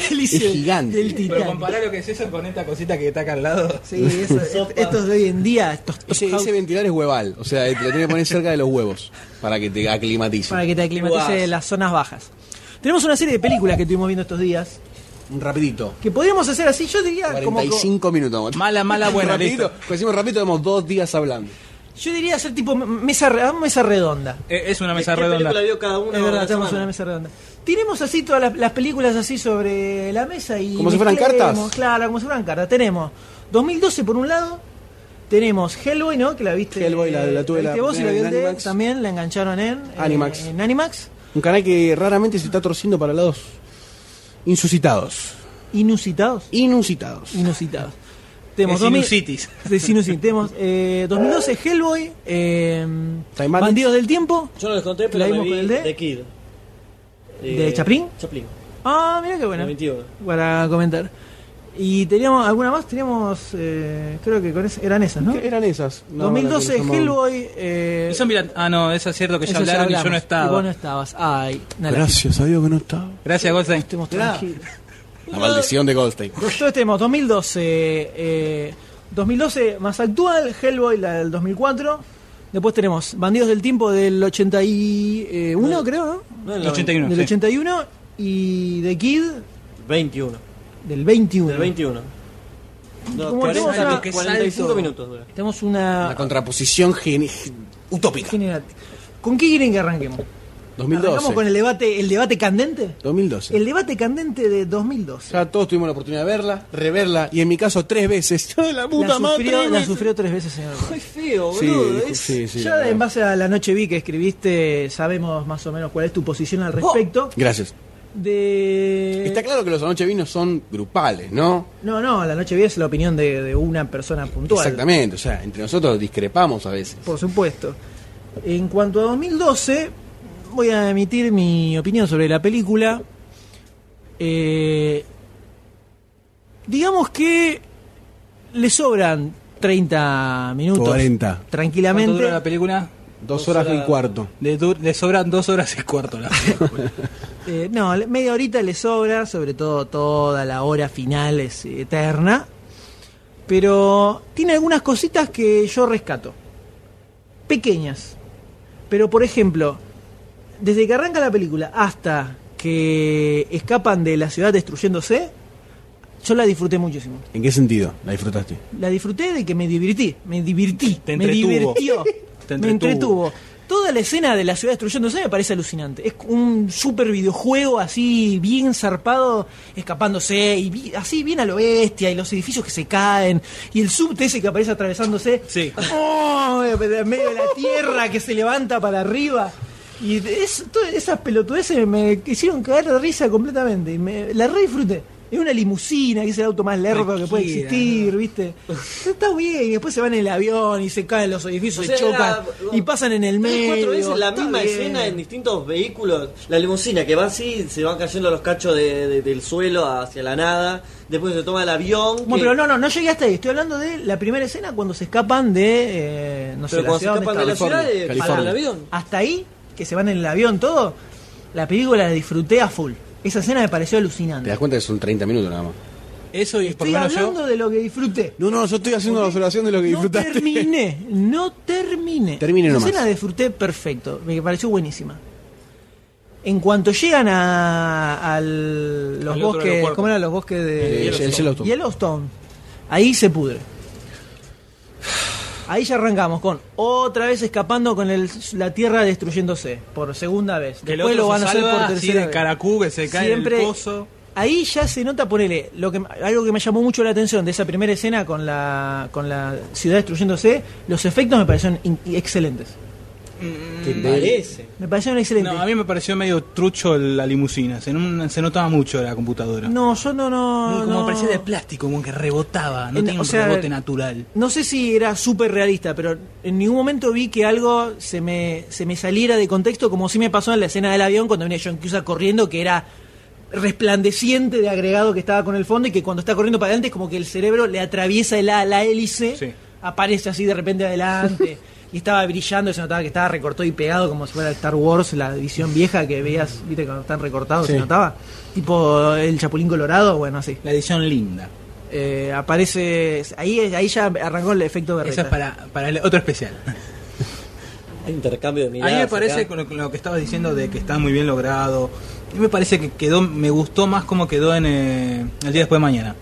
Speaker 1: Hélice
Speaker 3: Es gigante.
Speaker 1: Del
Speaker 5: Pero
Speaker 1: Titanic.
Speaker 5: comparar lo que es eso con esta cosita que está acá al lado.
Speaker 1: Sí, eso- est- estos de hoy en día, estos top
Speaker 3: Ese,
Speaker 1: house,
Speaker 3: ese ventilador es hueval. O sea, te lo tiene que poner cerca de los huevos. Para que te aclimatice.
Speaker 1: para que te aclimatice
Speaker 4: Guas.
Speaker 1: las zonas bajas. Tenemos una serie de películas que estuvimos viendo estos días,
Speaker 3: Un Rapidito.
Speaker 1: que podríamos hacer así, yo diría como...
Speaker 3: 45 minutos.
Speaker 5: Mala, mala, buena,
Speaker 3: rapidito.
Speaker 5: listo.
Speaker 3: Cuando decimos rapidito, tenemos dos días hablando.
Speaker 1: Yo diría hacer tipo me- mesa, re- mesa redonda.
Speaker 5: Eh, Es una mesa
Speaker 1: este
Speaker 4: ¿Qué
Speaker 5: redonda.
Speaker 4: película vio cada uno?
Speaker 1: Es verdad,
Speaker 4: la
Speaker 1: estamos en
Speaker 4: semana?
Speaker 1: una mesa redonda. Tiremos así todas las, las películas así sobre la mesa y.
Speaker 3: ¿Como si fueran
Speaker 1: mezclemos,
Speaker 3: cartas?
Speaker 1: Claro, como si fueran cartas. Tenemos 2012 por un lado. Tenemos Hellboy, ¿no? Que la viste.
Speaker 3: Hellboy, la- la tuve
Speaker 1: viste
Speaker 3: la
Speaker 1: vos y la
Speaker 3: primera
Speaker 1: vio
Speaker 3: en
Speaker 1: el de-
Speaker 3: Animax.
Speaker 1: También la engancharon en. eh,
Speaker 3: Animax.
Speaker 1: en Animax.
Speaker 3: Un canal que raramente se está torciendo para lados insuscitados.
Speaker 1: Inusitados.
Speaker 3: Inusitados.
Speaker 1: Inusitados.
Speaker 5: Es
Speaker 1: Tenemos 2000
Speaker 5: sinusitis.
Speaker 1: de sinusitis. Tenemos eh, 2012 Hellboy. eh,
Speaker 3: Time Bandits.
Speaker 1: Bandidos del Tiempo.
Speaker 4: Yo no les conté,
Speaker 1: ¿La
Speaker 4: pero me
Speaker 1: vimos
Speaker 4: vi
Speaker 1: con el de?
Speaker 4: The Kid.
Speaker 1: ¿De Chaplin?
Speaker 4: Eh, Chaplin.
Speaker 1: Ah, mira qué
Speaker 4: la
Speaker 1: bueno.
Speaker 4: 21.
Speaker 1: Para comentar. Y teníamos alguna más, teníamos, eh, creo que con esa- eran esas, ¿no?
Speaker 2: ¿Qué eran esas? No,
Speaker 1: 2012,
Speaker 2: no, no, no, no.
Speaker 1: Hellboy. Eh,
Speaker 5: Esa mira- ah, no, esa es cierto que ya
Speaker 1: esa ya
Speaker 5: hablaron y yo
Speaker 1: hablamos.
Speaker 5: no
Speaker 1: Y vos
Speaker 5: estaba.
Speaker 1: no estabas. Ay, una lástima.
Speaker 3: Gracias a Dios que no estaba.
Speaker 5: Gracias, Goldstein.
Speaker 1: Estemos tranquilos.
Speaker 3: La maldición de Goldstein.
Speaker 1: Entonces tenemos 2012, eh, 2012 más actual, Hellboy la del 2004. Después tenemos Bandidos del Tiempo del 81,
Speaker 4: No.
Speaker 1: creo, ¿no?
Speaker 4: No, en
Speaker 5: El
Speaker 4: la
Speaker 5: 81.
Speaker 1: Del
Speaker 5: sí.
Speaker 1: 81 y The Kid
Speaker 4: 21.
Speaker 1: del 21.
Speaker 4: Del 21. No,
Speaker 1: ¿Cómo tenemos
Speaker 4: 40,
Speaker 1: una-
Speaker 4: 45 minutos dura.
Speaker 1: Tenemos
Speaker 3: La
Speaker 1: una
Speaker 3: contraposición geni- utópica.
Speaker 1: general. ¿Con qué quieren que arranquemos?
Speaker 3: 2012.
Speaker 1: ¿Arrancamos con el debate, el debate candente?
Speaker 3: 2012.
Speaker 1: El debate candente de 2012.
Speaker 3: Ya todos tuvimos la oportunidad de verla, reverla y en mi caso tres veces. la puta
Speaker 1: la,
Speaker 3: madre.
Speaker 1: sufrió,
Speaker 3: tres
Speaker 1: la
Speaker 3: veces.
Speaker 1: sufrió tres veces, señor.
Speaker 4: Qué feo,
Speaker 3: Sí,
Speaker 4: boludo.
Speaker 3: dijo-
Speaker 4: es-
Speaker 3: sí, sí, la
Speaker 1: ya
Speaker 3: verdad.
Speaker 1: en base a la noche vi que escribiste, sabemos más o menos cuál es tu posición al respecto. Eh,
Speaker 3: Gracias.
Speaker 1: De...
Speaker 3: Oh. Está claro que los anochevinos son grupales, ¿no?
Speaker 1: No, no, la noche vi es la opinión de, de una persona puntual.
Speaker 3: Exactamente, o sea, entre nosotros discrepamos a veces.
Speaker 1: Por supuesto. En cuanto a 2012, voy a emitir mi opinión sobre la película. Eh, digamos que le sobran 30 minutos.
Speaker 3: 40.
Speaker 5: ¿Cuánto dura
Speaker 1: Tranquilamente.
Speaker 5: la película?
Speaker 3: Dos horas y cuarto.
Speaker 5: Le, du- le sobran dos horas y cuarto. La película.
Speaker 1: Eh, no, le- media horita le sobra, sobre todo toda la hora final es eterna. Pero tiene algunas cositas que yo rescato. Pequeñas. Pero por ejemplo, desde que arranca la película hasta que escapan de la ciudad destruyéndose, yo la disfruté muchísimo.
Speaker 3: ¿En qué sentido la disfrutaste?
Speaker 1: La disfruté de que me divirtí, me divertí,
Speaker 5: Te
Speaker 1: me
Speaker 5: entretuvo.
Speaker 1: divirtió,
Speaker 5: Te
Speaker 1: me
Speaker 5: entretuvo.
Speaker 1: entretuvo. Toda la escena de la ciudad destruyéndose me parece alucinante. Es un super videojuego así bien zarpado, escapándose y bi- así bien a lo bestia y los edificios que se caen y el subte ese que aparece atravesándose.
Speaker 5: Sí.
Speaker 1: ¡Oh! En medio de la tierra que se levanta para arriba. Y es, todas esas pelotudeces me hicieron cagar de risa completamente. Y me- la re disfruté. Es una limusina, que es el auto más lerdo que puede
Speaker 5: Cualquiera,
Speaker 1: existir, ¿viste? Está bien, y después se van en el avión y se caen los edificios,
Speaker 4: O
Speaker 1: se
Speaker 4: sea,
Speaker 1: chocan
Speaker 4: era-
Speaker 1: y pasan en el
Speaker 4: Tres,
Speaker 1: medio.
Speaker 4: cuatro veces la
Speaker 1: Está
Speaker 4: misma
Speaker 1: bien.
Speaker 4: escena en distintos vehículos. La limusina que va así, se van cayendo los cachos de- de- del suelo hacia la nada. Después se toma el avión.
Speaker 1: Bueno,
Speaker 4: que-
Speaker 1: pero no, no, no llegué hasta ahí. Estoy hablando de la primera escena cuando se escapan de. eh, no sé,
Speaker 4: pero
Speaker 1: la
Speaker 4: cuando se
Speaker 1: ciudad donde
Speaker 4: escapan de la
Speaker 1: estaban.
Speaker 4: ciudad, eh,
Speaker 3: California,
Speaker 4: paran el
Speaker 3: California.
Speaker 4: avión.
Speaker 1: Hasta ahí, que se van en el avión, todo. La película la disfruté a full. Esa escena me pareció
Speaker 3: Te
Speaker 1: alucinante.
Speaker 3: das cuenta que son 30 minutos nada más.
Speaker 5: Eso y por
Speaker 1: Estoy
Speaker 5: lo menos
Speaker 1: hablando
Speaker 5: yo.
Speaker 1: de lo que disfruté.
Speaker 3: No, no, yo estoy haciendo la observación de lo
Speaker 1: No
Speaker 3: que disfrutaste.
Speaker 1: terminé, no terminé.
Speaker 3: Termine
Speaker 1: La
Speaker 3: nomás.
Speaker 1: escena disfruté perfecto, me pareció buenísima. En cuanto llegan a al, los
Speaker 5: Al otro
Speaker 1: bosques,
Speaker 5: aeropuerto.
Speaker 1: ¿cómo eran los bosques de
Speaker 3: Eh, el Yellowstone.
Speaker 1: Yellowstone? Ahí se pudre. Ahí ya arrancamos con otra vez escapando con el- la tierra destruyéndose por segunda vez.
Speaker 5: Que el
Speaker 1: Después
Speaker 5: otro
Speaker 1: lo van
Speaker 5: se
Speaker 1: a hacer
Speaker 5: salva,
Speaker 1: por
Speaker 5: así
Speaker 1: tercera
Speaker 5: de
Speaker 1: vez.
Speaker 5: Caracú que se cae en
Speaker 1: Siempre-
Speaker 5: el pozo.
Speaker 1: Ahí ya se nota, ponele, lo que, algo que me llamó mucho la atención de esa primera escena con la, con la ciudad destruyéndose, los efectos me parecieron in- excelentes. Mm,
Speaker 4: Parece.
Speaker 1: Me parecieron excelentes.
Speaker 5: No, a mí me pareció medio trucho la limusina. Se, nun- se notaba mucho la computadora.
Speaker 1: No, yo no, no,
Speaker 5: como
Speaker 1: no.
Speaker 5: parecía de plástico, como que rebotaba. No
Speaker 1: En-
Speaker 5: tenía
Speaker 1: o
Speaker 5: un
Speaker 1: sea,
Speaker 5: rebote natural.
Speaker 1: No sé si era súper realista, pero en ningún momento vi que algo se me, se me saliera de contexto, como sí me pasó en la escena del avión cuando venía John Cusack corriendo, que era resplandeciente de agregado que estaba con el fondo y que cuando está corriendo para adelante es como que el cerebro le atraviesa la, la hélice,
Speaker 5: Sí.
Speaker 1: aparece así de repente adelante y estaba brillando, y se notaba que estaba recortado y pegado como si fuera Star Wars, la edición vieja que veías, viste, cuando están recortados, se notaba, tipo el Chapulín Colorado, bueno, así.
Speaker 5: La edición linda.
Speaker 1: Eh, aparece. Ahí, ahí ya arrancó el efecto de
Speaker 5: Esa es para, para el otro especial.
Speaker 4: Hay intercambio de
Speaker 5: a
Speaker 4: miradas.
Speaker 5: mí me parece
Speaker 4: acá.
Speaker 5: con lo, con lo que estabas diciendo de que está muy bien logrado. A mí me parece que quedó, me gustó más como quedó en eh, el día después de mañana.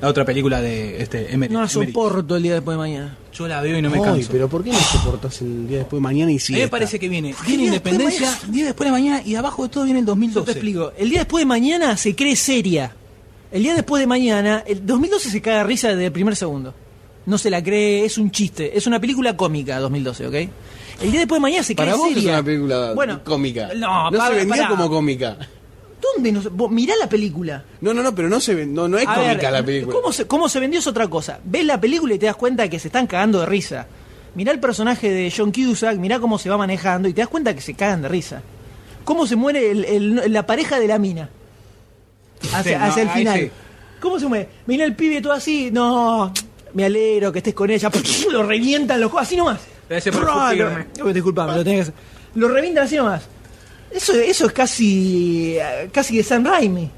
Speaker 5: La otra película de este Emery.
Speaker 1: No la
Speaker 5: Emery.
Speaker 1: soporto el día después de mañana.
Speaker 5: Yo la veo y no me
Speaker 3: Ay,
Speaker 5: canso.
Speaker 3: pero ¿por qué no soportás el día después de mañana y
Speaker 5: a
Speaker 3: sigue?
Speaker 5: mí me parece que viene, viene
Speaker 1: día después de
Speaker 5: Independencia, día después de mañana y abajo de todo viene el
Speaker 1: Yo
Speaker 5: 2012.
Speaker 1: te explico. El día después de mañana se cree seria. El día después de mañana, el 2012 se cae de risa desde el primer segundo. No se la cree, es un chiste. Es una película cómica 2012, ¿ok? El día después de mañana se cree
Speaker 3: Para vos
Speaker 1: seria.
Speaker 3: es una película
Speaker 1: Bueno,
Speaker 3: cómica.
Speaker 1: No,
Speaker 3: no
Speaker 1: para-
Speaker 3: se vendía
Speaker 1: para.
Speaker 3: como cómica.
Speaker 1: ¿Dónde? No, se- vos mirá la película.
Speaker 3: No, no, no, pero no se ven- no, no es
Speaker 1: A
Speaker 3: cómica
Speaker 1: ver,
Speaker 3: la película.
Speaker 1: ¿cómo se, cómo se vendió es otra cosa. Ves la película y te das cuenta que se están cagando de risa. Mirá el personaje de John Cusack, mirá cómo se va manejando y te das cuenta que se cagan de risa. ¿Cómo se muere el- el- la pareja de la mina?
Speaker 5: Sí,
Speaker 1: hacia,
Speaker 5: no,
Speaker 1: hacia el
Speaker 5: ahí
Speaker 1: final.
Speaker 5: sí.
Speaker 1: ¿Cómo se mueve? Mira el pibe todo así, no, me alegro que estés con ella, lo revientan los juegos, así nomás.
Speaker 5: Gracias por
Speaker 1: Pro-
Speaker 5: discutirme.
Speaker 1: lo- disculpame, lo tenés que hacer. Lo revientan así nomás. Eso, eso es casi casi de San Raimi.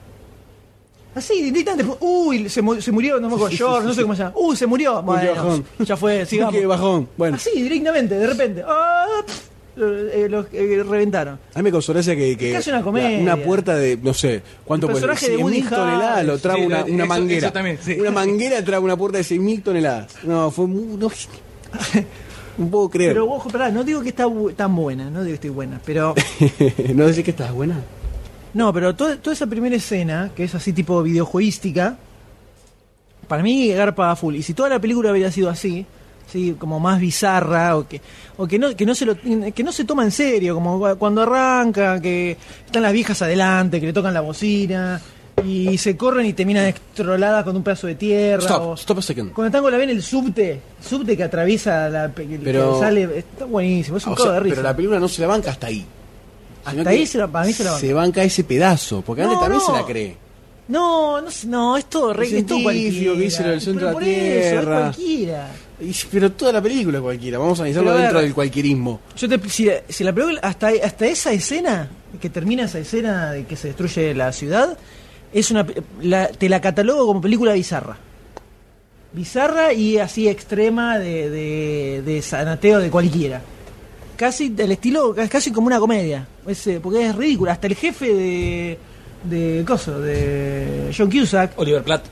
Speaker 1: Así, directamente. Uy, se, mu- se murió, no me acuerdo, George, no sé cómo se llama. Uy, se murió. Bueno,
Speaker 2: bajón.
Speaker 1: ya fue, sigamos.
Speaker 2: Qué bajón. Bueno,
Speaker 1: Así, directamente, de repente. Ah, pf, lo- eh, los eh, reventaron.
Speaker 2: a mí me causó gracia que, que
Speaker 1: Es casi una
Speaker 2: la-
Speaker 1: comedia.
Speaker 2: una puerta de, no sé, cuánto
Speaker 1: El personaje de
Speaker 2: 100.000
Speaker 1: Woody
Speaker 2: toneladas
Speaker 1: Harrelson.
Speaker 2: lo traba
Speaker 5: Sí,
Speaker 2: una,
Speaker 5: lo-
Speaker 2: una
Speaker 5: eso-
Speaker 2: manguera.
Speaker 5: eso también, sí.
Speaker 2: Una manguera traba una puerta de 6.000 toneladas. No, fue muy... No, no puedo creer.
Speaker 1: Pero ojo, pará, no digo que está bu- tan buena, no digo que esté buena, pero.
Speaker 2: ¿No decís que estás buena?
Speaker 1: No, pero todo- toda esa primera escena, que es así tipo videojueguística, para mí garpa a full. Y si toda la película hubiera sido así, así como más bizarra, o que, o que no, que no se lo, que no se toma en serio, como cua- cuando arranca, que están las viejas adelante, que le tocan la bocina, y se corren y terminan estroladas con un pedazo de tierra. o-
Speaker 3: Stop, stop a second.
Speaker 1: Cuando están con la ven el subte, subte que atraviesa la pe- que
Speaker 3: Pero-
Speaker 1: sale, está buenísimo, es un
Speaker 3: O
Speaker 1: cago
Speaker 3: sea,
Speaker 1: de risa.
Speaker 3: pero la película no se la banca hasta ahí. Sino
Speaker 1: Hasta
Speaker 3: que
Speaker 1: ahí se la- para mí se la banca.
Speaker 3: ese pedazo, porque antes
Speaker 1: No,
Speaker 3: también
Speaker 1: no.
Speaker 3: se la cree.
Speaker 1: No, no, sé, no, es todo re, es todo
Speaker 2: científico
Speaker 1: cualquiera.
Speaker 2: que hizo el centro
Speaker 1: Pero
Speaker 2: de la
Speaker 1: por eso, es
Speaker 2: Tierra.
Speaker 1: cualquiera.
Speaker 3: Y- pero toda la película es cualquiera, vamos a analizarlo
Speaker 1: Pero a ver.
Speaker 3: dentro del cualquierismo.
Speaker 1: Yo te, si, si la película, hasta, hasta esa escena, que termina esa escena de que se destruye la ciudad, es una pe- la- te la catalogo como película bizarra. Bizarra y así extrema de, de, de sanateo de cualquiera. Casi del estilo, ca- casi como una comedia. Es, eh, porque es ridícula. Hasta el jefe de. de. coso, de. John Cusack.
Speaker 5: Oliver Platt.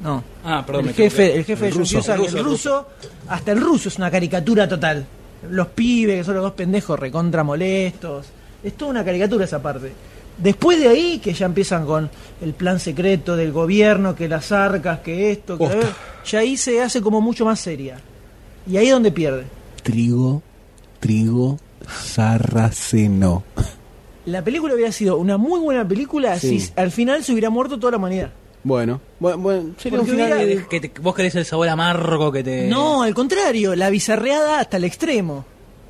Speaker 1: No.
Speaker 5: Ah, perdón,
Speaker 1: el
Speaker 5: me
Speaker 1: jefe,
Speaker 5: equivoqué.
Speaker 1: el jefe de John
Speaker 5: ruso.
Speaker 1: Cusack, el
Speaker 5: El
Speaker 1: ruso,
Speaker 5: ruso, el
Speaker 1: hasta el ruso es una caricatura total. Los pibes, que son los dos pendejos recontra molestos. Es toda una caricatura esa parte. Después de ahí, que ya empiezan con el plan secreto del gobierno, que las arcas, que esto, que
Speaker 2: Posta.
Speaker 1: ya ahí se hace como mucho más seria. Y ahí es donde pierde.
Speaker 2: Trigo, trigo, sarraceno.
Speaker 1: La película hubiera sido una muy buena película
Speaker 2: Sí.
Speaker 1: si al final se hubiera muerto toda la humanidad.
Speaker 2: Bueno, bueno, bueno sería un
Speaker 1: Porque
Speaker 2: final...
Speaker 1: hubiera-
Speaker 5: Que te- vos querés el sabor amargo que te.
Speaker 1: No, al contrario, la bizarreada hasta el extremo.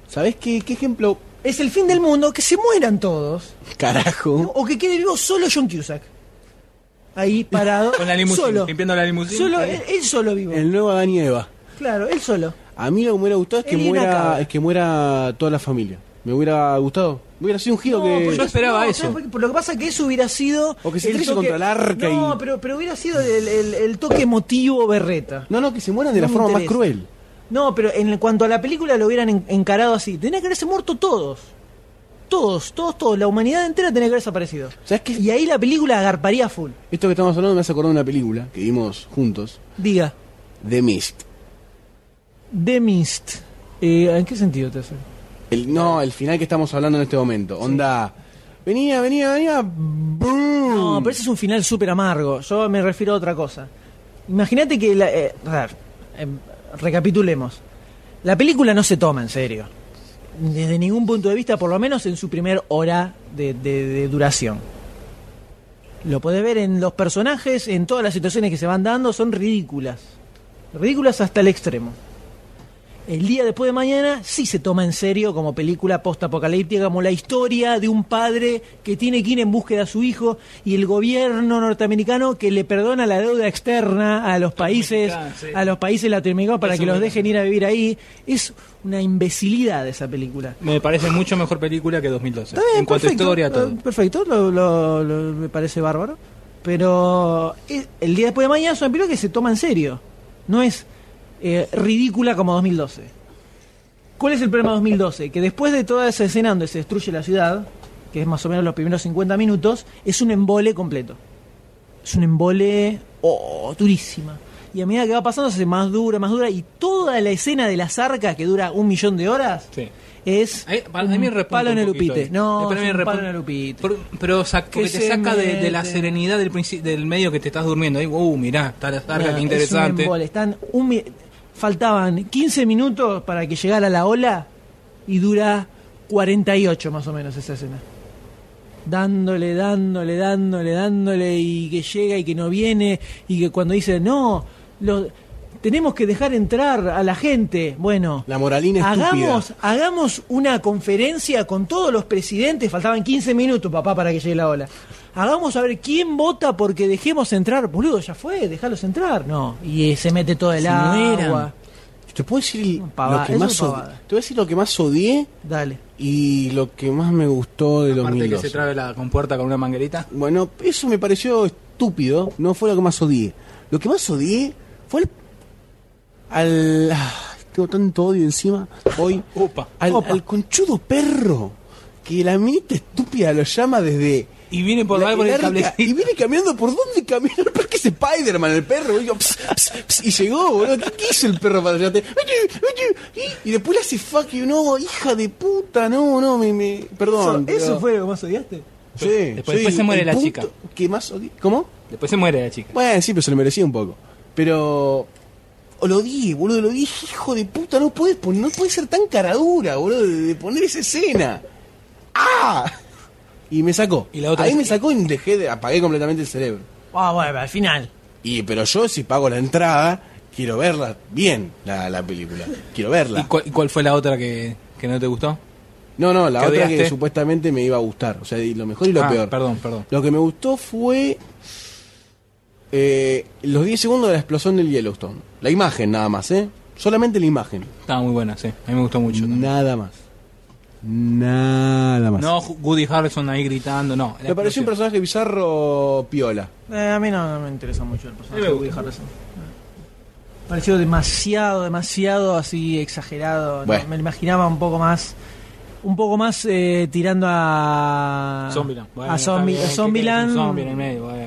Speaker 2: ¿Sabés qué, qué ejemplo?
Speaker 1: Es el fin del mundo, que se mueran todos.
Speaker 2: Carajo.
Speaker 1: O que quede vivo solo John Cusack. Ahí parado.
Speaker 5: Con la limusina,
Speaker 1: Solo.
Speaker 5: limpiando la limusina.
Speaker 1: Solo,
Speaker 5: Ahí.
Speaker 1: él, él solo vivo.
Speaker 2: El nuevo Adán y Eva.
Speaker 1: Claro, él solo.
Speaker 2: A mí lo que me hubiera gustado es que,
Speaker 1: Él y una
Speaker 2: muera,
Speaker 1: cabra.
Speaker 2: es que muera toda la familia. Me hubiera gustado. Me hubiera sido un giro que...
Speaker 1: porque-
Speaker 5: yo esperaba eso.
Speaker 1: ¿sabes por qué? Por lo que pasa es que eso hubiera sido.
Speaker 2: O que se estrelle contra el arca
Speaker 1: No,
Speaker 2: y-
Speaker 1: pero, pero hubiera sido el, el- el toque emotivo berreta.
Speaker 2: No, no, que se mueran de la
Speaker 1: No me
Speaker 2: forma más
Speaker 1: interesa.
Speaker 2: cruel.
Speaker 1: No, pero en cuanto a la película lo hubieran en- encarado así. Tenía que haberse muerto todos. Todos, todos, todos. La humanidad entera tenía que haber desaparecido.
Speaker 2: ¿Sabes qué?
Speaker 1: Y ahí la película agarparía full.
Speaker 2: Esto que estamos hablando me hace acordar de una película que vimos juntos,
Speaker 1: Diga,
Speaker 2: The Mist.
Speaker 1: The Mist. Eh, ¿En qué sentido te hace?
Speaker 2: El, no, el final que estamos hablando en este momento. Onda. Venía, venía, venía. ¡Brum!
Speaker 3: Uh.
Speaker 1: No, pero ese es un final súper amargo. Yo me refiero a otra cosa. Imagínate que. La, eh, a ver, em, recapitulemos. La película no se toma en serio. Desde ningún punto de vista, por lo menos en su primer hora de, de- de duración. Lo podés ver en los personajes, en todas las situaciones que se van dando, son ridículas. Ridículas hasta el extremo. El día después de mañana sí se toma en serio como película postapocalíptica, como la historia de un padre que tiene que ir en búsqueda a su hijo y el gobierno norteamericano que le perdona la deuda externa a los países,
Speaker 5: Latinoamericanos, sí.
Speaker 1: a los países latinoamericanos para
Speaker 5: Eso
Speaker 1: que los
Speaker 5: me-
Speaker 1: dejen ir a vivir ahí. Es una imbecilidad esa película.
Speaker 5: Me parece mucho mejor película que 2012.
Speaker 1: Está bien,
Speaker 5: en cuanto a
Speaker 1: perfecto,
Speaker 5: historia, todo.
Speaker 1: eh, Perfecto, lo- lo- lo- me parece bárbaro. Pero eh, el día después de mañana es una película que se toma en serio. No es eh, ridícula como 2012. ¿Cuál es el problema de 2012? Que después de toda esa escena donde se destruye la ciudad, que es más o menos los primeros 50 minutos, es un embole completo. Es un embole oh, durísima. Y a medida que va pasando se hace más dura, más dura. Y toda la escena de las arcas, que dura un millón de horas,
Speaker 5: Sí.
Speaker 1: es
Speaker 5: Ahí- pa- a mí me
Speaker 1: un
Speaker 5: repunta
Speaker 1: palo en
Speaker 5: un
Speaker 1: el
Speaker 5: poquito
Speaker 1: upite.
Speaker 5: ahí.
Speaker 1: No,
Speaker 5: Después
Speaker 1: es
Speaker 5: me
Speaker 1: un palo
Speaker 5: repunta-
Speaker 1: en el upite.
Speaker 5: Por- pero sa- porque
Speaker 1: Que
Speaker 5: te
Speaker 1: se
Speaker 5: saca de, de la
Speaker 1: mete.
Speaker 5: serenidad del, princi- del medio que te estás durmiendo. Ahí, uh, mirá, está la
Speaker 1: Nada,
Speaker 5: targa, qué
Speaker 1: Es un
Speaker 5: interesante.
Speaker 1: embole. Están un mi- faltaban 15 minutos para que llegara la ola y dura 48 más o menos esa escena. Dándole, dándole, dándole, dándole y que llega y que no viene y que cuando dice, no, lo- tenemos que dejar entrar a la gente. Bueno,
Speaker 2: La moralina estúpida.
Speaker 1: Hagamos, hagamos una conferencia con todos los presidentes. Faltaban 15 minutos, papá, para que llegue la ola. hagamos a ver quién vota porque dejemos entrar. Boludo, ya fue, dejalos entrar. No, y eh, se mete todo el
Speaker 11: Se mueran.
Speaker 1: agua.
Speaker 3: Te puedo decir el-
Speaker 1: Pavada,
Speaker 3: lo que
Speaker 1: es
Speaker 3: más
Speaker 1: una
Speaker 3: od-
Speaker 1: pavada.
Speaker 3: te voy a decir lo que más odié
Speaker 1: Dale.
Speaker 3: y lo que más me gustó de
Speaker 5: Aparte que
Speaker 3: 2012.
Speaker 5: se trabe la compuerta con una manguerita.
Speaker 3: Bueno, eso me pareció estúpido, no fue lo que más odié. Lo que más odié fue el- al... ah, Tengo tanto odio encima hoy.
Speaker 5: Opa.
Speaker 3: Al,
Speaker 5: Opa.
Speaker 3: al conchudo perro que la minita estúpida lo llama desde...
Speaker 5: Y viene por
Speaker 3: la-
Speaker 5: dar por
Speaker 3: el
Speaker 5: el
Speaker 3: arca,
Speaker 5: cable.
Speaker 3: y viene caminando por dónde camina el parque es Spider-Man, el perro. boludo, ps, ps, ps, y llegó, boludo. ¿Qué, qué hizo el perro para llegarte? Y, y después le hace fuck you, no, hija de puta, no, no, me. me- perdón.
Speaker 1: ¿Eso,
Speaker 3: pero-
Speaker 1: eso fue lo que más odiaste?
Speaker 3: Sí,
Speaker 5: Después- después se muere
Speaker 3: el
Speaker 5: la
Speaker 3: punto
Speaker 5: chica.
Speaker 3: que más odi- ¿Cómo?
Speaker 5: Después se muere la chica.
Speaker 3: Bueno, sí, pero se lo merecía un poco. Pero. o Lo di, boludo, lo di, hijo de puta, no puedes poner, no puedes ser tan caradura, boludo, de, de poner esa escena. ¡Ah! Y me sacó.
Speaker 5: Y la otra
Speaker 3: Ahí
Speaker 5: vez-
Speaker 3: me sacó y dejé de, apagué completamente el cerebro.
Speaker 1: Ah, bueno, pero al final.
Speaker 3: Y pero yo si pago la entrada, quiero verla bien, la, la película. Quiero
Speaker 5: ¿Y
Speaker 3: verla.
Speaker 5: cuál, y cuál fue la otra que, que no te gustó?
Speaker 3: No, no, la
Speaker 5: ¿Qué
Speaker 3: otra
Speaker 5: odiaste?
Speaker 3: que supuestamente me iba a gustar. O sea, y lo mejor y lo
Speaker 5: Ah,
Speaker 3: peor.
Speaker 5: Perdón, perdón.
Speaker 3: Lo que me gustó fue eh, los 10 segundos de la explosión del Yellowstone. La imagen nada más, ¿eh? Solamente la imagen.
Speaker 5: Estaba muy buena, sí. A mí me gustó mucho. también.
Speaker 3: Nada más. Nada más.
Speaker 5: No, Woody Harrison ahí gritando, no.
Speaker 3: me pareció un personaje bizarro piola.
Speaker 1: Eh, a mí no, no me interesa mucho el personaje.
Speaker 5: A mí me
Speaker 1: Woody
Speaker 5: gusta.
Speaker 1: Harrelson. Me Pareció demasiado, demasiado así exagerado. No,
Speaker 3: Bueno.
Speaker 1: me lo imaginaba un poco más. Un poco más eh, tirando a.
Speaker 5: Zombieland. Bueno,
Speaker 1: a
Speaker 5: está
Speaker 1: Zombi-
Speaker 5: bien,
Speaker 1: a
Speaker 5: ¿qué
Speaker 1: Zombieland.
Speaker 5: querés? Un zombie en el medio, bueno,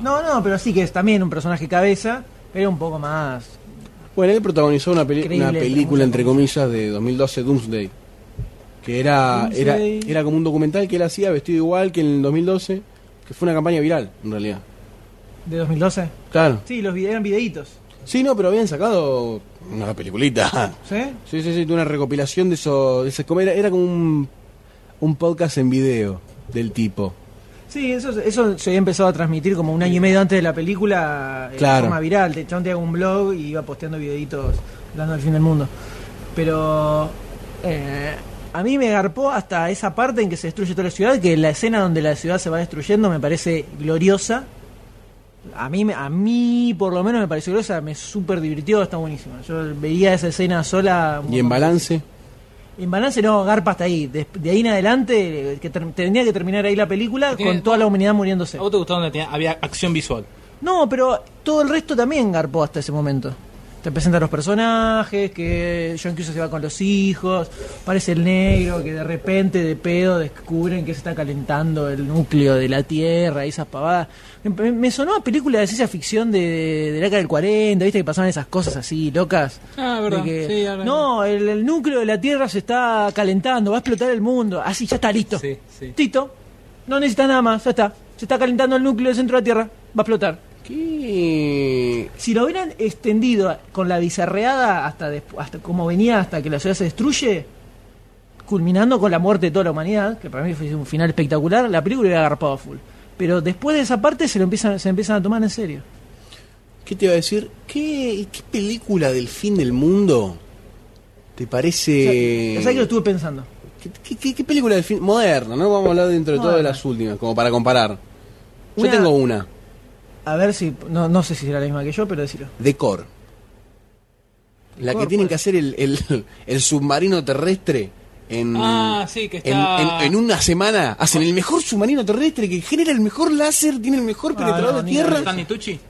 Speaker 1: No, no, pero sí que es también un personaje cabeza. Pero un poco más.
Speaker 3: Bueno, él protagonizó una, peli-
Speaker 1: Increíble,
Speaker 3: una
Speaker 1: pero
Speaker 3: película,
Speaker 1: mucha
Speaker 3: entre comillas, de 2012, Doomsday. Que era, era,
Speaker 1: Doomsday.
Speaker 3: era como un documental que él hacía vestido igual que en el 2012, que fue una campaña viral, en realidad.
Speaker 1: ¿De 2012?
Speaker 3: Claro.
Speaker 1: Sí, los vide- eran videitos.
Speaker 3: Sí, no, pero habían sacado una peliculita.
Speaker 1: ¿Sí?
Speaker 3: Sí, sí, sí, de una recopilación de eso. De esas- como era, era como un, un podcast en video del tipo.
Speaker 1: Sí, eso, eso se había empezado a transmitir como un año y medio antes de la película eh,
Speaker 3: Claro.
Speaker 1: de forma viral. De hecho, tenía un blog y iba posteando videitos hablando del fin del mundo. Pero eh, a mí me garpó hasta esa parte en que se destruye toda la ciudad, que la escena donde la ciudad se va destruyendo me parece gloriosa. A mí, me- a mí por lo menos me pareció gloriosa, me súper divirtió, está buenísima. Yo veía esa escena sola. un
Speaker 3: Y en
Speaker 1: montón de
Speaker 3: balance.
Speaker 1: en balance no, garpa hasta ahí. De, de ahí en adelante, eh, que ter- tendría que terminar ahí la película
Speaker 5: Tiene-
Speaker 1: con toda la humanidad muriéndose.
Speaker 5: ¿A vos te gustó donde tenía- había acción visual?
Speaker 1: No, pero todo el resto también garpó hasta ese momento. Te presentan los personajes, que John Cusack se va con los hijos, parece el negro, que de repente de pedo descubren que se está calentando el núcleo de la Tierra y esas pavadas. Me, me sonó a película de ciencia ficción de, de, la década del 40, viste que pasaban esas cosas así, locas.
Speaker 5: Ah, verdad.
Speaker 1: De que,
Speaker 5: Sí, ahora-
Speaker 1: no, el, el núcleo de la Tierra se está calentando, va a explotar el mundo. Así, ya está listo.
Speaker 5: Sí, sí.
Speaker 1: Tito, no necesitas nada más, ya está. Se está calentando el núcleo del centro de la Tierra, va a explotar.
Speaker 3: ¿Qué?
Speaker 1: Si lo hubieran extendido con la bizarreada hasta, despu- hasta como venía, hasta que la ciudad se destruye, culminando con la muerte de toda la humanidad, que para mí fue un final espectacular, la película hubiera agarpado a full. Pero después de esa parte se lo empiezan, se empiezan a tomar en serio.
Speaker 3: ¿Qué te iba a decir? ¿Qué, qué película del fin del mundo te
Speaker 1: O sea,
Speaker 3: parece.
Speaker 1: es ahí que lo estuve pensando.
Speaker 3: ¿Qué- qué, qué- qué película del fin. Moderna, ¿no? Vamos a hablar dentro de todo de
Speaker 1: Moderna.
Speaker 3: las últimas, como para comparar. Yo
Speaker 1: Una-
Speaker 3: tengo una,
Speaker 1: A ver si, no, no sé si será la misma que yo, pero decirlo.
Speaker 3: Decor. La que
Speaker 1: Decor,
Speaker 3: tienen
Speaker 1: pues.
Speaker 3: que hacer el, el- el submarino terrestre en,
Speaker 5: Ah, sí, que está-
Speaker 3: en, en- en una semana. Hacen el mejor submarino terrestre que genera el mejor láser, tiene el
Speaker 5: Ah,
Speaker 3: mejor penetrador
Speaker 1: no,
Speaker 3: de
Speaker 1: ni-
Speaker 3: tierra.
Speaker 5: ¿Está Nitucci?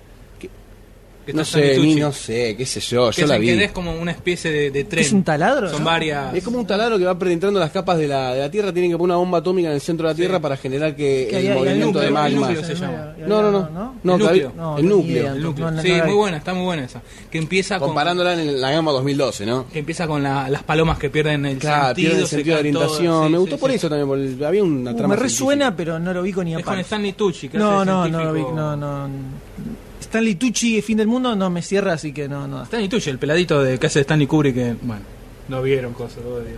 Speaker 5: Que
Speaker 3: No sé,
Speaker 5: está Stanley
Speaker 3: ni-
Speaker 5: Tucci.
Speaker 3: no sé, qué sé yo,
Speaker 5: Que
Speaker 3: yo
Speaker 5: es-
Speaker 3: la
Speaker 5: que
Speaker 3: vi.
Speaker 5: es como una especie de, de tren.
Speaker 1: ¿Es un taladro?
Speaker 5: Son
Speaker 1: no?
Speaker 5: varias.
Speaker 3: Es como un taladro que va penetrando las capas de la, de la Tierra, tienen que poner una bomba atómica en el centro de la Tierra para generar que,
Speaker 1: Que
Speaker 3: el
Speaker 1: había- había
Speaker 3: movimiento
Speaker 5: núcleo,
Speaker 3: de
Speaker 5: el
Speaker 3: magma.
Speaker 5: núcleo se llama.
Speaker 1: había-
Speaker 3: No, no, no.
Speaker 1: ¿no?
Speaker 3: No,
Speaker 5: El
Speaker 3: que había-
Speaker 5: núcleo.
Speaker 1: No,
Speaker 3: el
Speaker 1: ni
Speaker 3: núcleo.
Speaker 1: idea.
Speaker 5: El núcleo.
Speaker 1: No, no,
Speaker 5: sí,
Speaker 1: no la
Speaker 5: muy
Speaker 1: vi.
Speaker 5: buena, está muy buena esa. Que empieza con.
Speaker 3: Comparándola en la gama 2012, ¿no?
Speaker 5: Que empieza con la- las palomas que pierden el
Speaker 3: Claro,
Speaker 5: sentido.
Speaker 3: pierde el
Speaker 5: se
Speaker 3: sentido de
Speaker 5: caen todas.
Speaker 3: orientación.
Speaker 5: Sí,
Speaker 3: Me
Speaker 5: sí,
Speaker 3: gustó
Speaker 5: sí.
Speaker 3: por eso también, por el- había una
Speaker 1: Uh,
Speaker 3: trama.
Speaker 1: me resuena,
Speaker 3: científica.
Speaker 1: pero no lo vi con ni a
Speaker 5: Es con
Speaker 1: palos.
Speaker 5: Stanley Tucci. Que
Speaker 1: No,
Speaker 5: hace el
Speaker 1: no, no lo vi,
Speaker 5: científico-
Speaker 1: no, no. Stanley Tucci, fin del mundo, no me cierra, así que no, no.
Speaker 5: Stanley Tucci, el peladito de que hace Stanley Kubrick. Que, bueno, no vieron cosas, lo odio.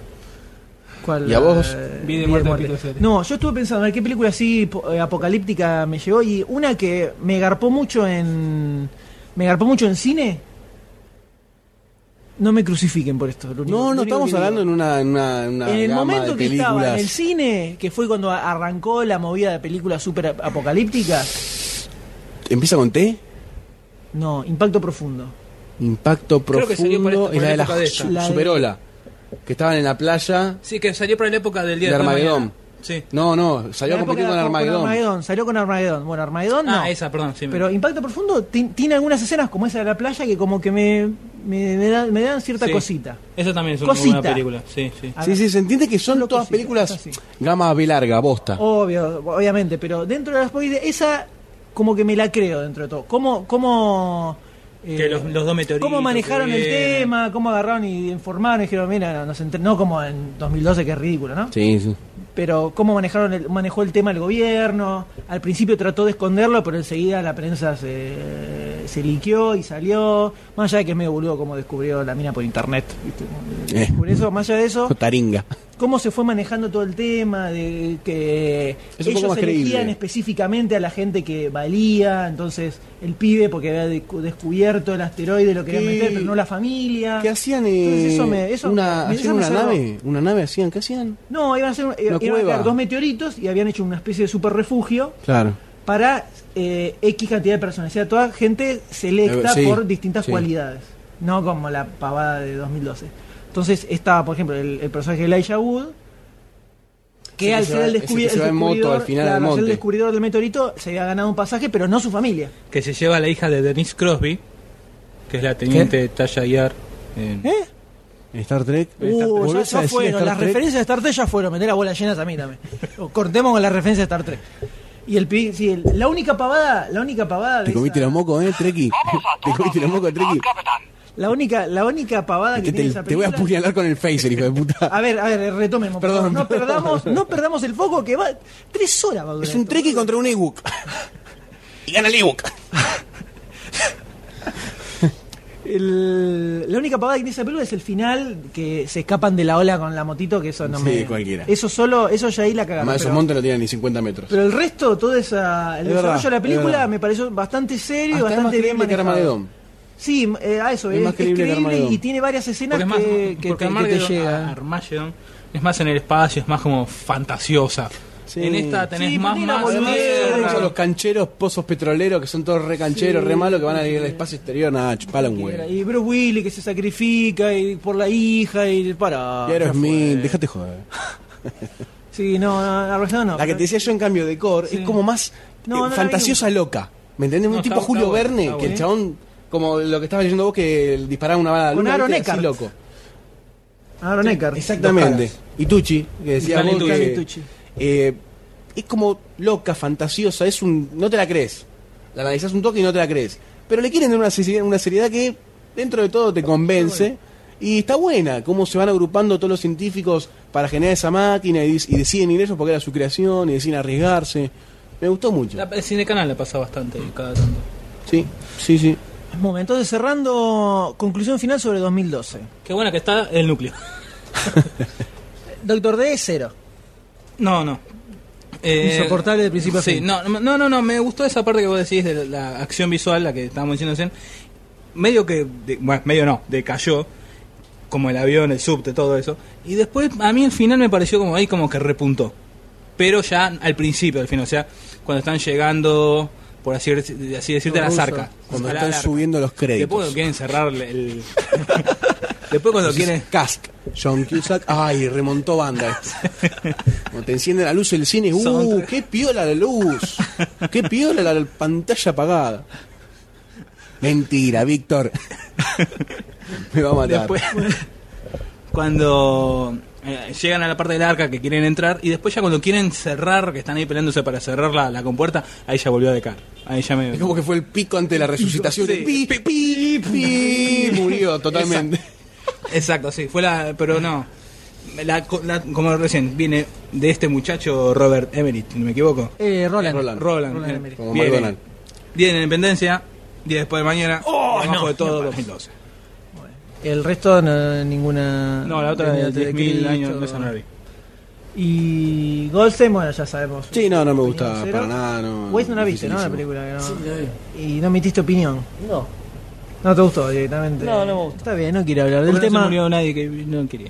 Speaker 1: ¿Cuál,
Speaker 3: ¿Y a vos?
Speaker 1: eh,
Speaker 5: Vi de
Speaker 1: Vida
Speaker 5: muerte de Pito Serio.
Speaker 1: No, yo estuve pensando a ver qué película así po- eh, apocalíptica me llegó y una que me garpó mucho en me garpó mucho en cine No me crucifiquen por esto. lo único-
Speaker 3: No,
Speaker 1: lo único
Speaker 3: no estamos
Speaker 1: que
Speaker 3: hablando en
Speaker 1: digo.
Speaker 3: una, en una, en una
Speaker 1: En el
Speaker 3: gama
Speaker 1: momento
Speaker 3: de
Speaker 1: que estaba en el
Speaker 3: películas.
Speaker 1: cine, que fue cuando a- arrancó la movida de películas super apocalípticas,
Speaker 3: ¿Empieza con T?
Speaker 1: no, impacto profundo.
Speaker 3: Impacto profundo.
Speaker 5: Creo que salió por esta- por
Speaker 3: es la este de la,
Speaker 5: época de esta.
Speaker 3: su-
Speaker 1: La de-
Speaker 3: superola. Que estaban en la playa.
Speaker 5: Sí, que salió para la época del día
Speaker 3: De
Speaker 5: después
Speaker 3: Armagedón.
Speaker 5: mañana. Sí.
Speaker 3: No, no, salió
Speaker 1: La época
Speaker 3: compitiendo con
Speaker 1: de-
Speaker 3: Armagedón.
Speaker 1: Salió con Armagedón. Bueno, Armagedón no.
Speaker 5: Ah, esa, perdón. Sí,
Speaker 1: Pero Impacto Profundo ti- tiene algunas escenas como esa de la playa que como que me, me, me dan, me dan cierta
Speaker 5: Sí.
Speaker 1: cosita.
Speaker 5: Esa también es una
Speaker 1: Cosita. Ah,
Speaker 5: buena película. Sí, sí.
Speaker 1: A
Speaker 3: Sí,
Speaker 1: ver,
Speaker 3: sí, Oh. se entiende que son
Speaker 1: Solo
Speaker 3: todas
Speaker 1: cositas,
Speaker 3: películas
Speaker 1: así.
Speaker 3: gama B larga, bosta.
Speaker 1: Obvio, obviamente, pero dentro de las spoiler, esa como que me la creo dentro de todo. ¿Cómo, cómo, eh,
Speaker 5: Que los- los dos meteoritos
Speaker 1: cómo manejaron
Speaker 5: que
Speaker 1: el
Speaker 5: vienen.
Speaker 1: tema? ¿Cómo agarraron y informaron? Y dijeron, mira, nos entre- no como en 2012, que es ridículo, ¿no?
Speaker 3: Sí, sí.
Speaker 1: Pero cómo manejaron el- manejó el tema el gobierno. Al principio trató de esconderlo, pero enseguida la prensa se, se liqueó y salió. Más allá de que es medio boludo como descubrió la mina por internet. ¿viste?
Speaker 3: Eh.
Speaker 1: Por eso, más allá de eso
Speaker 3: Taringa.
Speaker 1: cómo se fue manejando todo el tema, de que
Speaker 3: Es un poco
Speaker 1: ellos
Speaker 3: más
Speaker 1: elegían
Speaker 3: creíble.
Speaker 1: específicamente a la gente que valía, entonces el pibe porque había de- descubierto el asteroide lo quería
Speaker 3: ¿Qué-
Speaker 1: meter, pero no la familia.
Speaker 3: ¿Qué hacían? eh,
Speaker 1: Entonces eso me- eso-
Speaker 3: una,
Speaker 1: me-
Speaker 3: hacían
Speaker 1: esa me
Speaker 3: una
Speaker 1: cerró.
Speaker 3: nave? ¿Una nave hacían? ¿Qué hacían?
Speaker 1: No, iban a ser iban a
Speaker 3: cueva.
Speaker 1: quedar dos meteoritos y habían hecho una especie de super refugio
Speaker 3: Claro.
Speaker 1: para eh, X cantidad de personas, o sea, toda gente selecta
Speaker 3: Eh, sí,
Speaker 1: por distintas
Speaker 3: sí.
Speaker 1: cualidades, no como la pavada de 2012. Entonces estaba, por ejemplo, el, el personaje de Elijah Wood, que
Speaker 3: Sí,
Speaker 1: al
Speaker 3: que se
Speaker 1: ser
Speaker 3: va-
Speaker 1: el,
Speaker 3: ese que
Speaker 1: descubri-
Speaker 3: se
Speaker 1: el
Speaker 3: va en moto al
Speaker 1: descubridor- claro,
Speaker 3: final del
Speaker 1: al ser el
Speaker 3: monte.
Speaker 1: descubridor del meteorito, se había ganado un pasaje, pero no su familia.
Speaker 5: Que se lleva a la hija de Denise Crosby, que es la teniente Tasha Yar. eh,
Speaker 1: ¿Eh?
Speaker 3: ¿En Star Trek?
Speaker 1: Uh, ya,
Speaker 3: ¿Volvés a
Speaker 1: ya
Speaker 3: decir
Speaker 1: fueron,
Speaker 3: Star
Speaker 1: las
Speaker 3: Trek?
Speaker 1: referencias de Star Trek ya fueron, meter la bola llenas a mí también. O cortemos con las referencias de Star Trek. Y el pi, sí, el- la única pavada, la única pavada de
Speaker 3: ¿Te comiste
Speaker 1: esa-
Speaker 3: los mocos, eh, Treki?
Speaker 12: Vamos a
Speaker 3: ¿Te
Speaker 12: toda
Speaker 3: comiste los mocos,
Speaker 12: velocidad,
Speaker 3: Treki?
Speaker 12: capitán.
Speaker 1: la única, la única pavada que
Speaker 3: Te,
Speaker 1: tiene
Speaker 3: te-
Speaker 1: esa
Speaker 3: te voy a
Speaker 1: película.
Speaker 3: apuñalar con el phaser, hijo de puta.
Speaker 1: A ver, a ver, retomemos. por favor.
Speaker 3: Perdón,
Speaker 1: No
Speaker 3: perdón.
Speaker 1: perdamos, no perdamos el foco que va. Tres horas va a durar.
Speaker 3: Es un
Speaker 1: esto.
Speaker 3: Treki contra un Ewok. y gana el Ewok.
Speaker 1: El- la única pavada que tiene esa película es el final que se escapan de la ola con la motito, que eso no
Speaker 3: Sí,
Speaker 1: me.
Speaker 3: cualquiera.
Speaker 1: Eso solo, eso ya ahí la cagaron.
Speaker 3: Además, esos
Speaker 1: Pero,
Speaker 3: montes no tienen ni 50 metros.
Speaker 1: pero el resto, todo esa, el
Speaker 3: Es verdad,
Speaker 1: desarrollo de la
Speaker 3: es
Speaker 1: película
Speaker 3: verdad.
Speaker 1: me pareció bastante serio y
Speaker 3: Hasta es más
Speaker 1: bastante bien
Speaker 3: creíble que
Speaker 1: manejado.
Speaker 3: Armagedón.
Speaker 1: Sí, eh, a eso,
Speaker 3: Es
Speaker 1: es,
Speaker 3: más
Speaker 1: es
Speaker 3: creíble que
Speaker 1: creíble
Speaker 3: Armagedón.
Speaker 1: y tiene varias escenas
Speaker 5: porque es más,
Speaker 1: que, que
Speaker 5: porque
Speaker 1: te, que te
Speaker 5: Armageddon-
Speaker 1: llegan.
Speaker 5: Armageddon es más en el espacio, es más como fantasiosa.
Speaker 3: Sí.
Speaker 5: En esta tenés
Speaker 1: Sí,
Speaker 5: más
Speaker 1: porque la
Speaker 5: más.
Speaker 1: boludez,
Speaker 3: Además,
Speaker 5: tierra.
Speaker 1: Claro.
Speaker 3: son los cancheros, pozos petroleros, que son todos re cancheros, re malos, que van a ir al espacio exterior. Nada, chupala un huevo.
Speaker 1: Y Bruce Willis que se sacrifica y por la hija y para.
Speaker 3: Y Aerosmith, déjate joder.
Speaker 1: Ah, Sí, no, no, Armagedón no.
Speaker 3: La que te decía yo, en cambio, de Core, es como más
Speaker 1: No,
Speaker 3: eh,
Speaker 1: no la vi
Speaker 3: fantasiosa loca. ¿Me entendés?
Speaker 5: No,
Speaker 3: un tipo
Speaker 5: está-
Speaker 3: Julio
Speaker 5: está bueno,
Speaker 3: Verne,
Speaker 5: está
Speaker 3: que el
Speaker 5: bueno.
Speaker 3: chabón, como lo que estabas leyendo vos, que disparaba una bala al
Speaker 1: Con Aaron
Speaker 3: así
Speaker 1: Eckhart.
Speaker 3: loco.
Speaker 1: Aaron Eckhart.
Speaker 3: Exactamente. Y Tucci, que decía
Speaker 5: Stanley
Speaker 3: vos que,
Speaker 5: Tucci.
Speaker 1: Tucci.
Speaker 3: eh, es como loca, fantasiosa, es un no te la crees. La analizás un toque y no te la crees. Pero le quieren dar una seriedad, una seriedad que dentro de todo te convence. Y está buena cómo se van agrupando todos los científicos para generar esa máquina y, dis- y deciden ir ellos porque era su creación y deciden arriesgarse. Me gustó mucho.
Speaker 5: La- el cine canal la pasa bastante cada tanto.
Speaker 3: Sí, sí, sí.
Speaker 1: Bueno, entonces cerrando, conclusión final sobre 2012.
Speaker 5: Qué buena que está el núcleo.
Speaker 1: Doctor D, cero.
Speaker 5: No, no. Eh,
Speaker 1: Insoportable de principio a
Speaker 5: sí,
Speaker 1: fin.
Speaker 5: No, no, no, no, me gustó esa parte que vos decís de la acción visual, la que estábamos diciendo recién. Medio que, de- bueno, medio no, decayó, como el avión, el subte, todo eso. Y después a mí el final me pareció como ahí como que repuntó. Pero ya al principio, al final, o sea, cuando están llegando, por así, dec- así decirte, a la
Speaker 1: Ruso.
Speaker 5: zarca.
Speaker 3: Cuando
Speaker 5: A la
Speaker 3: están
Speaker 5: zarca.
Speaker 3: subiendo los créditos.
Speaker 5: Después cuando quieren cerrar el... después cuando quieren...
Speaker 3: Cask, John Cusack, ay, remontó banda. Cuando te enciende la luz del cine, uh,
Speaker 5: Soundtrack.
Speaker 3: qué piola la luz, qué piola la pantalla apagada. Mentira, Víctor. Me va a matar.
Speaker 5: Después, cuando eh, llegan a la parte del arca que quieren entrar, y después ya cuando quieren cerrar, que están ahí peleándose para cerrar la, la compuerta, ahí ya volvió a decar. Ahí ya me...
Speaker 3: Es como que fue el pico ante la resucitación.
Speaker 5: Sí.
Speaker 3: Pi, pi, pi, murió totalmente.
Speaker 5: Exacto, sí, fue la... Pero no. La- la- como recién, viene de este muchacho Robert Emmerich, no me equivoco.
Speaker 1: Eh, Roland.
Speaker 3: Roland.
Speaker 5: Roland.
Speaker 1: Roland
Speaker 5: eh,
Speaker 1: Emmerich.
Speaker 3: Como
Speaker 5: viene-
Speaker 3: McDonald.
Speaker 5: Día de la Independencia, día después de mañana, abajo de todo 2012.
Speaker 1: El resto, no, ninguna.
Speaker 5: No, la otra de
Speaker 1: Trinidad
Speaker 5: 10.000
Speaker 1: Cristo.
Speaker 5: años, esa no la vi.
Speaker 1: Y Goldstein, bueno, ya sabemos.
Speaker 3: Sí, no, no me
Speaker 1: Opinión
Speaker 3: gusta
Speaker 1: cero.
Speaker 3: para nada. No,
Speaker 1: Weiss no la viste, ¿no? La
Speaker 3: dificilísimo.
Speaker 1: película. que no- Y no emitiste opinión.
Speaker 13: No.
Speaker 1: No te gustó directamente.
Speaker 4: No, no me gustó.
Speaker 1: Está bien, no quiero hablar del
Speaker 5: Porque no
Speaker 1: tema.
Speaker 5: se murió nadie que no quería.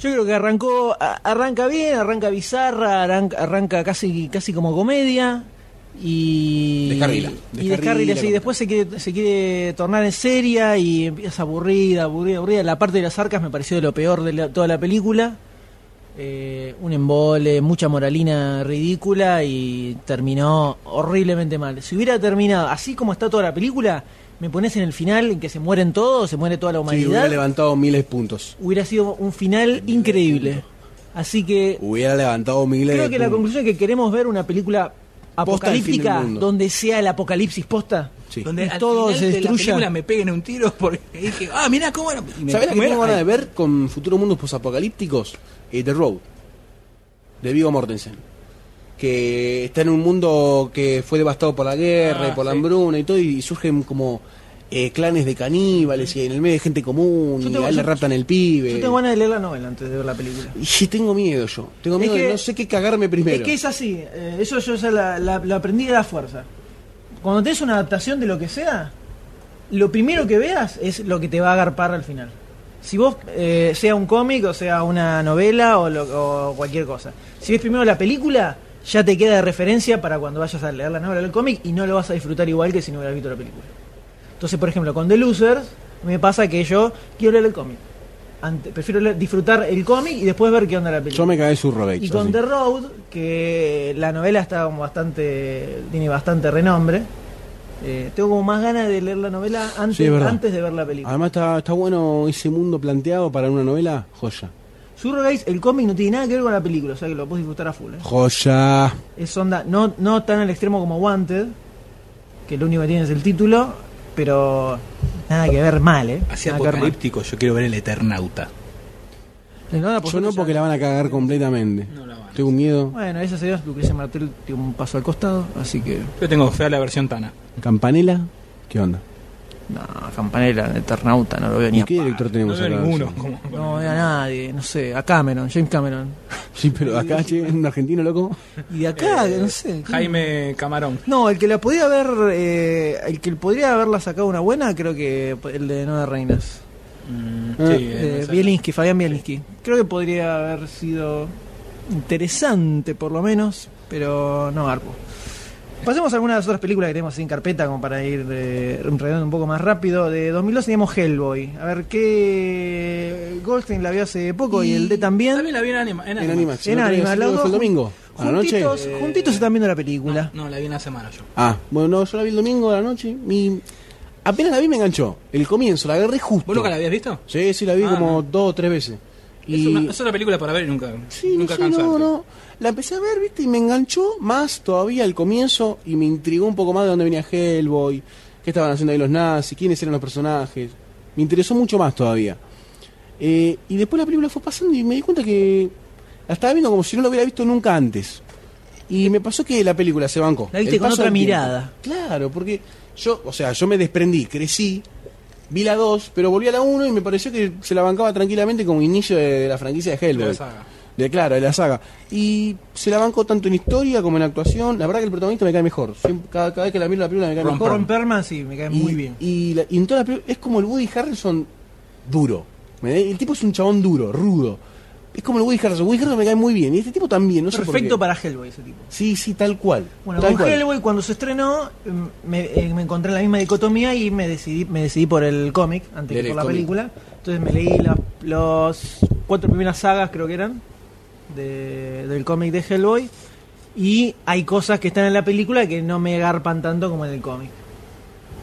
Speaker 1: Yo creo que arrancó, a- arranca bien, arranca bizarra, arranca, arranca casi, casi como comedia y
Speaker 3: Descarrila.
Speaker 1: y descarrila, sí.
Speaker 3: Descarrila.
Speaker 1: después se quiere, se quiere tornar en seria y empieza aburrida, aburrida, aburrida. La parte de las arcas me pareció de lo peor de la- toda la película. Eh, un embole, mucha moralina ridícula y terminó horriblemente mal. Si hubiera terminado así como está toda la película, me pones en el final en que se mueren todos, se muere toda la
Speaker 3: Sí,
Speaker 1: humanidad
Speaker 3: hubiera levantado miles de puntos.
Speaker 1: hubiera sido un final increíble. Así que
Speaker 3: Hubiera levantado miles
Speaker 1: creo
Speaker 3: de
Speaker 1: que la
Speaker 3: puntos.
Speaker 1: conclusión es que queremos ver una película
Speaker 3: Posta del fin del
Speaker 1: apocalíptica
Speaker 3: mundo.
Speaker 1: donde sea el apocalipsis posta.
Speaker 3: Sí.
Speaker 5: Donde
Speaker 1: Y
Speaker 5: al
Speaker 1: todo
Speaker 5: final
Speaker 1: se
Speaker 5: de
Speaker 1: destruya.
Speaker 5: La película me peguen un tiro porque dije, ah, mirá cómo era. Y me-
Speaker 3: ¿Sabés la que
Speaker 5: me-
Speaker 3: tengo ganas de ver con futuros mundos posapocalípticos? Eh, The Road, de Vigo Mortensen. Que está en un mundo que fue devastado por la guerra
Speaker 5: Ah,
Speaker 3: y por la
Speaker 5: sí.
Speaker 3: hambruna y todo, y surgen como eh, clanes de caníbales y en el medio de gente común,
Speaker 1: Yo
Speaker 3: y
Speaker 1: tengo-
Speaker 3: ahí le
Speaker 1: yo-
Speaker 3: raptan el pibe.
Speaker 1: Yo tengo ganas de leer la novela antes de ver la película.
Speaker 3: Y sí, tengo miedo yo. Tengo
Speaker 1: Es
Speaker 3: miedo de
Speaker 1: que-
Speaker 3: no sé qué cagarme primero.
Speaker 1: Es que es así, eh, eso yo ya la, la- la aprendí de la fuerza. Cuando tenés una adaptación de lo que sea, lo primero que veas es lo que te va a agarpar al final. Si vos, eh, sea un cómic o sea una novela o, lo- o cualquier cosa, si ves primero la película, ya te queda de referencia para cuando vayas a leer la novela o el cómic y no lo vas a disfrutar igual que si no hubieras visto la película. Entonces, por ejemplo, con The Losers me pasa que yo quiero leer el cómic. Ante- prefiero leer- disfrutar el cómic y después ver qué onda la película.
Speaker 3: Yo me cagué su Robert.
Speaker 1: Y con The Road, que la novela está como bastante. tiene bastante renombre. eh, tengo como más ganas de leer la novela antes,
Speaker 3: Sí, es verdad.
Speaker 1: antes de ver la película.
Speaker 3: Además está, está bueno ese mundo planteado para una novela. Joya.
Speaker 1: Surrogates, el cómic no tiene nada que ver con la película, o sea que lo puedes disfrutar a full. ¿eh?
Speaker 3: Joya.
Speaker 1: Es onda, no, no tan al extremo como Wanted, que lo único que tiene es el título, pero nada que ver mal, ¿eh?
Speaker 5: Así
Speaker 1: Nada que ver mal.
Speaker 5: apocalíptico, yo quiero ver el Eternauta.
Speaker 1: No, no,
Speaker 3: Yo no porque la van a cagar completamente. Tengo un miedo.
Speaker 1: Bueno, esa sería Lucrecia Martel dio un paso al costado, así que.
Speaker 5: Yo tengo fe a la versión Tana.
Speaker 3: Campanela, ¿qué onda?
Speaker 1: No, Campanella, Eternauta, no lo veo ni
Speaker 3: ¿Y
Speaker 1: a
Speaker 3: qué director tenemos
Speaker 5: no veo
Speaker 3: acá?
Speaker 5: ninguno. como-
Speaker 1: No veo a nadie, no sé, a Cameron, James Cameron.
Speaker 3: Sí, pero acá, che, en un argentino, loco.
Speaker 1: Y de acá,
Speaker 5: Eh,
Speaker 1: no sé. ¿quién?
Speaker 5: Jaime Camarón.
Speaker 1: No, el que la podía haber, eh, el que podría haberla sacado una buena, creo que el de Nueve Reinas.
Speaker 5: Sí,
Speaker 1: de
Speaker 5: eh,
Speaker 1: Bielinski, Fabián Bielinski. Creo que podría haber sido interesante, por lo menos, pero no arco. Pasemos a algunas de las otras películas que tenemos en carpeta, como para ir eh, redondeando un poco más rápido. De 2002 teníamos Hellboy. A ver, ¿qué. Goldstein la vio hace poco y, el D
Speaker 5: También la vi en Anima. En
Speaker 3: En
Speaker 5: Anima.
Speaker 3: Animax.
Speaker 1: En
Speaker 3: ¿No crees?
Speaker 1: Animax,
Speaker 3: ¿No
Speaker 1: los
Speaker 3: fue el
Speaker 1: dos
Speaker 3: domingo? ¿A la noche?
Speaker 1: Juntitos, juntitos están viendo la película.
Speaker 5: No, la vi en la semana yo.
Speaker 3: Ah, bueno, no, yo la vi el domingo a la noche. Mi... Apenas la vi me enganchó. El comienzo, la agarré justo.
Speaker 5: ¿Vos nunca la habías visto?
Speaker 3: Sí, sí, la vi
Speaker 5: Ah,
Speaker 3: como
Speaker 5: no.
Speaker 3: dos o tres veces.
Speaker 5: Es,
Speaker 3: Y...
Speaker 5: una, es una película para ver y nunca,
Speaker 3: Sí,
Speaker 5: nunca
Speaker 3: no, sé,
Speaker 5: cansarte.
Speaker 3: no, no. La empecé a ver, viste, y me enganchó más todavía al comienzo y me intrigó un poco más de dónde venía Hellboy, qué estaban haciendo ahí los nazis, quiénes eran los personajes. Me interesó mucho más todavía. Eh, y después la película fue pasando y me di cuenta que la estaba viendo como si no la hubiera visto nunca antes. Y me pasó que la película se bancó.
Speaker 1: La viste
Speaker 3: El
Speaker 1: con
Speaker 3: paso
Speaker 1: otra
Speaker 3: del tiempo.
Speaker 1: mirada.
Speaker 3: Claro, porque yo, o sea, yo me desprendí, crecí, vi la 2, pero volví a la 1 y me pareció que se la bancaba tranquilamente como inicio de, de la franquicia de Hellboy.
Speaker 5: De la saga.
Speaker 3: De, claro, de la saga. Y se la bancó tanto en historia como en actuación. La verdad que el protagonista me cae mejor. Siempre- cada, cada vez que la miro la película me cae
Speaker 5: Ron
Speaker 3: mejor.
Speaker 1: Ron Perlman sí, me cae
Speaker 3: Y,
Speaker 1: muy bien.
Speaker 3: Y, la- y en toda la película- es como el Woody Harrelson duro. ¿me entendés? El tipo es un chabón duro, rudo. Es como el Woody Harrelson. Woody Harrelson me cae muy bien. Y este tipo también, no sé por
Speaker 1: Perfecto
Speaker 3: qué.
Speaker 1: para Hellboy ese tipo.
Speaker 3: Sí, sí, tal cual.
Speaker 1: Bueno,
Speaker 3: tal
Speaker 1: con
Speaker 3: cual.
Speaker 1: Hellboy cuando se estrenó mm, me, eh, me encontré en la misma dicotomía y me decidí me decidí por el cómic antes
Speaker 3: Leer
Speaker 1: que por
Speaker 3: el
Speaker 1: la
Speaker 3: cómic.
Speaker 1: película. Entonces me leí las los cuatro primeras sagas creo que eran de- del cómic de Hellboy y hay cosas que están en la película que no me garpan tanto como en el cómic.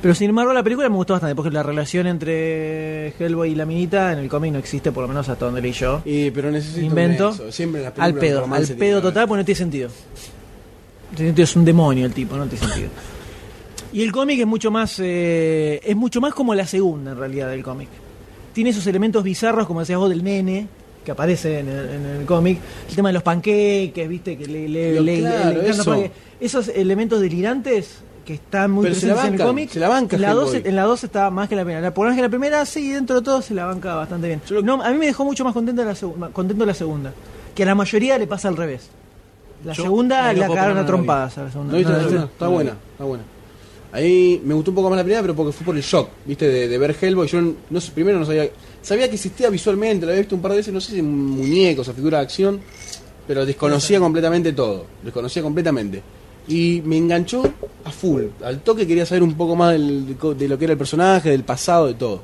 Speaker 1: Pero sin embargo la película me gustó bastante porque la relación entre Hellboy y la minita en el cómic no existe por lo menos hasta donde leí yo.
Speaker 3: Eh, pero necesito un
Speaker 1: Invento.
Speaker 3: nexo. Siempre en las
Speaker 1: Al
Speaker 3: películas de
Speaker 1: pedo, al
Speaker 3: romance tiene
Speaker 1: pedo
Speaker 3: que haber.
Speaker 1: total, porque no tiene sentido. No tiene sentido, Es un demonio el tipo, no tiene sentido. Y el cómic es mucho más eh, es mucho más como la segunda en realidad del cómic. Tiene esos elementos bizarros, como decías vos, del nene, que aparece en el, en el cómic. El tema de los panqueques, viste, que le, le-
Speaker 3: Pero
Speaker 1: le- le-
Speaker 3: claro,
Speaker 1: le encantan
Speaker 3: eso.
Speaker 1: panque- Esos elementos delirantes que están muy
Speaker 3: Pero se la
Speaker 1: presentes en el
Speaker 3: bancan,
Speaker 1: cómic.
Speaker 3: se la banca
Speaker 1: la dos,
Speaker 3: Hellboy.
Speaker 1: en la 2 está más que en la primera. La- Por más que en la primera, sí, dentro de todo se la banca bastante bien. No, a mí me dejó mucho más contento la, segu- más contento la segunda. Que a la mayoría le pasa al revés. La
Speaker 5: Yo-
Speaker 1: segunda
Speaker 5: Ay,
Speaker 1: la
Speaker 5: loco,
Speaker 1: cagaron a
Speaker 5: pero no la vi.
Speaker 1: trompadas. a la segunda.
Speaker 3: ¿No viste
Speaker 1: No,
Speaker 3: la
Speaker 1: no,
Speaker 3: segunda?
Speaker 1: no.
Speaker 3: Está buena, está buena. Ahí me gustó un poco más la primera, pero porque fue por el shock, ¿viste? De, de ver Hellboy. Yo no sé, primero no sabía. Sabía que existía visualmente, lo había visto un par de veces, no sé si en muñecos o figura de acción, pero desconocía completamente todo. Desconocía completamente. Y me enganchó a full. Al toque quería saber un poco más del- de lo que era el personaje, del pasado, de todo.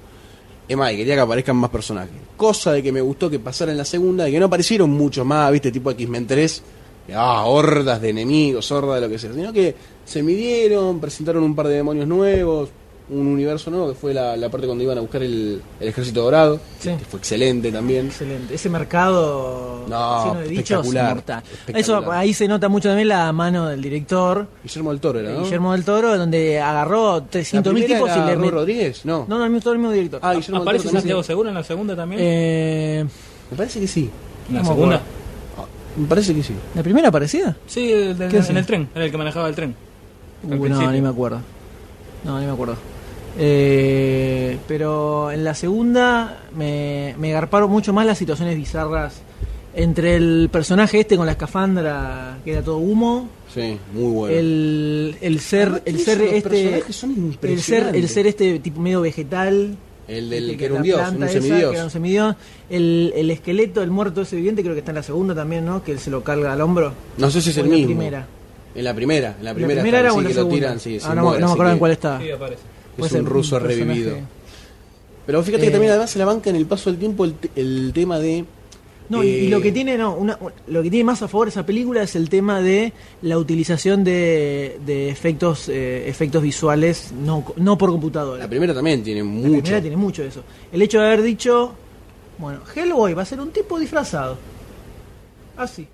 Speaker 3: Es más, y quería que aparezcan más personajes. Cosa de que me gustó que pasara en la segunda, de que no aparecieron muchos más, viste, tipo X-Men 3. que, Ah, hordas de enemigos, hordas de lo que sea. Sino que se midieron, presentaron un par de demonios nuevos, un universo nuevo, que fue la, la parte cuando iban a buscar el, el ejército dorado.
Speaker 1: Sí.
Speaker 3: Que fue excelente también.
Speaker 1: Excelente. Ese mercado
Speaker 3: No,
Speaker 1: lleno de bichos
Speaker 3: espectacular,
Speaker 1: mortal. Eso,
Speaker 3: espectacular.
Speaker 1: ahí se nota mucho también la mano del director,
Speaker 3: Guillermo del Toro era, ¿no?
Speaker 1: Guillermo del Toro, donde agarró
Speaker 3: La
Speaker 1: 300.000
Speaker 3: primera
Speaker 1: tipos y
Speaker 3: era
Speaker 1: le
Speaker 3: Rubén
Speaker 1: met-
Speaker 3: Rodríguez? No.
Speaker 1: No, no, el mismo, el mismo director.
Speaker 3: Ah, Guillermo del
Speaker 5: ¿Aparece
Speaker 3: Toro también.
Speaker 5: Santiago Segura en la segunda también?
Speaker 1: Eh,
Speaker 3: Me parece que sí.
Speaker 5: ¿En la
Speaker 1: no me
Speaker 5: segunda?
Speaker 1: acuerdo.
Speaker 3: Me parece que sí.
Speaker 1: ¿La primera aparecida?
Speaker 5: Sí, el del-
Speaker 1: ¿Qué
Speaker 5: en
Speaker 1: hace?
Speaker 5: el tren, era el que manejaba el tren. Al
Speaker 1: Uh, no,
Speaker 5: principio.
Speaker 1: ni me acuerdo. No, ni me acuerdo. Eh, pero en la segunda me, me garparon mucho más las situaciones bizarras entre el personaje este con la escafandra que era todo humo,
Speaker 3: Sí, muy bueno. Ah,
Speaker 1: el, el ser, el
Speaker 3: Los
Speaker 1: ser este,
Speaker 3: personajes son
Speaker 1: el ser, el
Speaker 3: impresionantes.
Speaker 1: ser este tipo medio vegetal,
Speaker 3: El del
Speaker 1: Viste
Speaker 3: que era
Speaker 1: la
Speaker 3: un dios,
Speaker 1: planta
Speaker 3: un
Speaker 1: esa,
Speaker 3: semidios.
Speaker 1: que era un semidios. El, el esqueleto, el muerto ese viviente, creo que está en la segunda también, ¿no? Que él se lo carga al hombro.
Speaker 3: No sé si es
Speaker 1: O
Speaker 3: el
Speaker 1: en la
Speaker 3: mismo.
Speaker 1: primera.
Speaker 3: En la primera, en la primera.
Speaker 1: la primera era
Speaker 3: está,
Speaker 1: o en
Speaker 3: sí,
Speaker 1: la
Speaker 3: que lo
Speaker 1: segunda.
Speaker 3: tiran, sí, se
Speaker 1: Ah, no,
Speaker 3: muere,
Speaker 1: no me
Speaker 3: así
Speaker 1: acuerdo en
Speaker 3: que
Speaker 1: cuál estaba.
Speaker 5: Sí, aparece.
Speaker 1: Puede
Speaker 3: Es
Speaker 1: ser
Speaker 3: un ruso
Speaker 1: Pues personaje.
Speaker 3: revivido. Pero fíjate que
Speaker 1: Eh,
Speaker 3: también además se la banca en el paso del tiempo el, te- el tema de...
Speaker 1: No, y- y
Speaker 3: eh,
Speaker 1: lo que tiene, no, una- lo que tiene más a favor esa película es el tema de la utilización de, de efectos, eh, efectos visuales no, co- no por computadora.
Speaker 3: La primera también tiene
Speaker 1: La
Speaker 3: mucho.
Speaker 1: primera tiene mucho de eso. El hecho de haber dicho, bueno, Hellboy va a ser un tipo disfrazado. Así.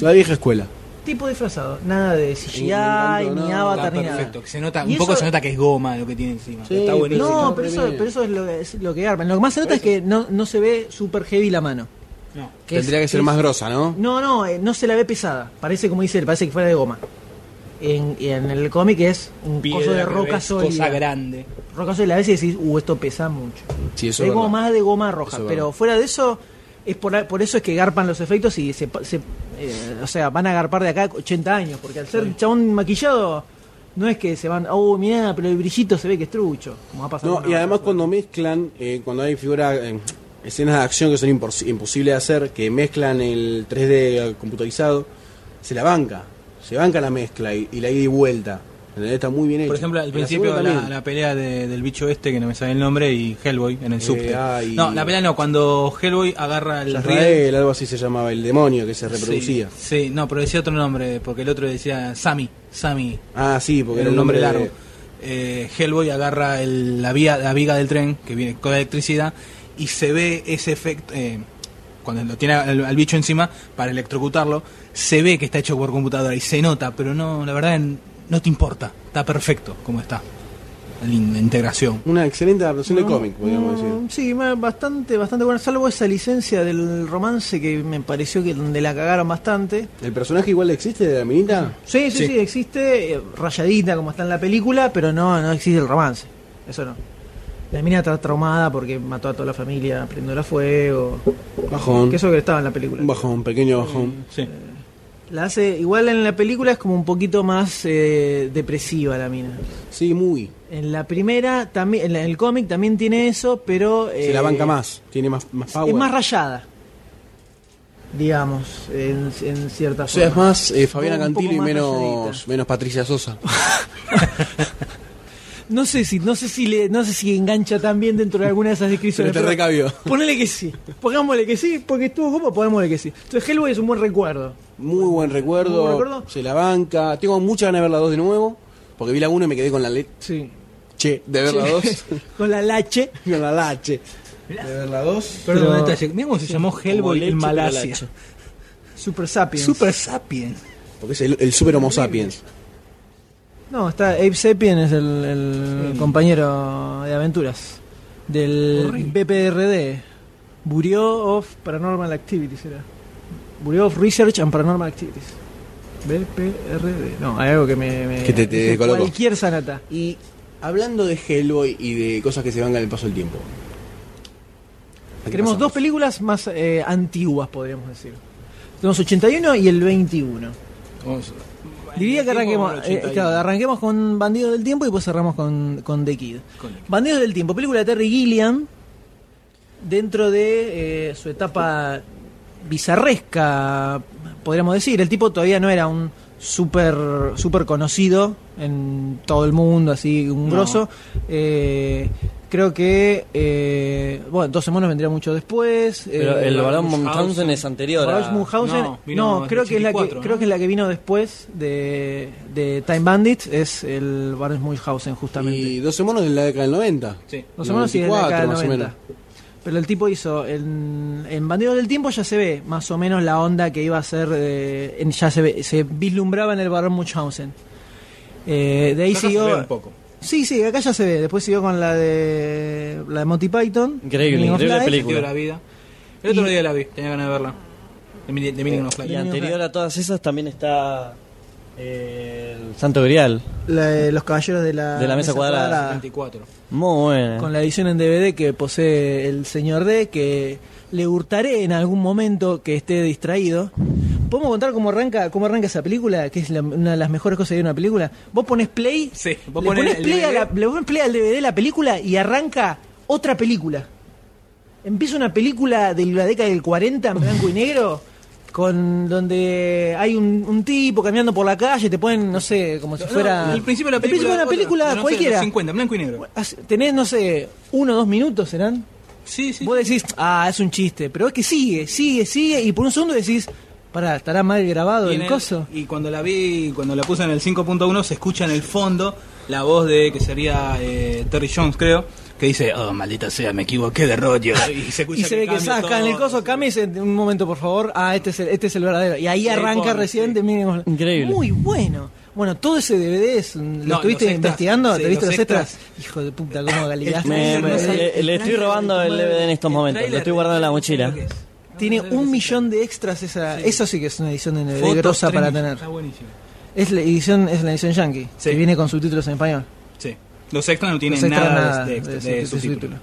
Speaker 3: La vieja escuela.
Speaker 1: Tipo disfrazado. Nada de CGI,
Speaker 3: Me encantó,
Speaker 1: ni
Speaker 3: no,
Speaker 1: avatar,
Speaker 5: Está
Speaker 1: ni nada.
Speaker 5: perfecto. que se nota,
Speaker 1: Ah, Y
Speaker 5: un poco
Speaker 1: eso-
Speaker 5: se nota que es goma lo que tiene encima.
Speaker 3: Sí,
Speaker 5: está buenísimo.
Speaker 1: No,
Speaker 3: Pero
Speaker 1: pero
Speaker 3: sí,
Speaker 1: eso,
Speaker 3: re
Speaker 1: pero eso es lo, es lo que arman. Lo que más se nota es que no, no se ve super heavy la mano.
Speaker 5: No.
Speaker 1: Que
Speaker 3: Tendría
Speaker 1: es-
Speaker 3: que ser
Speaker 1: es-
Speaker 3: más grosa, ¿no?
Speaker 1: No, no, eh, no se la ve pesada. Parece, como dice él, parece que fuera de goma. En, y en el cómic es un coso
Speaker 5: Piedra
Speaker 1: de
Speaker 5: al
Speaker 1: roca
Speaker 5: revés,
Speaker 1: sólida.
Speaker 5: Cosa grande.
Speaker 1: Roca sólida. A veces decís, uh, esto pesa mucho.
Speaker 3: Sí, eso
Speaker 1: es
Speaker 3: es
Speaker 1: como
Speaker 3: verdad.
Speaker 1: más de goma roja.
Speaker 3: Eso es
Speaker 1: pero
Speaker 3: verdad.
Speaker 1: fuera de eso, es por, por eso es que garpan los efectos y se, pa- se, eh, o sea, van a garpar de acá 80 años. Porque al ser chabón maquillado, no es que se van, oh, mirá, pero el brillito se ve que es trucho. Como ha pasado
Speaker 3: No,
Speaker 1: con
Speaker 3: y
Speaker 1: la-
Speaker 3: además cuando mezclan, eh, cuando hay figuras, escenas de acción que son impos- imposibles de hacer, que mezclan el 3D computarizado, se la banca, se banca la mezcla y, y la ida y vuelta. ¿Entendés? Está muy bien hecho.
Speaker 5: Por ejemplo, al
Speaker 3: En
Speaker 5: principio
Speaker 3: segunda
Speaker 5: la,
Speaker 3: también.
Speaker 5: la pelea de- del bicho este, que no me sale el nombre, y Hellboy en el subte.
Speaker 3: ay.
Speaker 5: No, la pelea no, cuando Hellboy agarra el riel.
Speaker 3: Israel, algo así se llamaba, el demonio que se reproducía.
Speaker 5: Sí, sí, no, pero decía otro nombre, porque el otro decía Sammy, Sammy,
Speaker 3: Ah, sí, porque
Speaker 5: era un nombre
Speaker 3: hombre
Speaker 5: largo.
Speaker 3: de-
Speaker 5: Eh, Hellboy agarra el- la, vía, la viga del tren, que viene con electricidad, y se ve ese efecto, eh, cuando lo tiene al, al bicho encima, para electrocutarlo, se ve que está hecho por computadora y se nota, pero no, la verdad, en- no te importa, está perfecto como está, la in- la integración.
Speaker 3: Una excelente adaptación de cómic, podríamos
Speaker 1: Mm,
Speaker 3: decir.
Speaker 1: Sí, ma- bastante, bastante buena, salvo esa licencia del romance que me pareció que donde la cagaron bastante.
Speaker 3: ¿El personaje igual existe de la minita?
Speaker 1: Sí, sí, sí,
Speaker 5: Sí.
Speaker 1: existe, eh, rayadita como está en la película, pero no, no existe el romance. Eso no. La mina está traumada porque mató a toda la familia, prendió la fuego.
Speaker 3: Bajón.
Speaker 1: Que eso Mm. que estaba en la película.
Speaker 3: Un bajón, pequeño bajón.
Speaker 5: Sí.
Speaker 1: La hace, igual en la película es como un poquito más eh, depresiva la mina.
Speaker 3: Sí, muy.
Speaker 1: En la primera, también, en la- en el cómic también tiene eso, pero...
Speaker 3: Se la
Speaker 1: eh,
Speaker 3: banca más, tiene más, más power.
Speaker 1: Es más rayada. Digamos, en, en cierta
Speaker 3: O sea, es
Speaker 1: forma.
Speaker 3: más eh, Fabiana
Speaker 1: Un poco
Speaker 3: Cantilo y
Speaker 1: más
Speaker 3: menos,
Speaker 1: rayadita.
Speaker 3: menos Patricia Sosa.
Speaker 1: No sé si, no sé si le, no sé si engancha también dentro de alguna de esas descripciones.
Speaker 3: Pero te recabió.
Speaker 1: Ponele que sí. Pongámosle que sí, porque estuvo como pongámosle que sí. Entonces Hellboy es un buen recuerdo.
Speaker 3: Muy buen recuerdo.
Speaker 1: Muy buen recuerdo.
Speaker 3: Se la banca. Tengo muchas ganas de ver la 2 de nuevo. Porque vi la 1 y me quedé con la
Speaker 1: Sí.
Speaker 3: leche de ver la 2.
Speaker 1: Con la lache.
Speaker 3: con la lache. De ver la 2.
Speaker 5: Perdón,
Speaker 1: Pero-
Speaker 5: detalle, mirá cómo se llamó Hellboy en Malasia.
Speaker 1: Super Sapiens.
Speaker 5: Super Sapien.
Speaker 3: Porque es el, el super homo sapiens.
Speaker 1: No, está Abe Sapien es el, el compañero de aventuras del BPRD. Bureau of Paranormal Activities era. Bureau of Research and Paranormal Activities. BPRD. No, hay algo que me... me-
Speaker 3: Que te- te
Speaker 1: dije
Speaker 3: descolocó.
Speaker 1: Cualquier sanata.
Speaker 3: Y hablando de Hellboy y de cosas que se van con el paso del tiempo. ¿A qué
Speaker 1: Tenemos
Speaker 3: pasamos?
Speaker 1: dos películas más eh, antiguas, podríamos decir. Tenemos 81 y el 21. Diría
Speaker 5: el
Speaker 1: que
Speaker 5: tiempo
Speaker 1: arranquemos,
Speaker 5: como el
Speaker 1: eh,
Speaker 5: 81.
Speaker 1: claro, arranquemos con Bandidos del Tiempo y después cerramos con, con The Kid. Bandidos del Tiempo, película de Terry Gilliam, dentro de eh, su etapa bizarresca, podríamos decir. El tipo todavía no era un súper super conocido en todo el mundo, así, un grosso. Eh, creo que, eh, bueno, 12 monos vendría mucho después.
Speaker 4: Pero
Speaker 1: eh,
Speaker 4: el Barón Munchausen es anterior a...
Speaker 1: Barbara Munchausen,
Speaker 5: No, vino
Speaker 1: no,
Speaker 5: en
Speaker 1: creo, que es la que,
Speaker 5: 84, ¿no?
Speaker 1: creo que es la que vino después de, de Time Bandits, es el Barnes Munchausen justamente.
Speaker 3: Y 12 monos en la década del 90.
Speaker 5: Sí.
Speaker 1: Los hermanos sí, es de
Speaker 3: 94,
Speaker 1: acá del
Speaker 3: más o
Speaker 1: 90.
Speaker 3: menos.
Speaker 1: Pero el tipo hizo, en, en Bandidos del Tiempo ya se ve más o menos la onda que iba a ser, eh, en- ya se, ve- se vislumbraba en el Barón Munchausen. Eh, de ahí
Speaker 5: Acá se
Speaker 1: siguió...
Speaker 5: ve un poco.
Speaker 1: Sí, sí, acá ya se ve. Después siguió con la de, la de Monty Python.
Speaker 4: Increíble,
Speaker 1: Meaning of
Speaker 4: increíble
Speaker 1: Life.
Speaker 4: película.
Speaker 5: Sentido de la vida. El otro día la vi, tenía ganas de verla. De Mil- de Milligan of
Speaker 4: Y
Speaker 5: Light.
Speaker 4: anterior a todas esas también está eh, el Santo Grial.
Speaker 1: La de los caballeros de la,
Speaker 4: De la mesa cuadrada.
Speaker 5: 74.
Speaker 4: Muy buena.
Speaker 1: con la edición en DVD que posee el señor D, que le hurtaré en algún momento que esté distraído. ¿Podemos contar cómo arranca, cómo arranca esa película? Que es la- una de las mejores cosas de una película. Vos pones play,
Speaker 5: Sí, vos
Speaker 1: le
Speaker 5: ponés
Speaker 1: pones
Speaker 5: el
Speaker 1: play, a la-
Speaker 5: DVD.
Speaker 1: le pones play al DVD de la película y arranca otra película. Empieza una película de la década del 40 en blanco y negro. Con donde hay un, un tipo caminando por la calle, te ponen, no sé, como si
Speaker 5: No,
Speaker 1: fuera.
Speaker 5: el principio de
Speaker 1: El
Speaker 5: la película.
Speaker 1: principio de una
Speaker 5: otra,
Speaker 1: película
Speaker 5: no sé,
Speaker 1: cualquiera.
Speaker 5: los 50, blanco y negro.
Speaker 1: Hace- Tenés, no sé, uno o dos minutos serán.
Speaker 5: Sí, sí.
Speaker 1: Vos decís, ah, es un chiste, pero es que sigue, sigue, sigue, y por un segundo decís, pará, estará mal grabado
Speaker 5: Y
Speaker 1: el,
Speaker 5: en el-
Speaker 1: coso.
Speaker 5: Y cuando la vi, cuando la puse en el 5.1, se escucha en el fondo la voz de que sería eh, Terry Jones, creo, que dice, oh, maldita sea, me equivoqué de rollo. Y se, escucha
Speaker 1: Y se ve que
Speaker 5: cambia
Speaker 1: sacan
Speaker 5: todo.
Speaker 1: el coso, cambia y dicen, un momento por favor, ah, este es el, este es el verdadero. Y ahí
Speaker 5: Y ahí
Speaker 1: arranca
Speaker 5: pone,
Speaker 1: recién
Speaker 5: sí.
Speaker 1: de Meaning of-
Speaker 4: Increíble.
Speaker 1: Muy bueno. Bueno, todo ese DVD es, un-
Speaker 5: No,
Speaker 1: lo estuviste
Speaker 5: los extras,
Speaker 1: investigando,
Speaker 5: sí,
Speaker 1: ¿te viste
Speaker 5: los
Speaker 1: los extras? Hijo de puta, cómo galigaste.
Speaker 4: Me- me- le, le estoy robando el DVD en estos
Speaker 5: El
Speaker 4: momentos. Lo
Speaker 5: tráiler,
Speaker 4: estoy guardando en la
Speaker 5: no sé
Speaker 4: mochila.
Speaker 5: lo que es. No
Speaker 1: Tiene
Speaker 5: sé lo que
Speaker 1: un
Speaker 5: es.
Speaker 1: millón de extras esa, eso sí que es una edición de DVD
Speaker 5: Fotos,
Speaker 1: grosa
Speaker 5: tres
Speaker 1: para
Speaker 5: millones.
Speaker 1: tener.
Speaker 5: Está buenísimo.
Speaker 1: Es la edición, es la edición yankee,
Speaker 5: Sí.
Speaker 1: que viene con subtítulos en español.
Speaker 5: Sí. Los extras no tienen
Speaker 1: No se
Speaker 5: nada,
Speaker 1: extrae
Speaker 5: de, extra-
Speaker 1: de
Speaker 5: de,
Speaker 1: su- de su
Speaker 5: subtítulo.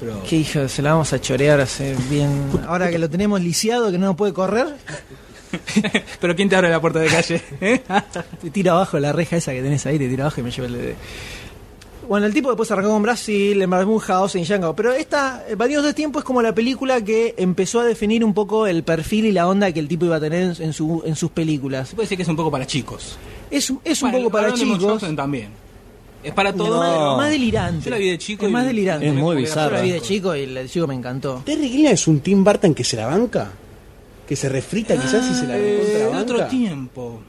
Speaker 5: Pero
Speaker 1: Qué hijo, se la vamos a chorear hace bien. Ahora que lo tenemos lisiado, que no nos puede correr,
Speaker 5: Pero ¿quién te abre la puerta de calle? ¿Eh?
Speaker 1: te tira abajo la reja esa que tenés ahí, te tira abajo y me lleva el DVD. Bueno, el tipo después arrancó con Brasil, en House, en Django. Pero esta, eh, Bandidos de Tiempo, es como la película que empezó a definir un poco el perfil y la onda que el tipo iba a tener en, en su- en sus películas.
Speaker 5: Se puede decir que es un poco para chicos.
Speaker 1: Es, un- es un
Speaker 5: Para el
Speaker 1: poco para
Speaker 5: varón de
Speaker 1: chicos.
Speaker 5: Munchausen también. Es para
Speaker 1: pero
Speaker 5: todos.
Speaker 1: más,
Speaker 4: No.
Speaker 1: más delirante.
Speaker 5: Yo la vi de chico.
Speaker 1: Es
Speaker 5: y-
Speaker 1: más delirante.
Speaker 4: Es muy
Speaker 5: Yo la
Speaker 1: Yo
Speaker 4: bizarra.
Speaker 1: la vi de chico y la de chico me encantó.
Speaker 3: ¿Terry Gilliam es un Tim Burton que se la banca? ¿Que se refrita quizás y se
Speaker 1: Ah,
Speaker 3: la
Speaker 5: Eh,
Speaker 3: recontrabanca?
Speaker 5: en Ah, otro tiempo.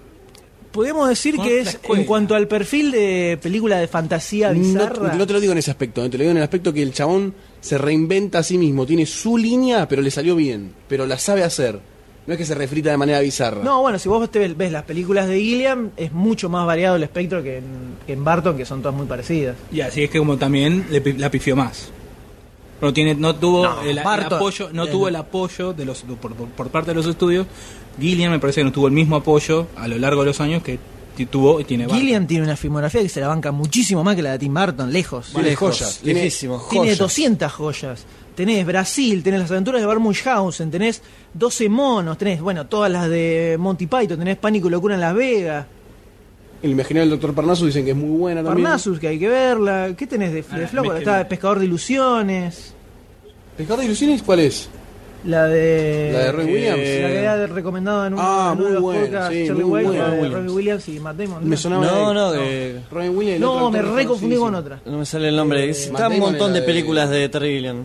Speaker 1: Podemos decir
Speaker 5: Con
Speaker 1: que
Speaker 5: la
Speaker 1: es,
Speaker 5: escuela.
Speaker 1: en cuanto al perfil de película de fantasía
Speaker 3: No,
Speaker 1: bizarra.
Speaker 3: no te lo digo en ese aspecto, eh, te lo digo en el aspecto que el chabón se reinventa a sí mismo, tiene su línea, pero le salió bien, pero la sabe hacer. No es que se refrita de manera bizarra.
Speaker 1: No, bueno, si vos te ves, ves las películas de Gilliam, es mucho más variado el espectro que en, que en Barton, que son todas muy parecidas.
Speaker 5: Y así es que como también le pi- la pifió más. No, tiene, no tuvo, el, el
Speaker 1: Barton.
Speaker 5: apoyo, no
Speaker 1: Eh,
Speaker 5: tuvo
Speaker 1: no.
Speaker 5: el apoyo de los, por, por- por parte de los estudios. Gillian me parece que no tuvo el mismo apoyo a lo largo de los años que ti- tuvo y tiene Barton.
Speaker 1: Gilliam tiene una filmografía que se la banca muchísimo más que la de Tim Burton, lejos.
Speaker 3: tiene
Speaker 4: Lejos,
Speaker 3: joyas, tiene
Speaker 4: lejísimo.
Speaker 3: joyas.
Speaker 1: Tiene 200 joyas. Tenés Brasil, tenés las aventuras de Barmunchhausen, tenés 12 monos, tenés, bueno, todas las de Monty Python, tenés Pánico y Locura en Las Vegas,
Speaker 3: El imaginario del Dr. Parnassus dicen que es muy buena Ah, también.
Speaker 1: Parnassus, que hay que verla. ¿Qué tenés de,
Speaker 5: Ah,
Speaker 1: de Flow?
Speaker 5: mezcla-
Speaker 1: Está Pescador de Ilusiones.
Speaker 3: ¿Pescador de ilusiones cuál es?
Speaker 1: La de.
Speaker 3: La de Roy Williams.
Speaker 1: Eh, La que había recomendado en un,
Speaker 3: Eh, Ah,
Speaker 1: en uno de
Speaker 3: muy
Speaker 1: los
Speaker 3: buena,
Speaker 1: podcasts,
Speaker 3: sí,
Speaker 1: Charlie
Speaker 3: muy
Speaker 1: White,
Speaker 3: buena.
Speaker 1: la de
Speaker 3: Williams.
Speaker 1: Roy Williams y Matt Damon.
Speaker 3: Me sonaba
Speaker 4: No,
Speaker 3: de-
Speaker 4: no, que-
Speaker 3: Robin Williams y el
Speaker 1: No,
Speaker 3: otro
Speaker 1: me
Speaker 3: actor
Speaker 1: reconfundí con
Speaker 3: conocidísimo.
Speaker 1: otra.
Speaker 4: No me sale el
Speaker 1: eh,
Speaker 4: nombre. Está
Speaker 3: Matt
Speaker 4: un
Speaker 3: Damon
Speaker 4: montón
Speaker 3: era
Speaker 4: de
Speaker 3: de-
Speaker 4: películas de Terry Gilliam.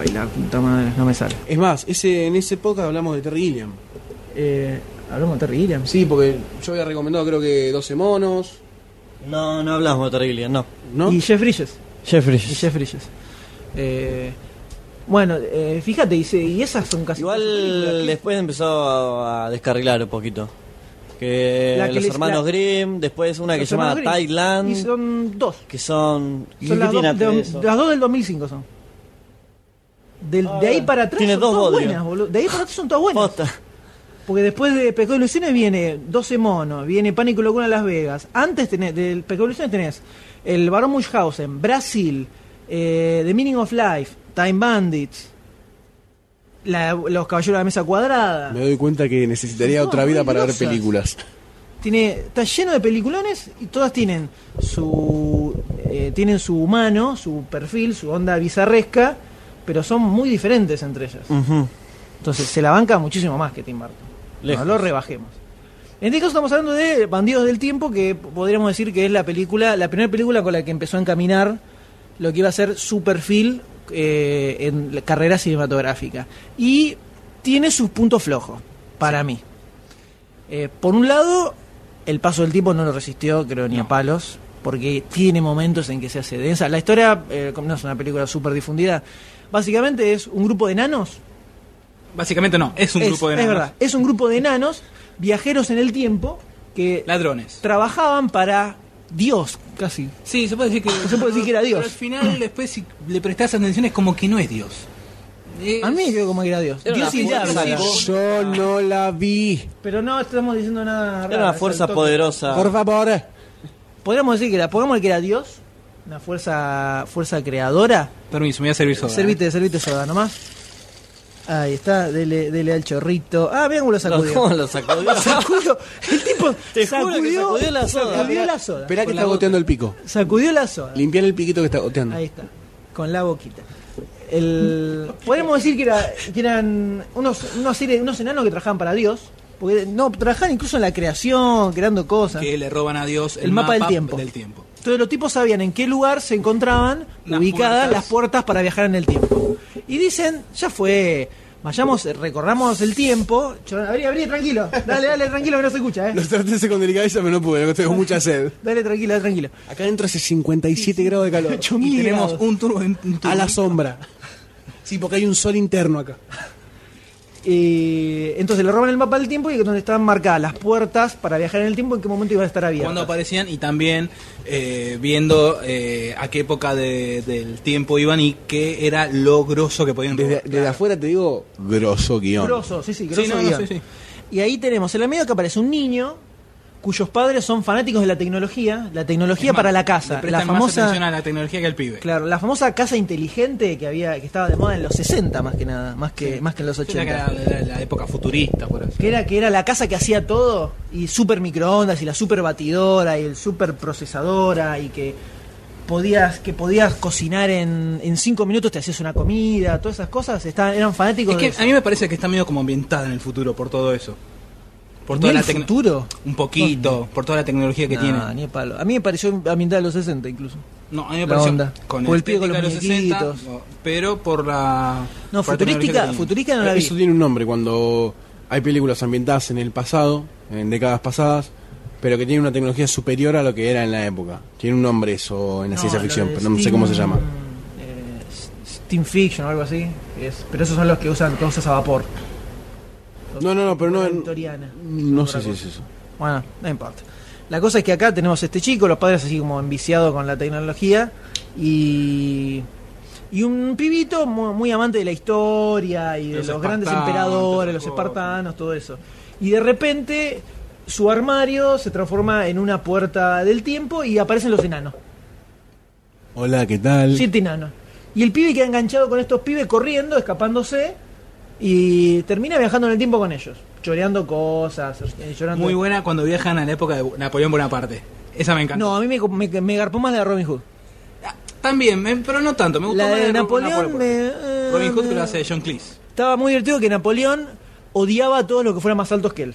Speaker 1: ay, la puta madre, no me sale.
Speaker 3: Es más, ese, en ese podcast hablamos de Terry Gilliam.
Speaker 1: Eh, Hablamos de Terry Gilliam.
Speaker 3: Sí, porque yo había recomendado creo que 12 monos,
Speaker 4: No, no hablamos de Terry Gilliam, no.
Speaker 3: ¿no?
Speaker 1: Y Jeff Bridges.
Speaker 4: Jeffrey.
Speaker 1: Y Jeff Bridges. Eh, bueno, eh, fíjate, y, se- y esas son casi.
Speaker 4: Igual después empezó a, a descarrilar un poquito. Que,
Speaker 1: La que
Speaker 4: los
Speaker 1: les-
Speaker 4: hermanos
Speaker 1: la-
Speaker 4: Grimm, después una que
Speaker 1: Los
Speaker 4: se llama
Speaker 1: hermanos Grimm.
Speaker 4: Thailand,
Speaker 1: Y son dos.
Speaker 4: que son... ¿y
Speaker 1: Son
Speaker 4: qué
Speaker 1: las,
Speaker 4: tiene
Speaker 1: dos,
Speaker 4: antes de
Speaker 1: de-
Speaker 4: eso?
Speaker 1: las dos del 2005 son. Del- de ahí para atrás
Speaker 4: Tiene
Speaker 1: son
Speaker 4: dos
Speaker 1: todas
Speaker 4: bodrios.
Speaker 1: buenas, boludo. De ahí para atrás son todas buenas.
Speaker 4: Posta.
Speaker 1: Porque después de Pecado de Ilusiones viene 12 monos, viene Pánico y Locura en Las Vegas. Antes tenés, del Pecado de Ilusiones tenés el Barón Munchausen, Brasil, eh, The Meaning of Life, Time Bandits. la- los caballeros de la mesa cuadrada.
Speaker 3: Me doy cuenta que necesitaría
Speaker 1: Son
Speaker 3: otra
Speaker 1: todas
Speaker 3: vida
Speaker 1: muy
Speaker 3: para ver
Speaker 1: grosas.
Speaker 3: películas.
Speaker 1: tiene está lleno de peliculones y todas tienen su eh, tienen su humano su perfil su onda bizarresca pero son muy diferentes entre ellas entonces se la banca muchísimo más que Tim Burton no
Speaker 4: Lejos.
Speaker 1: lo rebajemos en este caso estamos hablando de Bandidos del Tiempo que p- podríamos decir que es la película la primera película con la que empezó a encaminar lo que iba a ser su perfil eh, en la carrera cinematográfica y tiene sus puntos flojos para mí eh, por un lado, el paso del tiempo no lo resistió, creo, ni a palos, porque tiene momentos en que se hace densa. La historia, eh, como no es una película súper difundida, básicamente es un grupo de enanos.
Speaker 5: Básicamente no, es un
Speaker 1: es,
Speaker 5: grupo de
Speaker 1: es
Speaker 5: enanos.
Speaker 1: verdad, es un grupo de enanos, viajeros en el tiempo, que
Speaker 5: Ladrones.
Speaker 1: trabajaban para Dios, casi.
Speaker 5: Sí, se puede decir que.
Speaker 1: Se puede decir que era Dios.
Speaker 5: Pero al final, después, si le prestás atención, es como que no es Dios. Es-
Speaker 1: A mí me quedó como que era Dios.
Speaker 4: Era
Speaker 1: Dios
Speaker 4: una
Speaker 1: y
Speaker 4: fuerza
Speaker 1: diablo.
Speaker 4: que-
Speaker 3: Yo no la vi.
Speaker 1: Pero no estamos diciendo nada raro,
Speaker 4: Era una
Speaker 1: es
Speaker 4: fuerza
Speaker 1: al toque.
Speaker 4: poderosa.
Speaker 3: Por favor.
Speaker 1: Podríamos decir que la, pongamos que era Dios, una fuerza, fuerza creadora.
Speaker 5: Permiso, me voy a servir soda.
Speaker 1: Servite, servite soda nomás. Ahí está, dele, dele al chorrito. Ah, vean cómo lo
Speaker 4: No, ¿Cómo
Speaker 1: sacudió.
Speaker 4: lo sacudió?
Speaker 1: Sacudió. El tipo
Speaker 4: Te juro que
Speaker 1: sacudió,
Speaker 4: sacudió la soda.
Speaker 1: sacudió la soda.
Speaker 3: Esperá que está goteando el pico.
Speaker 1: Sacudió la soda.
Speaker 3: Limpiar el piquito que está goteando.
Speaker 1: Ahí está, con la boquita. El, podríamos decir que, era- que eran unos, unos, seres- unos enanos que trabajaban para Dios. Porque, no, trabajaban incluso en la creación, creando cosas.
Speaker 5: ¿eh? Que le roban a Dios el,
Speaker 1: El mapa del tiempo. Entonces los tipos sabían en qué lugar se encontraban
Speaker 5: Las
Speaker 1: ubicadas
Speaker 5: puertas.
Speaker 1: las puertas para viajar en el tiempo. Y dicen, ya fue, vayamos, recorramos el tiempo. Yo- Abrí, abrí, tranquilo. Dale, dale, tranquilo que no se escucha, eh.
Speaker 3: Los traté de hacer con delicadeza, pero no pude, porque tengo mucha sed.
Speaker 1: Dale, tranquilo, dale, tranquilo.
Speaker 3: Acá adentro hace 57 grados de calor.
Speaker 5: Y
Speaker 1: 8000
Speaker 5: tenemos
Speaker 1: grados.
Speaker 5: un turbo. un turbo.
Speaker 3: A la sombra. Sí, porque hay un sol interno acá.
Speaker 1: Eh, entonces le roban el mapa del tiempo y donde estaban marcadas las puertas para viajar en el tiempo, en qué momento iban a estar
Speaker 5: cuando
Speaker 1: abiertas.
Speaker 5: aparecían y también eh, viendo eh, a qué época de- del tiempo iban y qué era lo grosso que podían
Speaker 3: Desde,
Speaker 5: robar.
Speaker 3: desde afuera te digo, grosso guión.
Speaker 1: Grosso, sí, sí,
Speaker 5: Sí,
Speaker 1: grosso
Speaker 5: no, no,
Speaker 1: guión.
Speaker 5: sí, sí.
Speaker 1: Y ahí tenemos en la medio que aparece un niño cuyos padres son fanáticos de la tecnología, la tecnología para la casa,
Speaker 5: Le
Speaker 1: la
Speaker 5: prestan más
Speaker 1: famosa
Speaker 5: atención a la tecnología que al pibe.
Speaker 1: Claro, la famosa casa inteligente que había, que estaba de moda en los 60 más que nada, más que, más que en los
Speaker 5: Yo diría
Speaker 1: 80.
Speaker 5: que era la, la época futurista, por así
Speaker 1: Que era, que era la casa que hacía todo, y super microondas, y la super batidora, y el super procesadora, y que podías, que podías cocinar en, en cinco minutos, te hacías una comida, todas esas cosas, estaban, eran fanáticos
Speaker 5: Es que
Speaker 1: de eso.
Speaker 5: a mí me parece que está medio como ambientada en el futuro por todo eso. Por
Speaker 1: ¿Ni
Speaker 5: toda
Speaker 1: el
Speaker 5: la tecno-
Speaker 1: futuro?
Speaker 5: Un poquito, por toda la tecnología que
Speaker 1: No,
Speaker 5: tiene.
Speaker 1: ni a palo. A mí me pareció a mitad de los 60 incluso.
Speaker 5: No, a mí
Speaker 1: La
Speaker 5: me pareció
Speaker 1: onda.
Speaker 5: con
Speaker 1: O el
Speaker 5: el
Speaker 1: pibe con los
Speaker 5: de los 60,
Speaker 1: muñequitos.
Speaker 5: no, pero por la
Speaker 1: No,
Speaker 5: por la tecnología que
Speaker 1: futurística,
Speaker 5: tiene.
Speaker 1: futurística no la vi.
Speaker 3: Eh, Eso tiene un nombre cuando hay películas ambientadas en el pasado, en décadas pasadas, pero que tienen una tecnología superior a lo que era en la época. Tiene un nombre eso en la
Speaker 1: No,
Speaker 3: ciencia
Speaker 1: lo
Speaker 3: ficción,
Speaker 1: de
Speaker 3: pero no sé cómo se
Speaker 1: Steam,
Speaker 3: llama.
Speaker 1: eh, S- Steam Fiction o algo así. es- pero esos son los que usan cosas a vapor.
Speaker 3: No, no, no, pero no.
Speaker 1: Victoriana.
Speaker 3: No sé si es eso.
Speaker 1: Bueno, no importa. La cosa es que acá tenemos este chico, los padres así como enviciados con la tecnología y y un pibito mu- muy, amante de la historia y de los,
Speaker 5: Los
Speaker 1: grandes
Speaker 5: espartanos,
Speaker 1: emperadores, los
Speaker 5: esas cosas.
Speaker 1: espartanos, todo eso. Y de repente su armario se transforma en una puerta del tiempo y aparecen los enanos.
Speaker 3: Hola, ¿qué tal?
Speaker 1: Siete enanos. Y el pibe queda enganchado con estos pibes corriendo, escapándose. Y termina viajando en el tiempo con ellos. Choreando cosas, eh, llorando.
Speaker 5: Muy buena cuando viajan a la época de Napoleón Bonaparte. Esa me encanta.
Speaker 1: No, a mí me, me, me garpó más la de Robin Hood.
Speaker 5: También, me- pero no tanto. Me gustó
Speaker 1: La
Speaker 5: más
Speaker 1: de
Speaker 5: Ro-
Speaker 1: Napoleón me- eh,
Speaker 5: Robin Hood
Speaker 1: me-
Speaker 5: que lo hace John Cleese.
Speaker 1: Estaba muy divertido que Napoleón odiaba a todos los que fueran más altos que él.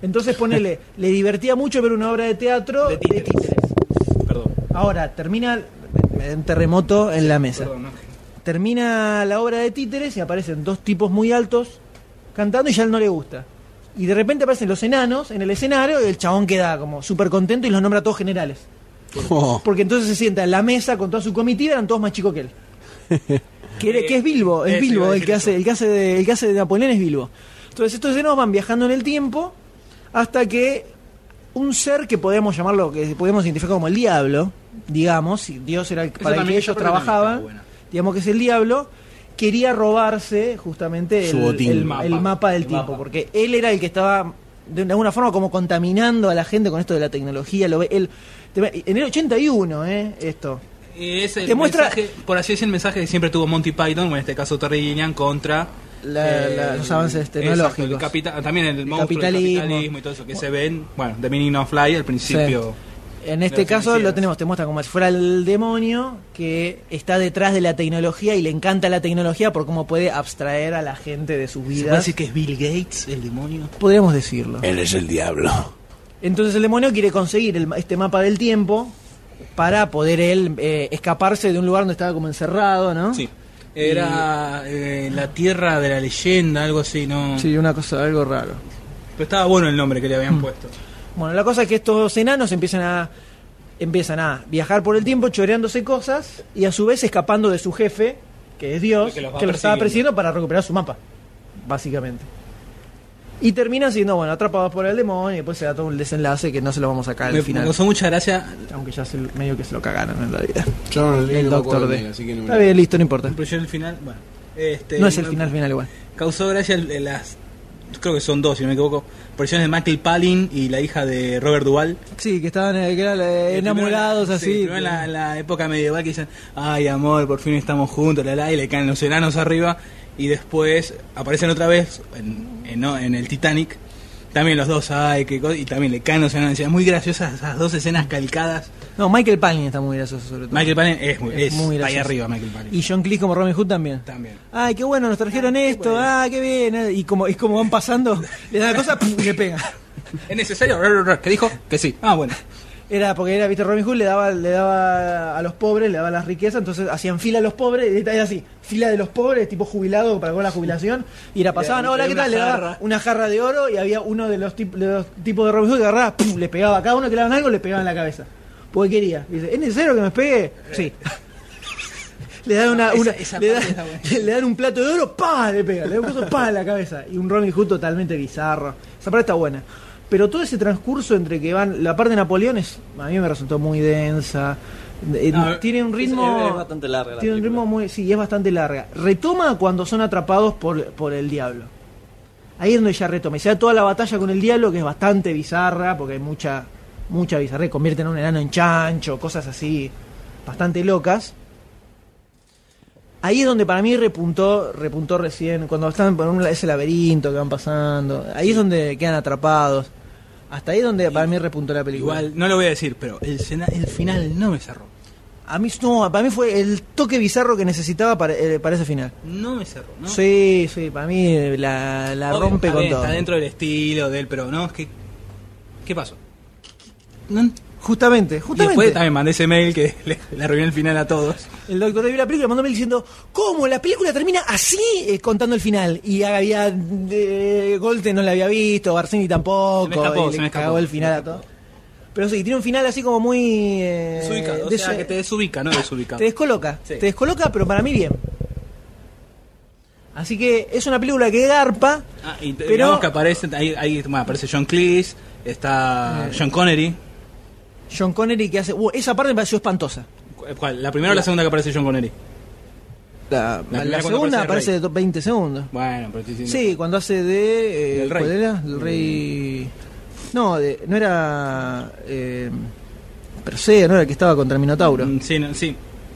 Speaker 1: Entonces, ponele, le divertía mucho ver una obra de teatro de títeres.
Speaker 5: Perdón.
Speaker 1: Ahora, termina un terremoto en la mesa.
Speaker 5: Perdón, no.
Speaker 1: termina la obra de títeres y aparecen dos tipos muy altos cantando y ya a él no le gusta. Y de repente aparecen los enanos en el escenario y el chabón queda como súper contento y los nombra a todos generales.
Speaker 3: Oh,
Speaker 1: Porque entonces se sienta en la mesa con toda su comitiva, eran todos más chicos que él. Que, era- que es Bilbo, es
Speaker 5: Eso iba
Speaker 1: Bilbo
Speaker 5: a
Speaker 1: el
Speaker 5: decir
Speaker 1: que
Speaker 5: yo.
Speaker 1: hace, el que hace de, el que hace de Napoleón es Bilbo. Entonces estos enanos van viajando en el tiempo hasta que un ser que podemos llamarlo, que podemos identificar como el diablo, digamos, si Dios era el
Speaker 5: Eso
Speaker 1: para el que
Speaker 5: también, esa
Speaker 1: ellos
Speaker 5: parte también
Speaker 1: trabajaban,
Speaker 5: está buena.
Speaker 1: digamos que es el diablo, quería robarse justamente
Speaker 3: Su
Speaker 1: el,
Speaker 3: botín.
Speaker 1: el-
Speaker 3: El
Speaker 5: mapa.
Speaker 1: el mapa del
Speaker 5: El
Speaker 1: tiempo,
Speaker 5: mapa.
Speaker 1: porque él era el que estaba de alguna forma como contaminando a la gente con esto de la tecnología, lo ve él en el 81, eh, esto.
Speaker 5: Y es el
Speaker 1: Te muestra-
Speaker 5: mensaje, por así decir, el mensaje que siempre tuvo Monty Python, o en este caso Terry Gilliam, contra
Speaker 1: la-
Speaker 5: Eh,
Speaker 1: la- los avances este,
Speaker 5: exacto,
Speaker 1: tecnológicos.
Speaker 5: el capita- también el, monstruo, el
Speaker 1: capitalismo.
Speaker 5: capitalismo y todo eso que se ven, bueno, de Meaning of Fly al principio.
Speaker 1: En este
Speaker 5: Los
Speaker 1: caso lo
Speaker 5: homicidas.
Speaker 1: tenemos, te muestra como si fuera el demonio que está detrás de la tecnología y le encanta la tecnología por cómo puede abstraer a la gente de sus
Speaker 5: ¿Se puede
Speaker 1: vidas.
Speaker 5: decir que es Bill Gates, el demonio?
Speaker 1: Podríamos decirlo.
Speaker 3: Él es el diablo.
Speaker 1: Entonces el demonio quiere conseguir el ma- este mapa del tiempo para poder él eh, escaparse de un lugar donde estaba como encerrado, ¿no?
Speaker 5: Sí. Era eh, la tierra de la leyenda, algo así, ¿no?
Speaker 1: Sí, Mm. una cosa, algo raro.
Speaker 5: Pero estaba bueno el nombre que le habían puesto.
Speaker 1: Bueno, la cosa es que estos enanos empiezan a empiezan a viajar por el tiempo choreándose cosas y a su vez escapando de su jefe, que es Dios,
Speaker 5: Que
Speaker 1: que
Speaker 5: los
Speaker 1: los,
Speaker 5: va
Speaker 1: estaba
Speaker 5: persiguiendo.
Speaker 1: persiguiendo para recuperar su mapa, básicamente. Y terminan siendo, bueno, atrapados por el demonio y después se da todo un desenlace que no se lo vamos a sacar
Speaker 5: me,
Speaker 1: al final.
Speaker 5: me causó mucha gracia.
Speaker 1: Aunque ya se, medio que se lo cagaron en realidad.
Speaker 3: Yo no leí,
Speaker 1: El
Speaker 3: no me
Speaker 1: Doctor
Speaker 3: acuerdo
Speaker 1: D.
Speaker 3: bien, así que no me-
Speaker 1: Está bien, listo, no importa.
Speaker 5: Pero yo el final, bueno. Este,
Speaker 1: No es el
Speaker 5: me-
Speaker 1: final final igual.
Speaker 5: Causó gracia el- el- las. Creo que son dos, si no me equivoco. Versiones de Michael Palin y la hija de Robert Duvall.
Speaker 1: Sí, que estaban eh, que eran, eh,
Speaker 5: El primero en la-
Speaker 1: enamorados
Speaker 5: sí, el
Speaker 1: así.
Speaker 5: primero en la, en la época medieval que dicen, ay amor, por fin estamos juntos, la, la", y le caen los enanos arriba. Y después aparecen otra vez en, en- no, en el Titanic. También los dos, ay, qué cosa", y también le caen los enanos. encima. muy graciosas esas dos escenas calcadas.
Speaker 1: No, Michael Palin está muy gracioso sobre todo.
Speaker 5: Michael Palin es muy,
Speaker 1: Es
Speaker 5: es
Speaker 1: muy
Speaker 5: está ahí
Speaker 1: gracioso.
Speaker 5: arriba Michael Palin.
Speaker 1: Y John Cleese como Robin Hood también.
Speaker 5: también.
Speaker 1: Ay, qué bueno, nos trajeron esto, ah, qué bien. eh, Y como, y como van pasando, le da la cosa pum, y le pega.
Speaker 5: ¿Es necesario? ¿Qué dijo? Que sí. Ah, bueno.
Speaker 1: Era porque era, viste, Robin Hood le daba, le daba a los pobres, le daba las riquezas, entonces hacían fila a los pobres, y era así, fila de los pobres, tipo jubilado para con la jubilación, y la pasaban,
Speaker 5: le
Speaker 1: hola, ¿qué
Speaker 5: traía una
Speaker 1: tal? Le daba
Speaker 5: jarra.
Speaker 1: una jarra de oro y había uno de los, tip- de los tipos de Robin Hood que agarraba, pum, le pegaba, cada uno que le daban algo le pegaba en la cabeza. Porque quería. Y dice, ¿es necesario que me pegue? Sí. Le dan, una,
Speaker 5: Esa-
Speaker 1: una-
Speaker 5: esa
Speaker 1: le,
Speaker 5: parte
Speaker 1: dan-
Speaker 5: está
Speaker 1: le dan un plato de oro, pa, le pega, le dan un coso, pa en la cabeza. Y un Robin Hood totalmente bizarro. Esa parte está buena. Pero todo ese transcurso entre que van. La parte de Napoleón es. A mí me resultó muy densa. Eh,
Speaker 5: No,
Speaker 1: tiene un ritmo.
Speaker 4: Es, es bastante larga. la
Speaker 1: tiene un
Speaker 4: película.
Speaker 1: ritmo muy. Sí, es bastante larga. Retoma cuando son atrapados por, por el diablo. Ahí es donde ya retoma. Y se da toda la batalla con el diablo, que es bastante bizarra, porque hay mucha. Mucha bizarra. Convierten a un enano en chancho, cosas así. Bastante locas. Ahí es donde para mí repuntó, repuntó recién, cuando están por un la- ese laberinto que van pasando, ahí es donde quedan atrapados. Hasta ahí es donde para mí repuntó la película.
Speaker 5: Igual, no lo voy a decir, pero el, sena- el final no me cerró.
Speaker 1: A mí no, para mí fue el toque bizarro que necesitaba para, eh, para ese final.
Speaker 5: No me cerró, ¿no?
Speaker 1: Sí, sí, para mí eh, la, la
Speaker 5: Obvio,
Speaker 1: rompe
Speaker 5: está
Speaker 1: con
Speaker 5: bien,
Speaker 1: todo.
Speaker 5: Está dentro del estilo de él, pero no, es que. ¿Qué pasó? No, y
Speaker 1: Justamente, justamente.
Speaker 5: después también mandé ese mail que le, le arruiné el final a todos.
Speaker 1: El doctor de la película mandó mail diciendo, ¿cómo? La película termina así eh, contando el final. Y había... eh, Golte no la había visto, Barcini tampoco.
Speaker 5: Se me escapó,
Speaker 1: y
Speaker 5: se
Speaker 1: le
Speaker 5: me escapó,
Speaker 1: cagó el
Speaker 5: se me
Speaker 1: final a
Speaker 5: escapó.
Speaker 1: todo. Pero sí, tiene un final así como muy... eh,
Speaker 5: Desubicado, o
Speaker 1: des-
Speaker 5: sea, que te desubica, no desubica.
Speaker 1: te descoloca.
Speaker 5: Sí.
Speaker 1: Te descoloca, pero para mí bien. Así que es una película que garpa.
Speaker 5: Ah, y
Speaker 1: pero-
Speaker 5: pero que aparece, ahí, ahí, bueno, aparece John Cleese,
Speaker 1: Eh.
Speaker 5: está John Connery.
Speaker 1: John Connery que hace... Uh, esa parte me pareció espantosa.
Speaker 5: Eh, ¿Cuál? ¿La primera o la segunda que aparece John Connery?
Speaker 1: La,
Speaker 5: primera
Speaker 1: la
Speaker 5: cuando
Speaker 1: segunda
Speaker 5: aparece
Speaker 1: aparece
Speaker 5: el
Speaker 1: de 20 segundos.
Speaker 5: Bueno, pero sí, sí,
Speaker 1: Sí, cuando hace de. eh,
Speaker 5: Del rey.
Speaker 1: ¿Cuál era? Del rey. No, de- no era. Eh, Perseo, no era el que estaba contra Minotauro.
Speaker 5: Mm, Sí, no, sí.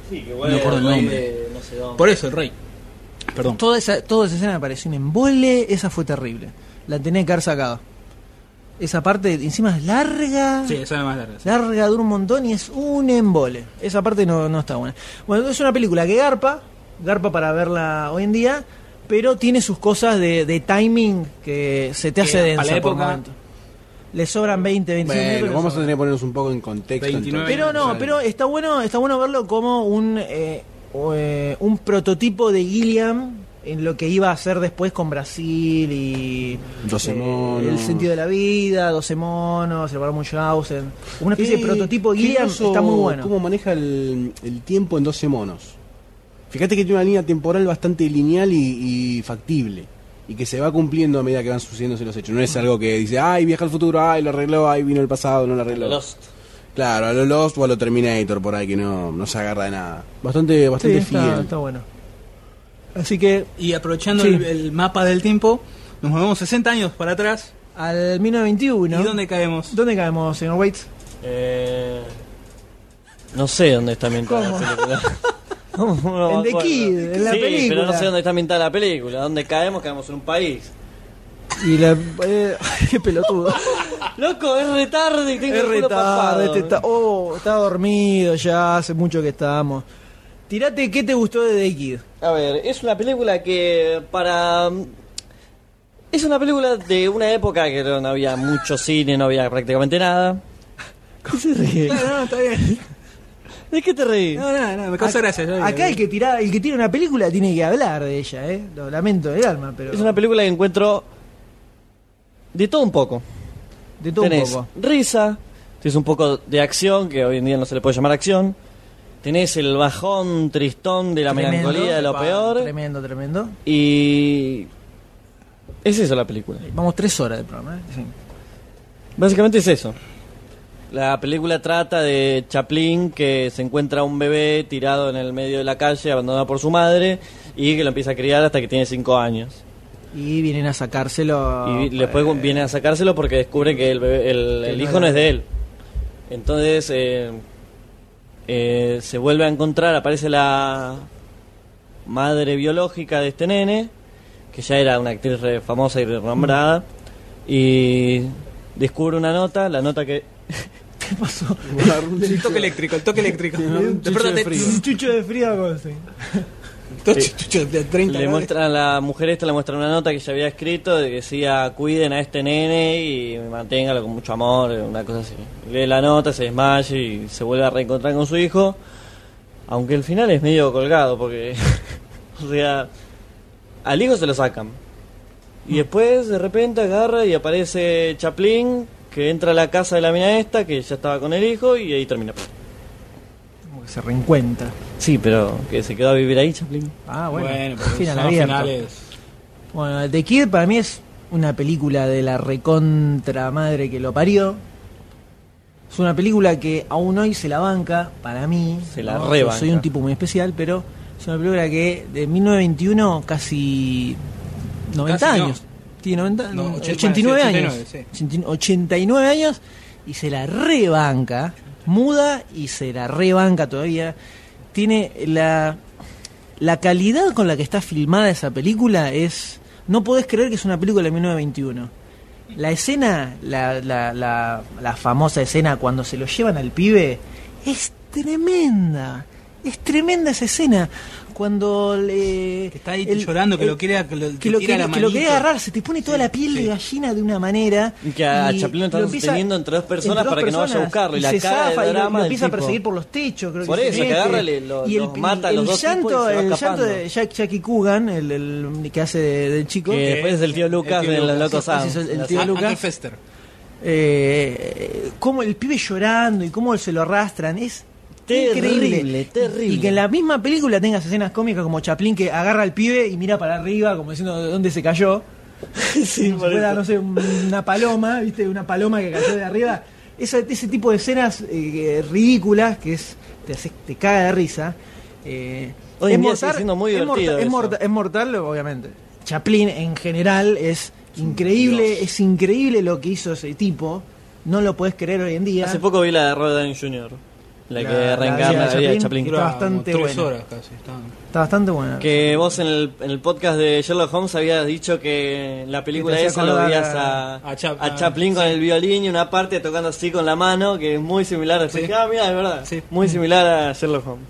Speaker 4: Sí, que
Speaker 5: No me acuerdo el
Speaker 4: rey
Speaker 5: nombre.
Speaker 4: de no sé dónde.
Speaker 5: Por eso el rey. Perdón.
Speaker 1: Toda, esa, toda esa escena me pareció un embole, esa fue terrible. La tenía que haber sacado. Esa parte, encima es larga.
Speaker 5: Sí, esa es la más larga. sí.
Speaker 1: Larga, dura un montón y es un embole. Esa parte no, no está buena. Bueno, es una película que garpa, garpa para verla hoy en día, pero tiene sus cosas de, de timing que se te
Speaker 5: Que
Speaker 1: hace
Speaker 5: para
Speaker 1: densa
Speaker 5: la
Speaker 1: por
Speaker 5: época-
Speaker 1: momento. Le sobran 20, 25 minutos.
Speaker 3: Bueno,
Speaker 1: le
Speaker 3: vamos a
Speaker 1: sobran.
Speaker 3: tener que ponernos un poco en contexto.
Speaker 5: 29.
Speaker 3: entonces.
Speaker 1: Pero no, pero está bueno, está bueno verlo como un eh, o, eh, un prototipo de Gilliam en lo que iba a hacer después con Brasil y
Speaker 3: Doce
Speaker 1: eh,
Speaker 3: monos.
Speaker 1: el sentido de la vida, 12 monos, el barón Munchausen, como una especie
Speaker 3: Qué-
Speaker 1: de Ah, prototipo
Speaker 3: Eh, qué
Speaker 1: Gilliam
Speaker 3: groso
Speaker 1: está muy bueno.
Speaker 3: ¿Cómo maneja el, el tiempo en 12 monos? Fíjate que tiene una línea temporal bastante lineal y, y factible. Y que se va cumpliendo a medida que van sucediéndose los hechos. No es algo que dice, ay, viaja al futuro, ay, lo arregló, ay, vino el pasado, no lo arregló.
Speaker 4: Lost.
Speaker 3: Claro, a lo Lost o a lo Terminator por ahí que no, no se agarra de nada. Bastante,
Speaker 1: Sí,
Speaker 3: bastante
Speaker 1: está,
Speaker 3: fiel.
Speaker 1: está bueno. Así que
Speaker 5: Y aprovechando
Speaker 1: Sí.
Speaker 5: el, el mapa del tiempo, nos movemos 60 años para atrás.
Speaker 1: al 1921
Speaker 5: ¿Y dónde caemos?
Speaker 1: ¿Dónde caemos, señor Waits?
Speaker 4: Eh, no sé dónde está ambientada
Speaker 1: ¿Cómo?
Speaker 4: la película. ¿Cómo no me
Speaker 1: En The
Speaker 4: acuerdo?
Speaker 1: Kid, en la
Speaker 4: sí,
Speaker 1: película.
Speaker 4: pero no sé dónde está ambientada la película. Donde caemos, caemos en un país.
Speaker 1: Y la. eh, qué pelotudo.
Speaker 4: Loco, es retarde y
Speaker 1: Ah.
Speaker 4: tengo
Speaker 1: Es
Speaker 4: el culo
Speaker 1: retardo,
Speaker 4: papado.
Speaker 1: este está, oh, está dormido ya, hace mucho que estábamos. Tirate, ¿qué te gustó de The Kid?
Speaker 4: A ver, es una película que para... mm, Es una película de una época que no había mucho cine, no había prácticamente nada. ¿Qué se ríe?
Speaker 1: no, está bien.
Speaker 4: ¿De qué te reís?
Speaker 5: No, no, no, me causa gracia. yo-
Speaker 1: Acá el que, tira, el que tira una película tiene que hablar de ella, ¿eh? Lo lamento del alma, pero.
Speaker 4: Es una película que encuentro de todo un poco.
Speaker 1: de todo
Speaker 4: tenés
Speaker 1: un poco.
Speaker 4: risa, tenés un poco de acción, que hoy en día no se le puede llamar acción. Tenés el bajón tristón de la melancolía de lo
Speaker 1: pa,
Speaker 4: peor.
Speaker 1: Tremendo, tremendo.
Speaker 4: Y. Es eso la película.
Speaker 1: Vamos tres horas de programa, ¿eh? Sí.
Speaker 4: Básicamente es eso. La película trata de Chaplin que se encuentra un bebé tirado en el medio de la calle, abandonado por su madre, y que lo empieza a criar hasta que tiene 5 años.
Speaker 1: Y vienen a sacárselo.
Speaker 4: y vi- después
Speaker 1: eh,
Speaker 4: viene a sacárselo porque descubre que el, bebé- el,
Speaker 1: Que
Speaker 4: el
Speaker 1: no
Speaker 4: hijo
Speaker 1: era-
Speaker 4: no es de él. Entonces eh, eh, se vuelve a encontrar, aparece la madre biológica de este nene, que ya era una actriz re famosa y renombrada, y descubre una nota, la nota que...
Speaker 5: El toque eléctrico, el toque eléctrico. Despertate.
Speaker 1: Un chucho de frío, sí.
Speaker 5: Todo chucho de 30
Speaker 4: Le
Speaker 5: grados.
Speaker 4: muestran a la mujer esta, le muestran una nota que ya había escrito, de que decía, cuiden a este nene y manténgalo con mucho amor, una cosa así. Lee la nota, se desmaya y se vuelve a reencontrar con su hijo, aunque el final es medio colgado, porque, o sea, al hijo se lo sacan. Y después de repente agarra y aparece Chaplin, que entra a la casa de la mina esta, que ya estaba con el hijo, y ahí termina.
Speaker 1: Como que se reencuentra.
Speaker 4: Sí, pero que se quedó a vivir ahí Chaplin.
Speaker 1: Ah, bueno.
Speaker 5: Bueno, pero
Speaker 1: final
Speaker 5: son
Speaker 1: abierto.
Speaker 5: finales.
Speaker 1: Bueno, The Kid para mí es una película de la recontra madre que lo parió. Es una película que aún hoy se la banca, para mí.
Speaker 4: Se la
Speaker 1: Yo
Speaker 4: rebanca.
Speaker 1: Soy un tipo muy especial, pero es una película que de 1921 casi 90
Speaker 5: Casi no.
Speaker 1: años. Tiene 90,
Speaker 5: No, ocho-
Speaker 1: 89
Speaker 5: bueno, sí,
Speaker 1: años.
Speaker 5: 89,
Speaker 1: 80 89 años y se la rebanca, muda y se la rebanca todavía. Tiene la la calidad con la que está filmada esa película es. No podés creer que es una película de 1921. La escena, la, la, la, la famosa escena cuando se lo llevan al pibe, es tremenda. Es tremenda esa escena. Cuando le.
Speaker 5: Que está ahí
Speaker 1: el-
Speaker 5: llorando, que
Speaker 1: el-
Speaker 5: lo quiere, que lo,
Speaker 1: que lo,
Speaker 5: tira
Speaker 1: quiere,
Speaker 5: la
Speaker 1: que lo quiere
Speaker 5: manito.
Speaker 1: agarrar, se te pone toda
Speaker 5: Sí,
Speaker 1: la piel
Speaker 5: sí.
Speaker 1: de gallina de una manera.
Speaker 4: Y que a
Speaker 1: y
Speaker 4: Chaplin
Speaker 1: lo
Speaker 4: lo están
Speaker 1: empieza-
Speaker 4: teniendo entre dos personas
Speaker 1: entre dos
Speaker 4: para que no vaya a
Speaker 1: personas,
Speaker 4: buscarlo. Y,
Speaker 1: y
Speaker 4: la
Speaker 1: se
Speaker 4: cara
Speaker 1: zafa y
Speaker 4: del
Speaker 1: lo-
Speaker 4: drama
Speaker 1: lo
Speaker 4: del
Speaker 1: empieza a
Speaker 4: tipo.
Speaker 1: perseguir por los techos, creo que
Speaker 4: Por
Speaker 1: se
Speaker 4: eso, que
Speaker 1: mete.
Speaker 4: agarra, le- lo-
Speaker 1: y el,
Speaker 4: los mata a
Speaker 1: el
Speaker 4: los dos tipos y
Speaker 1: llanto,
Speaker 4: se va
Speaker 1: el llanto
Speaker 4: escapando.
Speaker 1: de Jack, Jackie Coogan, el, el que hace de, del chico.
Speaker 4: Que después es el tío Lucas
Speaker 5: El tío
Speaker 4: de los
Speaker 5: Lucas,
Speaker 4: locos
Speaker 1: sí, sí, sí, el
Speaker 4: Adams.
Speaker 1: tío
Speaker 5: Ah,
Speaker 1: Lucas.
Speaker 5: Uncle Fester.
Speaker 1: eh, cómo el pibe llorando y cómo se lo arrastran es
Speaker 4: Terrible,
Speaker 1: increíble
Speaker 4: terrible.
Speaker 1: y que en la misma película tengas escenas cómicas como Chaplin que agarra al pibe y mira para arriba como diciendo de dónde se cayó
Speaker 4: Sí,
Speaker 1: Como si
Speaker 4: por
Speaker 1: fuera,
Speaker 4: eso.
Speaker 1: no sé un- una paloma viste una paloma que cayó de arriba Esa- ese tipo de escenas eh, ridículas que es te hace- te caga de risa Eh,
Speaker 4: Hoy en día sigue siendo muy
Speaker 1: es, mortal,
Speaker 4: divertido
Speaker 1: es,
Speaker 4: eso.
Speaker 1: morta- es mortal, obviamente Chaplin en general es increíble es increíble lo que hizo ese tipo no lo puedes creer hoy en día
Speaker 4: Hace poco vi la de Robert Downey Jr. La, que reencarna la vida de Chaplin.
Speaker 1: Está
Speaker 5: Dura
Speaker 1: bastante
Speaker 5: como tres
Speaker 1: buena.
Speaker 5: horas casi. está.
Speaker 1: está bastante buena
Speaker 4: Que vos en el, en el podcast de Sherlock Holmes habías dicho que en la película
Speaker 1: Que te
Speaker 4: esa
Speaker 1: hacía
Speaker 4: lo
Speaker 1: acordar
Speaker 4: veías
Speaker 1: a-
Speaker 4: a,
Speaker 5: a Chap-
Speaker 4: a Chaplin con el violín y una parte tocando así con la mano, que es muy similar. Así
Speaker 5: Sí.
Speaker 4: que, ah, mira, de verdad.
Speaker 5: Sí.
Speaker 4: Muy similar a Sherlock Holmes.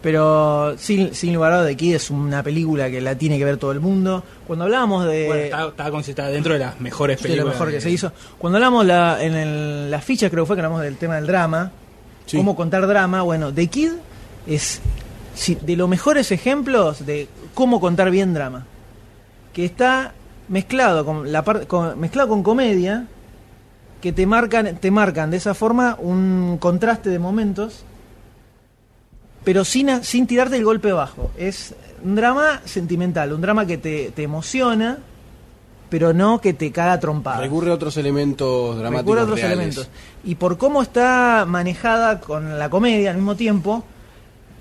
Speaker 1: pero sin, sin lugar a dudas The Kid es una película que la tiene que ver todo el mundo cuando hablábamos de
Speaker 5: Bueno, está, está con- está dentro eh, de las mejores
Speaker 1: de
Speaker 5: películas.
Speaker 1: lo mejor que se hizo. Cuando hablamos la, en el- la ficha, creo que fue que hablamos del tema del drama,
Speaker 3: Sí.
Speaker 1: cómo contar drama. Bueno, The Kid es si- de los mejores ejemplos de cómo contar bien drama. Que está mezclado con, la par- con- mezclado con comedia, que te marcan, te marcan de esa forma un contraste de momentos, pero sin, a- sin tirarte el golpe bajo. Es un drama sentimental, un drama que te, te emociona, pero no que te caga trompada.
Speaker 3: Recurre a otros elementos dramáticos.
Speaker 1: Recuerda otros
Speaker 3: reales.
Speaker 1: elementos. Y por cómo está manejada con la comedia al mismo tiempo,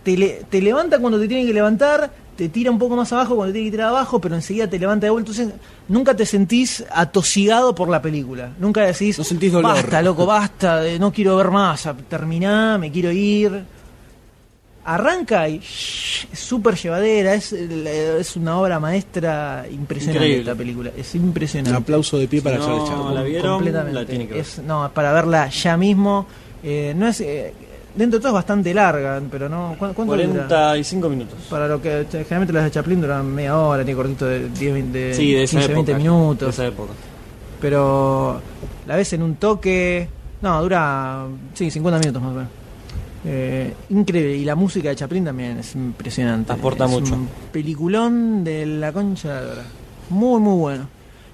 Speaker 1: te, le- te levanta cuando te tiene que levantar, te tira un poco más abajo cuando te tiene que tirar abajo, pero enseguida te levanta de vuelta. Entonces, nunca te sentís atosigado por la película. Nunca decís,
Speaker 3: No sentís dolor.
Speaker 1: basta, loco, basta, eh, no quiero ver más, a- terminá, me quiero ir. Arranca y shh, es súper llevadera, es, es una obra maestra impresionante
Speaker 4: Increíble.
Speaker 1: esta película, es
Speaker 3: Un
Speaker 1: impresionante.
Speaker 3: aplauso de pie para
Speaker 4: no,
Speaker 3: Charlie Chaplin.
Speaker 4: la vieron,
Speaker 1: completamente.
Speaker 4: la tiene que ver.
Speaker 1: Es- no, es para verla ya mismo. Eh, no es, eh, dentro de todo es bastante larga, pero no. ¿cu- ¿Cuánto dura?
Speaker 4: 45 minutos.
Speaker 1: Para lo que este, generalmente las de Chaplin duran media hora, tiene cortito de 10, 20,
Speaker 4: Sí, de esa
Speaker 1: 15,
Speaker 4: época.
Speaker 1: 20 Eh, minutos.
Speaker 4: De esa época.
Speaker 1: Pero la ves en un toque. No, dura. Sí, 50 minutos más o menos. Eh, increíble. Y la música de Chaplin también es impresionante.
Speaker 4: Aporta
Speaker 1: Es
Speaker 4: mucho.
Speaker 1: Un peliculón de la concha de la lora. Muy, muy bueno.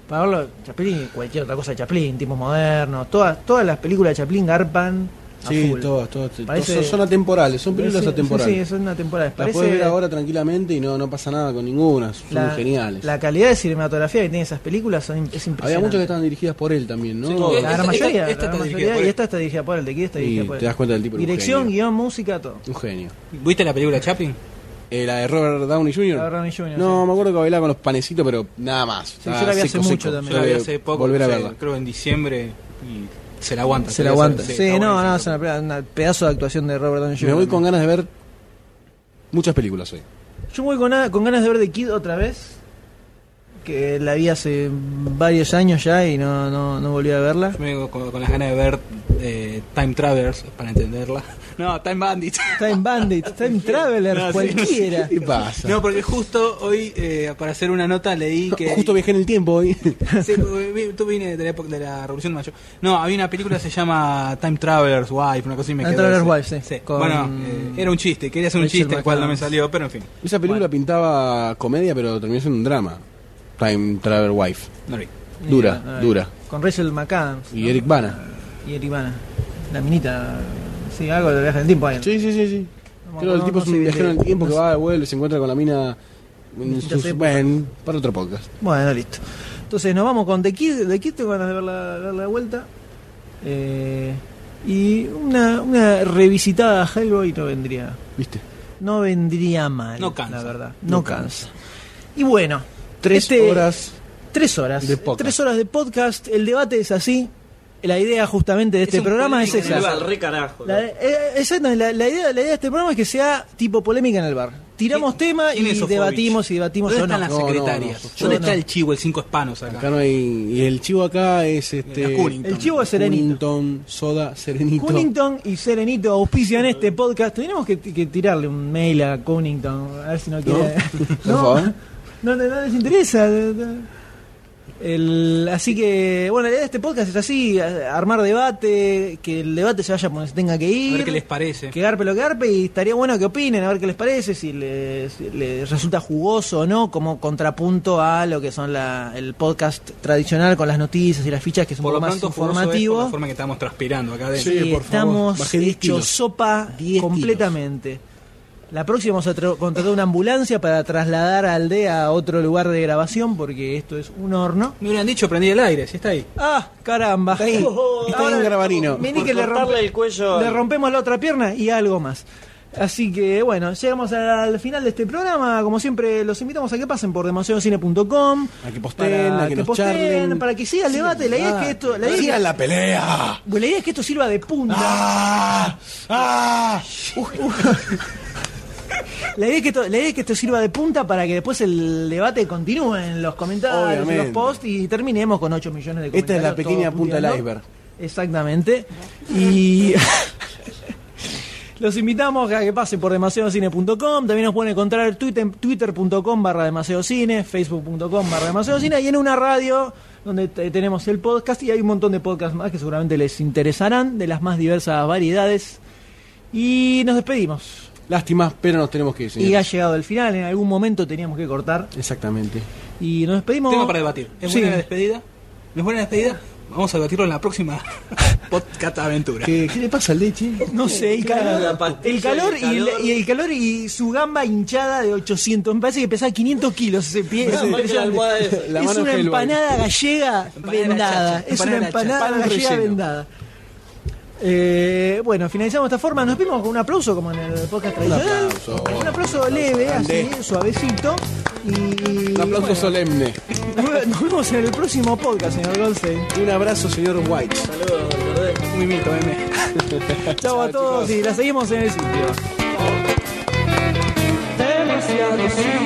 Speaker 1: Para verlo, Chaplin y cualquier otra cosa de Chaplin, tipos modernos. Todas, todas las películas de Chaplin garpan. a
Speaker 3: Sí,
Speaker 1: full.
Speaker 3: todas, todas.
Speaker 1: Parece-
Speaker 3: Son, son atemporales, son películas
Speaker 1: Sí,
Speaker 3: atemporales.
Speaker 1: Sí, sí, es una temporada.
Speaker 3: Las
Speaker 1: Parece-
Speaker 3: puedes ver ahora tranquilamente y no, no pasa nada con ninguna, son
Speaker 1: la,
Speaker 3: geniales.
Speaker 1: la calidad de cinematografía que tienen esas películas son, im- es impresionante.
Speaker 3: Había muchas que estaban dirigidas por él también, ¿no? Este
Speaker 5: Sí,
Speaker 1: La
Speaker 5: todas.
Speaker 1: gran
Speaker 5: Esta- esta-
Speaker 1: mayoría.
Speaker 5: esta
Speaker 1: la gran
Speaker 5: está dirigida
Speaker 1: mayoría,
Speaker 5: por
Speaker 1: y
Speaker 5: él.
Speaker 1: esta está dirigida por él. De aquí está dirigida
Speaker 3: Y
Speaker 1: por él.
Speaker 3: te das cuenta del tipo era un
Speaker 1: Dirección,
Speaker 3: genio.
Speaker 1: guión, música, todo.
Speaker 3: Un genio.
Speaker 5: ¿Viste la película de Chaplin?
Speaker 3: Eh, la de Robert Downey Jr.
Speaker 1: Robert Downey Jr.,
Speaker 3: No,
Speaker 1: sí.
Speaker 3: me acuerdo que bailaba con los panecitos, pero nada más. Estaba
Speaker 1: yo la vi hace mucho también. Yo
Speaker 5: Yo la vi
Speaker 3: Tengo que
Speaker 5: hace poco,
Speaker 3: Volver a
Speaker 5: o sea,
Speaker 3: verla.
Speaker 5: creo en diciembre y se la aguanta.
Speaker 1: Se la aguanta. Sí,
Speaker 5: está
Speaker 1: no,
Speaker 5: buena
Speaker 1: no,
Speaker 5: esa
Speaker 1: es una, pe- una pedazo de actuación de Robert Downey Jr.
Speaker 3: Me voy con
Speaker 1: también.
Speaker 3: ganas de ver muchas películas hoy.
Speaker 1: Yo voy con, a- con ganas de ver The Kid otra vez. Que la vi hace varios años ya y no, no, no volví a verla.
Speaker 5: Yo me vengo con, con las ganas de ver eh, Time Travelers para entenderla. No, Time Bandits.
Speaker 1: Time Bandit, Time Traveler,
Speaker 5: No, sí.
Speaker 1: cualquiera.
Speaker 3: ¿Qué pasa?
Speaker 5: No, porque justo hoy, eh, para hacer una nota, leí que.
Speaker 3: Justo viajé en el tiempo hoy.
Speaker 5: Sí, porque vi- tú vine de la época de la Revolución de Mayo. No, había una película que se llama Time Traveler's Wife, una cosa así me
Speaker 1: Time
Speaker 5: quedó
Speaker 1: Traveler's
Speaker 5: ese.
Speaker 1: Wife, sí, con-
Speaker 5: Bueno, eh, era un chiste, quería hacer un
Speaker 1: Rachel
Speaker 5: chiste, el cual no me
Speaker 1: McAdams.
Speaker 5: salió, pero en fin,
Speaker 3: Esa película pintaba comedia, pero terminó siendo un drama. Time Travel Wife.
Speaker 5: no lo vi.
Speaker 3: Dura,
Speaker 1: Mira, a ver,
Speaker 3: dura.
Speaker 1: Con Rachel McAdams
Speaker 3: Y Eric Bana.
Speaker 1: y Eric Bana. La minita. Sí, algo de viaje del tiempo ahí. ¿no?
Speaker 3: Sí, sí, sí, sí.
Speaker 1: No me
Speaker 3: Creo que el
Speaker 1: acuerdo,
Speaker 3: tipo es
Speaker 1: no sé
Speaker 3: un
Speaker 1: bien
Speaker 3: viajero
Speaker 1: de-
Speaker 3: en el tiempo
Speaker 1: no
Speaker 3: que
Speaker 1: sé.
Speaker 3: va, vuelve, se encuentra con la mina. en
Speaker 1: Distintas
Speaker 3: sus-
Speaker 1: épocas.
Speaker 3: Bueno, para otro podcast.
Speaker 1: Bueno, listo. Entonces nos vamos con The Kid. The Kid tengo ganas de ver la, dar la vuelta. Eh, y una, una revisitada a Hellboy no vendría.
Speaker 3: ¿Viste?
Speaker 1: No vendría mal.
Speaker 5: No cansa.
Speaker 1: La verdad. No, cansa. Y bueno.
Speaker 3: Tres
Speaker 1: este-
Speaker 3: horas.
Speaker 1: Tres horas.
Speaker 3: de podcast.
Speaker 1: Tres horas de podcast. El debate es así. La idea justamente de este
Speaker 5: un
Speaker 1: programa es
Speaker 5: polémico
Speaker 1: esa.
Speaker 5: en el
Speaker 4: Al re carajo.
Speaker 1: La, eh, exacto, la, la idea, la idea de este programa es que sea tipo polémica en el bar. Tiramos
Speaker 5: ¿Quién-
Speaker 1: tema
Speaker 5: quién
Speaker 1: y
Speaker 5: es Sofovich?
Speaker 1: debatimos y debatimos
Speaker 5: ¿Dónde
Speaker 1: o no.
Speaker 5: están las
Speaker 3: No, no,
Speaker 5: secretarias?
Speaker 3: no,
Speaker 5: ¿Dónde
Speaker 1: yo
Speaker 5: está
Speaker 1: no.
Speaker 5: el chivo, el cinco hispanos acá?
Speaker 3: Acá no hay. Y el chivo acá es este.
Speaker 5: Era Cunnington.
Speaker 1: El chivo es serenito.
Speaker 3: Cunnington, soda, serenito.
Speaker 1: Cunnington y Serenito auspician este podcast. Tenemos que, que tirarle un mail a Cunnington, a ver si no quiere.
Speaker 3: Por favor.
Speaker 1: No, no, no les interesa. El- así que, bueno, la idea de este podcast es así: a- armar debate, que el debate se vaya por donde se tenga que
Speaker 5: A
Speaker 1: ir.
Speaker 5: ver qué les parece.
Speaker 1: Que garpe lo que garpe y estaría bueno que opinen, a ver qué les parece, si les, si les resulta jugoso o no, como contrapunto a lo que son la- el podcast tradicional con las noticias y las fichas que son
Speaker 5: Por
Speaker 1: un
Speaker 5: lo
Speaker 1: poco más
Speaker 5: tanto, informativo.
Speaker 1: informativo.
Speaker 5: la forma que estamos transpirando acá
Speaker 1: Sí,
Speaker 5: adentro.
Speaker 1: estamos
Speaker 3: Bajé 10
Speaker 1: hechos
Speaker 3: kilos.
Speaker 1: sopa
Speaker 3: 10
Speaker 1: completamente. La próxima vamos a tra- contratar una ambulancia para trasladar a Aldea a otro lugar de grabación porque esto es un horno.
Speaker 5: Me hubieran dicho prendí el aire, si está ahí.
Speaker 1: ¡Ah, caramba!
Speaker 3: Está ahí. Está ahí en Grabarino.
Speaker 1: Vení
Speaker 4: Por
Speaker 1: que le,
Speaker 4: cortarle
Speaker 1: rompe-
Speaker 4: el cuello
Speaker 1: le
Speaker 4: al-
Speaker 1: rompemos la otra pierna y algo más. Así que bueno, llegamos al final de este programa. Como siempre, los invitamos a que pasen por demasiadocine.com.
Speaker 3: A que posteen,
Speaker 1: para
Speaker 3: a que nos charlen.
Speaker 1: para que siga el debate. La idea es que esto, la idea es que-
Speaker 3: ¡Sigan la pelea!
Speaker 1: la idea es que esto sirva de punta.
Speaker 3: ¡Ah! ¡Ah!
Speaker 1: La idea, es que esto, la idea es que esto sirva de punta para que después el debate continúe en los comentarios, en
Speaker 3: Obviamente.
Speaker 1: los posts y terminemos con 8 millones de comentarios.
Speaker 3: Esta es la pequeña
Speaker 1: todos
Speaker 3: punta del
Speaker 1: puteando.
Speaker 3: iceberg.
Speaker 1: Exactamente. Y los invitamos a que pasen por demasiadocine.com. También nos pueden encontrar en Twitter, twitter.com barra demasiadocine, facebook.com barra demasiadocine y en una radio donde te- tenemos el podcast y hay un montón de podcasts más que seguramente les interesarán de las más diversas variedades. Y nos despedimos.
Speaker 3: Lástima, pero nos tenemos que ir,
Speaker 1: Y ha
Speaker 3: señores.
Speaker 1: llegado el final, en algún momento teníamos que cortar.
Speaker 3: Exactamente.
Speaker 1: Y nos despedimos.
Speaker 5: Tema para debatir. ¿Es
Speaker 1: Sí.
Speaker 5: buena la despedida? ¿No es buena la despedida? Vamos a debatirlo en la próxima podcast aventura.
Speaker 3: Eh, ¿Qué, qué le pasa al leche?
Speaker 1: No sé, el
Speaker 4: La
Speaker 1: calor.
Speaker 4: pastilla
Speaker 1: El calor,
Speaker 4: y el
Speaker 1: y,
Speaker 4: calor.
Speaker 1: el, y el calor y su gamba hinchada de 800. Me parece que pesaba 500 kilos ese pie. Es,
Speaker 4: Más que la
Speaker 1: impresionante.
Speaker 4: almohada esa.
Speaker 3: La
Speaker 1: Es
Speaker 3: mano
Speaker 1: una
Speaker 3: de Hellboy.
Speaker 1: empanada gallega
Speaker 5: Empanada
Speaker 1: vendada.
Speaker 5: chacha,
Speaker 1: Es una
Speaker 5: empanada chacha.
Speaker 1: empanada
Speaker 3: Pan
Speaker 1: gallega
Speaker 3: relleno.
Speaker 1: vendada. Eh, bueno, finalizamos de esta forma. Nos vimos con un aplauso como en el podcast tradicional.
Speaker 3: aplauso.
Speaker 1: Un aplauso leve, así,
Speaker 3: grande.
Speaker 1: suavecito. Y,
Speaker 3: Un aplauso
Speaker 1: bueno,
Speaker 3: solemne.
Speaker 1: Nos vemos en el próximo podcast, señor Goldstein.
Speaker 3: Un abrazo, señor White.
Speaker 5: Un mimito, meme.
Speaker 1: Chau a todos y la seguimos en el sitio. conocí